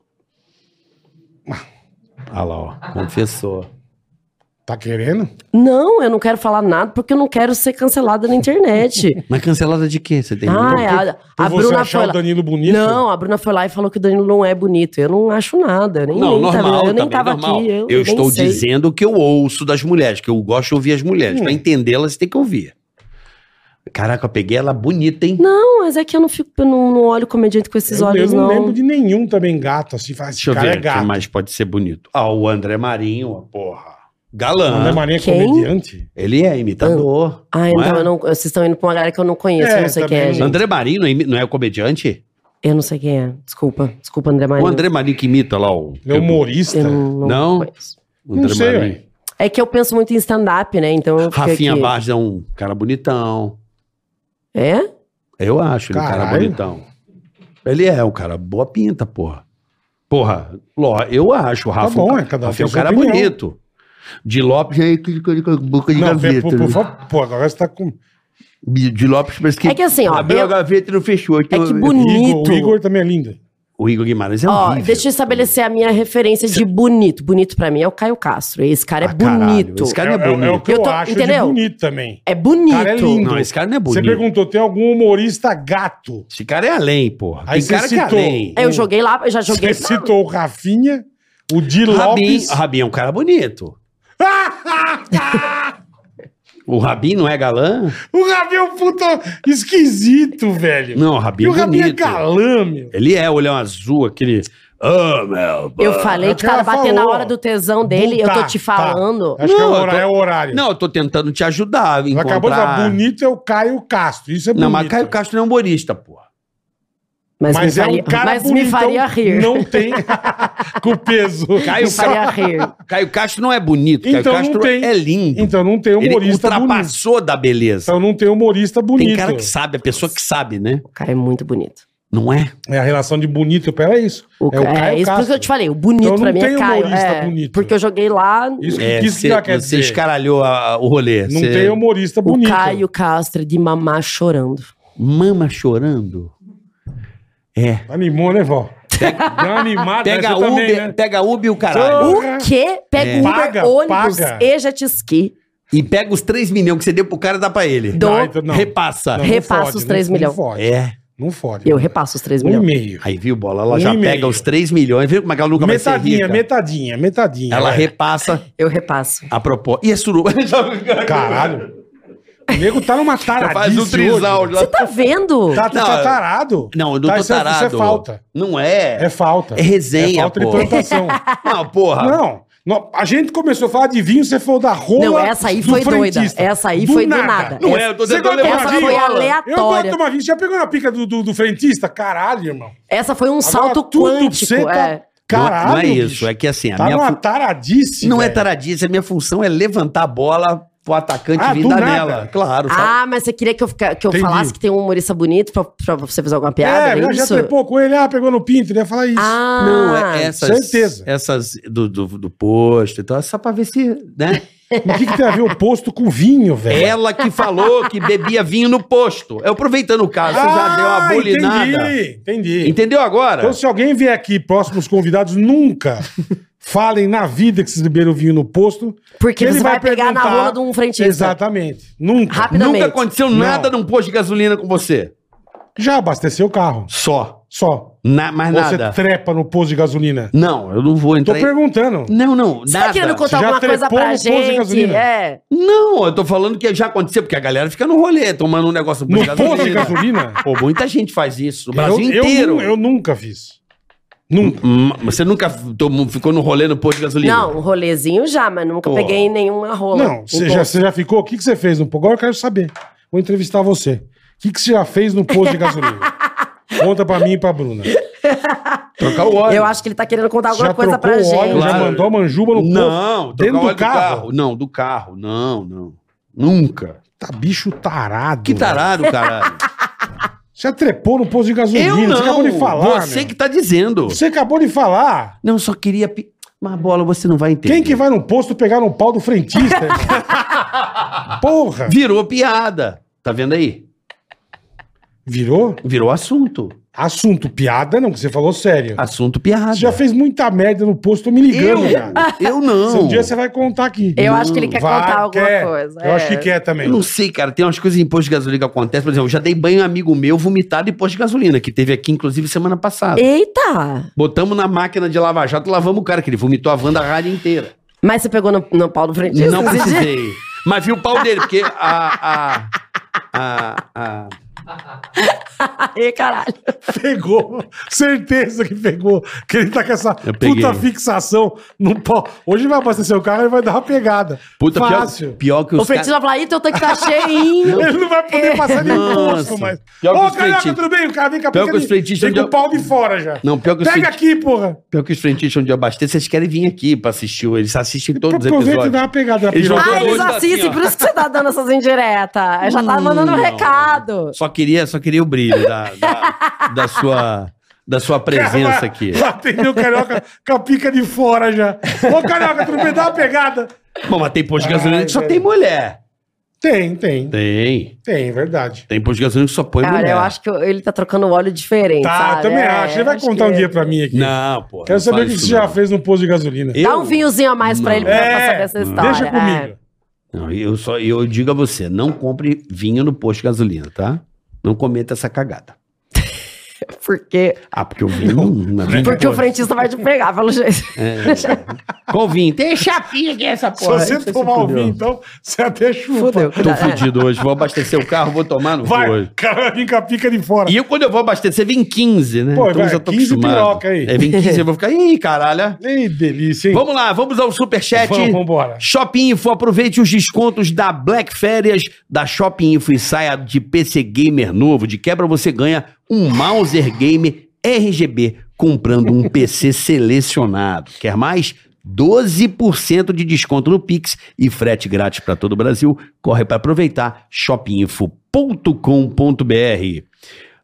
Speaker 3: Olha lá, ó. Ah Confessou.
Speaker 2: Tá querendo?
Speaker 5: Não, eu não quero falar nada porque eu não quero ser cancelada na internet.
Speaker 3: Mas cancelada de quê? Você tem
Speaker 2: Ah,
Speaker 5: Ai, a,
Speaker 2: Por
Speaker 5: a
Speaker 2: Então você
Speaker 5: Bruna
Speaker 2: achar
Speaker 5: foi
Speaker 2: o
Speaker 5: lá-
Speaker 2: Danilo bonito?
Speaker 5: Não, a Bruna foi lá e falou que o Danilo não é bonito. Eu não acho nada. Eu nem,
Speaker 3: Não,
Speaker 5: nem
Speaker 3: normal.
Speaker 5: tava, eu nem
Speaker 3: também,
Speaker 5: tava
Speaker 3: normal.
Speaker 5: aqui. Eu,
Speaker 3: Eu
Speaker 5: nem
Speaker 3: estou
Speaker 5: sei.
Speaker 3: dizendo o que eu ouço das mulheres, que eu gosto de ouvir as mulheres.
Speaker 5: Hum.
Speaker 3: Pra entendê-las, você tem que ouvir. Caraca, eu peguei ela bonita, hein?
Speaker 5: Não, mas é que eu não fico, eu não, não olho comediante com esses
Speaker 2: eu,
Speaker 5: olhos,
Speaker 2: eu não,
Speaker 5: não.
Speaker 2: lembro de nenhum também gato assim. Fala, esse
Speaker 3: Deixa eu
Speaker 2: cara
Speaker 3: ver
Speaker 2: é
Speaker 3: o
Speaker 2: gato.
Speaker 3: que mais pode ser bonito. Ah, o André Marinho, ó, porra. Galã.
Speaker 2: André Marinho é
Speaker 5: Quem?
Speaker 2: comediante?
Speaker 3: Ele é imitador.
Speaker 5: Ah,
Speaker 3: Não
Speaker 5: então
Speaker 3: é?
Speaker 5: eu não, vocês estão indo pra uma galera que eu não conheço,
Speaker 2: É,
Speaker 5: eu não sei quem
Speaker 2: também
Speaker 5: é,
Speaker 2: não-
Speaker 5: gente.
Speaker 3: André Marinho não é imi- não é o comediante?
Speaker 5: Eu não sei quem é. Desculpa, desculpa, André Marinho.
Speaker 3: O André Marinho que imita lá o...
Speaker 2: Ele é humorista?
Speaker 5: Eu não,
Speaker 3: Não?
Speaker 5: conheço.
Speaker 3: o André
Speaker 2: Não sei,
Speaker 3: Marinho.
Speaker 2: ué.
Speaker 5: É que eu penso muito em stand-up, né? Então eu fico
Speaker 3: Rafinha
Speaker 5: aqui.
Speaker 3: Barros é um cara bonitão.
Speaker 5: É?
Speaker 3: Eu acho ele um cara
Speaker 2: Caralho.
Speaker 3: bonitão. Ele é um cara boa pinta, porra. Porra, Ló, eu acho o Rafa.
Speaker 2: bom,
Speaker 3: um ca-
Speaker 2: é, cada um
Speaker 3: Rafa
Speaker 2: tem
Speaker 3: é um
Speaker 2: sua
Speaker 3: cara
Speaker 2: opinião.
Speaker 3: bonito. De Lopes aí, com- com- com- com boca de
Speaker 2: Não, Fê,
Speaker 3: gaveta.
Speaker 2: por, por
Speaker 3: né?
Speaker 2: favor. Pô, agora você tá com.
Speaker 3: De Lopes parece que.
Speaker 5: É que assim, ó,
Speaker 3: Abriu
Speaker 5: eu- É
Speaker 3: a gaveta e não fechou. então-
Speaker 5: que
Speaker 2: Igor,
Speaker 5: bonito.
Speaker 2: o Igor também é lindo.
Speaker 3: O Igor Guimarães é
Speaker 5: Ó,
Speaker 3: horrível.
Speaker 5: deixa eu estabelecer a minha referência de bonito. Bonito pra mim é o Caio Castro. Esse cara é
Speaker 3: Ah, caralho,
Speaker 5: bonito.
Speaker 3: esse cara não é bonito.
Speaker 2: o que eu,
Speaker 5: Eu tô-
Speaker 2: acho de
Speaker 5: entendeu?
Speaker 2: bonito também.
Speaker 5: É bonito.
Speaker 2: Cara, é lindo.
Speaker 3: Não, esse cara não é
Speaker 2: Você
Speaker 3: bonito.
Speaker 2: perguntou: tem algum humorista gato?
Speaker 3: Esse cara é além, porra.
Speaker 2: Aí
Speaker 3: Tem
Speaker 2: você
Speaker 3: cara que é
Speaker 2: citou.
Speaker 3: além.
Speaker 5: Eu joguei lá, eu já joguei.
Speaker 2: Você citou o Rafinha, o Di
Speaker 3: Rabin, Ah.
Speaker 2: Lopes.
Speaker 3: Rabin é um cara bonito. o Rabin não é galã?
Speaker 2: O Rabin é um puta esquisito, velho.
Speaker 3: Não, o Rabin
Speaker 2: e
Speaker 3: é
Speaker 2: o Rabin é
Speaker 3: bonito.
Speaker 2: galã, meu.
Speaker 3: Ele é olhão azul, aquele. Ah, meu.
Speaker 5: Eu falei
Speaker 2: É o
Speaker 5: que
Speaker 2: que ela
Speaker 5: tava batendo a
Speaker 2: falou.
Speaker 5: hora do tesão dele, eu
Speaker 2: Tá,
Speaker 5: tô te
Speaker 2: tá.
Speaker 5: falando.
Speaker 2: Acho que é o
Speaker 3: Não, eu
Speaker 2: horário.
Speaker 3: tô-
Speaker 2: É o horário.
Speaker 3: Não, eu tô tentando te ajudar. a
Speaker 2: Ela acabou de falar,
Speaker 3: encontrar-
Speaker 2: bonito é o Caio Castro. Isso é bonito.
Speaker 3: Não, mas Caio Castro não é humorista, porra.
Speaker 5: Mas,
Speaker 2: Mas
Speaker 5: me,
Speaker 2: é
Speaker 5: faria,
Speaker 2: um cara
Speaker 5: mas me
Speaker 2: bonitão,
Speaker 5: faria rir.
Speaker 2: Não tem com peso.
Speaker 3: Caio
Speaker 5: me faria rir.
Speaker 3: Caio Castro não é bonito.
Speaker 2: é Então
Speaker 3: Caio
Speaker 2: não
Speaker 3: Castro
Speaker 2: tem.
Speaker 3: é lindo.
Speaker 2: Então não tem
Speaker 3: Ele
Speaker 2: humorista bonito.
Speaker 3: ultrapassou da beleza.
Speaker 2: Então não tem humorista bonito.
Speaker 3: Tem cara que sabe, a pessoa que sabe, né?
Speaker 5: O cara é muito bonito.
Speaker 3: Não é?
Speaker 2: É a relação de bonito pra ela é isso.
Speaker 5: O ca- é, isso por isso que eu te falei. O bonito
Speaker 2: Então não
Speaker 5: pra mim
Speaker 2: tem
Speaker 5: é Caio.
Speaker 2: humorista
Speaker 5: é,
Speaker 2: bonito.
Speaker 5: Porque eu joguei lá.
Speaker 2: Isso que
Speaker 3: É,
Speaker 2: isso que
Speaker 3: cê-
Speaker 2: ela quer
Speaker 3: você
Speaker 2: dizer.
Speaker 3: escaralhou a- o rolê.
Speaker 2: Não
Speaker 3: cê
Speaker 2: tem um- humorista
Speaker 5: O
Speaker 2: bonito.
Speaker 5: Caio Castro de mamar chorando.
Speaker 3: Mama chorando. É.
Speaker 2: Animou, né, vó? Deu uma animada,
Speaker 3: Pega
Speaker 2: você
Speaker 3: Uber,
Speaker 2: também, né?
Speaker 3: pega Uber e o caralho.
Speaker 5: O
Speaker 2: Porra.
Speaker 5: quê? Pega
Speaker 3: É.
Speaker 5: Uber,
Speaker 2: Paga,
Speaker 5: ônibus
Speaker 2: paga.
Speaker 5: e jet ski.
Speaker 3: E pega os 3 milhões que você deu pro cara e dá pra ele.
Speaker 5: Do-
Speaker 2: Não, então não.
Speaker 3: Repassa.
Speaker 2: Não, não
Speaker 5: Repassa
Speaker 2: fode,
Speaker 5: os três
Speaker 2: não-
Speaker 5: milhão.
Speaker 2: Não fode.
Speaker 3: É.
Speaker 2: Não fode.
Speaker 5: Eu repasso os 3
Speaker 2: um e
Speaker 5: milhões.
Speaker 2: meio.
Speaker 3: Aí, viu, Bola? Ela
Speaker 2: Um
Speaker 3: já
Speaker 2: e
Speaker 3: pega
Speaker 2: meio.
Speaker 3: os 3 milhões. Viu como é que ela nunca
Speaker 2: metadinha,
Speaker 3: vai ser rica?
Speaker 2: metadinha, metadinha.
Speaker 3: Ela
Speaker 2: é.
Speaker 3: repassa
Speaker 5: Eu repasso.
Speaker 3: a proposta. E é suruba.
Speaker 2: Caralho. O nego tá numa
Speaker 3: Já
Speaker 2: taradice
Speaker 3: faz um trisal.
Speaker 2: hoje.
Speaker 3: lá.
Speaker 5: Tá vendo?
Speaker 2: Tá, tá,
Speaker 3: Não,
Speaker 2: tá tarado.
Speaker 3: Não, eu não
Speaker 2: Tá,
Speaker 3: tô
Speaker 2: isso é- isso é
Speaker 3: tarado.
Speaker 2: falta.
Speaker 3: Não é.
Speaker 2: É falta.
Speaker 3: É resenha,
Speaker 2: É falta de
Speaker 3: pô. Ah.
Speaker 2: plantação.
Speaker 3: Não, porra.
Speaker 2: Não. nó- a gente começou a falar de vinho, você falou da rola.
Speaker 5: Não, essa aí
Speaker 2: do
Speaker 5: foi doida.
Speaker 2: frentista.
Speaker 5: Essa aí foi do nada.
Speaker 3: Não é, eu tô
Speaker 2: Você
Speaker 3: tentando
Speaker 2: gosta de
Speaker 3: levar
Speaker 5: Essa
Speaker 2: tomar
Speaker 5: foi
Speaker 2: vinho?
Speaker 3: é
Speaker 2: Eu gosto de
Speaker 5: aleatória.
Speaker 2: tomar vinho. Você já pegou na pica do, do, do frentista? Caralho, irmão.
Speaker 5: Essa foi um
Speaker 2: Agora
Speaker 5: salto
Speaker 2: tudo pra
Speaker 5: quântico.
Speaker 2: você tá-
Speaker 5: é.
Speaker 2: Caralho.
Speaker 3: não, não é
Speaker 2: bicho.
Speaker 3: isso. É que assim, a
Speaker 2: Tá
Speaker 3: minha
Speaker 2: numa
Speaker 3: fu-
Speaker 2: taradice.
Speaker 3: não é
Speaker 2: velho.
Speaker 3: taradice. A minha função é levantar a bola pro atacante
Speaker 2: Ah,
Speaker 3: vir
Speaker 2: do
Speaker 3: dar
Speaker 2: nada.
Speaker 3: nela. Claro. sabe?
Speaker 5: Ah, mas você queria que eu, fica- que eu
Speaker 2: Entendi.
Speaker 5: falasse que tem um humorista bonito pra, pra você fazer alguma piada?
Speaker 2: É,
Speaker 5: era
Speaker 2: eu já
Speaker 5: isso?
Speaker 2: trepou com ele, ah, pegou no pinto, ele ia falar isso.
Speaker 5: Ah,
Speaker 3: Não, é essas.
Speaker 2: certeza.
Speaker 3: Essas do, do, do posto e tal. É Só pra ver se. Né?
Speaker 2: Mas o que, que tem a ver o posto com vinho, velho?
Speaker 3: Ela que falou que bebia vinho no posto. Eu aproveitando o caso, você já deu uma
Speaker 2: Ah,
Speaker 3: bolinada.
Speaker 2: Entendi, entendi.
Speaker 3: Entendeu agora?
Speaker 2: Então, se alguém vier aqui, próximos convidados, nunca falem na vida que vocês beberam vinho no posto.
Speaker 5: Porque
Speaker 2: que
Speaker 5: você vai pegar na
Speaker 2: perguntar-
Speaker 5: rola de um frentista.
Speaker 2: Exatamente. Nunca.
Speaker 5: Rápido.
Speaker 3: Nunca
Speaker 5: Rapidamente.
Speaker 3: aconteceu
Speaker 2: Não.
Speaker 3: nada num posto de gasolina com você.
Speaker 2: Já abasteceu o carro.
Speaker 3: Só.
Speaker 2: Só.
Speaker 3: Na, mais
Speaker 2: Ou
Speaker 3: nada.
Speaker 2: Você trepa no posto de gasolina.
Speaker 3: Não, eu não vou
Speaker 2: Tô
Speaker 3: entrar. em-
Speaker 2: perguntando.
Speaker 3: Não, não.
Speaker 5: Você
Speaker 3: nada.
Speaker 5: tá querendo
Speaker 2: Você
Speaker 5: contar
Speaker 2: já
Speaker 5: alguma coisa
Speaker 2: trepou no
Speaker 5: pra
Speaker 2: posto de
Speaker 5: gente?
Speaker 2: gasolina?
Speaker 5: É.
Speaker 3: Não, eu tô falando que já aconteceu, porque a galera fica no rolê, tomando um negócio
Speaker 2: No posto de gasolina?
Speaker 3: Pô, muita gente faz isso. O
Speaker 2: eu,
Speaker 3: Brasil
Speaker 2: eu
Speaker 3: inteiro.
Speaker 2: nu- Eu, nunca fiz. Nunca.
Speaker 3: Hum, Você nunca tomou- ficou no rolê no posto de gasolina?
Speaker 5: Não, um rolezinho já, mas nunca
Speaker 3: Pô.
Speaker 5: peguei nenhuma rola.
Speaker 2: Não,
Speaker 5: Um
Speaker 2: você
Speaker 5: bom-
Speaker 2: já, você já ficou? O que, que você fez no posto? Agora eu quero saber. Vou entrevistar você. O que, que você já fez no posto de gasolina? Conta pra mim e pra Bruna.
Speaker 3: Trocar o óleo.
Speaker 5: Eu acho que ele tá querendo contar alguma
Speaker 2: já
Speaker 5: coisa pra
Speaker 2: o óleo,
Speaker 5: gente.
Speaker 2: já
Speaker 3: Claro.
Speaker 2: mandou a manjuba no
Speaker 3: Não,
Speaker 2: posto? Dentro
Speaker 3: trocar o
Speaker 2: do
Speaker 3: óleo
Speaker 2: carro.
Speaker 3: Não, do carro. Não, não. Nunca.
Speaker 2: Tá bicho tarado.
Speaker 3: Que
Speaker 2: velho.
Speaker 3: tarado, caralho.
Speaker 2: Você trepou no posto de gasolina.
Speaker 3: eu não.
Speaker 2: Você acabou de falar.
Speaker 3: Você
Speaker 2: meu.
Speaker 3: que tá dizendo.
Speaker 2: Você acabou de falar.
Speaker 3: Não, eu só queria... pe- Mas, Bola, você não vai entender.
Speaker 2: Quem que vai no posto pegar no pau do frentista? irmão? Porra!
Speaker 3: Virou piada. Tá vendo aí?
Speaker 2: Virou?
Speaker 3: Virou assunto.
Speaker 2: Assunto piada não, que você falou sério.
Speaker 3: Assunto piada.
Speaker 2: Você já fez muita merda no posto, tô me ligando, cara.
Speaker 3: Eu não.
Speaker 2: Se um dia você vai contar aqui.
Speaker 5: Eu acho que ele quer
Speaker 2: Vai,
Speaker 5: contar alguma
Speaker 2: quer.
Speaker 5: coisa.
Speaker 2: Eu acho
Speaker 5: é.
Speaker 2: que quer também.
Speaker 3: Eu não sei, cara. Tem umas coisas em posto de gasolina que acontecem. Por exemplo, eu já dei banho em um amigo meu vomitado em posto de gasolina, que teve aqui, inclusive, semana passada.
Speaker 5: Eita!
Speaker 3: Botamos na máquina de lava-jato, lavamos o cara, que ele vomitou a Wanda rádio inteira.
Speaker 5: Mas você pegou no, no Paulo Francisco?
Speaker 3: não
Speaker 5: esse dia?
Speaker 3: precisei. Mas vi o pau dele, porque a. a, a, a-
Speaker 5: Aí, caralho.
Speaker 2: Pegou. Certeza que pegou. Que ele tá com essa
Speaker 3: Eu peguei.
Speaker 2: puta fixação no pau. Hoje vai abastecer o carro e vai dar uma pegada.
Speaker 3: Puta, pior,
Speaker 2: Fácil.
Speaker 3: pior que
Speaker 5: O
Speaker 3: os
Speaker 5: Fetino
Speaker 3: caras.
Speaker 5: vai falar, "Ih, teu tanque tá cheinho.
Speaker 2: Ele não vai poder passar nem
Speaker 3: Nossa.
Speaker 2: posto, mas.
Speaker 3: Pior que
Speaker 2: Ô,
Speaker 3: os
Speaker 2: Carioca,
Speaker 3: frentistas.
Speaker 2: tudo bem? O cara vem com a
Speaker 3: Pior
Speaker 2: pica
Speaker 3: que os
Speaker 2: de-
Speaker 3: frentistas
Speaker 2: Vem com
Speaker 3: onde
Speaker 2: o pau de fora já.
Speaker 3: Não, pior que os
Speaker 2: Pega
Speaker 3: frentistas-
Speaker 2: aqui, porra.
Speaker 3: Pior um que os frentistas onde eu abasteço, eles querem vir aqui pra assistir. Eles assistem todos os
Speaker 2: Aproveita e dá
Speaker 3: episódios.
Speaker 2: uma pegada na
Speaker 3: Eles
Speaker 2: piroca.
Speaker 3: vão-
Speaker 5: Ah, eles
Speaker 3: Dois assim,
Speaker 5: assistem,
Speaker 3: ó.
Speaker 5: por isso que você tá dando essas indiretas. Já tá mandando um
Speaker 3: não.
Speaker 5: recado.
Speaker 3: Só queria, só queria o brilho da, da, da sua, da sua presença aqui.
Speaker 2: Atendeu o carioca com a pica de fora já. Ô, carioca, tudo bem? Dá uma pegada.
Speaker 3: Bom, mas tem posto de
Speaker 2: Ai,
Speaker 3: gasolina que só
Speaker 2: velho.
Speaker 3: tem mulher.
Speaker 2: Tem, tem.
Speaker 3: Tem.
Speaker 2: Tem, é verdade.
Speaker 3: Tem posto de gasolina que só põe
Speaker 5: Cara,
Speaker 3: mulher.
Speaker 5: eu acho que ele tá trocando óleo diferente.
Speaker 2: Tá,
Speaker 5: sabe?
Speaker 2: também
Speaker 5: É,
Speaker 2: acho. Ele vai
Speaker 5: acho
Speaker 2: contar
Speaker 5: que-
Speaker 2: um dia pra mim aqui.
Speaker 3: Não, pô.
Speaker 2: Quero
Speaker 3: não
Speaker 2: saber o
Speaker 3: faz
Speaker 2: que
Speaker 3: isso
Speaker 2: você já
Speaker 3: não.
Speaker 2: fez no posto de gasolina.
Speaker 3: Eu-
Speaker 5: Dá um vinhozinho a mais pra ele pra, pra saber essa história.
Speaker 2: É. deixa
Speaker 5: É.
Speaker 2: comigo.
Speaker 3: Não, eu só eu digo a você, não compre vinho no posto de gasolina, tá? Não cometa essa cagada.
Speaker 5: Porque,
Speaker 3: Ah, porque o vinho não, não é vinho.
Speaker 5: porque o frentista vai te pegar, pelo jeito.
Speaker 3: É. Qual vinho? Tem chapinha aqui essa
Speaker 2: Se
Speaker 3: porra.
Speaker 2: você tomar o vinho, então, você até chupa.
Speaker 5: Fudeu.
Speaker 3: Tô fudido hoje, vou abastecer o carro, vou tomar no
Speaker 2: Vai,
Speaker 3: cu hoje.
Speaker 2: o cara vai vir com a pica de fora.
Speaker 3: E eu, quando eu vou abastecer, vem 15, né?
Speaker 2: Pô, vai, 15 piroca aí.
Speaker 3: É, vem 15, eu vou ficar, ih, caralho.
Speaker 2: Ei, delícia, hein?
Speaker 3: Vamos lá, vamos ao superchat.
Speaker 2: Vamos, vambora.
Speaker 3: Shopping Info, aproveite os descontos da Black Férias da Shopping Info e saia de PC Gamer novo. De quebra você ganha um Mauser Game RGB comprando um PC selecionado. Quer mais? 12% de desconto no Pix e frete grátis para todo o Brasil. Corre para aproveitar shopinfo.com.br.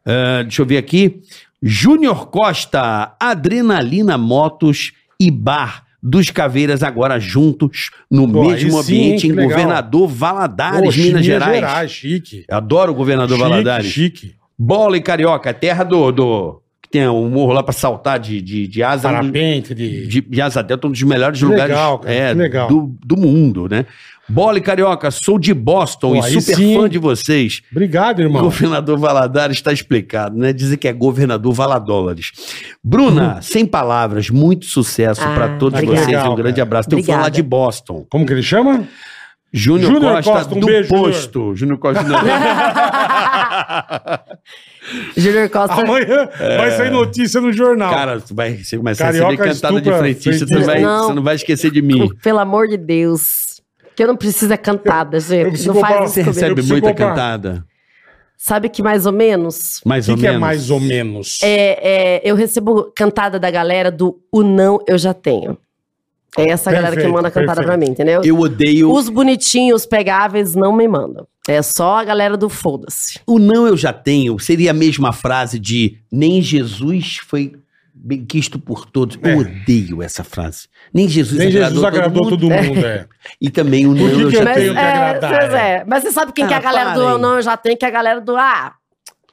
Speaker 3: Ah, deixa eu ver aqui. Júnior Costa, Adrenalina Motos e Bar dos Caveiras agora juntos no
Speaker 2: Pô, aí
Speaker 3: mesmo
Speaker 2: sim,
Speaker 3: ambiente
Speaker 2: hein, que
Speaker 3: em
Speaker 2: legal.
Speaker 3: Governador Valadares, Minas Gerais.
Speaker 2: é chique.
Speaker 3: Eu adoro o Governador
Speaker 2: chique,
Speaker 3: Valadares. Então,
Speaker 2: chique.
Speaker 3: Bola e Carioca, terra do... do que tem um morro lá pra saltar de, de, de asa. um dos-
Speaker 2: Parapente de...
Speaker 3: de, de Asa Delta, um dos melhores
Speaker 2: Que
Speaker 3: lugares
Speaker 2: legal, cara,
Speaker 3: é,
Speaker 2: que legal.
Speaker 3: Do, do mundo, né? Bola e Carioca, sou de Boston
Speaker 2: Pô,
Speaker 3: e
Speaker 2: aí
Speaker 3: super
Speaker 2: sim.
Speaker 3: fã de vocês.
Speaker 2: Obrigado, irmão.
Speaker 3: Governador Valadares está explicado, né? Dizem que é governador Valadólares. Bruna, sem palavras, muito sucesso
Speaker 5: Uhum. Ah,
Speaker 3: para todos
Speaker 5: obrigada.
Speaker 3: vocês.
Speaker 2: Legal,
Speaker 3: um grande
Speaker 2: cara.
Speaker 3: abraço. Tem um fã lá
Speaker 5: Obrigada.
Speaker 3: de Boston.
Speaker 2: Como que ele chama?
Speaker 3: Júnior
Speaker 2: Júnior
Speaker 3: Costa,
Speaker 2: Costa, um
Speaker 3: do
Speaker 2: beijo, Júnior.
Speaker 3: posto. Júnior Costa não.
Speaker 5: Júnior Costa.
Speaker 2: Amanhã vai sair notícia no jornal.
Speaker 3: É. Cara, tu vai, você começar a
Speaker 2: Carioca
Speaker 3: receber cantada de
Speaker 2: estupra
Speaker 3: frentista, tu
Speaker 2: frentista.
Speaker 3: vai-
Speaker 5: Não.
Speaker 3: você não vai esquecer de mim.
Speaker 5: Pelo amor de Deus. Que eu não preciso é cantada,
Speaker 2: eu
Speaker 5: gente.
Speaker 2: preciso
Speaker 5: Não
Speaker 2: comprar-
Speaker 5: faz isso
Speaker 3: Você
Speaker 5: comigo.
Speaker 3: recebe
Speaker 2: preciso
Speaker 3: muita
Speaker 2: comprar.
Speaker 3: cantada?
Speaker 5: Sabe que mais ou menos?
Speaker 3: Mais
Speaker 2: o
Speaker 3: ou
Speaker 2: que, que é
Speaker 3: menos.
Speaker 2: mais ou menos?
Speaker 5: É, é, eu recebo cantada da galera do O Não Eu Já Tenho. É essa galera que
Speaker 2: Perfeito,
Speaker 5: manda cantada
Speaker 2: perfeito.
Speaker 5: pra mim, entendeu?
Speaker 3: Eu odeio.
Speaker 5: Os bonitinhos pegáveis não me mandam. É só a galera do foda-se.
Speaker 3: O não eu já tenho seria a mesma frase de nem Jesus foi bem quisto por todos.
Speaker 2: É.
Speaker 3: Eu odeio essa frase. Nem Jesus
Speaker 2: Nem Jesus agradou
Speaker 3: mundo.
Speaker 2: todo mundo, é.
Speaker 3: E também o não
Speaker 2: que
Speaker 3: eu
Speaker 2: que
Speaker 3: já
Speaker 2: eu
Speaker 5: Mas,
Speaker 3: tenho.
Speaker 2: tenho que agradar,
Speaker 5: pois
Speaker 2: é.
Speaker 5: é. Mas você sabe quem que é a
Speaker 3: Ah,
Speaker 5: galera do
Speaker 3: parem.
Speaker 5: Eu Não Eu Já Tenho, que é a galera do Ah.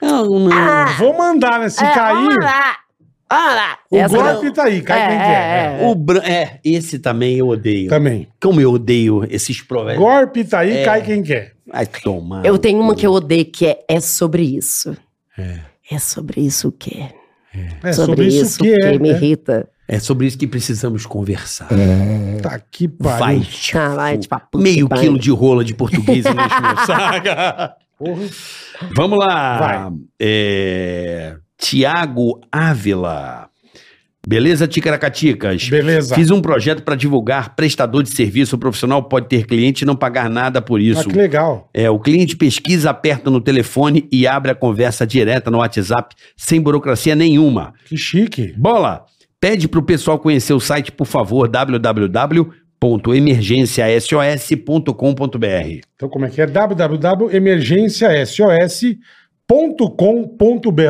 Speaker 3: Não, é, não.
Speaker 2: Vou mandar, né? Se
Speaker 5: é,
Speaker 2: cair,
Speaker 5: Vamos lá. Vamos lá.
Speaker 2: o
Speaker 5: Essa
Speaker 2: golpe tá aí. Cai
Speaker 5: É,
Speaker 2: quem quer.
Speaker 5: é,
Speaker 3: O bran- É, esse também eu odeio.
Speaker 2: Também.
Speaker 3: Como eu odeio esses provérbios.
Speaker 2: Golpe tá aí,
Speaker 3: É.
Speaker 2: cai quem quer.
Speaker 3: Ai, toma.
Speaker 5: Eu tenho uma que eu odeio que é É Sobre Isso. É, sobre isso o quê?
Speaker 2: É sobre, isso que é. né?
Speaker 5: me irrita.
Speaker 3: É sobre isso que precisamos conversar.
Speaker 2: Tá que pariu.
Speaker 3: Vai. te
Speaker 5: Ah, vai,
Speaker 3: fu-
Speaker 5: tipo, a puta
Speaker 3: Meio
Speaker 5: que
Speaker 3: quilo
Speaker 5: pariu.
Speaker 3: de rola de português e mesmo não saca. Vamos lá.
Speaker 2: Vai.
Speaker 3: É... Tiago Ávila. Beleza, Ticaracaticas?
Speaker 2: Beleza.
Speaker 3: Fiz um projeto para divulgar prestador de serviço. O profissional pode ter cliente e não pagar nada por
Speaker 2: Ah,
Speaker 3: isso.
Speaker 2: que legal.
Speaker 3: É, o cliente pesquisa, aperta no telefone e abre a conversa direta no WhatsApp, sem burocracia nenhuma.
Speaker 2: Que chique.
Speaker 3: Bola, pede pro pessoal conhecer o site, por favor, www.emergenciasos.com.br.
Speaker 2: Então, como é que é? www.emergenciasos.com.br.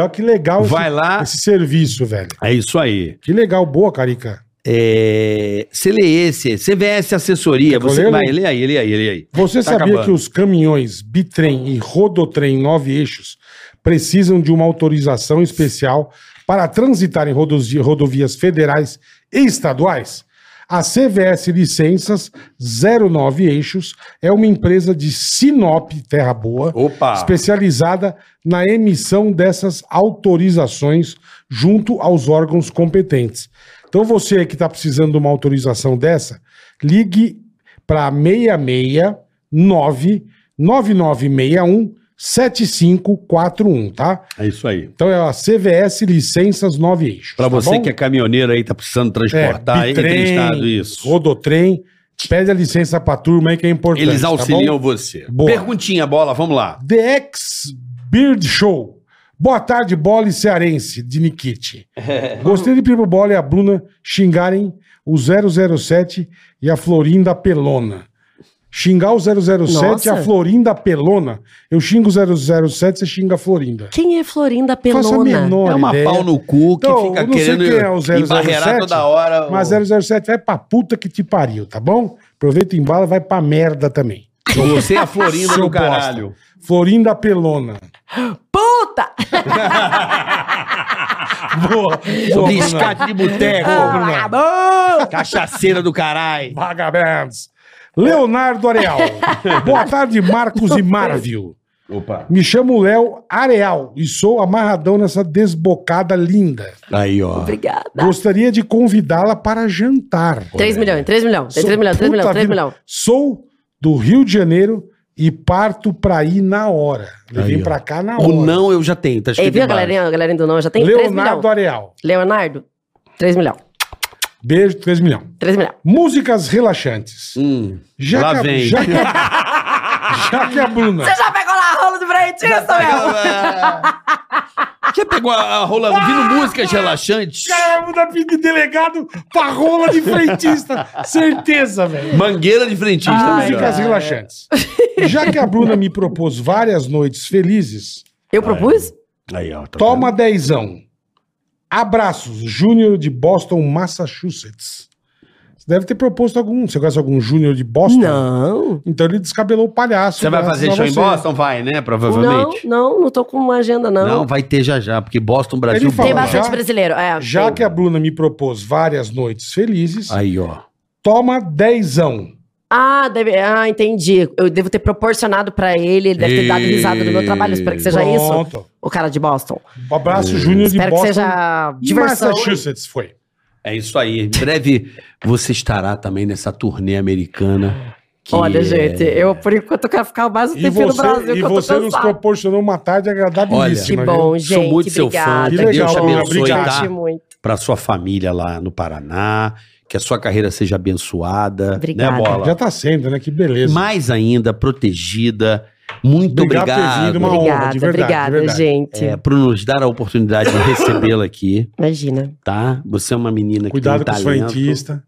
Speaker 2: Olha que legal esse,
Speaker 3: Vai lá,
Speaker 2: esse serviço, velho.
Speaker 3: é isso aí.
Speaker 2: Que legal, boa, Carica.
Speaker 3: É, você lê esse, CVS Assessoria,
Speaker 2: que eu
Speaker 3: você
Speaker 2: leia,
Speaker 3: vai,
Speaker 2: Lu?
Speaker 3: lê aí, lê aí, lê aí.
Speaker 2: Você
Speaker 3: Tá
Speaker 2: sabia
Speaker 3: acabando.
Speaker 2: que os caminhões bitrem e rodotrem nove eixos precisam de uma autorização especial para transitar em rodovi- rodovias federais e estaduais? A CVS Licenças 09 Eixos é uma empresa de Sinop, Terra Boa,
Speaker 3: Ah.
Speaker 4: Opa!
Speaker 2: especializada na emissão dessas autorizações junto aos órgãos competentes. Então você que está precisando de uma autorização dessa, ligue para 669 9961 7541, tá?
Speaker 3: É isso aí.
Speaker 2: Então é a CVS Licenças 9 Eixos.
Speaker 3: Pra
Speaker 2: tá
Speaker 3: você
Speaker 2: bom?
Speaker 3: que é caminhoneiro aí, tá precisando
Speaker 2: é,
Speaker 3: transportar, é,
Speaker 2: bitrem,
Speaker 3: entrevistado isso.
Speaker 2: Rodotrem, pede a licença pra turma aí que é importante.
Speaker 3: Eles
Speaker 2: tá bom?
Speaker 3: auxiliam você.
Speaker 2: Boa.
Speaker 3: Perguntinha, bola, vamos lá.
Speaker 2: DX Beard Show. Boa tarde, bola e cearense, de Nikit. Gostei de Primo Bola e a Bruna xingarem o 007 e a Florinda Pelona. Xingar o 007 e a
Speaker 5: Nossa.
Speaker 2: Florinda Pelona. Eu xingo o 007, você xinga a Florinda.
Speaker 5: Quem é Florinda
Speaker 2: Faço a
Speaker 5: Pelona?
Speaker 2: menor
Speaker 3: É uma
Speaker 2: ideia.
Speaker 3: pau no cu que
Speaker 2: Então, eu
Speaker 3: fica
Speaker 2: não sei
Speaker 3: querendo
Speaker 2: quem é o 007,
Speaker 3: embarrear toda hora.
Speaker 2: Mas
Speaker 3: o-
Speaker 2: 007 vai é pra puta que te pariu, tá bom? Aproveita e embala, vai pra merda também.
Speaker 3: Você é a Florinda
Speaker 2: Seu
Speaker 3: do
Speaker 2: bosta.
Speaker 3: caralho.
Speaker 2: Florinda Pelona.
Speaker 5: Puta!
Speaker 2: Boa.
Speaker 3: Biscate de boteco.
Speaker 2: Bruna.
Speaker 3: Cachaceira do caralho.
Speaker 2: Vagabundos. Leonardo Areal. Boa tarde, Marcos e Marvio.
Speaker 3: Opa.
Speaker 2: Me chamo Léo Areal e sou amarradão nessa desbocada linda.
Speaker 3: Aí, ó.
Speaker 5: Obrigada.
Speaker 2: Gostaria de convidá-la para jantar.
Speaker 5: 3 milhões, 3 milhões,
Speaker 2: Sou-
Speaker 5: 3 milhões,
Speaker 2: puta
Speaker 5: 3 milhões, 3
Speaker 2: vida,
Speaker 5: milhões.
Speaker 2: Sou do Rio de Janeiro e parto pra ir na hora. Levei
Speaker 3: Aí, ó.
Speaker 2: pra cá na hora.
Speaker 3: O não eu já tenho, tá
Speaker 5: Ei,
Speaker 3: escrito
Speaker 5: viu a
Speaker 3: embaixo.
Speaker 5: galerinha, a galerinha do não? Já tem 3 milhões.
Speaker 2: Leonardo Areal.
Speaker 5: Leonardo, 3 milhões,
Speaker 2: Beijo, 3 milhões.
Speaker 5: 3 milhões.
Speaker 2: Músicas relaxantes.
Speaker 3: Hum,
Speaker 2: Já
Speaker 3: lá
Speaker 2: que a-
Speaker 3: vem.
Speaker 2: Já que, já que a Bruna.
Speaker 5: Você já pegou lá a rola do Breitiço, meu?
Speaker 3: Já pegou a, a rola ouvindo músicas relaxantes?
Speaker 2: Cara, muda filho É, de delegado pra rola de frentista. Certeza, velho.
Speaker 3: Mangueira de frentista. melhor.
Speaker 2: Músicas relaxantes. Já que a Bruna me propôs várias noites felizes,
Speaker 5: Eu propus?
Speaker 3: Aí, ó. tá
Speaker 2: toma dezão. Abraços, Júnior de Boston, Massachusetts. Você deve ter proposto algum. Você conhece algum Júnior de Boston?
Speaker 5: Não.
Speaker 2: Então ele descabelou o palhaço.
Speaker 3: Você vai
Speaker 2: graças
Speaker 3: fazer
Speaker 2: a
Speaker 3: show em
Speaker 2: você.
Speaker 3: Boston? Vai, né?
Speaker 5: Não,
Speaker 3: Provavelmente.
Speaker 5: não, não tô com uma agenda, não.
Speaker 3: Não, vai ter já já, porque Boston, Brasil...
Speaker 2: Ele falou
Speaker 5: Tem
Speaker 2: Bom,
Speaker 5: bastante
Speaker 2: já-
Speaker 5: brasileiro, é.
Speaker 2: Já que a Bruna me propôs várias noites felizes,
Speaker 3: Aí, ó.
Speaker 2: toma dezão.
Speaker 5: Ah, deve- ah, entendi. Eu devo ter proporcionado pra ele, ele deve ter dado risada do meu trabalho. Espero que seja isso.
Speaker 2: Pronto.
Speaker 5: O cara de Boston.
Speaker 2: Abraço, Júnior de
Speaker 5: Espero
Speaker 2: Boston.
Speaker 5: que seja
Speaker 2: De
Speaker 5: diversão.
Speaker 2: Massachusetts foi.
Speaker 3: É isso aí. Em breve você estará também nessa turnê americana. que
Speaker 5: Olha,
Speaker 3: é-
Speaker 5: gente, eu por enquanto quero ficar o mais um
Speaker 2: E
Speaker 5: tempinho no
Speaker 2: você,
Speaker 5: Brasil,
Speaker 2: e
Speaker 5: que eu tô
Speaker 2: você nos
Speaker 5: cansada.
Speaker 2: proporcionou uma tarde
Speaker 5: Que
Speaker 2: agradabilíssima. viu?
Speaker 5: bom, gente.
Speaker 3: Sou muito seu fã.
Speaker 5: obrigada.
Speaker 3: Que
Speaker 2: legal,
Speaker 5: que bom.
Speaker 2: Bruna, obrigado.
Speaker 5: Curti muito.
Speaker 3: Pra sua família lá no Paraná, que a sua carreira seja abençoada.
Speaker 5: Obrigada.
Speaker 3: Né, Bola?
Speaker 2: Já tá sendo, né? Que beleza.
Speaker 3: Mais ainda, protegida. Muito
Speaker 2: Obrigado por ter
Speaker 3: obrigado,
Speaker 2: vindo, uma honra.
Speaker 5: Obrigada,
Speaker 2: de verdade, de
Speaker 5: obrigada,
Speaker 2: verdade.
Speaker 5: gente.
Speaker 3: é, por nos dar a oportunidade de recebê-la aqui,
Speaker 5: Imagina.
Speaker 3: tá? Você é uma menina que
Speaker 2: Cuidado com
Speaker 3: tem um
Speaker 2: os
Speaker 3: talento.
Speaker 2: frentistas.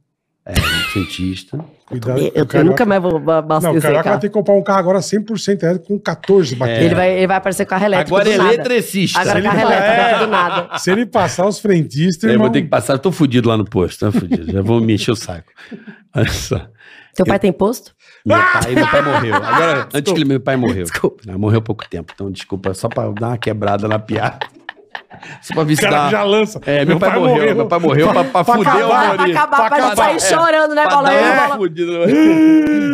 Speaker 3: É, um frentista.
Speaker 2: Cuidado
Speaker 5: Eu,
Speaker 2: com o
Speaker 5: eu
Speaker 2: carioca.
Speaker 5: nunca mais vou ba-
Speaker 2: Não, o
Speaker 5: abastecer
Speaker 2: Carioca vai
Speaker 5: carro.
Speaker 2: ter que comprar um carro agora 100% elétrico com
Speaker 3: É.
Speaker 2: 14 baterias.
Speaker 5: Ele, vai, ele vai aparecer carro elétrico
Speaker 3: Agora
Speaker 5: tipo, do
Speaker 3: é
Speaker 5: nada.
Speaker 3: eletricista.
Speaker 5: Agora
Speaker 2: Ele
Speaker 5: carro
Speaker 2: vai-
Speaker 5: elétrico
Speaker 2: é.
Speaker 5: tipo, do nada.
Speaker 2: Se ele passar os frentistas,
Speaker 3: Eu
Speaker 2: irmão,
Speaker 3: vou ter que passar, tô fudido lá no posto, tá fudido. Já vou me encher o saco. Olha só.
Speaker 5: Teu pai tem posto?
Speaker 3: Meu
Speaker 2: Ah!
Speaker 3: pai, meu pai morreu. Agora, antes que ele, meu pai morreu. Desculpa. Morreu há pouco tempo, então desculpa, só pra dar uma quebrada na piada. Só pra ver
Speaker 2: o
Speaker 3: se
Speaker 2: cara
Speaker 3: dá.
Speaker 2: já lança.
Speaker 3: É, meu, pai, morreu, meu pai morreu pra, pra,
Speaker 2: Pra
Speaker 3: fuder o
Speaker 2: acabar,
Speaker 3: Amorim.
Speaker 5: acabar, pra
Speaker 3: acabar,
Speaker 5: sair
Speaker 3: é.
Speaker 5: chorando, né,
Speaker 3: Pra
Speaker 5: Bola?
Speaker 3: dar
Speaker 5: Eu
Speaker 3: uma
Speaker 5: falo-
Speaker 3: fudida. é né?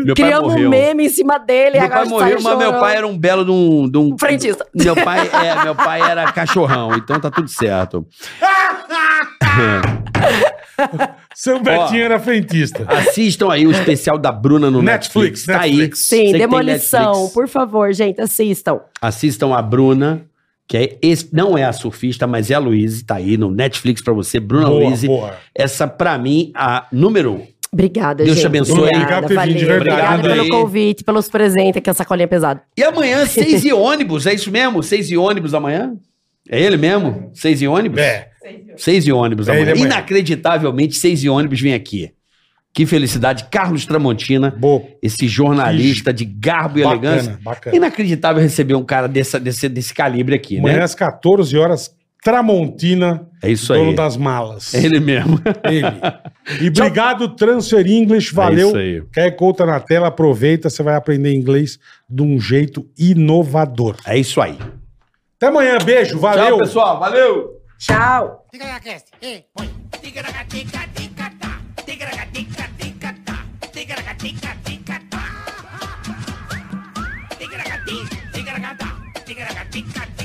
Speaker 3: Meu pai
Speaker 5: Criamos um
Speaker 3: morreu.
Speaker 5: meme em cima dele.
Speaker 3: Meu
Speaker 5: agora
Speaker 3: pai
Speaker 5: sai
Speaker 3: morreu, mas meu
Speaker 5: chorando.
Speaker 3: pai era um belo de um. de um-
Speaker 5: Frentista.
Speaker 3: Meu pai, é, meu pai era cachorrão, então tá tudo certo.
Speaker 2: Seu Betinho era frentista.
Speaker 3: Ah, Assistam aí o especial da Bruna no
Speaker 2: Netflix,
Speaker 3: Netflix. Tá
Speaker 2: Netflix.
Speaker 3: aí. Você
Speaker 5: Sim,
Speaker 3: que tem
Speaker 5: demolição.
Speaker 3: Netflix,
Speaker 5: Por favor, gente, assistam.
Speaker 3: Assistam a Bruna, que é esse- não é a surfista, mas é a Luíse. Tá aí no Netflix pra você. Bruna
Speaker 2: Boa,
Speaker 3: Luíse.
Speaker 2: boa.
Speaker 3: Essa, pra mim, a número um.
Speaker 5: Obrigada,
Speaker 3: Deus te
Speaker 5: gente.
Speaker 3: abençoe.
Speaker 5: Obrigada,
Speaker 2: Obrigado por ter
Speaker 5: valeu.
Speaker 2: vindo, de verdade.
Speaker 5: Obrigada
Speaker 3: Obrigado
Speaker 5: pelo
Speaker 3: aí.
Speaker 5: convite, pelos presentes, que a sacolinha é pesada.
Speaker 3: E amanhã, seis e ônibus. É isso mesmo? Seis e ônibus amanhã? É ele mesmo? Seis e ônibus?
Speaker 2: É.
Speaker 3: Seis e ônibus
Speaker 2: É
Speaker 3: amanhã.
Speaker 2: ele amanhã.
Speaker 3: Inacreditavelmente, seis e ônibus vem aqui. Que felicidade. Carlos Tramontina,
Speaker 2: Boa.
Speaker 3: esse jornalista de garbo e elegância.
Speaker 2: Bacana, bacana.
Speaker 3: Inacreditável receber um cara dessa, desse, desse calibre aqui,
Speaker 2: Amanhã
Speaker 3: né?
Speaker 2: às 14 horas, Tramontina,
Speaker 3: É isso
Speaker 2: dono
Speaker 3: aí.
Speaker 2: das malas.
Speaker 3: É ele mesmo.
Speaker 2: Ele. E obrigado, Transfer English. Valeu.
Speaker 3: É isso aí.
Speaker 2: Quer conta na tela, aproveita, você vai aprender inglês de um jeito inovador.
Speaker 3: É isso aí.
Speaker 2: Até amanhã, beijo, valeu.
Speaker 4: pessoal. Valeu!
Speaker 5: Tchau.
Speaker 1: Tigaracast, ei, põe. Tigaracatica, ticatá. Tigaracatica, ticatá. Tigaracatica, ticatá. Tigaracati, tigaracatá. Tigaracatica, ticatá.